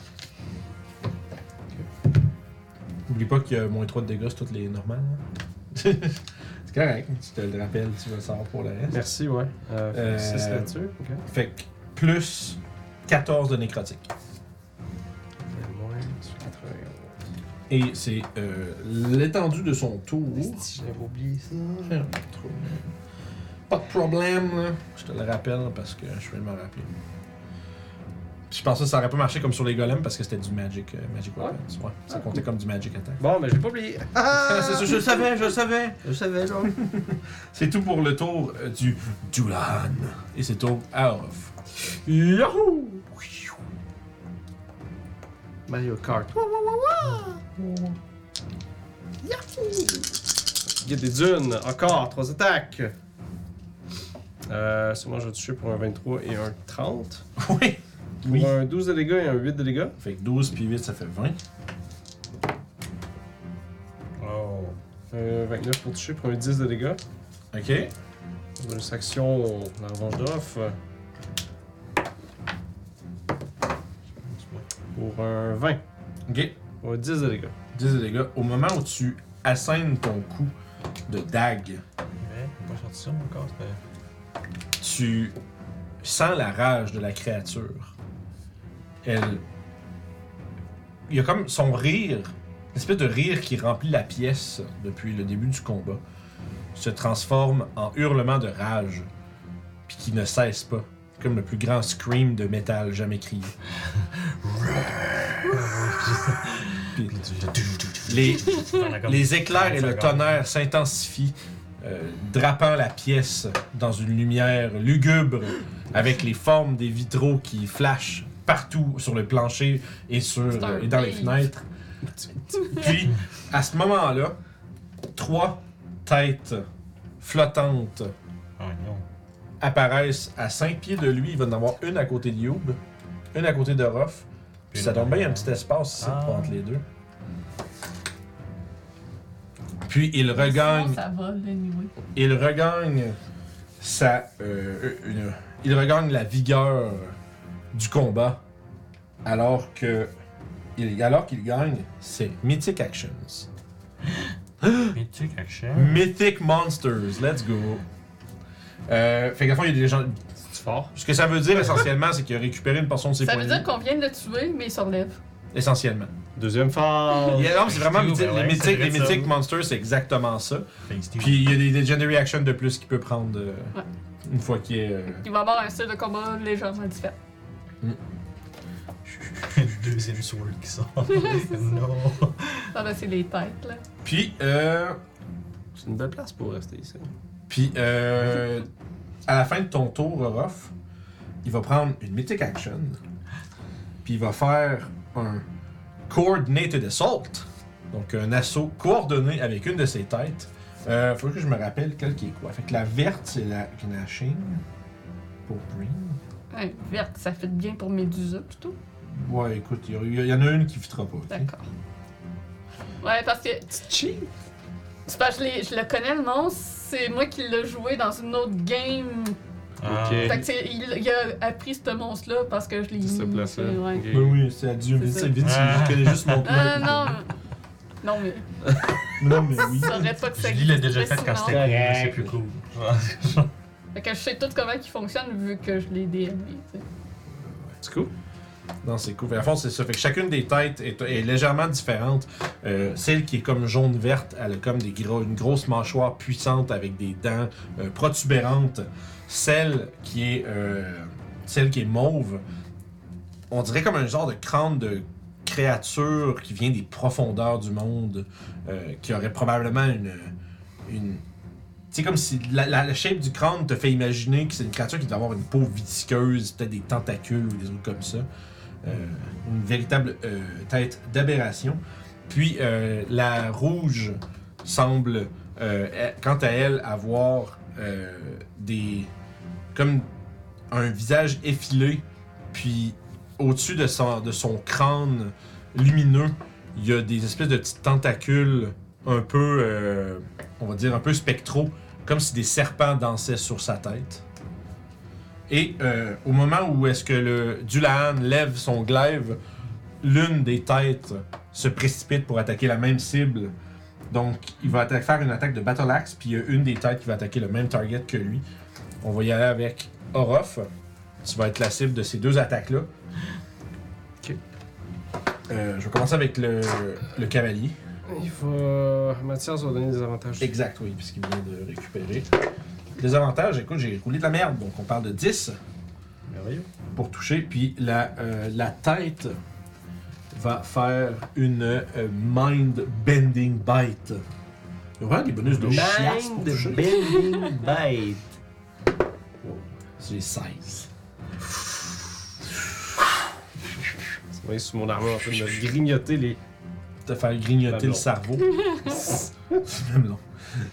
Speaker 1: N'oublie pas qu'il y a moins 3 de dégâts sur toutes les normales. hein. c'est correct, tu te le rappelles, tu vas le savoir pour le reste.
Speaker 3: Merci, ouais. Euh,
Speaker 1: Euh,
Speaker 3: 6 là-dessus. Ok.
Speaker 1: Fait que plus 14 de nécrotique.
Speaker 3: Et moins sur 80.
Speaker 1: Et c'est euh, l'étendue de son tour.
Speaker 3: Si j'avais oublié ça.
Speaker 1: Pas de problème, là. je te le rappelle parce que je vais me rappeler. Puis je pensais que ça aurait pas marché comme sur les golems parce que c'était du Magic, euh, magic
Speaker 3: Ouais.
Speaker 1: Weapons. Ouais, ça comptait comme du Magic Attack.
Speaker 3: Bon, mais j'ai pas oublié.
Speaker 1: Ah, c'est ça, je le savais, je le savais.
Speaker 3: Je savais, genre.
Speaker 1: C'est tout pour le tour euh, du Dulan. Et c'est tour à Orof.
Speaker 3: Yahoo! Mario Kart. Il y a des dunes, encore, trois attaques. Euh, sûrement, je vais toucher pour un 23 et un 30.
Speaker 1: Oui.
Speaker 3: Pour
Speaker 1: Oui.
Speaker 3: un 12 de dégâts et un 8 de dégâts.
Speaker 1: Fait que 12 puis 8, ça fait 20.
Speaker 7: Oh.
Speaker 3: Un 29 pour toucher pour un 10 de dégâts.
Speaker 1: Ok.
Speaker 3: Dans une section, la revanche d'off. pour un 20.
Speaker 1: Ok.
Speaker 3: Pour 10 de dégâts.
Speaker 1: 10 de dégâts. Au moment où tu assaines ton coup de dague,
Speaker 4: Mais, pas sorti ça, mon corps. c'est-
Speaker 1: tu sens la rage de la créature. Elle. Il y a comme son rire, une espèce de rire qui remplit la pièce depuis le début du combat, se transforme en hurlement de rage, puis qui ne cesse pas, comme le plus grand scream de métal jamais crié. Puis les,
Speaker 4: Pendant comme-
Speaker 1: les éclairs et le
Speaker 4: 30 secondes.
Speaker 1: tonnerre s'intensifient, euh, drapant la pièce dans une lumière lugubre, avec les formes des vitraux qui flashent partout sur le plancher et, sur,
Speaker 2: C'est un
Speaker 1: et dans les
Speaker 2: rave.
Speaker 1: fenêtres. Puis, à ce moment-là, trois têtes flottantes
Speaker 4: Ah non.
Speaker 1: apparaissent à cinq pieds de lui. Il va en avoir une à côté de Youb, une à côté de Ruff. Puis ça donne bien un petit espace ici
Speaker 4: Ah.
Speaker 1: entre les deux. Puis il regagne,
Speaker 2: Sinon, ça vole, anyway.
Speaker 1: il regagne sa, euh, une- il regagne la vigueur du combat alors que, il- alors qu'il gagne, c'est Mythic Actions.
Speaker 4: Mais tu sais quelque chose?
Speaker 1: Mythic Monsters, let's go. Euh, fait qu'à fond, il y a des gens.
Speaker 3: C'est fort.
Speaker 1: Ce que ça veut dire essentiellement, c'est qu'il a récupéré une portion de ses
Speaker 2: Ça
Speaker 1: points
Speaker 2: veut
Speaker 1: de
Speaker 2: dire
Speaker 1: vie.
Speaker 2: qu'on vient de le tuer, mais il se relève.
Speaker 1: Essentiellement.
Speaker 3: Deuxième phase.
Speaker 1: Il y a- non, c'est vraiment
Speaker 4: Ben
Speaker 1: mythique-
Speaker 4: ouais,
Speaker 1: les
Speaker 4: c'est
Speaker 1: mythiques,
Speaker 4: vrai
Speaker 1: les
Speaker 4: ça.
Speaker 1: mythiques monsters, c'est exactement ça.
Speaker 4: Thanks, Steve.
Speaker 1: Puis il y a des legendary actions de plus qu'il peut prendre euh,
Speaker 2: Ouais.
Speaker 1: une fois qu'il est. euh,
Speaker 2: Il va avoir un style de combat légèrement différent.
Speaker 4: le deuxième sword qui sort. non.
Speaker 2: Ah ben, c'est les têtes, là.
Speaker 1: Puis euh,
Speaker 3: C'est une belle place pour rester ici.
Speaker 1: puis euh, à la fin de ton tour, Ruff, il va prendre une mythic action. Puis il va faire un coordinated assault, donc un assaut coordonné avec une de ses têtes. Euh, faut que je me rappelle quelle qui est quoi. Fait que la verte c'est la gnashing pour Green.
Speaker 2: Ouais, verte, ça fait bien pour Médusa, plutôt.
Speaker 1: Ouais, écoute, il y, a- il y en a une qui fitera pas. ok?
Speaker 2: D'accord. Ouais, parce que. C'est cheap! C'est parce que je, l'ai- je le connais, le monstre. C'est moi qui l'ai joué dans une autre game.
Speaker 4: Ah,
Speaker 3: Ok.
Speaker 2: Fait que c'est- il, il a appris ce monstre-là parce que je l'ai
Speaker 3: C'est hein. cette
Speaker 2: mis,
Speaker 3: place-là.
Speaker 2: c'est- ouais.
Speaker 1: Ben oui, c'est adieu, mais
Speaker 2: C'est
Speaker 1: c'est
Speaker 2: ça.
Speaker 1: vite,
Speaker 4: Ah.
Speaker 1: je connais juste mon
Speaker 2: Non,
Speaker 1: plan.
Speaker 2: Euh, non, non. Non, mais
Speaker 1: Non, mais oui.
Speaker 2: ça aurait pas que ça
Speaker 4: Je l'ai déjà
Speaker 2: existait
Speaker 4: fait quand
Speaker 2: sinon.
Speaker 4: c'était cool, mais c'est plus cool.
Speaker 2: Fait que je sais tout comment il fonctionne vu que je l'ai DMé. tu sais.
Speaker 3: C'est cool.
Speaker 1: Non, c'est cool. Fait, à fond, c'est ça. Fait que chacune des têtes est, est légèrement différente. Euh, celle qui est comme jaune-verte, elle a comme des gros, une grosse mâchoire puissante avec des dents euh, protubérantes. Celle qui est euh, celle qui est mauve, on dirait comme un genre de crâne de créature qui vient des profondeurs du monde, euh, qui aurait probablement une. une c'est comme si la, la- la shape du crâne te fait imaginer que c'est une créature qui doit avoir une peau vitiqueuse, peut-être des tentacules ou des trucs comme ça. Euh, une véritable euh, tête d'aberration. Puis euh, la rouge semble, euh, elle- quant à elle, avoir euh, des. comme un visage effilé. Puis au-dessus de son, de son crâne lumineux, il y a des espèces de petites tentacules un peu, euh, on va dire, un peu spectraux, comme si des serpents dansaient sur sa tête. Et euh, au moment où est-ce que le Dulahan lève son glaive, l'une des têtes se précipite pour attaquer la même cible. Donc, il va atta- faire une attaque de Battle Axe, puis il y a une des têtes qui va attaquer le même target que lui. On va y aller avec Orof. Tu vas être la cible de ces deux attaques-là.
Speaker 3: Ok.
Speaker 1: Euh, je vais commencer avec le, le cavalier.
Speaker 3: Il faut. Mathias va donner des avantages.
Speaker 1: Exact, oui, puisqu'il vient de récupérer. Les avantages, écoute, j'ai roulé de la merde, donc on parle de 10
Speaker 3: Merveilleux.
Speaker 1: pour toucher, puis la, euh, la tête va faire une euh, Mind Bending Bite. Il y a vraiment des bonus de chiasse pour toucher.
Speaker 3: bending bite.
Speaker 1: J'ai 16.
Speaker 3: Ça va être sous mon armure en train de me grignoter les.
Speaker 1: Te faire grignoter le
Speaker 3: Pardon.
Speaker 1: cerveau. C'est même long.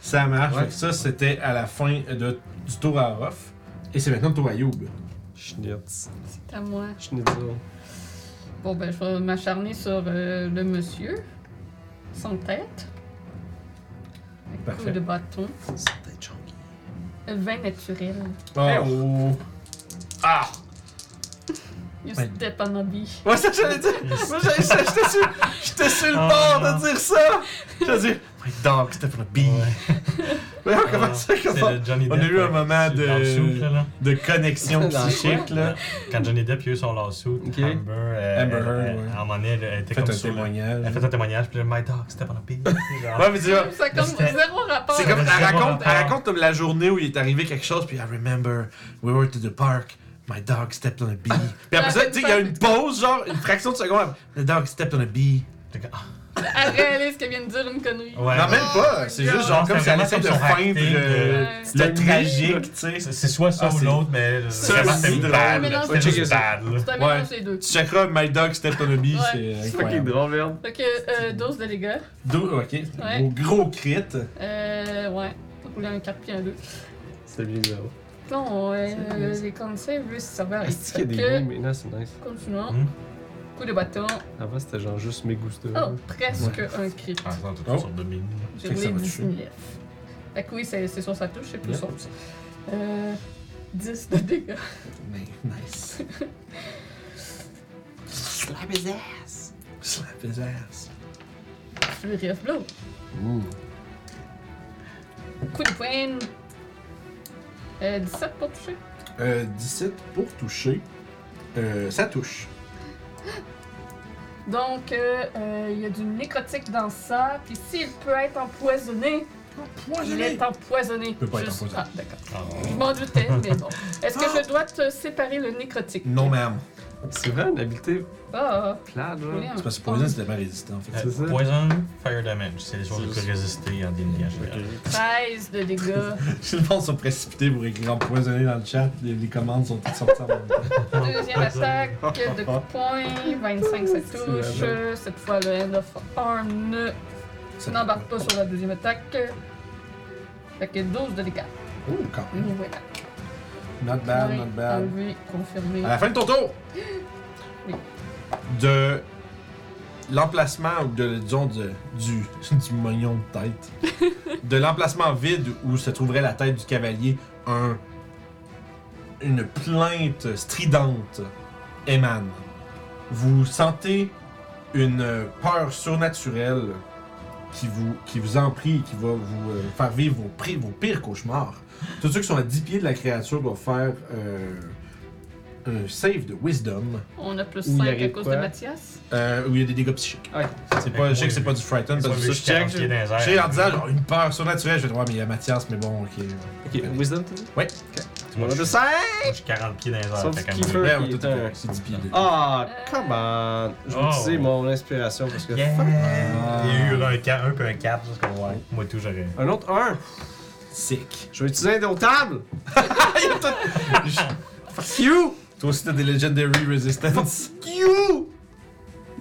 Speaker 1: Ça marche.
Speaker 3: Ouais.
Speaker 1: Fait que Ça, c'était à la fin de, du tour à Ruff. Et c'est maintenant le tour à Youb.
Speaker 3: Schnitz.
Speaker 2: C'est à moi.
Speaker 3: Schnitzel.
Speaker 2: Bon, ben, je vais m'acharner sur euh, le monsieur. Sans tête. Avec
Speaker 1: Parfait.
Speaker 2: coup de bâton. Euh,
Speaker 3: C'est peut-être chunky.
Speaker 1: Eh
Speaker 2: 20 naturel.
Speaker 1: Oh. Ah!
Speaker 2: You step on a bee.
Speaker 1: Ouais, ça, j'allais dire. Moi, j'allais- j'étais sur, j'étais sur le
Speaker 4: Oh,
Speaker 1: bord
Speaker 4: non.
Speaker 1: de dire ça. J'allais dire, my dog, c'était pour le Ah, bee. Ouais, on commence ça comme ça. on a eu un moment de- De connexion
Speaker 3: Dans le
Speaker 1: psychique, là.
Speaker 4: Quand Johnny Depp il y a eu son lawsuit,
Speaker 3: Ok.
Speaker 4: Amber, euh,
Speaker 1: Amber
Speaker 4: elle-
Speaker 1: Heard,
Speaker 4: elle-
Speaker 1: ouais.
Speaker 4: à un moment donné, elle elle était
Speaker 1: Faites
Speaker 4: comme
Speaker 1: un
Speaker 4: sur le-
Speaker 1: témoignage.
Speaker 4: Elle fait un témoignage, puis là, My dog, c'était pendant pire.
Speaker 1: Ouais, mais tu vois,
Speaker 2: Ça a comme
Speaker 4: C'était-
Speaker 2: zéro rapport.
Speaker 1: C'est comme, elle
Speaker 4: Zéro
Speaker 1: raconte, elle
Speaker 4: rapport.
Speaker 1: raconte comme la journée où il est arrivé quelque chose, puis I remember, we were to the park, my dog stepped on a bee. Puis après ça, tu sais, il y a une pause, genre, une fraction de seconde, the dog stepped on a bee.
Speaker 2: Elle réalise qu'elle vient de dire une connerie.
Speaker 4: Ouais.
Speaker 1: non, même pas, c'est juste genre
Speaker 4: Non,
Speaker 1: comme
Speaker 4: c'est
Speaker 1: si elle
Speaker 4: vraiment
Speaker 1: essaie de
Speaker 4: comme son
Speaker 1: feindre
Speaker 4: acting
Speaker 1: le,
Speaker 2: de-
Speaker 1: le
Speaker 3: C'était
Speaker 1: tragique, tu sais.
Speaker 4: C'est c'est soit ça
Speaker 1: Ah,
Speaker 4: ou
Speaker 1: c'est-
Speaker 4: l'autre, mais euh,
Speaker 1: Ça,
Speaker 4: vraiment,
Speaker 1: c'est
Speaker 4: c'est
Speaker 1: drôle.
Speaker 4: bad.
Speaker 2: Mais non,
Speaker 4: là.
Speaker 2: c'est-
Speaker 4: C'était juste bad, là.
Speaker 2: C'est un mélange
Speaker 1: Ouais.
Speaker 2: des deux.
Speaker 1: Tu checkeras my dog stepped on a bee,
Speaker 2: Ouais.
Speaker 1: c'est euh,
Speaker 3: Fucking
Speaker 1: incroyable.
Speaker 3: drôle, merde.
Speaker 2: Fait que euh, 12 de dégâts.
Speaker 1: Deux, ok, c'est
Speaker 2: Ouais.
Speaker 1: un gros, gros crit.
Speaker 2: Euh, ouais. Rouler un 4 puis un 2.
Speaker 3: C'était bizarre.
Speaker 2: Non,
Speaker 3: C'est bien,
Speaker 2: euh,
Speaker 3: ça.
Speaker 2: les conseils, oui, ça va
Speaker 3: Ah,
Speaker 2: arriver.
Speaker 3: c'est qu'il y a
Speaker 2: Fait
Speaker 3: des goûts, mais là, c'est nice.
Speaker 2: que, Continuons.
Speaker 4: Hmm.
Speaker 2: Coup de bâton.
Speaker 3: Avant, c'était genre juste mes goûts de.
Speaker 2: Oh, presque un crit.
Speaker 4: Ah, non, t'as toutes
Speaker 1: Oh.
Speaker 4: sortes de mines.
Speaker 2: J'ai
Speaker 1: Fait que ça
Speaker 2: roulé
Speaker 1: va
Speaker 2: 10
Speaker 1: toucher.
Speaker 2: 000 F. Fait que oui, c'est c'est sur sa touche, c'est plus
Speaker 1: Yep.
Speaker 2: sur ça. Euh, 10 de dégâts.
Speaker 1: Nice. Slap his ass. Slap his ass.
Speaker 2: Fury of Blow.
Speaker 3: Ouh.
Speaker 2: Coup de poing. Euh, 17 pour toucher.
Speaker 1: Euh, 17 pour toucher. Euh, ça touche.
Speaker 2: Donc, euh, euh, il y a du nécrotique dans ça. Puis s'il peut être empoisonné, il est empoisonné. Il
Speaker 1: peut pas être empoisonné.
Speaker 2: Ah, d'accord.
Speaker 4: Ah.
Speaker 2: Je m'en doutais, mais bon. Est-ce que je dois te séparer le nécrotique?
Speaker 1: Non, ma'am.
Speaker 3: C'est vrai, une habileté
Speaker 2: Ah,
Speaker 3: plate, genre.
Speaker 2: oui, un
Speaker 1: C'est parce que
Speaker 2: point.
Speaker 1: Poison, c'était pas résistant, en fait.
Speaker 3: C'est ça.
Speaker 4: Euh, Poison, fire damage, c'est les choses qui
Speaker 3: C'est
Speaker 4: peuvent résister à des dégâts.
Speaker 2: 13 de dégâts.
Speaker 1: Je le monde sont précipités pour écrire empoisonné dans le chat. Les, les commandes sont toutes sorties en même temps.
Speaker 2: Deuxième attaque de coup de poing. 25, ça touche. Cette fois, le End of Arm ne
Speaker 1: Ça
Speaker 2: n'embarque pas sur la deuxième attaque. Fait que 12 de dégâts.
Speaker 1: Oh, quand
Speaker 2: Nous
Speaker 1: même.
Speaker 2: voilà.
Speaker 1: Not bad, not bad.
Speaker 2: Enlevé, confirmé.
Speaker 1: À la fin de ton tour!
Speaker 2: Oui.
Speaker 1: De l'emplacement, ou de, disons, de- du, du moignon de tête, de l'emplacement vide où se trouverait la tête du cavalier, un, une plainte stridente émane. Vous sentez une peur surnaturelle qui vous, qui vous en prie, qui va vous euh, faire vivre vos, pri- vos pires cauchemars. Tous ceux qui sont à 10 pieds de la créature doivent faire euh, un save de wisdom
Speaker 2: On a plus
Speaker 3: Où il
Speaker 2: 5 à
Speaker 3: arrive
Speaker 2: cause
Speaker 3: quoi?
Speaker 2: de Mathias.
Speaker 1: euh, où il y a des dégâts psychiques.
Speaker 3: Ah,
Speaker 1: C'est pas, je sais que c'est pas du frighten, parce que ça, je check.
Speaker 4: qui est dans les
Speaker 1: je-
Speaker 4: airs.
Speaker 1: je sais, en disant genre une peur surnaturelle, je vais dire, ouais, mais il y a Mathias, mais bon, ok.
Speaker 3: Ok, Wisdom, t'as dit
Speaker 1: Ouais.
Speaker 3: Ok. Moi, je sais
Speaker 4: Moi, j'ai 40 pieds dans les airs.
Speaker 3: Sauf
Speaker 4: fait qu'à
Speaker 3: qu'il
Speaker 4: me-
Speaker 3: peut-
Speaker 1: Ouais,
Speaker 3: Ok,
Speaker 1: on est tout
Speaker 3: attends.
Speaker 1: correct, c'est 10 pieds. de-
Speaker 3: Ah, come on! Je vais
Speaker 4: Oh.
Speaker 3: utiliser mon inspiration parce que.
Speaker 4: Yeah.
Speaker 3: fuck.
Speaker 1: Ah.
Speaker 4: Il y a eu un 4, un puis un 4, juste comme ouais. Moi tout j'aurais.
Speaker 3: Un autre 1!
Speaker 1: Sick.
Speaker 3: Je vais utiliser indomptable! Fuck you!
Speaker 1: Toi aussi, t'as des Legendary Resistance.
Speaker 3: Fuck you!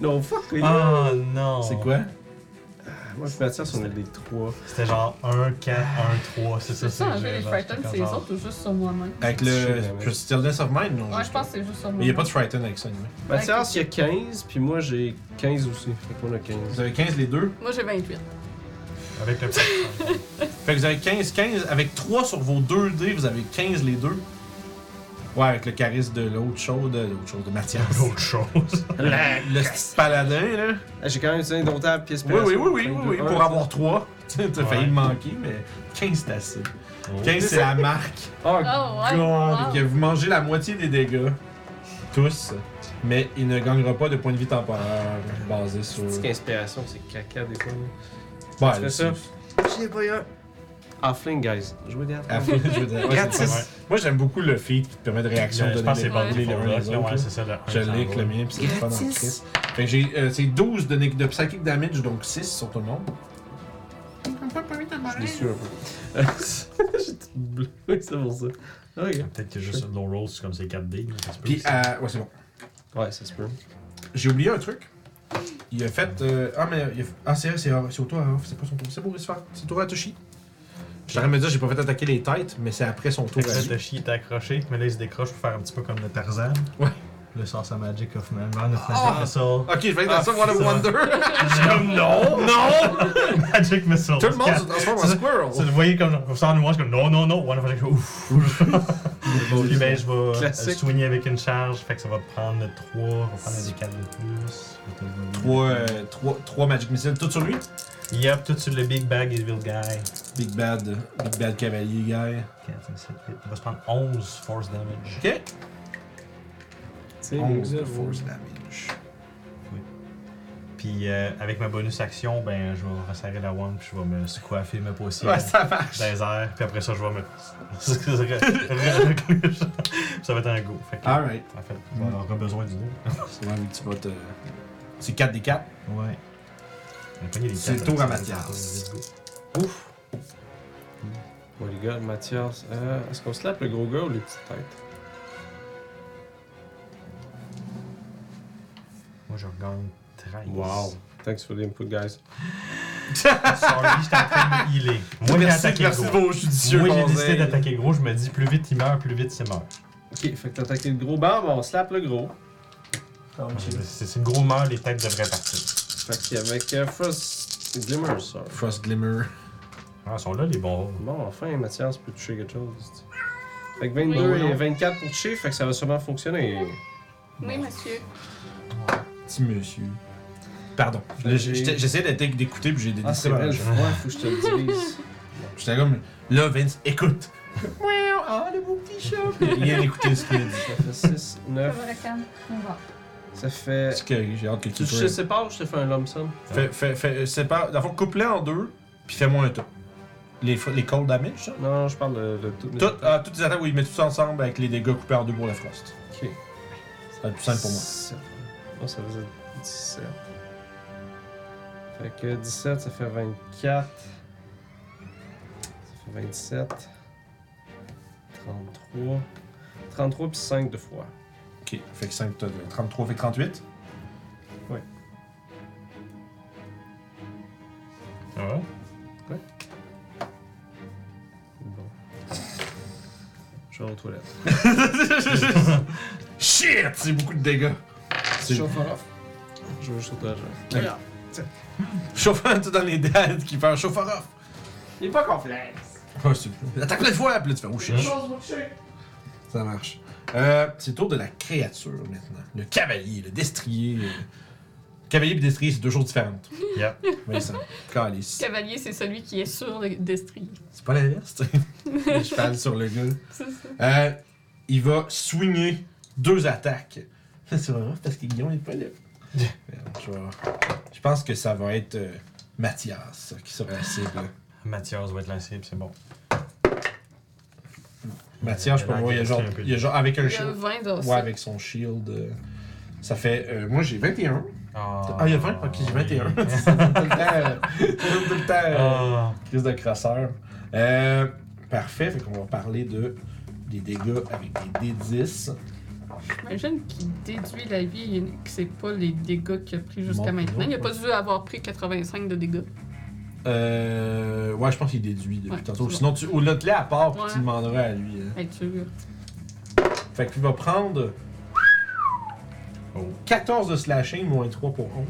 Speaker 3: Non, fuck
Speaker 1: Ah.
Speaker 3: les gars!
Speaker 4: Oh non!
Speaker 1: C'est quoi
Speaker 3: Oh. Moi, je Mathias, on a des 3.
Speaker 4: C'était genre 1, 4, 1, 3, c'est ça,
Speaker 2: C'est ça, enlever les
Speaker 4: genre,
Speaker 2: Frightened,
Speaker 4: comme
Speaker 2: c'est les
Speaker 4: genre-
Speaker 2: autres ou juste sur moi-même?
Speaker 1: Avec
Speaker 3: Je sais
Speaker 1: le.
Speaker 3: pas.
Speaker 1: Je Stillness of Mind, non
Speaker 2: Ouais, je pense que c'est juste sur moi.
Speaker 1: Mais il n'y a pas de frighten avec ça, anyway.
Speaker 3: Mathias, il y a 15, puis moi, j'ai 15 aussi. Fait qu'on a 15.
Speaker 1: Vous avez 15 les deux.
Speaker 2: Moi, j'ai 28.
Speaker 4: Avec le petit.
Speaker 1: Fait que vous avez 15, 15. Avec 3 sur vos 2 dés, vous avez 15 les deux. Ouais, avec le charisme de l'autre chose, de l'autre chose, de Mathias.
Speaker 4: Autre chose.
Speaker 1: Le petit paladin, là.
Speaker 3: Ah, j'ai quand même utilisé indomptable puis
Speaker 1: Oui,
Speaker 3: inspiration.
Speaker 1: oui, oui, oui, oui, oui, pour avoir 3. T'as failli
Speaker 4: Ouais. Oh.
Speaker 1: me manquer, mais 15 c'est assez. 15 c'est la marque.
Speaker 3: Oh,
Speaker 2: Oh, ouais.
Speaker 1: Donc,
Speaker 2: wow.
Speaker 1: vous mangez la moitié des dégâts. Tous. Mais il ne gagnera pas de points de vie temporaire basé sur.
Speaker 3: petite inspiration, c'est caca des fois.
Speaker 1: Ouais,
Speaker 3: tu fais
Speaker 1: là,
Speaker 3: ça.
Speaker 1: c'est-
Speaker 3: J'ai pas eu un. Halfling, guys. Jouez des
Speaker 1: à
Speaker 3: Halfling.
Speaker 1: fond, Ah, je veux dire, ouais,
Speaker 3: Gratis.
Speaker 1: c'est- Moi j'aime beaucoup le feed qui te permet de réaction
Speaker 4: Je
Speaker 1: de
Speaker 4: pense que c'est
Speaker 2: Ouais.
Speaker 4: bandé
Speaker 1: les uns les autres.
Speaker 4: Ouais,
Speaker 1: là.
Speaker 4: c'est ça le un
Speaker 1: Je
Speaker 4: qui s'en
Speaker 1: l'ai avec
Speaker 4: va.
Speaker 1: le mien, puis c'est le fun en
Speaker 3: Gratis.
Speaker 1: crise. Fait que j'ai. euh, c'est 12 de, nick- de psychic damage, donc 6 sur tout le monde.
Speaker 3: Je suis déçu un peu. J'ai tout bleu. Oui, c'est pour ça. Ah, Ok.
Speaker 4: Peut-être que juste low roll, c'est comme c'est 4D. là, ça se peut
Speaker 1: Puis,
Speaker 4: aussi.
Speaker 1: euh, ouais, c'est bon.
Speaker 3: Ouais, ça se peut.
Speaker 1: J'ai oublié un truc. Il a fait. euh, ah, mais. il a- ah, c'est vrai, c'est c'est au tour à Ruff, c'est pas son tour. C'est bon, il se fait. C'est le tour à Toshi. J'étais en train de me dire, j'ai pas fait attaquer les têtes, mais c'est après son tour
Speaker 4: Fait que
Speaker 1: à
Speaker 4: là,
Speaker 1: lui.
Speaker 4: Toshi est accroché, mais là il se décroche pour faire un petit peu comme le Tarzan.
Speaker 1: Ouais.
Speaker 7: le Source of Magic of Man, Round of Magic Missile.
Speaker 1: Ok, je vais être dans Ah, ça, What a
Speaker 7: putain.
Speaker 1: Wonder.
Speaker 7: J'ai comme non, non! Magic Missile.
Speaker 1: Ah! Tout le monde se
Speaker 7: Yeah.
Speaker 1: transforme en
Speaker 7: C'est-
Speaker 1: squirrel.
Speaker 7: c'est- Vous voyez comme comme ça, moi, je suis comme non, non, non, One of Magic, ouf! Puis ben, je vais
Speaker 3: Classique.
Speaker 7: euh, soigner avec une charge, fait que ça va prendre 3, je vais prendre des 4 de plus.
Speaker 1: Trois, euh, trois, trois Magic Missiles, tout sur lui.
Speaker 7: Yep, tout sur le Big Bag Evil Guy.
Speaker 1: Big Bad, euh, Big Bad Cavalier Guy.
Speaker 7: 4, 5, 7, 8. Il va se prendre 11 force damage.
Speaker 1: Ok.
Speaker 3: T'sais,
Speaker 1: Onze
Speaker 3: mais-
Speaker 1: de force damage.
Speaker 7: Puis euh, avec ma bonus action, ben, je vais resserrer la wand, puis je vais me coiffer mes potions.
Speaker 1: Ouais, ça marche.
Speaker 7: dans les airs, puis après ça, je vais me. ça va être un go. Fait que,
Speaker 1: Alright.
Speaker 7: en fait, je vais avoir besoin du dos.
Speaker 1: C'est vrai, mais tu vas te. euh, C'est 4 des 4.
Speaker 7: Ouais.
Speaker 1: C'est le tour à Mathias.
Speaker 3: Ouf! Oh les gars, Mathias, euh, est-ce qu'on slappe le gros gars ou les petites têtes?
Speaker 7: Moi, je regagne 13.
Speaker 3: Thanks for the input, guys.
Speaker 7: Sorry, j'étais en train de me healer. Moi, j'ai
Speaker 1: merci,
Speaker 7: attaqué
Speaker 1: merci de
Speaker 7: gros.
Speaker 1: vos judicieux
Speaker 7: Moi, j'ai
Speaker 1: conseils.
Speaker 7: décidé d'attaquer gros. Je me dis, plus vite il meurt, plus vite il meurt.
Speaker 3: Ok, fait que t'as attaqué le gros barbe, on slappe le gros.
Speaker 6: Comme chez
Speaker 7: C'est c'est le gros meurt, les têtes devraient partir.
Speaker 3: Fait qu'avec euh, Frost Glimmer, ça.
Speaker 1: Frost Glimmer.
Speaker 7: Ah, ils sont là, les bons.
Speaker 3: Bon, enfin, Mathias peut toucher quelque chose. Fait que 22
Speaker 2: Oui.
Speaker 3: et 24 pour toucher, fait que ça va sûrement fonctionner.
Speaker 2: Oui, monsieur.
Speaker 1: Petit monsieur. Pardon. Là, j'ai- j'étais- J'essayais d'être- d'écouter, puis j'ai des
Speaker 3: Ah, c'est vrai, le
Speaker 1: distractions.
Speaker 3: froid, faut que je te le dise.
Speaker 1: J'étais comme. Là, Vince, écoute.
Speaker 3: Ah, le beau petit chat!
Speaker 1: J'ai Rien écouté ce qu'il a dit.
Speaker 3: Ça fait 6,
Speaker 8: Ça
Speaker 3: 9,
Speaker 8: va, Rakan. On va.
Speaker 3: ça fait...
Speaker 1: Parce que j'ai hâte que
Speaker 3: Tu
Speaker 1: tu
Speaker 3: je te sépare ou je te fais un lump sum?
Speaker 1: Fais, fais, fais, euh, sépare. Dans le fond, coupe-les en deux, puis fais-moi un tour. Les, fr- les cold damage, ça?
Speaker 3: Non, je parle de, de tout.
Speaker 1: Tout- ah, toutes les attaques, oui, mais tout ça ensemble avec les dégâts coupés en deux pour le frost.
Speaker 3: Ok.
Speaker 1: Ça va être plus simple pour moi.
Speaker 3: Sept. Oh, ça faisait 17. Fait que 17, ça fait 24. Ça fait 27. 33. 33 puis 5 de fois.
Speaker 1: Ok, fait que 5 tonnes. 33 fait que 38.
Speaker 7: Ça va?
Speaker 3: Bon. Je vais aux toilettes.
Speaker 1: Shit! C'est beaucoup de dégâts. C'est-
Speaker 3: Chauffe off. Je vais juste aux toilettes. genre.
Speaker 1: Ok. Chauffeur tout dans les dates qui fait un chauffeur off.
Speaker 3: Il est pas complexe.
Speaker 1: Oh, c'est Attaque plein de fois, puis là, tu fais oh shit. Ça marche. Euh, c'est le tour de la créature maintenant. Le cavalier, le destrier. euh. Cavalier et destrier, c'est deux choses différentes.
Speaker 7: Yep.
Speaker 1: Vincent, calice.
Speaker 2: Cavalier, c'est celui qui est sur le destrier.
Speaker 1: C'est pas l'inverse, tu sais. Les chevals sur le gars.
Speaker 2: C'est ça.
Speaker 1: Euh, il va swinguer deux attaques. Ça, C'est vraiment parce que Guillaume n'est pas là. Merde, je, vais- je pense que ça va être euh, Mathias qui sera la cible.
Speaker 7: Mathias va être lancé, puis c'est bon.
Speaker 1: Mathias, je peux
Speaker 7: Il a
Speaker 1: voir, il y a genre,
Speaker 7: un peu
Speaker 1: il y a genre avec un
Speaker 2: Il y a
Speaker 1: shield.
Speaker 2: 20 dans
Speaker 1: Ouais, avec son shield. euh, ça fait. euh, moi, j'ai 21.
Speaker 7: Ah,
Speaker 1: Ah, il y a 20? Ok, j'ai 21. tout le temps. Tout le temps. euh,
Speaker 7: Ah.
Speaker 1: Crise de crosseur. Euh, parfait, fait qu'on va parler de des dégâts avec des D10.
Speaker 2: J'imagine qu'il déduit la vie et que c'est pas les dégâts qu'il a pris jusqu'à
Speaker 1: Monte
Speaker 2: maintenant. Il a
Speaker 1: l'autre,
Speaker 2: pas dû avoir pris 85 de dégâts.
Speaker 1: Euh, ouais, je pense qu'il déduit depuis
Speaker 2: Ouais,
Speaker 1: tantôt.
Speaker 2: c'est
Speaker 1: Sinon, tu au le à part, puis
Speaker 2: Ouais.
Speaker 1: tu demanderas à lui. hein.
Speaker 2: Être sûr.
Speaker 1: Fait qu'il va prendre
Speaker 7: Oh.
Speaker 1: 14 de slashing, moins 3 pour 11.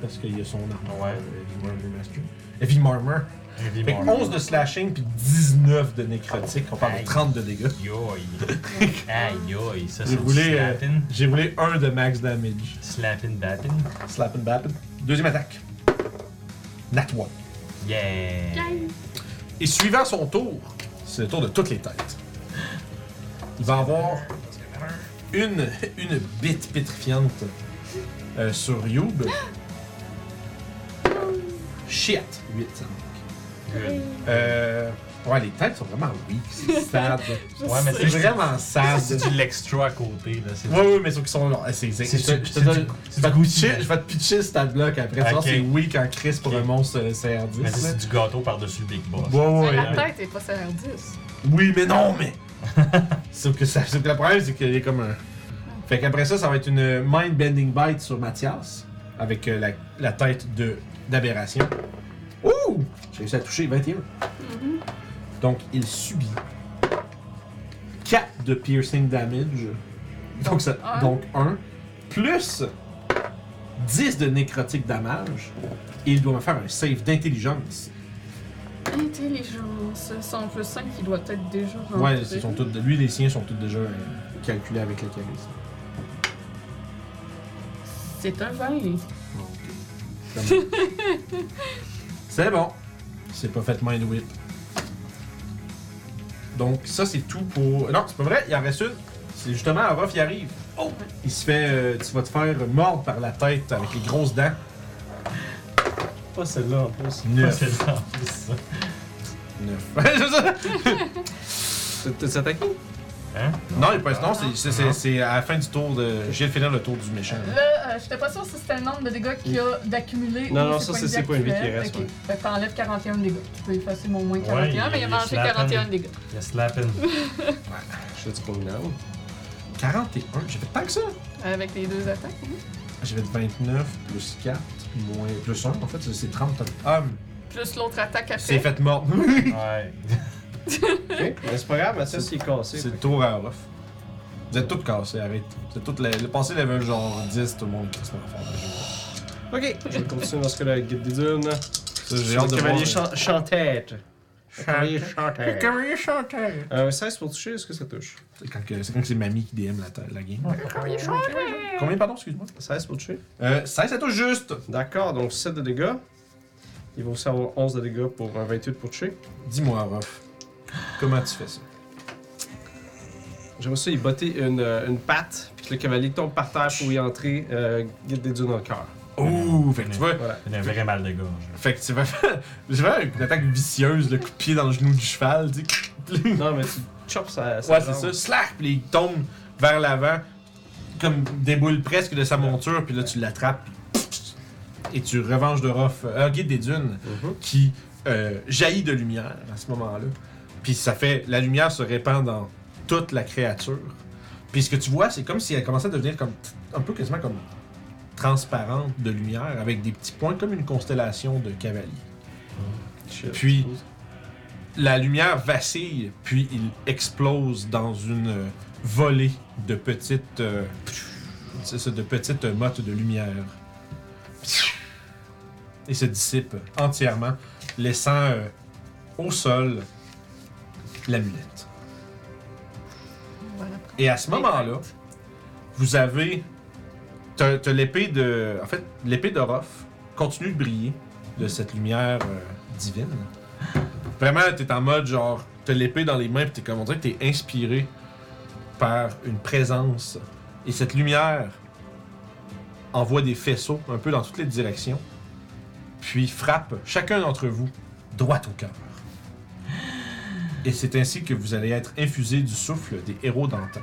Speaker 1: Parce qu'il y a son armure.
Speaker 7: Ouais.
Speaker 1: euh, Heavy Marmor Mastery. Heavy Marmor.
Speaker 7: Heavy
Speaker 1: Fait que
Speaker 7: Marvel.
Speaker 1: 11 de slashing, puis 19 de nécrotique. On parle
Speaker 7: Aïe.
Speaker 1: de 30 de dégâts.
Speaker 7: Yoï. Aïe, yoï. Ça,
Speaker 1: J'ai
Speaker 7: c'est du
Speaker 1: voulu, euh,
Speaker 7: slapping.
Speaker 1: J'ai roulé 1 de max damage.
Speaker 7: Slapping, bapping.
Speaker 1: Slap and bap. Deuxième attaque. Nat 1.
Speaker 7: Yeah.
Speaker 1: Et suivant son tour, c'est le tour de toutes les têtes. Il va avoir une, une bite pétrifiante euh, sur Youb. Shit! 8, ça manque.
Speaker 7: Good.
Speaker 1: Euh, ouais, les têtes sont vraiment weak. C'est sad.
Speaker 7: Ouais, mais
Speaker 1: C'est
Speaker 7: c'est vraiment.
Speaker 1: vraiment
Speaker 7: C'est
Speaker 1: sad.
Speaker 7: du l'extra à côté, là. C'est
Speaker 1: Ouais, ouais, mais sauf qu'ils sont. ah, C'est c'est-
Speaker 7: C'est
Speaker 1: je te-
Speaker 7: du-
Speaker 1: je te
Speaker 7: c'est du-
Speaker 1: donne- je
Speaker 7: c'est
Speaker 1: vais
Speaker 7: du
Speaker 1: te pitcher-
Speaker 7: goût.
Speaker 1: je vais te pitcher ce stat-block après. Tu vois,
Speaker 7: Ok.
Speaker 1: c'est weak en crise pour
Speaker 7: Ok.
Speaker 1: un monstre euh, CR10.
Speaker 7: Mais c'est
Speaker 1: là.
Speaker 7: du gâteau par-dessus le Big Boss.
Speaker 1: Ouais, ouais,
Speaker 2: Mais
Speaker 1: ouais.
Speaker 2: la tête est pas salaire 10.
Speaker 1: Oui, mais non, mais. sauf que ça, sauf que le problème, c'est qu'il est comme un. Fait qu'après ça, ça va être une mind-bending bite sur Mathias. Avec euh, la, la tête de d'aberration. Ouh! J'ai réussi à toucher 21.
Speaker 2: Mm-hmm.
Speaker 1: Donc, il subit 4 de piercing damage Donc, ça,
Speaker 2: un.
Speaker 1: donc 1 plus 10 de nécrotique damage. Et il doit me faire un save d'intelligence.
Speaker 2: Intelligence. Son plus 5, il doit être déjà rentré.
Speaker 1: Ouais, ils sont tous de, lui, les siens sont tous déjà euh, calculés avec le charisme.
Speaker 2: C'est un 20.
Speaker 1: Comme- c'est bon. C'est pas fait mind whip. Donc ça c'est tout pour. Non, c'est pas vrai, il en reste une. C'est justement Orof il arrive. Oh! Il se fait. euh, tu vas te faire mordre par la tête avec les grosses dents.
Speaker 3: Pas celle-là en plus.
Speaker 1: Neuf.
Speaker 4: C'est ça, en plus, ça.
Speaker 1: Neuf. C'est ça.
Speaker 3: C'est c'est attaqué?
Speaker 4: Hein?
Speaker 1: non, il passe. Non, c'est- c'est- c'est c'est à la fin du tour de. J'ai de finir le tour du méchant.
Speaker 2: Là, euh, j'étais pas sûre si c'était le nombre de dégâts qu'il a d'accumulé.
Speaker 3: Non,
Speaker 2: ou
Speaker 3: non,
Speaker 2: ses
Speaker 3: ça,
Speaker 2: points
Speaker 3: c'est ses points de vie qui
Speaker 2: actuels.
Speaker 3: restent,
Speaker 2: Ok.
Speaker 3: ouais.
Speaker 2: Fait que t'enlèves 41 dégâts. Tu peux effacer mon moins 41,
Speaker 4: il-
Speaker 2: mais il a
Speaker 4: il se
Speaker 2: mangé
Speaker 4: la
Speaker 2: 41
Speaker 4: peine.
Speaker 2: dégâts.
Speaker 4: Il a slapping.
Speaker 3: Je te dis combien?
Speaker 1: 41. J'ai fait tant que ça.
Speaker 2: Avec les deux attaques. oui.
Speaker 1: J'ai fait 29 plus 4 moins. Plus 1. En fait, c'est- c'est 30. Ah,
Speaker 2: Plus l'autre attaque après.
Speaker 1: c'est fait mordre.
Speaker 4: Ouais.
Speaker 3: Ok, mais c'est pas grave, mais ça, c'est cassé.
Speaker 1: C'est le tour à Orof. Vous êtes tous cassés, arrête. Vous êtes tous les, le passé level genre 10, tout le monde est crissement fort.
Speaker 3: Ok, je vais continuer dans ce cas-là avec Guide des Dunes.
Speaker 1: Ça, J'ai hâte de
Speaker 3: Le
Speaker 1: voir.
Speaker 3: cavalier chan- chantette. Le Cavalier chantette.
Speaker 1: cavalier chanteur.
Speaker 3: Euh, 16 pour toucher, est-ce que ça touche?
Speaker 1: C'est euh, quand que- c'est quand que c'est mamie qui DM la, ta- la game. Combien, pardon, excuse-moi?
Speaker 3: 16 pour toucher.
Speaker 1: Euh, 16, c'est tout juste.
Speaker 3: D'accord, donc 7 de dégâts. Il va aussi avoir 11 de dégâts pour un 28 pour toucher.
Speaker 1: Dis-moi, Orof, comment tu fais ça?
Speaker 3: J'aimerais ça y botter une, euh, une patte, puis que le cavalier tombe par terre pour y entrer, euh, guide des dunes en cœur.
Speaker 1: Ouh, fait que tu vas...
Speaker 3: Voilà.
Speaker 4: C'est un vrai mal de gorge.
Speaker 1: Fait que tu vas faire... J'ai fait une attaque vicieuse, le coup de pied dans le genou du cheval, tu sais.
Speaker 3: Non, mais tu chopes ça.
Speaker 1: Ouais, c'est ça. Slack, puis il tombe vers l'avant, comme déboule presque de sa monture, puis là tu l'attrapes, puis et tu revenges de Rof, euh, guide des dunes,
Speaker 3: Mhm.
Speaker 1: qui euh, jaillit de lumière à ce moment-là. Puis ça fait, la lumière se répand dans toute la créature. Puis ce que tu vois, c'est comme si elle commençait à devenir comme un peu quasiment comme transparente de lumière avec des petits points comme une constellation de cavaliers. Puis,
Speaker 3: Ben,
Speaker 1: La lumière vacille, puis il explose dans une euh, volée de petites, euh, c'est ça, de petites mottes de lumière. Et se dissipe entièrement, laissant euh, au sol l'amulette.
Speaker 2: Voilà.
Speaker 1: Et à ce moment-là, vous avez. T'as t'as l'épée de. En fait, l'épée d'Orof continue de briller de cette lumière euh, divine. Vraiment, t'es en mode genre. T'as l'épée dans les mains, pis t'es comme on dirait, que t'es inspiré par une présence. Et cette lumière envoie des faisceaux un peu dans toutes les directions, puis frappe chacun d'entre vous droit au cœur. Et c'est ainsi que vous allez être infusé du souffle des héros d'antan.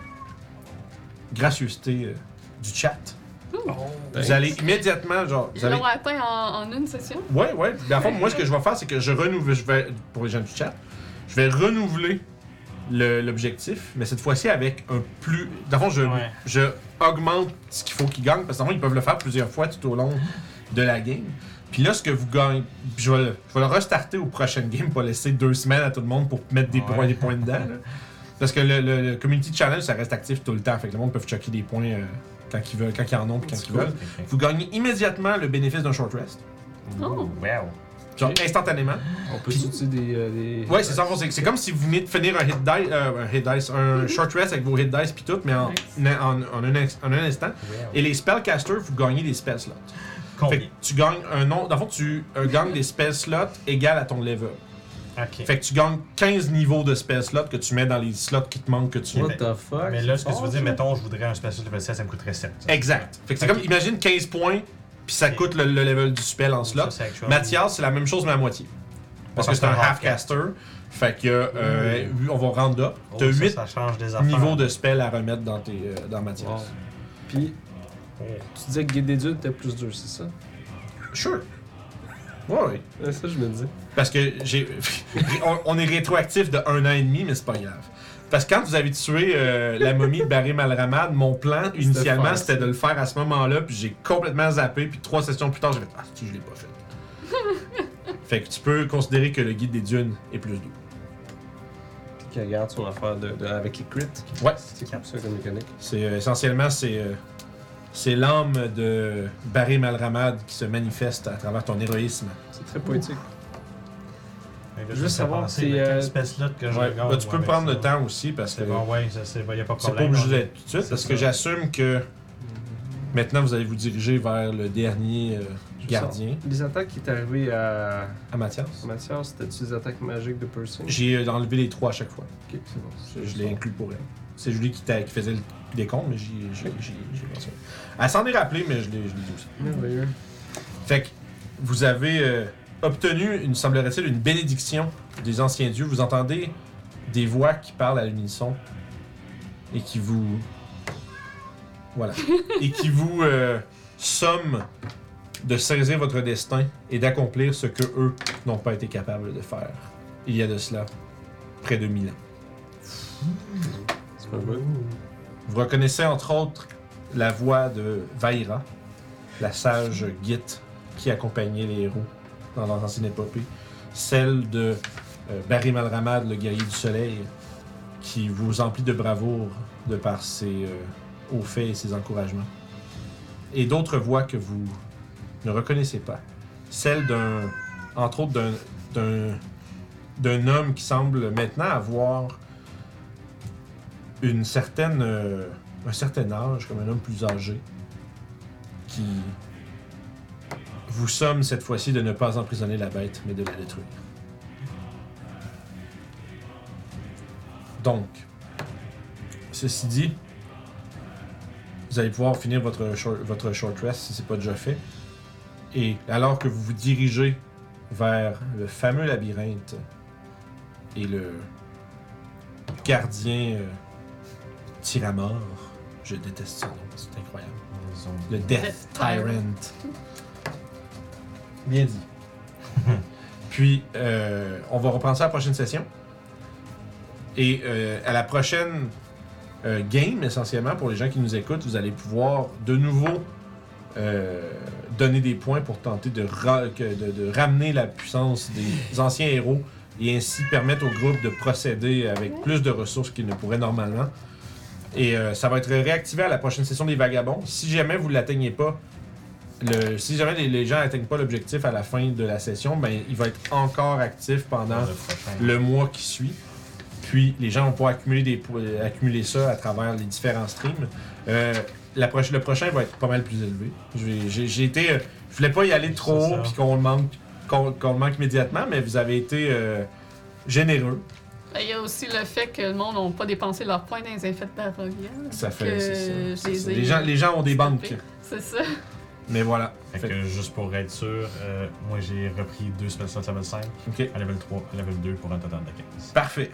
Speaker 1: Gracieuseté euh, du chat. Vous allez immédiatement, genre, vous
Speaker 2: Ils
Speaker 1: allez
Speaker 2: l'ont atteint en, en une session.
Speaker 1: Ouais, ouais. Puis, dans le fond, moi, ce que je vais faire, c'est que je renouvelle. Je vais, pour les gens du chat, je vais renouveler le- l'objectif, mais cette fois-ci avec un plus. Dans le fond, je,
Speaker 4: Ouais.
Speaker 1: je augmente ce qu'il faut qu'ils gagnent, parce que dans le fond, ils peuvent le faire plusieurs fois tout au long de la game. Puis là, ce que vous gagnez, puis je vais le, je vais le restarter aux prochaines games pour laisser deux semaines à tout le monde pour mettre des, points,
Speaker 4: Ouais.
Speaker 1: des points dedans. là. Parce que le, le- le community challenge, ça reste actif tout le temps. Fait que le monde peut checker des points euh, quand ils veulent, quand ils en ont, puis quand ils veulent. Vous gagnez immédiatement le bénéfice d'un short rest.
Speaker 2: Oh.
Speaker 4: Wow.
Speaker 1: Genre instantanément.
Speaker 3: On peut utiliser des, euh, des.
Speaker 1: Ouais, c'est ça. en gros, C'est c'est comme si vous venez de finir un hit dice, euh, un, hit dice,
Speaker 4: Mm-hmm.
Speaker 1: un short rest avec vos hit dice puis tout, mais en, en, en un, ex- en un instant. Et les spellcasters, vous gagnez des spell slots. Fait que
Speaker 4: Combien?
Speaker 1: tu gagnes un nom. Dans le fond, tu euh, gagnes des spell slots égal à ton level.
Speaker 4: Ok.
Speaker 1: Fait que tu gagnes 15 niveaux de spell slots que tu mets dans les slots qui te manquent que tu
Speaker 3: What the fuck?
Speaker 4: Mais là, ce que tu veux dire,
Speaker 3: ça?
Speaker 4: mettons, je voudrais un spatial level 7, ça me coûterait 7. ça.
Speaker 1: Exact. Fait que c'est comme, imagine 15 points, puis ça
Speaker 4: Ok.
Speaker 1: coûte le, le level du spell en slot.
Speaker 4: Ça, c'est actual.
Speaker 1: Mathias, c'est la même chose, mais à moitié. Parce que c'est un half-caster. Fait que, euh, on va rendre up.
Speaker 4: Oh,
Speaker 1: T'as
Speaker 4: ça,
Speaker 1: 8
Speaker 4: Ça change des affaires.
Speaker 1: niveau de spell à remettre dans, tes, euh, dans Mathias.
Speaker 3: Wow. Puis, tu disais que guide des dunes était plus dur, c'est ça?
Speaker 1: Sure. Ouais, ouais.
Speaker 3: Ouais, Euh, ça, je me dis.
Speaker 1: Parce que j'ai. on, on est rétroactif de un an et demi, mais c'est pas grave. Parce que quand vous avez tué euh, la momie de Barry Malramad, mon plan initialement
Speaker 3: faire
Speaker 1: c'était de le faire à ce moment-là, puis j'ai complètement zappé, puis trois sessions plus tard, j'ai fait Ah, si, je l'ai pas fait. fait que tu peux considérer que le guide des dunes est plus doux.
Speaker 3: qui regarde son affaire de, de- avec les crits.
Speaker 1: Ouais.
Speaker 3: C'est cool ça comme mécanique.
Speaker 1: C'est euh, essentiellement c'est euh, c'est l'âme de Barry Malramad qui se manifeste à travers ton héroïsme.
Speaker 3: C'est très poétique.
Speaker 7: Mais là,
Speaker 3: Juste
Speaker 7: me fais
Speaker 3: savoir
Speaker 7: penser,
Speaker 3: si,
Speaker 7: mais quelle
Speaker 3: euh,
Speaker 7: espèce là que je
Speaker 1: Ouais.
Speaker 7: regarde.
Speaker 1: Là, tu
Speaker 7: moi,
Speaker 1: peux
Speaker 7: avec
Speaker 1: prendre
Speaker 7: ben, ça.
Speaker 1: le temps aussi parce que
Speaker 7: C'est bon, ouais, ça, c'est bon, y a pas de
Speaker 1: c'est pas
Speaker 7: problème. hein.
Speaker 1: obligé d'être tout de suite
Speaker 7: C'est
Speaker 1: parce
Speaker 7: ça.
Speaker 1: que j'assume que maintenant vous allez vous diriger vers le dernier euh,
Speaker 3: Je
Speaker 1: gardien
Speaker 3: Les attaques qui est arrivé à
Speaker 1: à Mathias.
Speaker 3: Mathias, c'était-tu des attaques magiques de piercing?
Speaker 1: J'ai euh, enlevé les trois à chaque fois.
Speaker 3: Ok, c'est bon.
Speaker 1: Je, je l'ai inclus pour elle. C'est Julie qui, t'a- qui faisait le décompte, mais j'y j'y- j'y- j'y ai pensé. Elle s'en est rappelée, mais je l'ai je l'ai dit aussi.
Speaker 3: Merveilleux.
Speaker 1: Fait que vous avez euh, obtenu, une, semblerait-il, une bénédiction des anciens dieux. Vous entendez des voix qui parlent à l'unisson et qui vous. Voilà. et qui vous euh, somment de saisir votre destin et d'accomplir ce que eux n'ont pas été capables de faire. Il y a de cela près de mille ans.
Speaker 3: C'est pas bon.
Speaker 1: Vous reconnaissez entre autres la voix de Vaïra, la sage guide qui accompagnait les héros dans leur ancienne épopée, celle de euh, Barry Malramad, le guerrier du soleil, qui vous emplit de bravoure de par ses euh, hauts faits et ses encouragements, et d'autres voix que vous ne reconnaissez pas, celle d'un, entre autres, d'un, d'un, d'un homme qui semble maintenant avoir une certaine, euh, un certain âge, comme un homme plus âgé, qui vous somme cette fois-ci de ne pas emprisonner la bête, mais de la détruire. Donc, ceci dit, vous allez pouvoir finir votre short, votre short rest si c'est pas déjà fait. Et alors que vous vous dirigez vers le fameux labyrinthe et le gardien euh, Tiramor. Je déteste ce nom, c'est incroyable.
Speaker 4: Ils ont-
Speaker 1: Le Death Tyrant. Bien dit. Puis, euh, on va reprendre ça à la prochaine session. Et euh, à la prochaine euh, game, essentiellement, pour les gens qui nous écoutent, vous allez pouvoir de nouveau euh, donner des points pour tenter de, ra- que- de- de ramener la puissance des anciens héros et ainsi permettre au groupe de procéder avec plus de ressources qu'il ne pourrait normalement. Et euh, ça va être réactivé à la prochaine session des Vagabonds. Si jamais vous ne l'atteignez pas, le, si jamais les, les gens n'atteignent pas l'objectif à la fin de la session, ben, il va être encore actif pendant
Speaker 4: le prochain.
Speaker 1: le mois qui suit. Puis les gens vont pouvoir accumuler, des, po- euh, accumuler ça à travers les différents streams. Euh, la proche- le prochain va être pas mal plus élevé. Je vais- J'ai j'ai été. euh, je voulais pas y aller trop
Speaker 4: C'est
Speaker 1: haut
Speaker 4: ça.
Speaker 1: puis qu'on le manque, qu'on qu'on le manque immédiatement, mais vous avez été euh, généreux.
Speaker 2: Ben, Il y a aussi le fait que le monde n'a pas dépensé leurs points dans les effets de la rovière.
Speaker 1: Ça
Speaker 2: hein. Que
Speaker 1: fait. c'est ça,
Speaker 2: je
Speaker 1: c'est
Speaker 2: les
Speaker 1: ça.
Speaker 2: ai-
Speaker 1: Les, gens, les gens ont des banques.
Speaker 2: C'est ça.
Speaker 1: Mais voilà.
Speaker 4: Fait que juste pour être sûr, euh, moi j'ai repris deux spell slots level 5
Speaker 1: Ok.
Speaker 4: à level 3, à level 2 pour un total de 15.
Speaker 1: Parfait.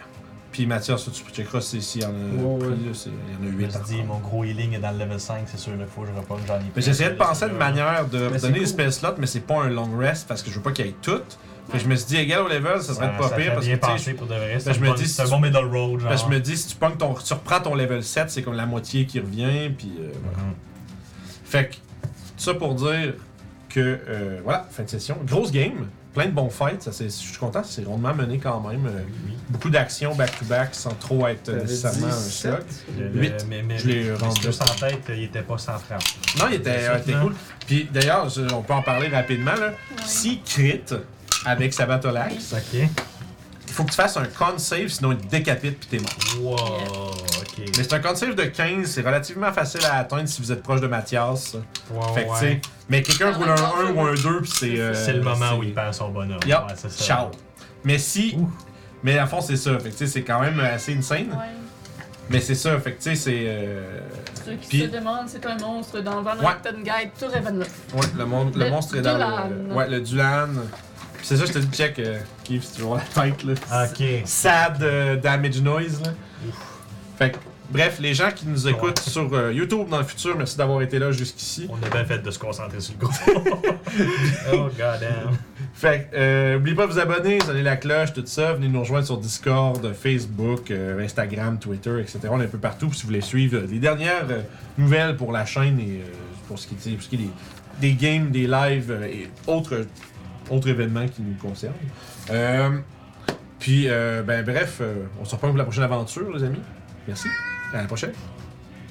Speaker 1: Puis Mathias, tu checkeras si- s'il y en a
Speaker 3: Ouais,
Speaker 1: pris,
Speaker 3: ouais.
Speaker 1: là, c'est- il y en a
Speaker 4: Je me
Speaker 1: 8
Speaker 4: suis dit, mon gros healing est dans le level 5, c'est sûr, le fois je reprends, j'en ai
Speaker 1: Mais
Speaker 4: plus.
Speaker 1: j'essayais de penser à
Speaker 4: Euh,
Speaker 1: une manière de
Speaker 3: c'est
Speaker 1: donner des
Speaker 3: cool.
Speaker 1: spell slots, mais c'est pas un long rest parce que je veux pas qu'il y ait tout. Fait que je me suis dit, égal au level, ça serait
Speaker 4: Ouais,
Speaker 1: pas
Speaker 4: ça
Speaker 1: pire
Speaker 4: fait
Speaker 1: parce que
Speaker 4: bien
Speaker 1: tu sais, ben,
Speaker 4: pensé pour de vrai.
Speaker 1: je
Speaker 4: C'est
Speaker 1: me
Speaker 4: un,
Speaker 1: dis,
Speaker 4: bon- c'est
Speaker 1: si
Speaker 4: un
Speaker 1: tu-
Speaker 4: bon middle road, genre.
Speaker 1: parce que je me dis, si tu, pognes ton, tu reprends ton level 7, c'est comme la moitié qui revient. Puis, euh, voilà.
Speaker 4: Mhm.
Speaker 1: Fait que, tout ça pour dire que, euh, voilà, fin de session. Grosse game, plein de bons fights. Ça, c'est- je suis content, c'est rondement mené quand même. Euh,
Speaker 4: Oui.
Speaker 1: Beaucoup d'actions back-to-back sans trop être euh,
Speaker 3: T'avais
Speaker 1: nécessairement un
Speaker 3: 17?
Speaker 1: choc.
Speaker 4: Le-
Speaker 1: Huit.
Speaker 4: le- Mais, mais,
Speaker 1: Je l'ai
Speaker 4: mais
Speaker 1: rendu.
Speaker 4: si tu sans tête, il était pas sans frappe.
Speaker 1: Non, il était, euh,
Speaker 4: Ça,
Speaker 1: il était
Speaker 4: non.
Speaker 1: cool. Puis d'ailleurs, je- on peut en parler rapidement. Là.
Speaker 2: Ouais.
Speaker 1: Si crit avec sa battle axe,
Speaker 4: Ok.
Speaker 1: il faut que tu fasses un con save, sinon il te décapite puis t'es mort.
Speaker 4: Wow, ok.
Speaker 1: Mais c'est un con save de 15, c'est relativement facile à atteindre si vous êtes proche de Mathias.
Speaker 4: Wow,
Speaker 1: fait que
Speaker 4: Oh,
Speaker 1: tu
Speaker 4: ouais.
Speaker 1: sais, mais quelqu'un
Speaker 2: Ah,
Speaker 1: roule un
Speaker 2: non,
Speaker 1: 1
Speaker 2: c'est
Speaker 1: ou un 2 puis c'est. euh,
Speaker 4: C'est le moment
Speaker 1: c'est-
Speaker 4: où il perd son bonhomme.
Speaker 1: Yup,
Speaker 4: Ouais, c'est ça.
Speaker 1: ciao. Mais si.
Speaker 4: Ouh.
Speaker 1: Mais à fond, c'est ça. Fait que tu sais, c'est quand même assez insane.
Speaker 2: Ouais.
Speaker 1: Mais c'est ça. Fait que tu sais, c'est. euh,
Speaker 2: Ceux qui
Speaker 1: Puis-
Speaker 2: se demandent, c'est un monstre dans Valentine Guide tout Ravenloft.
Speaker 1: Ouais, le, mon- le
Speaker 2: Le
Speaker 1: monstre est dans le.
Speaker 2: Dulan.
Speaker 1: Ouais, le Dulan. Puis c'est ça, je te dis, check, euh, Keith, si tu vois la tête, là.
Speaker 7: Ah,
Speaker 4: Ok.
Speaker 1: sad euh, damage noise. Là. Fait que, bref, les gens qui nous écoutent sur euh, YouTube dans le futur, merci d'avoir été là jusqu'ici.
Speaker 4: On a bien fait de se concentrer sur le gros. oh goddamn.
Speaker 1: Fait que, euh, oubliez pas de vous abonner, donner la cloche, tout ça. Venez nous rejoindre sur Discord, Facebook, euh, Instagram, Twitter, etc. On est un peu partout. Puis si vous voulez suivre euh, les dernières euh, nouvelles pour la chaîne et euh, pour ce qui, tu sais, pour ce qui est des, des games, des lives euh, et autres, autres événements qui nous concernent. Euh, Puis, euh, ben bref, euh, on se reprend pour la prochaine aventure, les amis. Merci. À la prochaine.